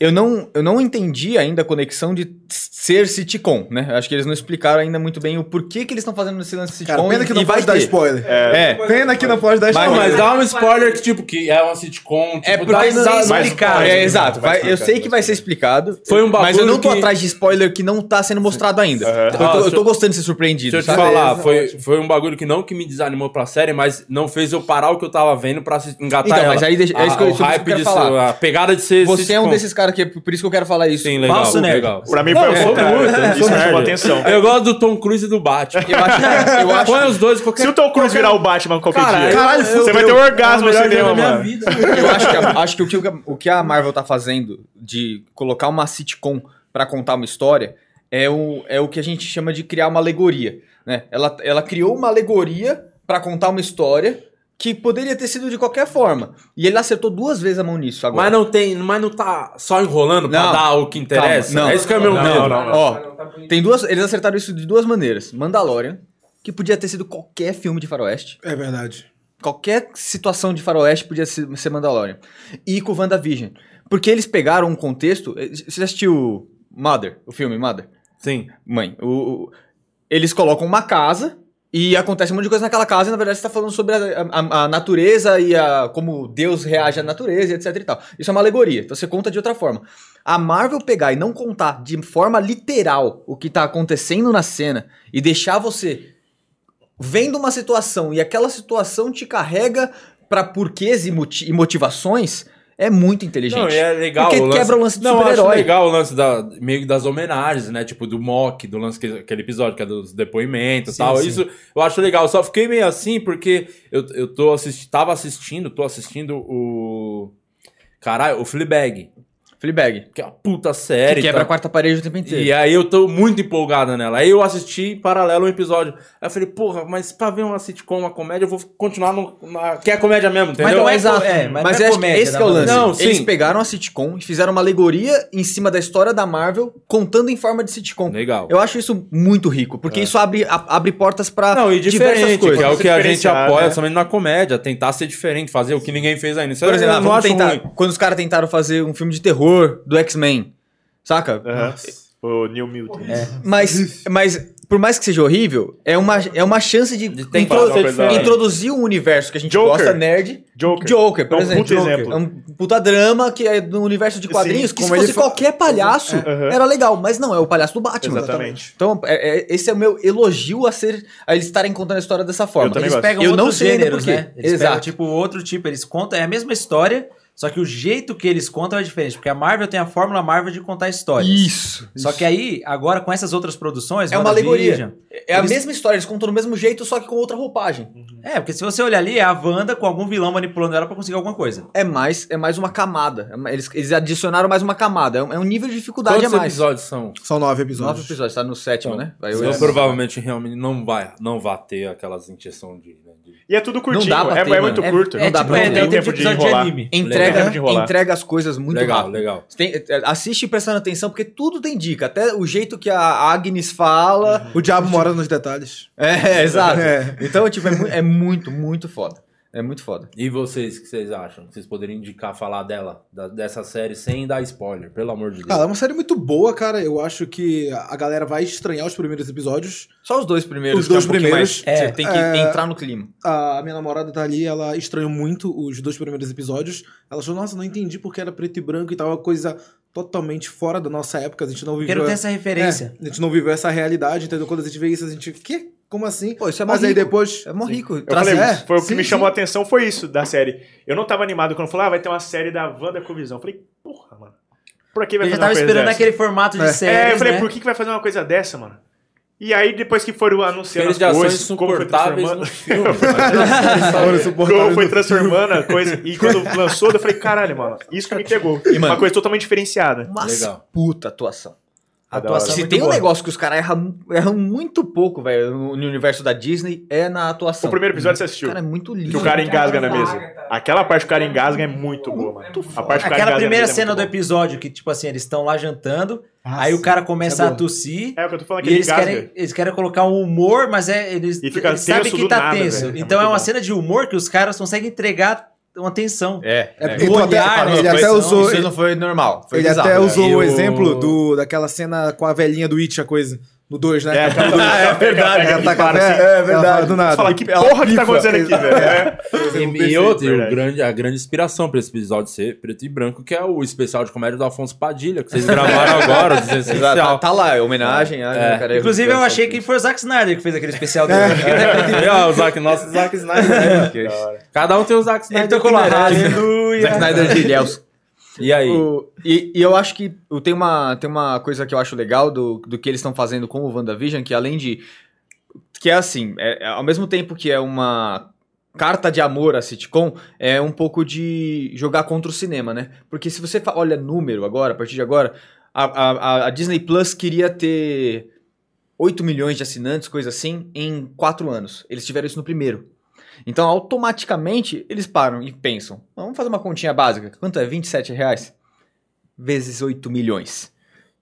Speaker 2: Eu não, eu não entendi ainda a conexão de ser sitcom, né? Eu Acho que eles não explicaram ainda muito bem o porquê que eles estão fazendo esse lance de sitcom.
Speaker 5: Cara, pena que
Speaker 2: e-
Speaker 5: não
Speaker 2: e vai
Speaker 5: pode dar
Speaker 2: ter.
Speaker 5: spoiler.
Speaker 2: É.
Speaker 5: Pena que não pode dar
Speaker 1: Não,
Speaker 5: spoiler.
Speaker 1: mas dá um spoiler que, tipo, que é uma sitcom. Tipo,
Speaker 2: É
Speaker 1: dá-
Speaker 2: porque
Speaker 1: dá-
Speaker 2: eles
Speaker 1: dá-
Speaker 2: explicaram.
Speaker 3: vai
Speaker 2: É,
Speaker 3: explicar,
Speaker 2: exato.
Speaker 3: vai
Speaker 2: Vai- eu
Speaker 3: explicar,
Speaker 2: sei que vai ser explicado.
Speaker 1: Foi um
Speaker 2: Mas eu não tô
Speaker 1: bagulho que-
Speaker 2: atrás de spoiler que não tá sendo mostrado ainda. Eu,
Speaker 1: Ah,
Speaker 2: tô, eu
Speaker 1: se
Speaker 2: tô
Speaker 1: eu-
Speaker 2: gostando de ser
Speaker 1: Deixa
Speaker 2: surpreendido.
Speaker 1: eu te
Speaker 2: sabe?
Speaker 1: falar, foi, foi um bagulho que não que me desanimou pra série, mas não fez eu parar o que eu tava vendo pra se- engatar
Speaker 2: Então,
Speaker 1: ela.
Speaker 2: mas aí deixa- é isso que eu-
Speaker 1: A- o
Speaker 2: isso que eu
Speaker 1: hype
Speaker 2: quero
Speaker 1: de
Speaker 2: falar.
Speaker 1: ser- a pegada de ser
Speaker 2: Você é um
Speaker 1: sitcom.
Speaker 2: desses caras que é por isso que eu quero falar isso.
Speaker 1: Sim, legal.
Speaker 4: Falso nerd.
Speaker 1: legal.
Speaker 3: Pra mim foi
Speaker 1: Não, eu
Speaker 3: o
Speaker 1: sou
Speaker 3: contrário.
Speaker 1: muito, eu
Speaker 3: Isso
Speaker 1: sou
Speaker 3: me chamou
Speaker 1: nerd.
Speaker 3: atenção.
Speaker 1: Eu gosto do Tom Cruise e do Batman.
Speaker 2: Eu acho, eu acho
Speaker 1: Põe os dois qualquer
Speaker 3: Se o Tom Cruise virar o Batman qualquer dia,
Speaker 1: Caralho,
Speaker 3: você vai ter um orgasmo no cinema, mano.
Speaker 2: Eu acho que, a- acho que, o, que o- o que a Marvel tá fazendo de colocar uma sitcom pra contar uma história é o, é o que a gente chama de criar uma alegoria. Né? Ela, ela criou uma alegoria pra contar uma história que poderia ter sido de qualquer forma. E ele acertou duas vezes a mão nisso
Speaker 1: Mas
Speaker 2: agora.
Speaker 1: não tem, mas não tá só enrolando pra
Speaker 2: Não.
Speaker 1: dar o que interessa.
Speaker 2: Calma, não.
Speaker 1: É isso que é meu
Speaker 2: Não,
Speaker 1: medo.
Speaker 2: não, não. Ó,
Speaker 6: tá bonito.
Speaker 2: Tem duas, eles acertaram isso de duas maneiras. Mandalorian, que podia ter sido qualquer filme de faroeste.
Speaker 5: É verdade.
Speaker 2: Qualquer situação de faroeste podia ser ser Mandalorian. E com WandaVision. Porque eles pegaram um contexto. eh, Você já assistiu Mother, o filme Mother?
Speaker 1: Sim.
Speaker 2: Mãe. o- o- eles colocam uma casa e acontece um monte de coisa naquela casa e na verdade você está falando sobre a, a- a natureza e a, como Deus reage à natureza, e etc e tal. Isso é uma alegoria, então você conta de outra forma. A Marvel pegar e não contar de forma literal o que tá acontecendo na cena e deixar você vendo uma situação e aquela situação te carrega pra porquês e, moti- e motivações é muito inteligente.
Speaker 1: Não, e é legal
Speaker 2: Porque
Speaker 1: o lance...
Speaker 2: quebra o lance do
Speaker 1: Não, eu acho
Speaker 2: super-herói.
Speaker 1: legal o lance da, meio que das homenagens, né? Tipo, do mock, do lance, que, aquele episódio que é dos depoimentos e
Speaker 2: Sim,
Speaker 1: tal.
Speaker 2: sim.
Speaker 1: Isso eu acho legal. Eu só fiquei meio assim porque eu, eu tô assistindo, tava assistindo, tô assistindo o... Caralho, o Fleabag,
Speaker 2: Fleabag,
Speaker 1: que é uma puta
Speaker 2: que
Speaker 1: série. e
Speaker 2: quebra a
Speaker 1: tal.
Speaker 2: quarta parede o tempo inteiro.
Speaker 1: E aí eu tô muito empolgado nela. Aí eu assisti em paralelo um episódio. Aí eu falei, porra, mas pra ver uma sitcom, uma comédia, eu vou continuar no, na... que é comédia mesmo, entendeu?
Speaker 2: Mas
Speaker 4: Entendeu?
Speaker 2: não é exato.
Speaker 4: Mas não é-
Speaker 2: mas
Speaker 4: mas não é
Speaker 2: eu acho
Speaker 4: comédia,
Speaker 2: que esse que é o
Speaker 4: na
Speaker 2: lance.
Speaker 1: verdade. Não,
Speaker 2: Eles
Speaker 1: sim.
Speaker 2: pegaram a sitcom e fizeram uma alegoria em cima da história da Marvel, contando em forma de sitcom.
Speaker 1: Legal. É.
Speaker 2: Eu acho isso muito rico, porque isso abre, a- abre portas pra
Speaker 1: Não, e
Speaker 2: diversas
Speaker 1: diferente,
Speaker 2: coisas.
Speaker 1: que é o que a gente
Speaker 3: Diferenciar,
Speaker 1: apoia,
Speaker 3: né?
Speaker 1: somente na comédia, tentar ser diferente, fazer o que ninguém fez ainda. Isso é
Speaker 2: Por
Speaker 1: eu
Speaker 2: exemplo, ah,
Speaker 1: não
Speaker 2: vamos
Speaker 1: acho
Speaker 2: tentar,
Speaker 1: ruim.
Speaker 2: quando os caras tentaram fazer um filme de terror do X-Men, saca?
Speaker 1: É.
Speaker 3: Aham. O New Mutant.
Speaker 2: Mas, mas por mais que seja horrível, é uma, é uma chance de,
Speaker 1: tentar
Speaker 2: intro-
Speaker 1: fazer uma
Speaker 3: coisa da hora.
Speaker 2: introduzir um universo que a gente
Speaker 3: Joker.
Speaker 2: gosta, nerd.
Speaker 3: Joker.
Speaker 2: Joker, por
Speaker 3: É um
Speaker 2: exemplo.
Speaker 3: puta
Speaker 2: Joker.
Speaker 3: exemplo.
Speaker 2: É um puta drama que é do universo de quadrinhos,
Speaker 3: Sim,
Speaker 2: que se
Speaker 5: como ele
Speaker 2: fosse
Speaker 5: fa-
Speaker 2: qualquer palhaço,
Speaker 3: Aham.
Speaker 2: era legal. Mas não, é o palhaço do Batman.
Speaker 3: Uhum. Exatamente.
Speaker 2: Então, é- é- esse é o meu elogio a ser a eles estarem contando a história dessa forma.
Speaker 3: Eu também
Speaker 2: Eles
Speaker 3: gosto.
Speaker 2: pegam
Speaker 4: Eu
Speaker 2: outros
Speaker 4: não sei ainda
Speaker 2: gêneros,
Speaker 4: por quê.
Speaker 2: né?
Speaker 4: Eles
Speaker 2: Exato.
Speaker 4: pegam, tipo, outro tipo. Eles contam, é a mesma história, só que o jeito que eles contam é diferente. Porque a Marvel tem a fórmula Marvel de contar histórias.
Speaker 2: Isso.
Speaker 4: Só que aí, agora com essas outras produções,
Speaker 2: É uma
Speaker 4: WandaVision,
Speaker 2: É a mesma história, eles contam do mesmo jeito, só que com outra roupagem.
Speaker 4: É, porque se você olhar ali, é a Wanda com algum vilão manipulando ela pra conseguir alguma coisa.
Speaker 2: É mais, é mais uma camada. É uma- Eles, eles adicionaram mais uma camada. É um, é um nível de dificuldade a
Speaker 1: Quantos
Speaker 2: mais.
Speaker 1: episódios são?
Speaker 7: São nove
Speaker 2: Nove
Speaker 7: episódios.
Speaker 2: episódios, tá no sétimo,
Speaker 4: Então,
Speaker 2: né? Vai
Speaker 1: Eu,
Speaker 2: oito.
Speaker 1: provavelmente realmente não vai, não vai ter aquelas injeções de. né, de-
Speaker 3: E é tudo curtinho,
Speaker 2: dá pra
Speaker 3: é,
Speaker 2: ter,
Speaker 3: é
Speaker 2: mano.
Speaker 3: muito
Speaker 2: É-
Speaker 3: curto.
Speaker 2: é Não dá tipo, pra é, ter.
Speaker 3: tem um
Speaker 4: tem
Speaker 3: tempo
Speaker 4: tipo
Speaker 3: de
Speaker 4: episódio de
Speaker 3: enrolar.
Speaker 4: anime.
Speaker 2: Entrega,
Speaker 3: Legal. De enrolar.
Speaker 2: entrega as coisas muito
Speaker 1: legal,
Speaker 2: rápido.
Speaker 1: legal.
Speaker 2: Você Tem, é, assiste prestando atenção, porque tudo tem dica. Até o jeito que a Agnes fala.
Speaker 7: O diabo mora nos detalhes.
Speaker 2: É, exato.
Speaker 7: Uhum. É.
Speaker 2: Então, tipo, é, mu- é muito, muito foda. É muito foda.
Speaker 1: E vocês, o que vocês acham? Vocês poderiam indicar falar dela, da- dessa série, sem dar spoiler, pelo amor de
Speaker 2: Ah,
Speaker 7: Cara, é
Speaker 1: Deus.
Speaker 7: uma série muito boa, cara. Eu acho que a galera vai estranhar os primeiros episódios.
Speaker 2: Só os dois primeiros.
Speaker 7: Os
Speaker 2: que é um
Speaker 7: dois
Speaker 2: pouquinho
Speaker 7: primeiros,
Speaker 2: mais-
Speaker 4: é,
Speaker 2: você tem que entrar no clima.
Speaker 7: A minha namorada tá ali, ela estranhou muito os dois primeiros episódios. Ela achou, nossa, não entendi porque era preto e branco e tal, É uma coisa totalmente fora da nossa época. A gente não viveu.
Speaker 4: Quero ter essa referência.
Speaker 7: É, a gente não viveu essa realidade, entendeu? Quando a gente vê isso, a gente. Quê? Como assim?
Speaker 2: Pô, isso é
Speaker 7: Mas aí
Speaker 2: morrico.
Speaker 7: depois.
Speaker 2: É morrico.
Speaker 3: Eu falei,
Speaker 7: é,
Speaker 3: foi o que
Speaker 7: sim,
Speaker 3: me
Speaker 7: sim.
Speaker 3: chamou a atenção, foi isso da série. Eu não tava animado quando falou, ah, vai ter uma série da Wanda com visão. Eu falei, porra, mano. Por que vai
Speaker 4: Eu já
Speaker 3: fazer uma
Speaker 4: tava
Speaker 3: coisa
Speaker 4: esperando
Speaker 3: dessa?
Speaker 4: aquele formato de
Speaker 7: É.
Speaker 4: série.
Speaker 3: É, eu falei,
Speaker 4: né?
Speaker 3: por que, que vai fazer uma coisa dessa, mano? E aí, depois que foram anunciando
Speaker 1: Séries
Speaker 3: as
Speaker 1: de ações
Speaker 3: coisas, como foi
Speaker 1: insuportáveis
Speaker 3: transformando...
Speaker 1: no filme.
Speaker 7: Olha, suportável.
Speaker 3: Como foi transformando a coisa. E quando lançou, eu falei, caralho, mano, isso que me pegou. Uma coisa totalmente diferenciada.
Speaker 2: Uma
Speaker 1: Legal.
Speaker 2: puta atuação.
Speaker 3: Ah, da
Speaker 4: atuação é
Speaker 3: hora.
Speaker 2: Se
Speaker 4: Tá muito
Speaker 2: tem um
Speaker 4: boa.
Speaker 2: negócio que os caras erram, erram muito pouco, velho, no, no universo da Disney, é na atuação.
Speaker 3: O primeiro episódio você assistiu.
Speaker 2: Cara, é muito lindo.
Speaker 3: Que o cara engasga na mesa.
Speaker 6: Agatha.
Speaker 3: Aquela parte que o cara engasga é muito boa, mano.
Speaker 6: tá? Muito
Speaker 3: A parte que o cara engasga
Speaker 4: Aquela
Speaker 3: na
Speaker 4: primeira
Speaker 3: mesa é
Speaker 4: cena
Speaker 3: muito Ah,
Speaker 4: do
Speaker 3: boa.
Speaker 4: episódio que, tipo assim, eles estão lá jantando, aí o cara começa
Speaker 7: é
Speaker 4: a
Speaker 7: boa.
Speaker 4: tossir.
Speaker 3: É o que eu tô falando, que
Speaker 4: E
Speaker 3: ele
Speaker 4: eles
Speaker 3: engasga.
Speaker 4: querem, eles querem colocar um humor, mas é, eles,
Speaker 3: E fica
Speaker 4: eles sabem
Speaker 3: tenso
Speaker 4: que
Speaker 3: do
Speaker 4: tá
Speaker 3: nada,
Speaker 4: tenso.
Speaker 3: velho. É
Speaker 4: então é
Speaker 3: muito
Speaker 4: uma
Speaker 3: bom.
Speaker 4: cena de humor que os caras conseguem entregar uma tensão.
Speaker 2: É,
Speaker 7: É,
Speaker 2: é.
Speaker 7: porque tu
Speaker 4: O
Speaker 7: até-
Speaker 4: olhar, né,
Speaker 7: ele
Speaker 4: a
Speaker 7: até
Speaker 4: expressão,
Speaker 7: usou.
Speaker 2: Isso não foi normal. Foi
Speaker 7: Ele
Speaker 2: bizarro.
Speaker 7: até
Speaker 2: É.
Speaker 7: usou
Speaker 1: E
Speaker 7: o
Speaker 1: o-
Speaker 7: exemplo do, daquela cena com a velhinha do It, a coisa. No 2, né?
Speaker 3: É, aquela do-
Speaker 2: é verdade,
Speaker 3: aquela
Speaker 7: Ela tá
Speaker 3: que
Speaker 7: com a
Speaker 3: para assim,
Speaker 7: velha- é verdade. Do nada.
Speaker 3: Fala, que porra que tá acontecendo aqui, velho? É.
Speaker 1: E, e outra, e o
Speaker 3: Verdade.
Speaker 1: grande, a grande inspiração pra esse episódio ser preto e branco, que é o especial de comédia do Afonso Padilha, que vocês gravaram agora,
Speaker 2: Exato, tá,
Speaker 1: desessencial.
Speaker 2: tá lá, é homenagem. ah,
Speaker 1: É.
Speaker 2: cara, assim.
Speaker 4: Inclusive, eu achei que foi o Zack Snyder que fez aquele especial
Speaker 7: É.
Speaker 4: dele.
Speaker 1: Ó, É, o Zack, nosso Zack Snyder. né? Cada um tem o Zack Snyder.
Speaker 4: Ele tocou lá,
Speaker 1: que merece.
Speaker 4: aleluia.
Speaker 2: Zack Snyder de Ilhéus.
Speaker 1: E aí?
Speaker 2: O- e, e eu acho que o- tem uma, tem uma coisa que eu acho legal do, do que eles estão fazendo com o WandaVision, que além de. Que é assim, é- é- ao mesmo tempo que é uma carta de amor à sitcom, é um pouco de jogar contra o cinema, né? Porque se você fa- olha número agora, a partir de agora, a, a- a- a Disney Plus queria ter 8 milhões de assinantes, coisa assim, em 4 anos. Eles tiveram isso no primeiro. Então, automaticamente, eles param e pensam: vamos fazer uma continha básica. Quanto é? 27 reais? Vezes 8 milhões.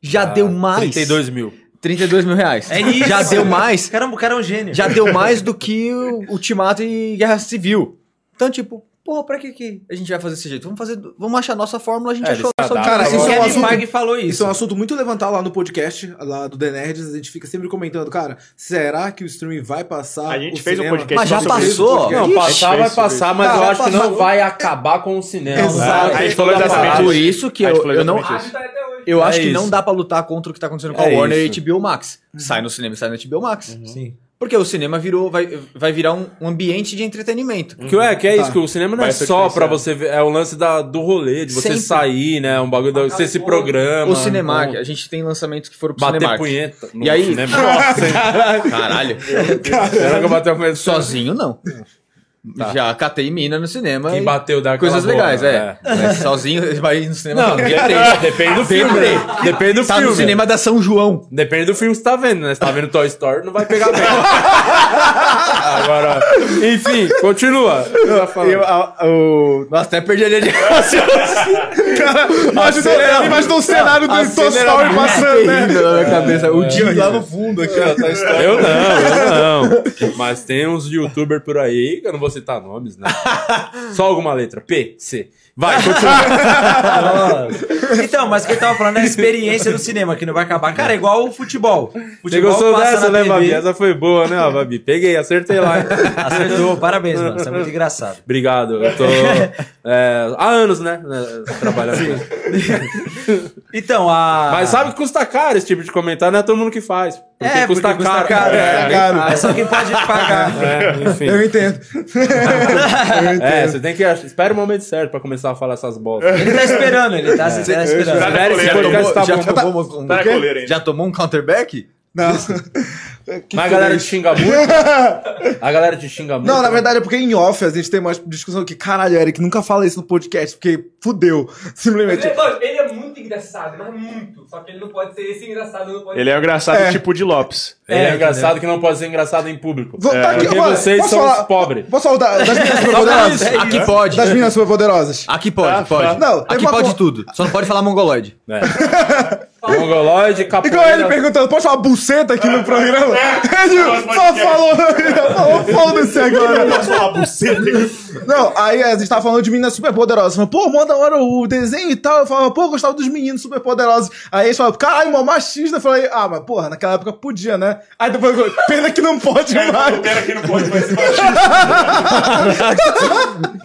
Speaker 2: Já
Speaker 1: Ah,
Speaker 2: deu mais.
Speaker 1: 32 mil.
Speaker 2: 32 mil reais.
Speaker 4: É isso.
Speaker 2: Já deu mais.
Speaker 4: Caramba, o cara é um gênio.
Speaker 2: Já deu mais do que o Ultimato e Guerra Civil. Então, tipo, porra, pra que, que a gente vai fazer desse jeito? Vamos fazer. Vamos achar a nossa fórmula, a gente
Speaker 1: É,
Speaker 2: achou a
Speaker 1: eles
Speaker 2: nossa.
Speaker 1: adaptam.
Speaker 7: Cara,
Speaker 4: o
Speaker 7: isso é um
Speaker 4: Kevin
Speaker 7: assunto
Speaker 4: Feige falou isso.
Speaker 7: Isso é um assunto muito levantado lá no podcast, lá do The Nerds. A gente fica sempre comentando, cara, será que o streaming vai passar?
Speaker 3: A gente
Speaker 7: o
Speaker 3: fez um
Speaker 7: cinema?
Speaker 3: podcast
Speaker 2: Mas já
Speaker 3: só sobre isso.
Speaker 2: passou.
Speaker 7: Não,
Speaker 1: Não, passar
Speaker 3: Ixi,
Speaker 1: vai
Speaker 3: isso,
Speaker 1: passar, mas
Speaker 7: Cara,
Speaker 1: eu acho que
Speaker 7: passar-
Speaker 1: não vai acabar com o cinema.
Speaker 7: Exato.
Speaker 1: né?
Speaker 3: A gente falou
Speaker 1: Toda
Speaker 3: exatamente
Speaker 1: parada.
Speaker 2: Por isso que
Speaker 3: A gente
Speaker 2: eu,
Speaker 3: falou
Speaker 2: eu não.
Speaker 3: exatamente isso.
Speaker 6: Ah, tá até hoje.
Speaker 2: Eu
Speaker 1: É
Speaker 2: acho que não
Speaker 1: isso. Uhum.
Speaker 2: dá pra lutar contra o que tá acontecendo com
Speaker 1: É
Speaker 2: a Warner
Speaker 1: isso.
Speaker 2: e HBO Max. Sai no cinema e sai no HBO Max.
Speaker 1: Uhum.
Speaker 4: Sim.
Speaker 2: Porque o cinema virou, vai, vai virar um, um ambiente de entretenimento.
Speaker 1: Que é, que é isso,
Speaker 7: Tá.
Speaker 1: que o cinema não
Speaker 3: Vai
Speaker 1: é
Speaker 3: ser
Speaker 1: só pra
Speaker 3: diferenciado.
Speaker 1: você ver, é o lance da, do rolê, de você
Speaker 2: Sempre.
Speaker 1: sair, né, um bagulho, da, você se programa.
Speaker 2: o Cinemark,
Speaker 1: então,
Speaker 2: a gente tem lançamentos que foram pro
Speaker 1: Bater
Speaker 2: Cinemark.
Speaker 1: punheta no
Speaker 2: E aí-
Speaker 1: cinema.
Speaker 2: Caralho,
Speaker 1: Será que eu bater punheta? Tá.
Speaker 2: sozinho não. Já catei mina no cinema.
Speaker 1: Quem
Speaker 2: e
Speaker 1: bateu da
Speaker 2: Coisas legais,
Speaker 1: né?
Speaker 2: é. Mas Sozinho vai no cinema.
Speaker 1: Não, é
Speaker 2: também.
Speaker 1: depende, depende do filme.
Speaker 2: Depende.
Speaker 1: né? Depende do
Speaker 2: Tá
Speaker 1: filme.
Speaker 2: no cinema da São João.
Speaker 1: Depende do filme que você tá vendo, né? Se tá vendo Toy Story, não vai pegar bem. Agora, enfim, continua.
Speaker 3: tá
Speaker 2: Eu, a- o- Nossa, até perdi a linha de Cara,
Speaker 7: Ele imaginou o cenário do
Speaker 2: A
Speaker 7: Toy
Speaker 2: cena era
Speaker 7: Story
Speaker 2: muito
Speaker 7: passando, né?
Speaker 2: terrível na minha cabeça. O Jimmy lá no fundo aqui, ó. Tá estourado.
Speaker 1: Eu não, eu não. Mas tem uns youtuber por aí, que eu não vou citar nomes, né? Só alguma letra. P, C. Vai, continua.
Speaker 4: Então, mas o que eu tava falando é a experiência do cinema, que não vai acabar. Cara, é igual o futebol.
Speaker 1: Você
Speaker 4: Futebol
Speaker 1: gostou
Speaker 4: passa
Speaker 1: dessa,
Speaker 4: na
Speaker 1: né,
Speaker 4: TV.
Speaker 1: Babi? Essa foi boa, né, ó, Babi? Peguei, acertei lá. hein?
Speaker 4: Acertou, parabéns, mano. Isso é muito engraçado.
Speaker 1: Obrigado, eu tô é, há anos, né, né, trabalhando com isso.
Speaker 4: Então, a.
Speaker 1: Mas sabe que custa caro esse tipo de comentário, não é todo mundo que faz. Porque
Speaker 4: É,
Speaker 1: custa
Speaker 4: porque custa
Speaker 1: caro.
Speaker 4: caro,
Speaker 1: É,
Speaker 4: é.
Speaker 7: Cara,
Speaker 4: Ah, é só quem pode pagar.
Speaker 1: é, enfim.
Speaker 7: eu entendo. eu entendo.
Speaker 1: É, você tem que. ach- Espera o momento certo pra começar a falar essas bostas.
Speaker 4: Ele tá
Speaker 1: É.
Speaker 4: esperando, ele tá, ele tá esperando.
Speaker 1: Espera esse
Speaker 3: Já
Speaker 1: podcast tá
Speaker 2: já,
Speaker 1: bom.
Speaker 2: tomou, um,
Speaker 3: Tá na
Speaker 2: quê?
Speaker 3: coleira ainda.
Speaker 2: já tomou um counterback?
Speaker 7: Não. Que
Speaker 1: Mas a galera te
Speaker 7: silêncio.
Speaker 1: xinga muito. A galera te xinga muito.
Speaker 7: Não, na verdade é porque em off a gente tem uma discussão que, caralho, Eric, nunca fala isso no podcast, porque fudeu.
Speaker 6: Mas
Speaker 7: Simplesmente.
Speaker 6: Ele, lógico, ele é muito engraçado, mas muito. Só que ele não pode ser esse engraçado, não pode
Speaker 3: Ele é engraçado tipo de Lopes.
Speaker 1: Ele é, engraçado que não pode ser engraçado em público.
Speaker 7: Vou- tá
Speaker 1: Porque
Speaker 7: olha,
Speaker 1: vocês
Speaker 7: posso
Speaker 1: são
Speaker 7: falar-
Speaker 1: os pobres.
Speaker 7: Posso falar da- das meninas superpoderosas?
Speaker 2: Aqui pode.
Speaker 7: Das meninas superpoderosas.
Speaker 2: Aqui pode, pode.
Speaker 7: Não, tem
Speaker 2: Aqui
Speaker 7: uma
Speaker 2: pode
Speaker 7: co-
Speaker 2: tudo. Só não pode falar mongoloide.
Speaker 1: né? Mongoloide,
Speaker 3: Ah,
Speaker 7: Igual ele
Speaker 1: capoeira.
Speaker 7: perguntando, posso falar buceta aqui no programa? Ele só
Speaker 3: podcast.
Speaker 7: falou, falou, foda-se agora.
Speaker 3: Posso falar buceta?
Speaker 7: Não, aí é, a gente tava falando de meninas superpoderosas. Falando, pô, mó da hora o desenho e tal. Eu falava, pô, eu gostava dos meninos superpoderosos. Aí eles falavam, caralho, mó machista. Eu falei, ah, mas porra, naquela época podia, né? Aí depois, eu, pena que É, não pode mais.
Speaker 3: Pera que não pode mais.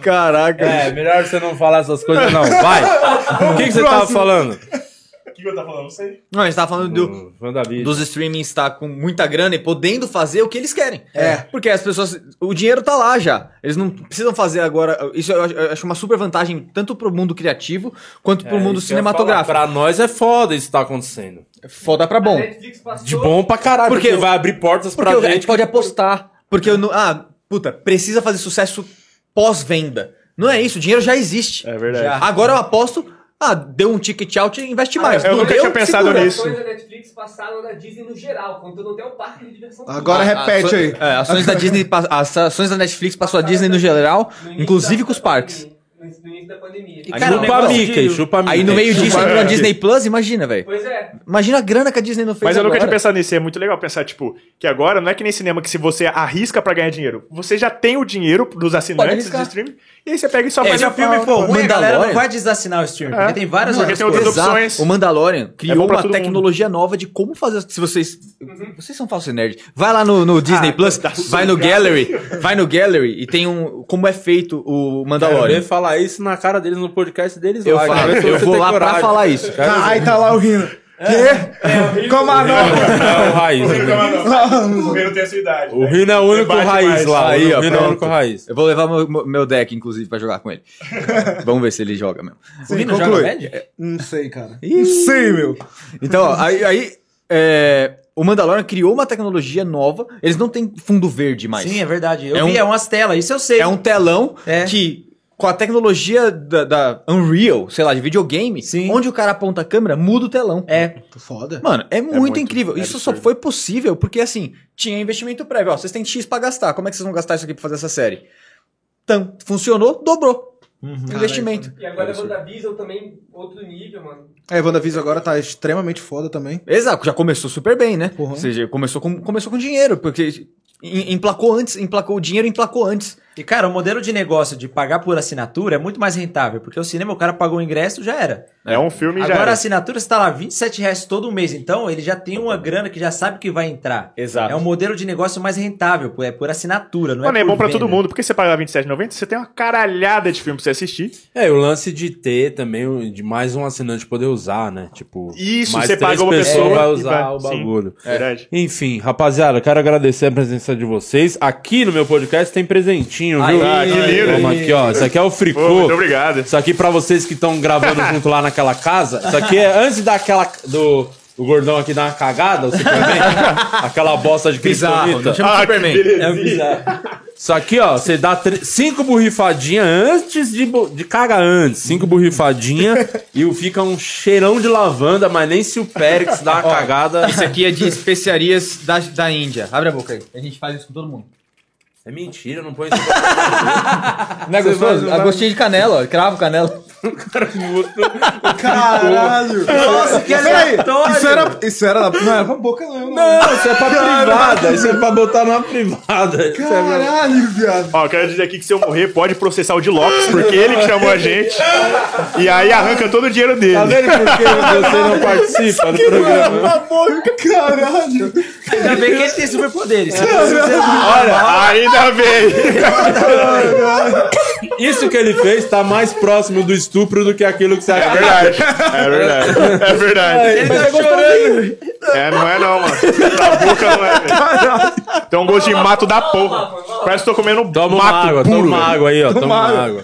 Speaker 2: Caraca.
Speaker 1: É, melhor você não falar essas coisas, não. Vai. O que, que você tava
Speaker 7: Próximo.
Speaker 1: falando?
Speaker 3: O que eu tava falando? Não sei.
Speaker 2: Não, a gente tava falando do,
Speaker 1: Do WandaVision.
Speaker 2: dos streamings tá com muita grana e podendo fazer o que eles querem. É. Porque as pessoas. O dinheiro tá lá já. Eles não precisam fazer agora. Isso eu acho- eu acho uma super vantagem tanto pro mundo criativo quanto pro
Speaker 1: É,
Speaker 2: mundo
Speaker 1: isso que eu ia
Speaker 2: cinematográfico. É
Speaker 1: falar. Pra nós é foda isso tá acontecendo.
Speaker 2: Foda pra
Speaker 6: A
Speaker 2: bom.
Speaker 6: Netflix passou.
Speaker 1: De bom pra caralho,
Speaker 2: Porque
Speaker 1: porque,
Speaker 2: eu-
Speaker 1: vai abrir portas pra
Speaker 2: Porque a
Speaker 1: gente.
Speaker 2: gente pode apostar. Porque eu não. Ah, puta, precisa fazer sucesso pós-venda. Não é isso, o dinheiro já existe.
Speaker 3: É verdade.
Speaker 2: Já. Agora eu aposto. Ah, deu um ticket out e investe mais.
Speaker 3: eu
Speaker 2: Não
Speaker 3: nunca
Speaker 2: deu,
Speaker 3: tinha pensado
Speaker 2: segura.
Speaker 3: nisso.
Speaker 6: Ações da Netflix passaram da Disney no geral, contando até o um parque de diversão.
Speaker 7: Agora repete aí.
Speaker 2: É, ações da Disney, pa- as ações da Netflix passou a Disney no geral,
Speaker 6: No início
Speaker 2: inclusive
Speaker 6: da-
Speaker 2: com os parques.
Speaker 6: No início no início da pandemia.
Speaker 2: Aí cara, no
Speaker 1: chupa
Speaker 2: negócio
Speaker 1: Mickey, chupa Mickey.
Speaker 2: Aí no meio disso
Speaker 1: Chupa
Speaker 2: entrou a
Speaker 1: Mickey.
Speaker 2: Disney Plus, imagina, velho.
Speaker 6: Pois é.
Speaker 2: Imagina a grana que a Disney não fez
Speaker 3: Mas eu nunca
Speaker 2: agora.
Speaker 3: tinha pensado nisso. É muito legal pensar, tipo, que agora não é que nem cinema que se você arrisca pra ganhar dinheiro, você já tem o dinheiro dos assinantes
Speaker 2: arriscar.
Speaker 3: de streaming, e aí você pega e só
Speaker 4: É, se o filme for ruim, a galera não
Speaker 2: Mandalorian. É.
Speaker 4: vai desassinar o stream, porque tem várias
Speaker 3: Porque
Speaker 4: outras
Speaker 3: tem outras
Speaker 4: coisas.
Speaker 2: Exato.
Speaker 3: opções. É
Speaker 2: O Mandalorian criou
Speaker 3: bom pra
Speaker 2: uma
Speaker 3: todo Uhum.
Speaker 2: tecnologia nova de como fazer. Se vocês. Vocês são falso nerd. Vai lá no, no
Speaker 3: Ah,
Speaker 2: Disney
Speaker 3: tá
Speaker 2: Plus, vai no Gallery, vai no Gallery e tem um. Como é feito o
Speaker 7: É,
Speaker 1: Eu ia
Speaker 2: Mandalorian.
Speaker 1: falar isso na cara deles no podcast deles
Speaker 2: Eu,
Speaker 1: lá.
Speaker 2: falo,
Speaker 1: quero ver se
Speaker 2: eu
Speaker 1: você
Speaker 2: vou
Speaker 1: tem
Speaker 2: lá pra
Speaker 1: coragem.
Speaker 2: falar isso.
Speaker 1: Quero ver-
Speaker 7: Aí tá lá o rindo. Quê? Como a não?
Speaker 1: Não, é o raiz.
Speaker 3: O Rino tem a sua idade.
Speaker 1: O Rino é o único raiz lá.
Speaker 2: Aí, ó,
Speaker 1: o Rino é o
Speaker 2: pronto.
Speaker 1: único raiz.
Speaker 2: Eu vou levar meu, meu deck, inclusive, pra jogar com ele. Vamos ver se ele joga mesmo.
Speaker 7: Sim,
Speaker 4: Rino joga
Speaker 7: conclui.
Speaker 4: média?
Speaker 7: Não sei, cara.
Speaker 2: Ih.
Speaker 7: Não sei, meu.
Speaker 2: Então, ó, aí, aí, é, o Mandalorian criou uma tecnologia nova. Eles não têm fundo verde mais.
Speaker 4: Sim, é verdade. Eu
Speaker 2: É
Speaker 4: vi,
Speaker 2: um-
Speaker 4: é umas telas, isso eu sei.
Speaker 2: É um telão
Speaker 4: É.
Speaker 2: que, com a tecnologia da, da Unreal, sei lá, de videogame,
Speaker 4: Sim.
Speaker 2: onde o cara aponta a câmera, muda o telão.
Speaker 4: É.
Speaker 7: Foda.
Speaker 2: Mano, é muito,
Speaker 3: muito,
Speaker 2: incrível.
Speaker 3: é
Speaker 2: isso só
Speaker 3: absurdo.
Speaker 2: foi possível porque, assim, tinha investimento prévio. Ó, vocês têm X pra gastar. Como é que vocês vão gastar isso aqui pra fazer essa série? Então, funcionou, dobrou. o Investimento.
Speaker 6: E agora a WandaVision também, outro nível, mano.
Speaker 7: É, WandaVision agora tá extremamente foda também.
Speaker 2: Exato, já começou super bem, né?
Speaker 7: Porra.
Speaker 2: Ou seja, começou com, começou com dinheiro, porque em- emplacou antes, emplacou o dinheiro, emplacou antes.
Speaker 4: E, cara, o modelo de negócio de pagar por assinatura é muito mais rentável, porque o cinema, o cara pagou o ingresso, já era.
Speaker 3: É um filme já.
Speaker 4: Agora a
Speaker 3: era.
Speaker 4: assinatura está lá R$ 27 reais todo mês, então ele já tem uma grana que já sabe que vai entrar.
Speaker 2: Exato.
Speaker 4: É um modelo de negócio mais rentável, é por assinatura, não
Speaker 3: Mano,
Speaker 4: é
Speaker 3: é
Speaker 4: por
Speaker 3: bom pra
Speaker 4: venda.
Speaker 3: todo mundo, porque você paga R$27,90, você tem uma caralhada de filme pra você assistir.
Speaker 1: É, e o lance de ter também, o- de mais um assinante poder usar, né? Tipo,
Speaker 3: Isso,
Speaker 1: mais
Speaker 3: você
Speaker 1: três
Speaker 3: paga uma
Speaker 1: pessoas
Speaker 3: pessoa
Speaker 1: vai
Speaker 3: e
Speaker 1: usar
Speaker 3: vai-
Speaker 1: o
Speaker 3: sim.
Speaker 1: bagulho.
Speaker 3: Verdade.
Speaker 1: Enfim, rapaziada, quero agradecer a presença de vocês. Aqui no meu podcast tem presentinho, viu?
Speaker 3: Aí, que lindo.
Speaker 1: Toma aqui, ó. Isso aqui é o
Speaker 3: Pô,
Speaker 1: Fricô.
Speaker 3: muito obrigado.
Speaker 1: Isso aqui pra vocês que estão gravando junto lá naquela casa. Isso aqui é antes daquela do o gordão aqui dar uma cagada, você também. aquela bosta de
Speaker 2: não
Speaker 7: né?
Speaker 1: cristalita.
Speaker 2: chama de
Speaker 7: Ah,
Speaker 2: Superman.
Speaker 7: um
Speaker 1: É bizarro. Isso aqui, ó, você dá tre- cinco borrifadinhas antes de, bo- de caga antes. Cinco borrifadinhas e o- fica um cheirão de lavanda, mas nem se o Périx dá uma cagada.
Speaker 2: Isso aqui é de especiarias da, da Índia. Abre a boca aí. A gente faz isso com todo mundo.
Speaker 1: É mentira, não põe isso
Speaker 5: Ah,
Speaker 2: Não é gostoso? A gostinha de canela, ó. Cravo, canela.
Speaker 7: Caralho! Nossa, que
Speaker 4: aleatório!
Speaker 7: Isso era. Isso era. Não era pra boca, não. não.
Speaker 1: Não, isso é pra privada. Isso é pra botar numa privada. Isso é pra-
Speaker 7: Caralho, viado.
Speaker 3: Ó, quero dizer aqui que se eu morrer, pode processar o de Lopes, porque ele que chamou a gente. E aí arranca todo o dinheiro dele.
Speaker 1: Tá vendo por que você não participa do programa?
Speaker 7: Caralho!
Speaker 4: Ainda bem que ele tem superpoderes.
Speaker 1: É
Speaker 3: Olha,
Speaker 1: Tá
Speaker 3: ainda bem.
Speaker 1: Isso que ele fez tá mais próximo do estupro do que aquilo que você
Speaker 3: É
Speaker 1: acha.
Speaker 3: verdade. É verdade. É verdade.
Speaker 1: Mas é gostosinho.
Speaker 3: É, não é não, mano. Na boca não é, velho. Tem um gosto de mato da porra. Parece que tô comendo
Speaker 1: Toma uma
Speaker 3: mato
Speaker 1: água,
Speaker 3: puro.
Speaker 1: toma uma
Speaker 3: velho.
Speaker 1: água é aí, ó. Toma, uma
Speaker 7: água.
Speaker 1: água.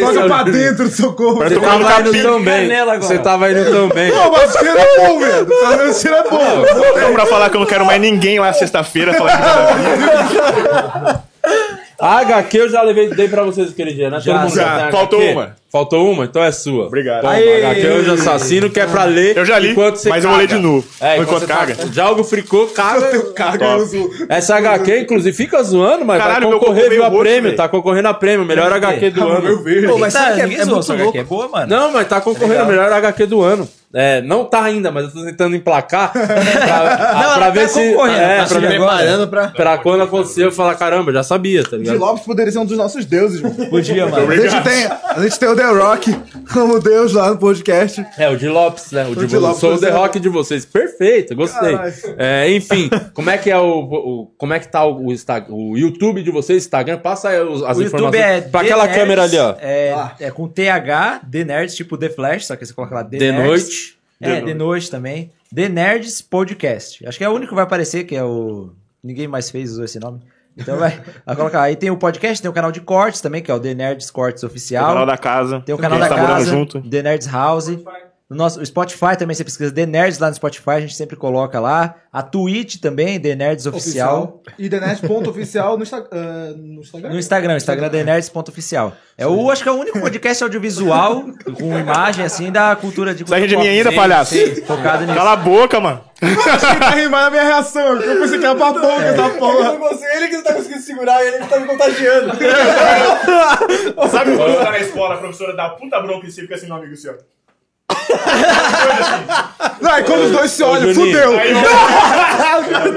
Speaker 7: Toca pra dentro, socorro.
Speaker 1: Você tava tá indo tão bem. Você tava indo tão bem.
Speaker 7: Não, mas tira é bom, velho. Fazer o tiro é bom.
Speaker 3: Não pra falar que eu não quero mais ninguém lá sexta-feira falar que tá vai dar.
Speaker 1: A HQ eu já levei, dei pra vocês aquele dia, né? Já,
Speaker 3: já. Faltou uma.
Speaker 1: Faltou uma? Então é sua.
Speaker 3: Obrigado.
Speaker 1: Toma, HQ Anjo Assassino, que é pra ler
Speaker 3: Eu já li,
Speaker 1: enquanto
Speaker 3: mas
Speaker 1: você
Speaker 3: eu vou ler de
Speaker 1: caga.
Speaker 3: novo.
Speaker 1: É,
Speaker 3: Enquanto
Speaker 1: enquanto você
Speaker 3: caga.
Speaker 1: tá- Joga o fricô, caga.
Speaker 7: Caga, eu uso.
Speaker 1: Essa HQ, inclusive, fica zoando, mas
Speaker 3: Caralho,
Speaker 1: vai
Speaker 3: meu
Speaker 1: concorrer,
Speaker 3: cocô
Speaker 1: viu,
Speaker 3: veio
Speaker 1: a
Speaker 3: roxo,
Speaker 1: prêmio.
Speaker 3: velho.
Speaker 1: Tá concorrendo a prêmio, melhor HQ do ano.
Speaker 4: Pô, mas
Speaker 2: Tá,
Speaker 4: sabe que é,
Speaker 2: ninguém
Speaker 4: é
Speaker 2: zoa
Speaker 4: muito
Speaker 2: essa HQ,
Speaker 4: louco,
Speaker 2: é
Speaker 4: pô, mano.
Speaker 1: Não, mas tá concorrendo a melhor HQ do ano. É, não tá ainda, mas eu tô tentando emplacar pra, a-
Speaker 4: ela
Speaker 1: pra
Speaker 4: tá
Speaker 1: ver se.
Speaker 4: concorrendo,
Speaker 1: É,
Speaker 4: tá se
Speaker 1: pra ver-
Speaker 4: preparando
Speaker 1: pra. quando acontecer, eu falar, caramba, eu já sabia, tá
Speaker 7: De
Speaker 1: ligado?
Speaker 7: Lopes poderia ser um dos nossos deuses, mano.
Speaker 4: Podia, mano.
Speaker 7: A gente, tem, a gente tem o The Rock como Deus lá no podcast.
Speaker 1: É, o de Lopes, né? O de,
Speaker 7: de Lopes,
Speaker 1: Sou o The
Speaker 7: é.
Speaker 1: Rock de vocês. Perfeito, gostei.
Speaker 7: Caralho.
Speaker 1: É, enfim, como é que é o, o- Como é que tá o, o, Insta- o YouTube de vocês, Instagram? Passa aí os- as
Speaker 4: O YouTube
Speaker 1: informações.
Speaker 4: é.
Speaker 1: pra
Speaker 4: The
Speaker 1: aquela
Speaker 4: Nerds,
Speaker 1: câmera ali, ó.
Speaker 4: É,
Speaker 7: Ah.
Speaker 4: é com TH, The Nerds, tipo The Flash, só que você coloca lá The,
Speaker 1: De
Speaker 4: Nerds.
Speaker 1: noite.
Speaker 4: É, de noite também. The Nerds Podcast. Acho que é o único que vai aparecer, que é o. Ninguém mais fez, usou esse nome. Então vai, vai colocar. Aí tem o podcast, tem o canal de cortes também, que é o The Nerds Cortes
Speaker 3: O canal
Speaker 4: Oficial.
Speaker 3: da casa.
Speaker 4: Tem o canal
Speaker 3: que a
Speaker 4: da
Speaker 3: gente tá morando
Speaker 4: casa,
Speaker 3: junto.
Speaker 4: The Nerds House. No nosso o Spotify também, você pesquisa The Nerds lá no Spotify, a gente sempre coloca lá. A Twitch também, The Nerds Oficial.
Speaker 7: E TheNet.oficial no, Insta- ah, no Instagram.
Speaker 4: No Instagram, Instagram é denerds.oficial. É o, acho que é o único podcast audiovisual com imagem, assim, da cultura de...
Speaker 3: Sai de mim ainda, palhaço.
Speaker 4: Focado nisso.
Speaker 3: Cala a boca, mano.
Speaker 7: Tá rimando a minha reação. que Eu pensei que era pra
Speaker 4: É.
Speaker 7: boca essa porra.
Speaker 5: Ele que não tá conseguindo segurar, ele que tá me contagiando.
Speaker 3: Sabe quando você tá na escola, a professora dá puta bronca em si, fica assim no amigo seu.
Speaker 7: Não, e quando os dois se olham,
Speaker 1: Juninho.
Speaker 7: fudeu.
Speaker 3: Aí eu...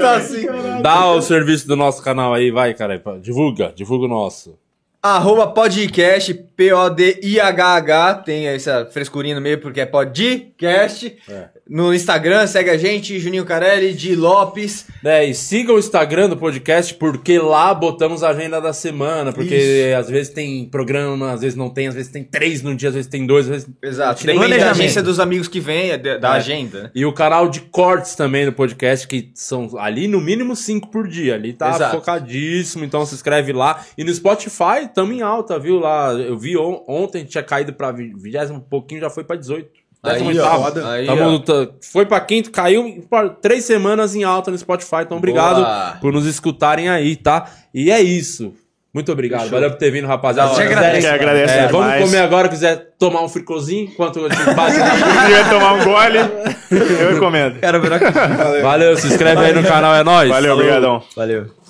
Speaker 7: tá assim.
Speaker 1: Dá o serviço do nosso canal aí, vai, cara. Divulga, divulga o nosso.
Speaker 2: Arroba podcast, P-O-D-I-H-H, tem essa frescurinha no meio porque é podcast.
Speaker 5: É.
Speaker 2: No Instagram, segue a gente, Juninho Carelli, Di Lopes.
Speaker 1: É, e siga o Instagram do podcast, porque lá botamos a agenda da semana. Porque às vezes tem programa, às vezes não tem, às vezes tem três num dia, às vezes tem dois, às vezes
Speaker 2: Exato.
Speaker 4: tem
Speaker 2: Depende da
Speaker 4: planejamento.
Speaker 2: agência dos amigos que vem, é de- da agenda. né?
Speaker 1: E o canal de cortes também do podcast, que são ali no mínimo cinco por dia. Ali tá
Speaker 2: Exato.
Speaker 1: focadíssimo, então se inscreve lá. E no Spotify, tamo em alta, viu? Lá, eu vi on- ontem, tinha caído pra vi- vigésimo, um pouquinho já foi pra 18.
Speaker 2: Aí, ó, Tá aí,
Speaker 1: Tamo
Speaker 2: ó.
Speaker 1: no ta- foi pra quinto, caiu pra três semanas em alta no Spotify. Então, obrigado
Speaker 2: Boa.
Speaker 1: por nos escutarem aí, tá? E é isso. Muito obrigado. Valeu por ter vindo, rapaziada.
Speaker 2: Da hora.
Speaker 1: Se
Speaker 2: Te
Speaker 1: quiserem-
Speaker 3: Que agradece
Speaker 1: é, vamos
Speaker 3: demais.
Speaker 1: comer agora, quiser tomar um fricozinho enquanto eu te passo.
Speaker 3: Se quiser tomar um gole, eu recomendo.
Speaker 1: Valeu, se inscreve aí no canal, é nóis.
Speaker 3: Valeu,
Speaker 1: Falou.
Speaker 3: obrigadão.
Speaker 2: Valeu.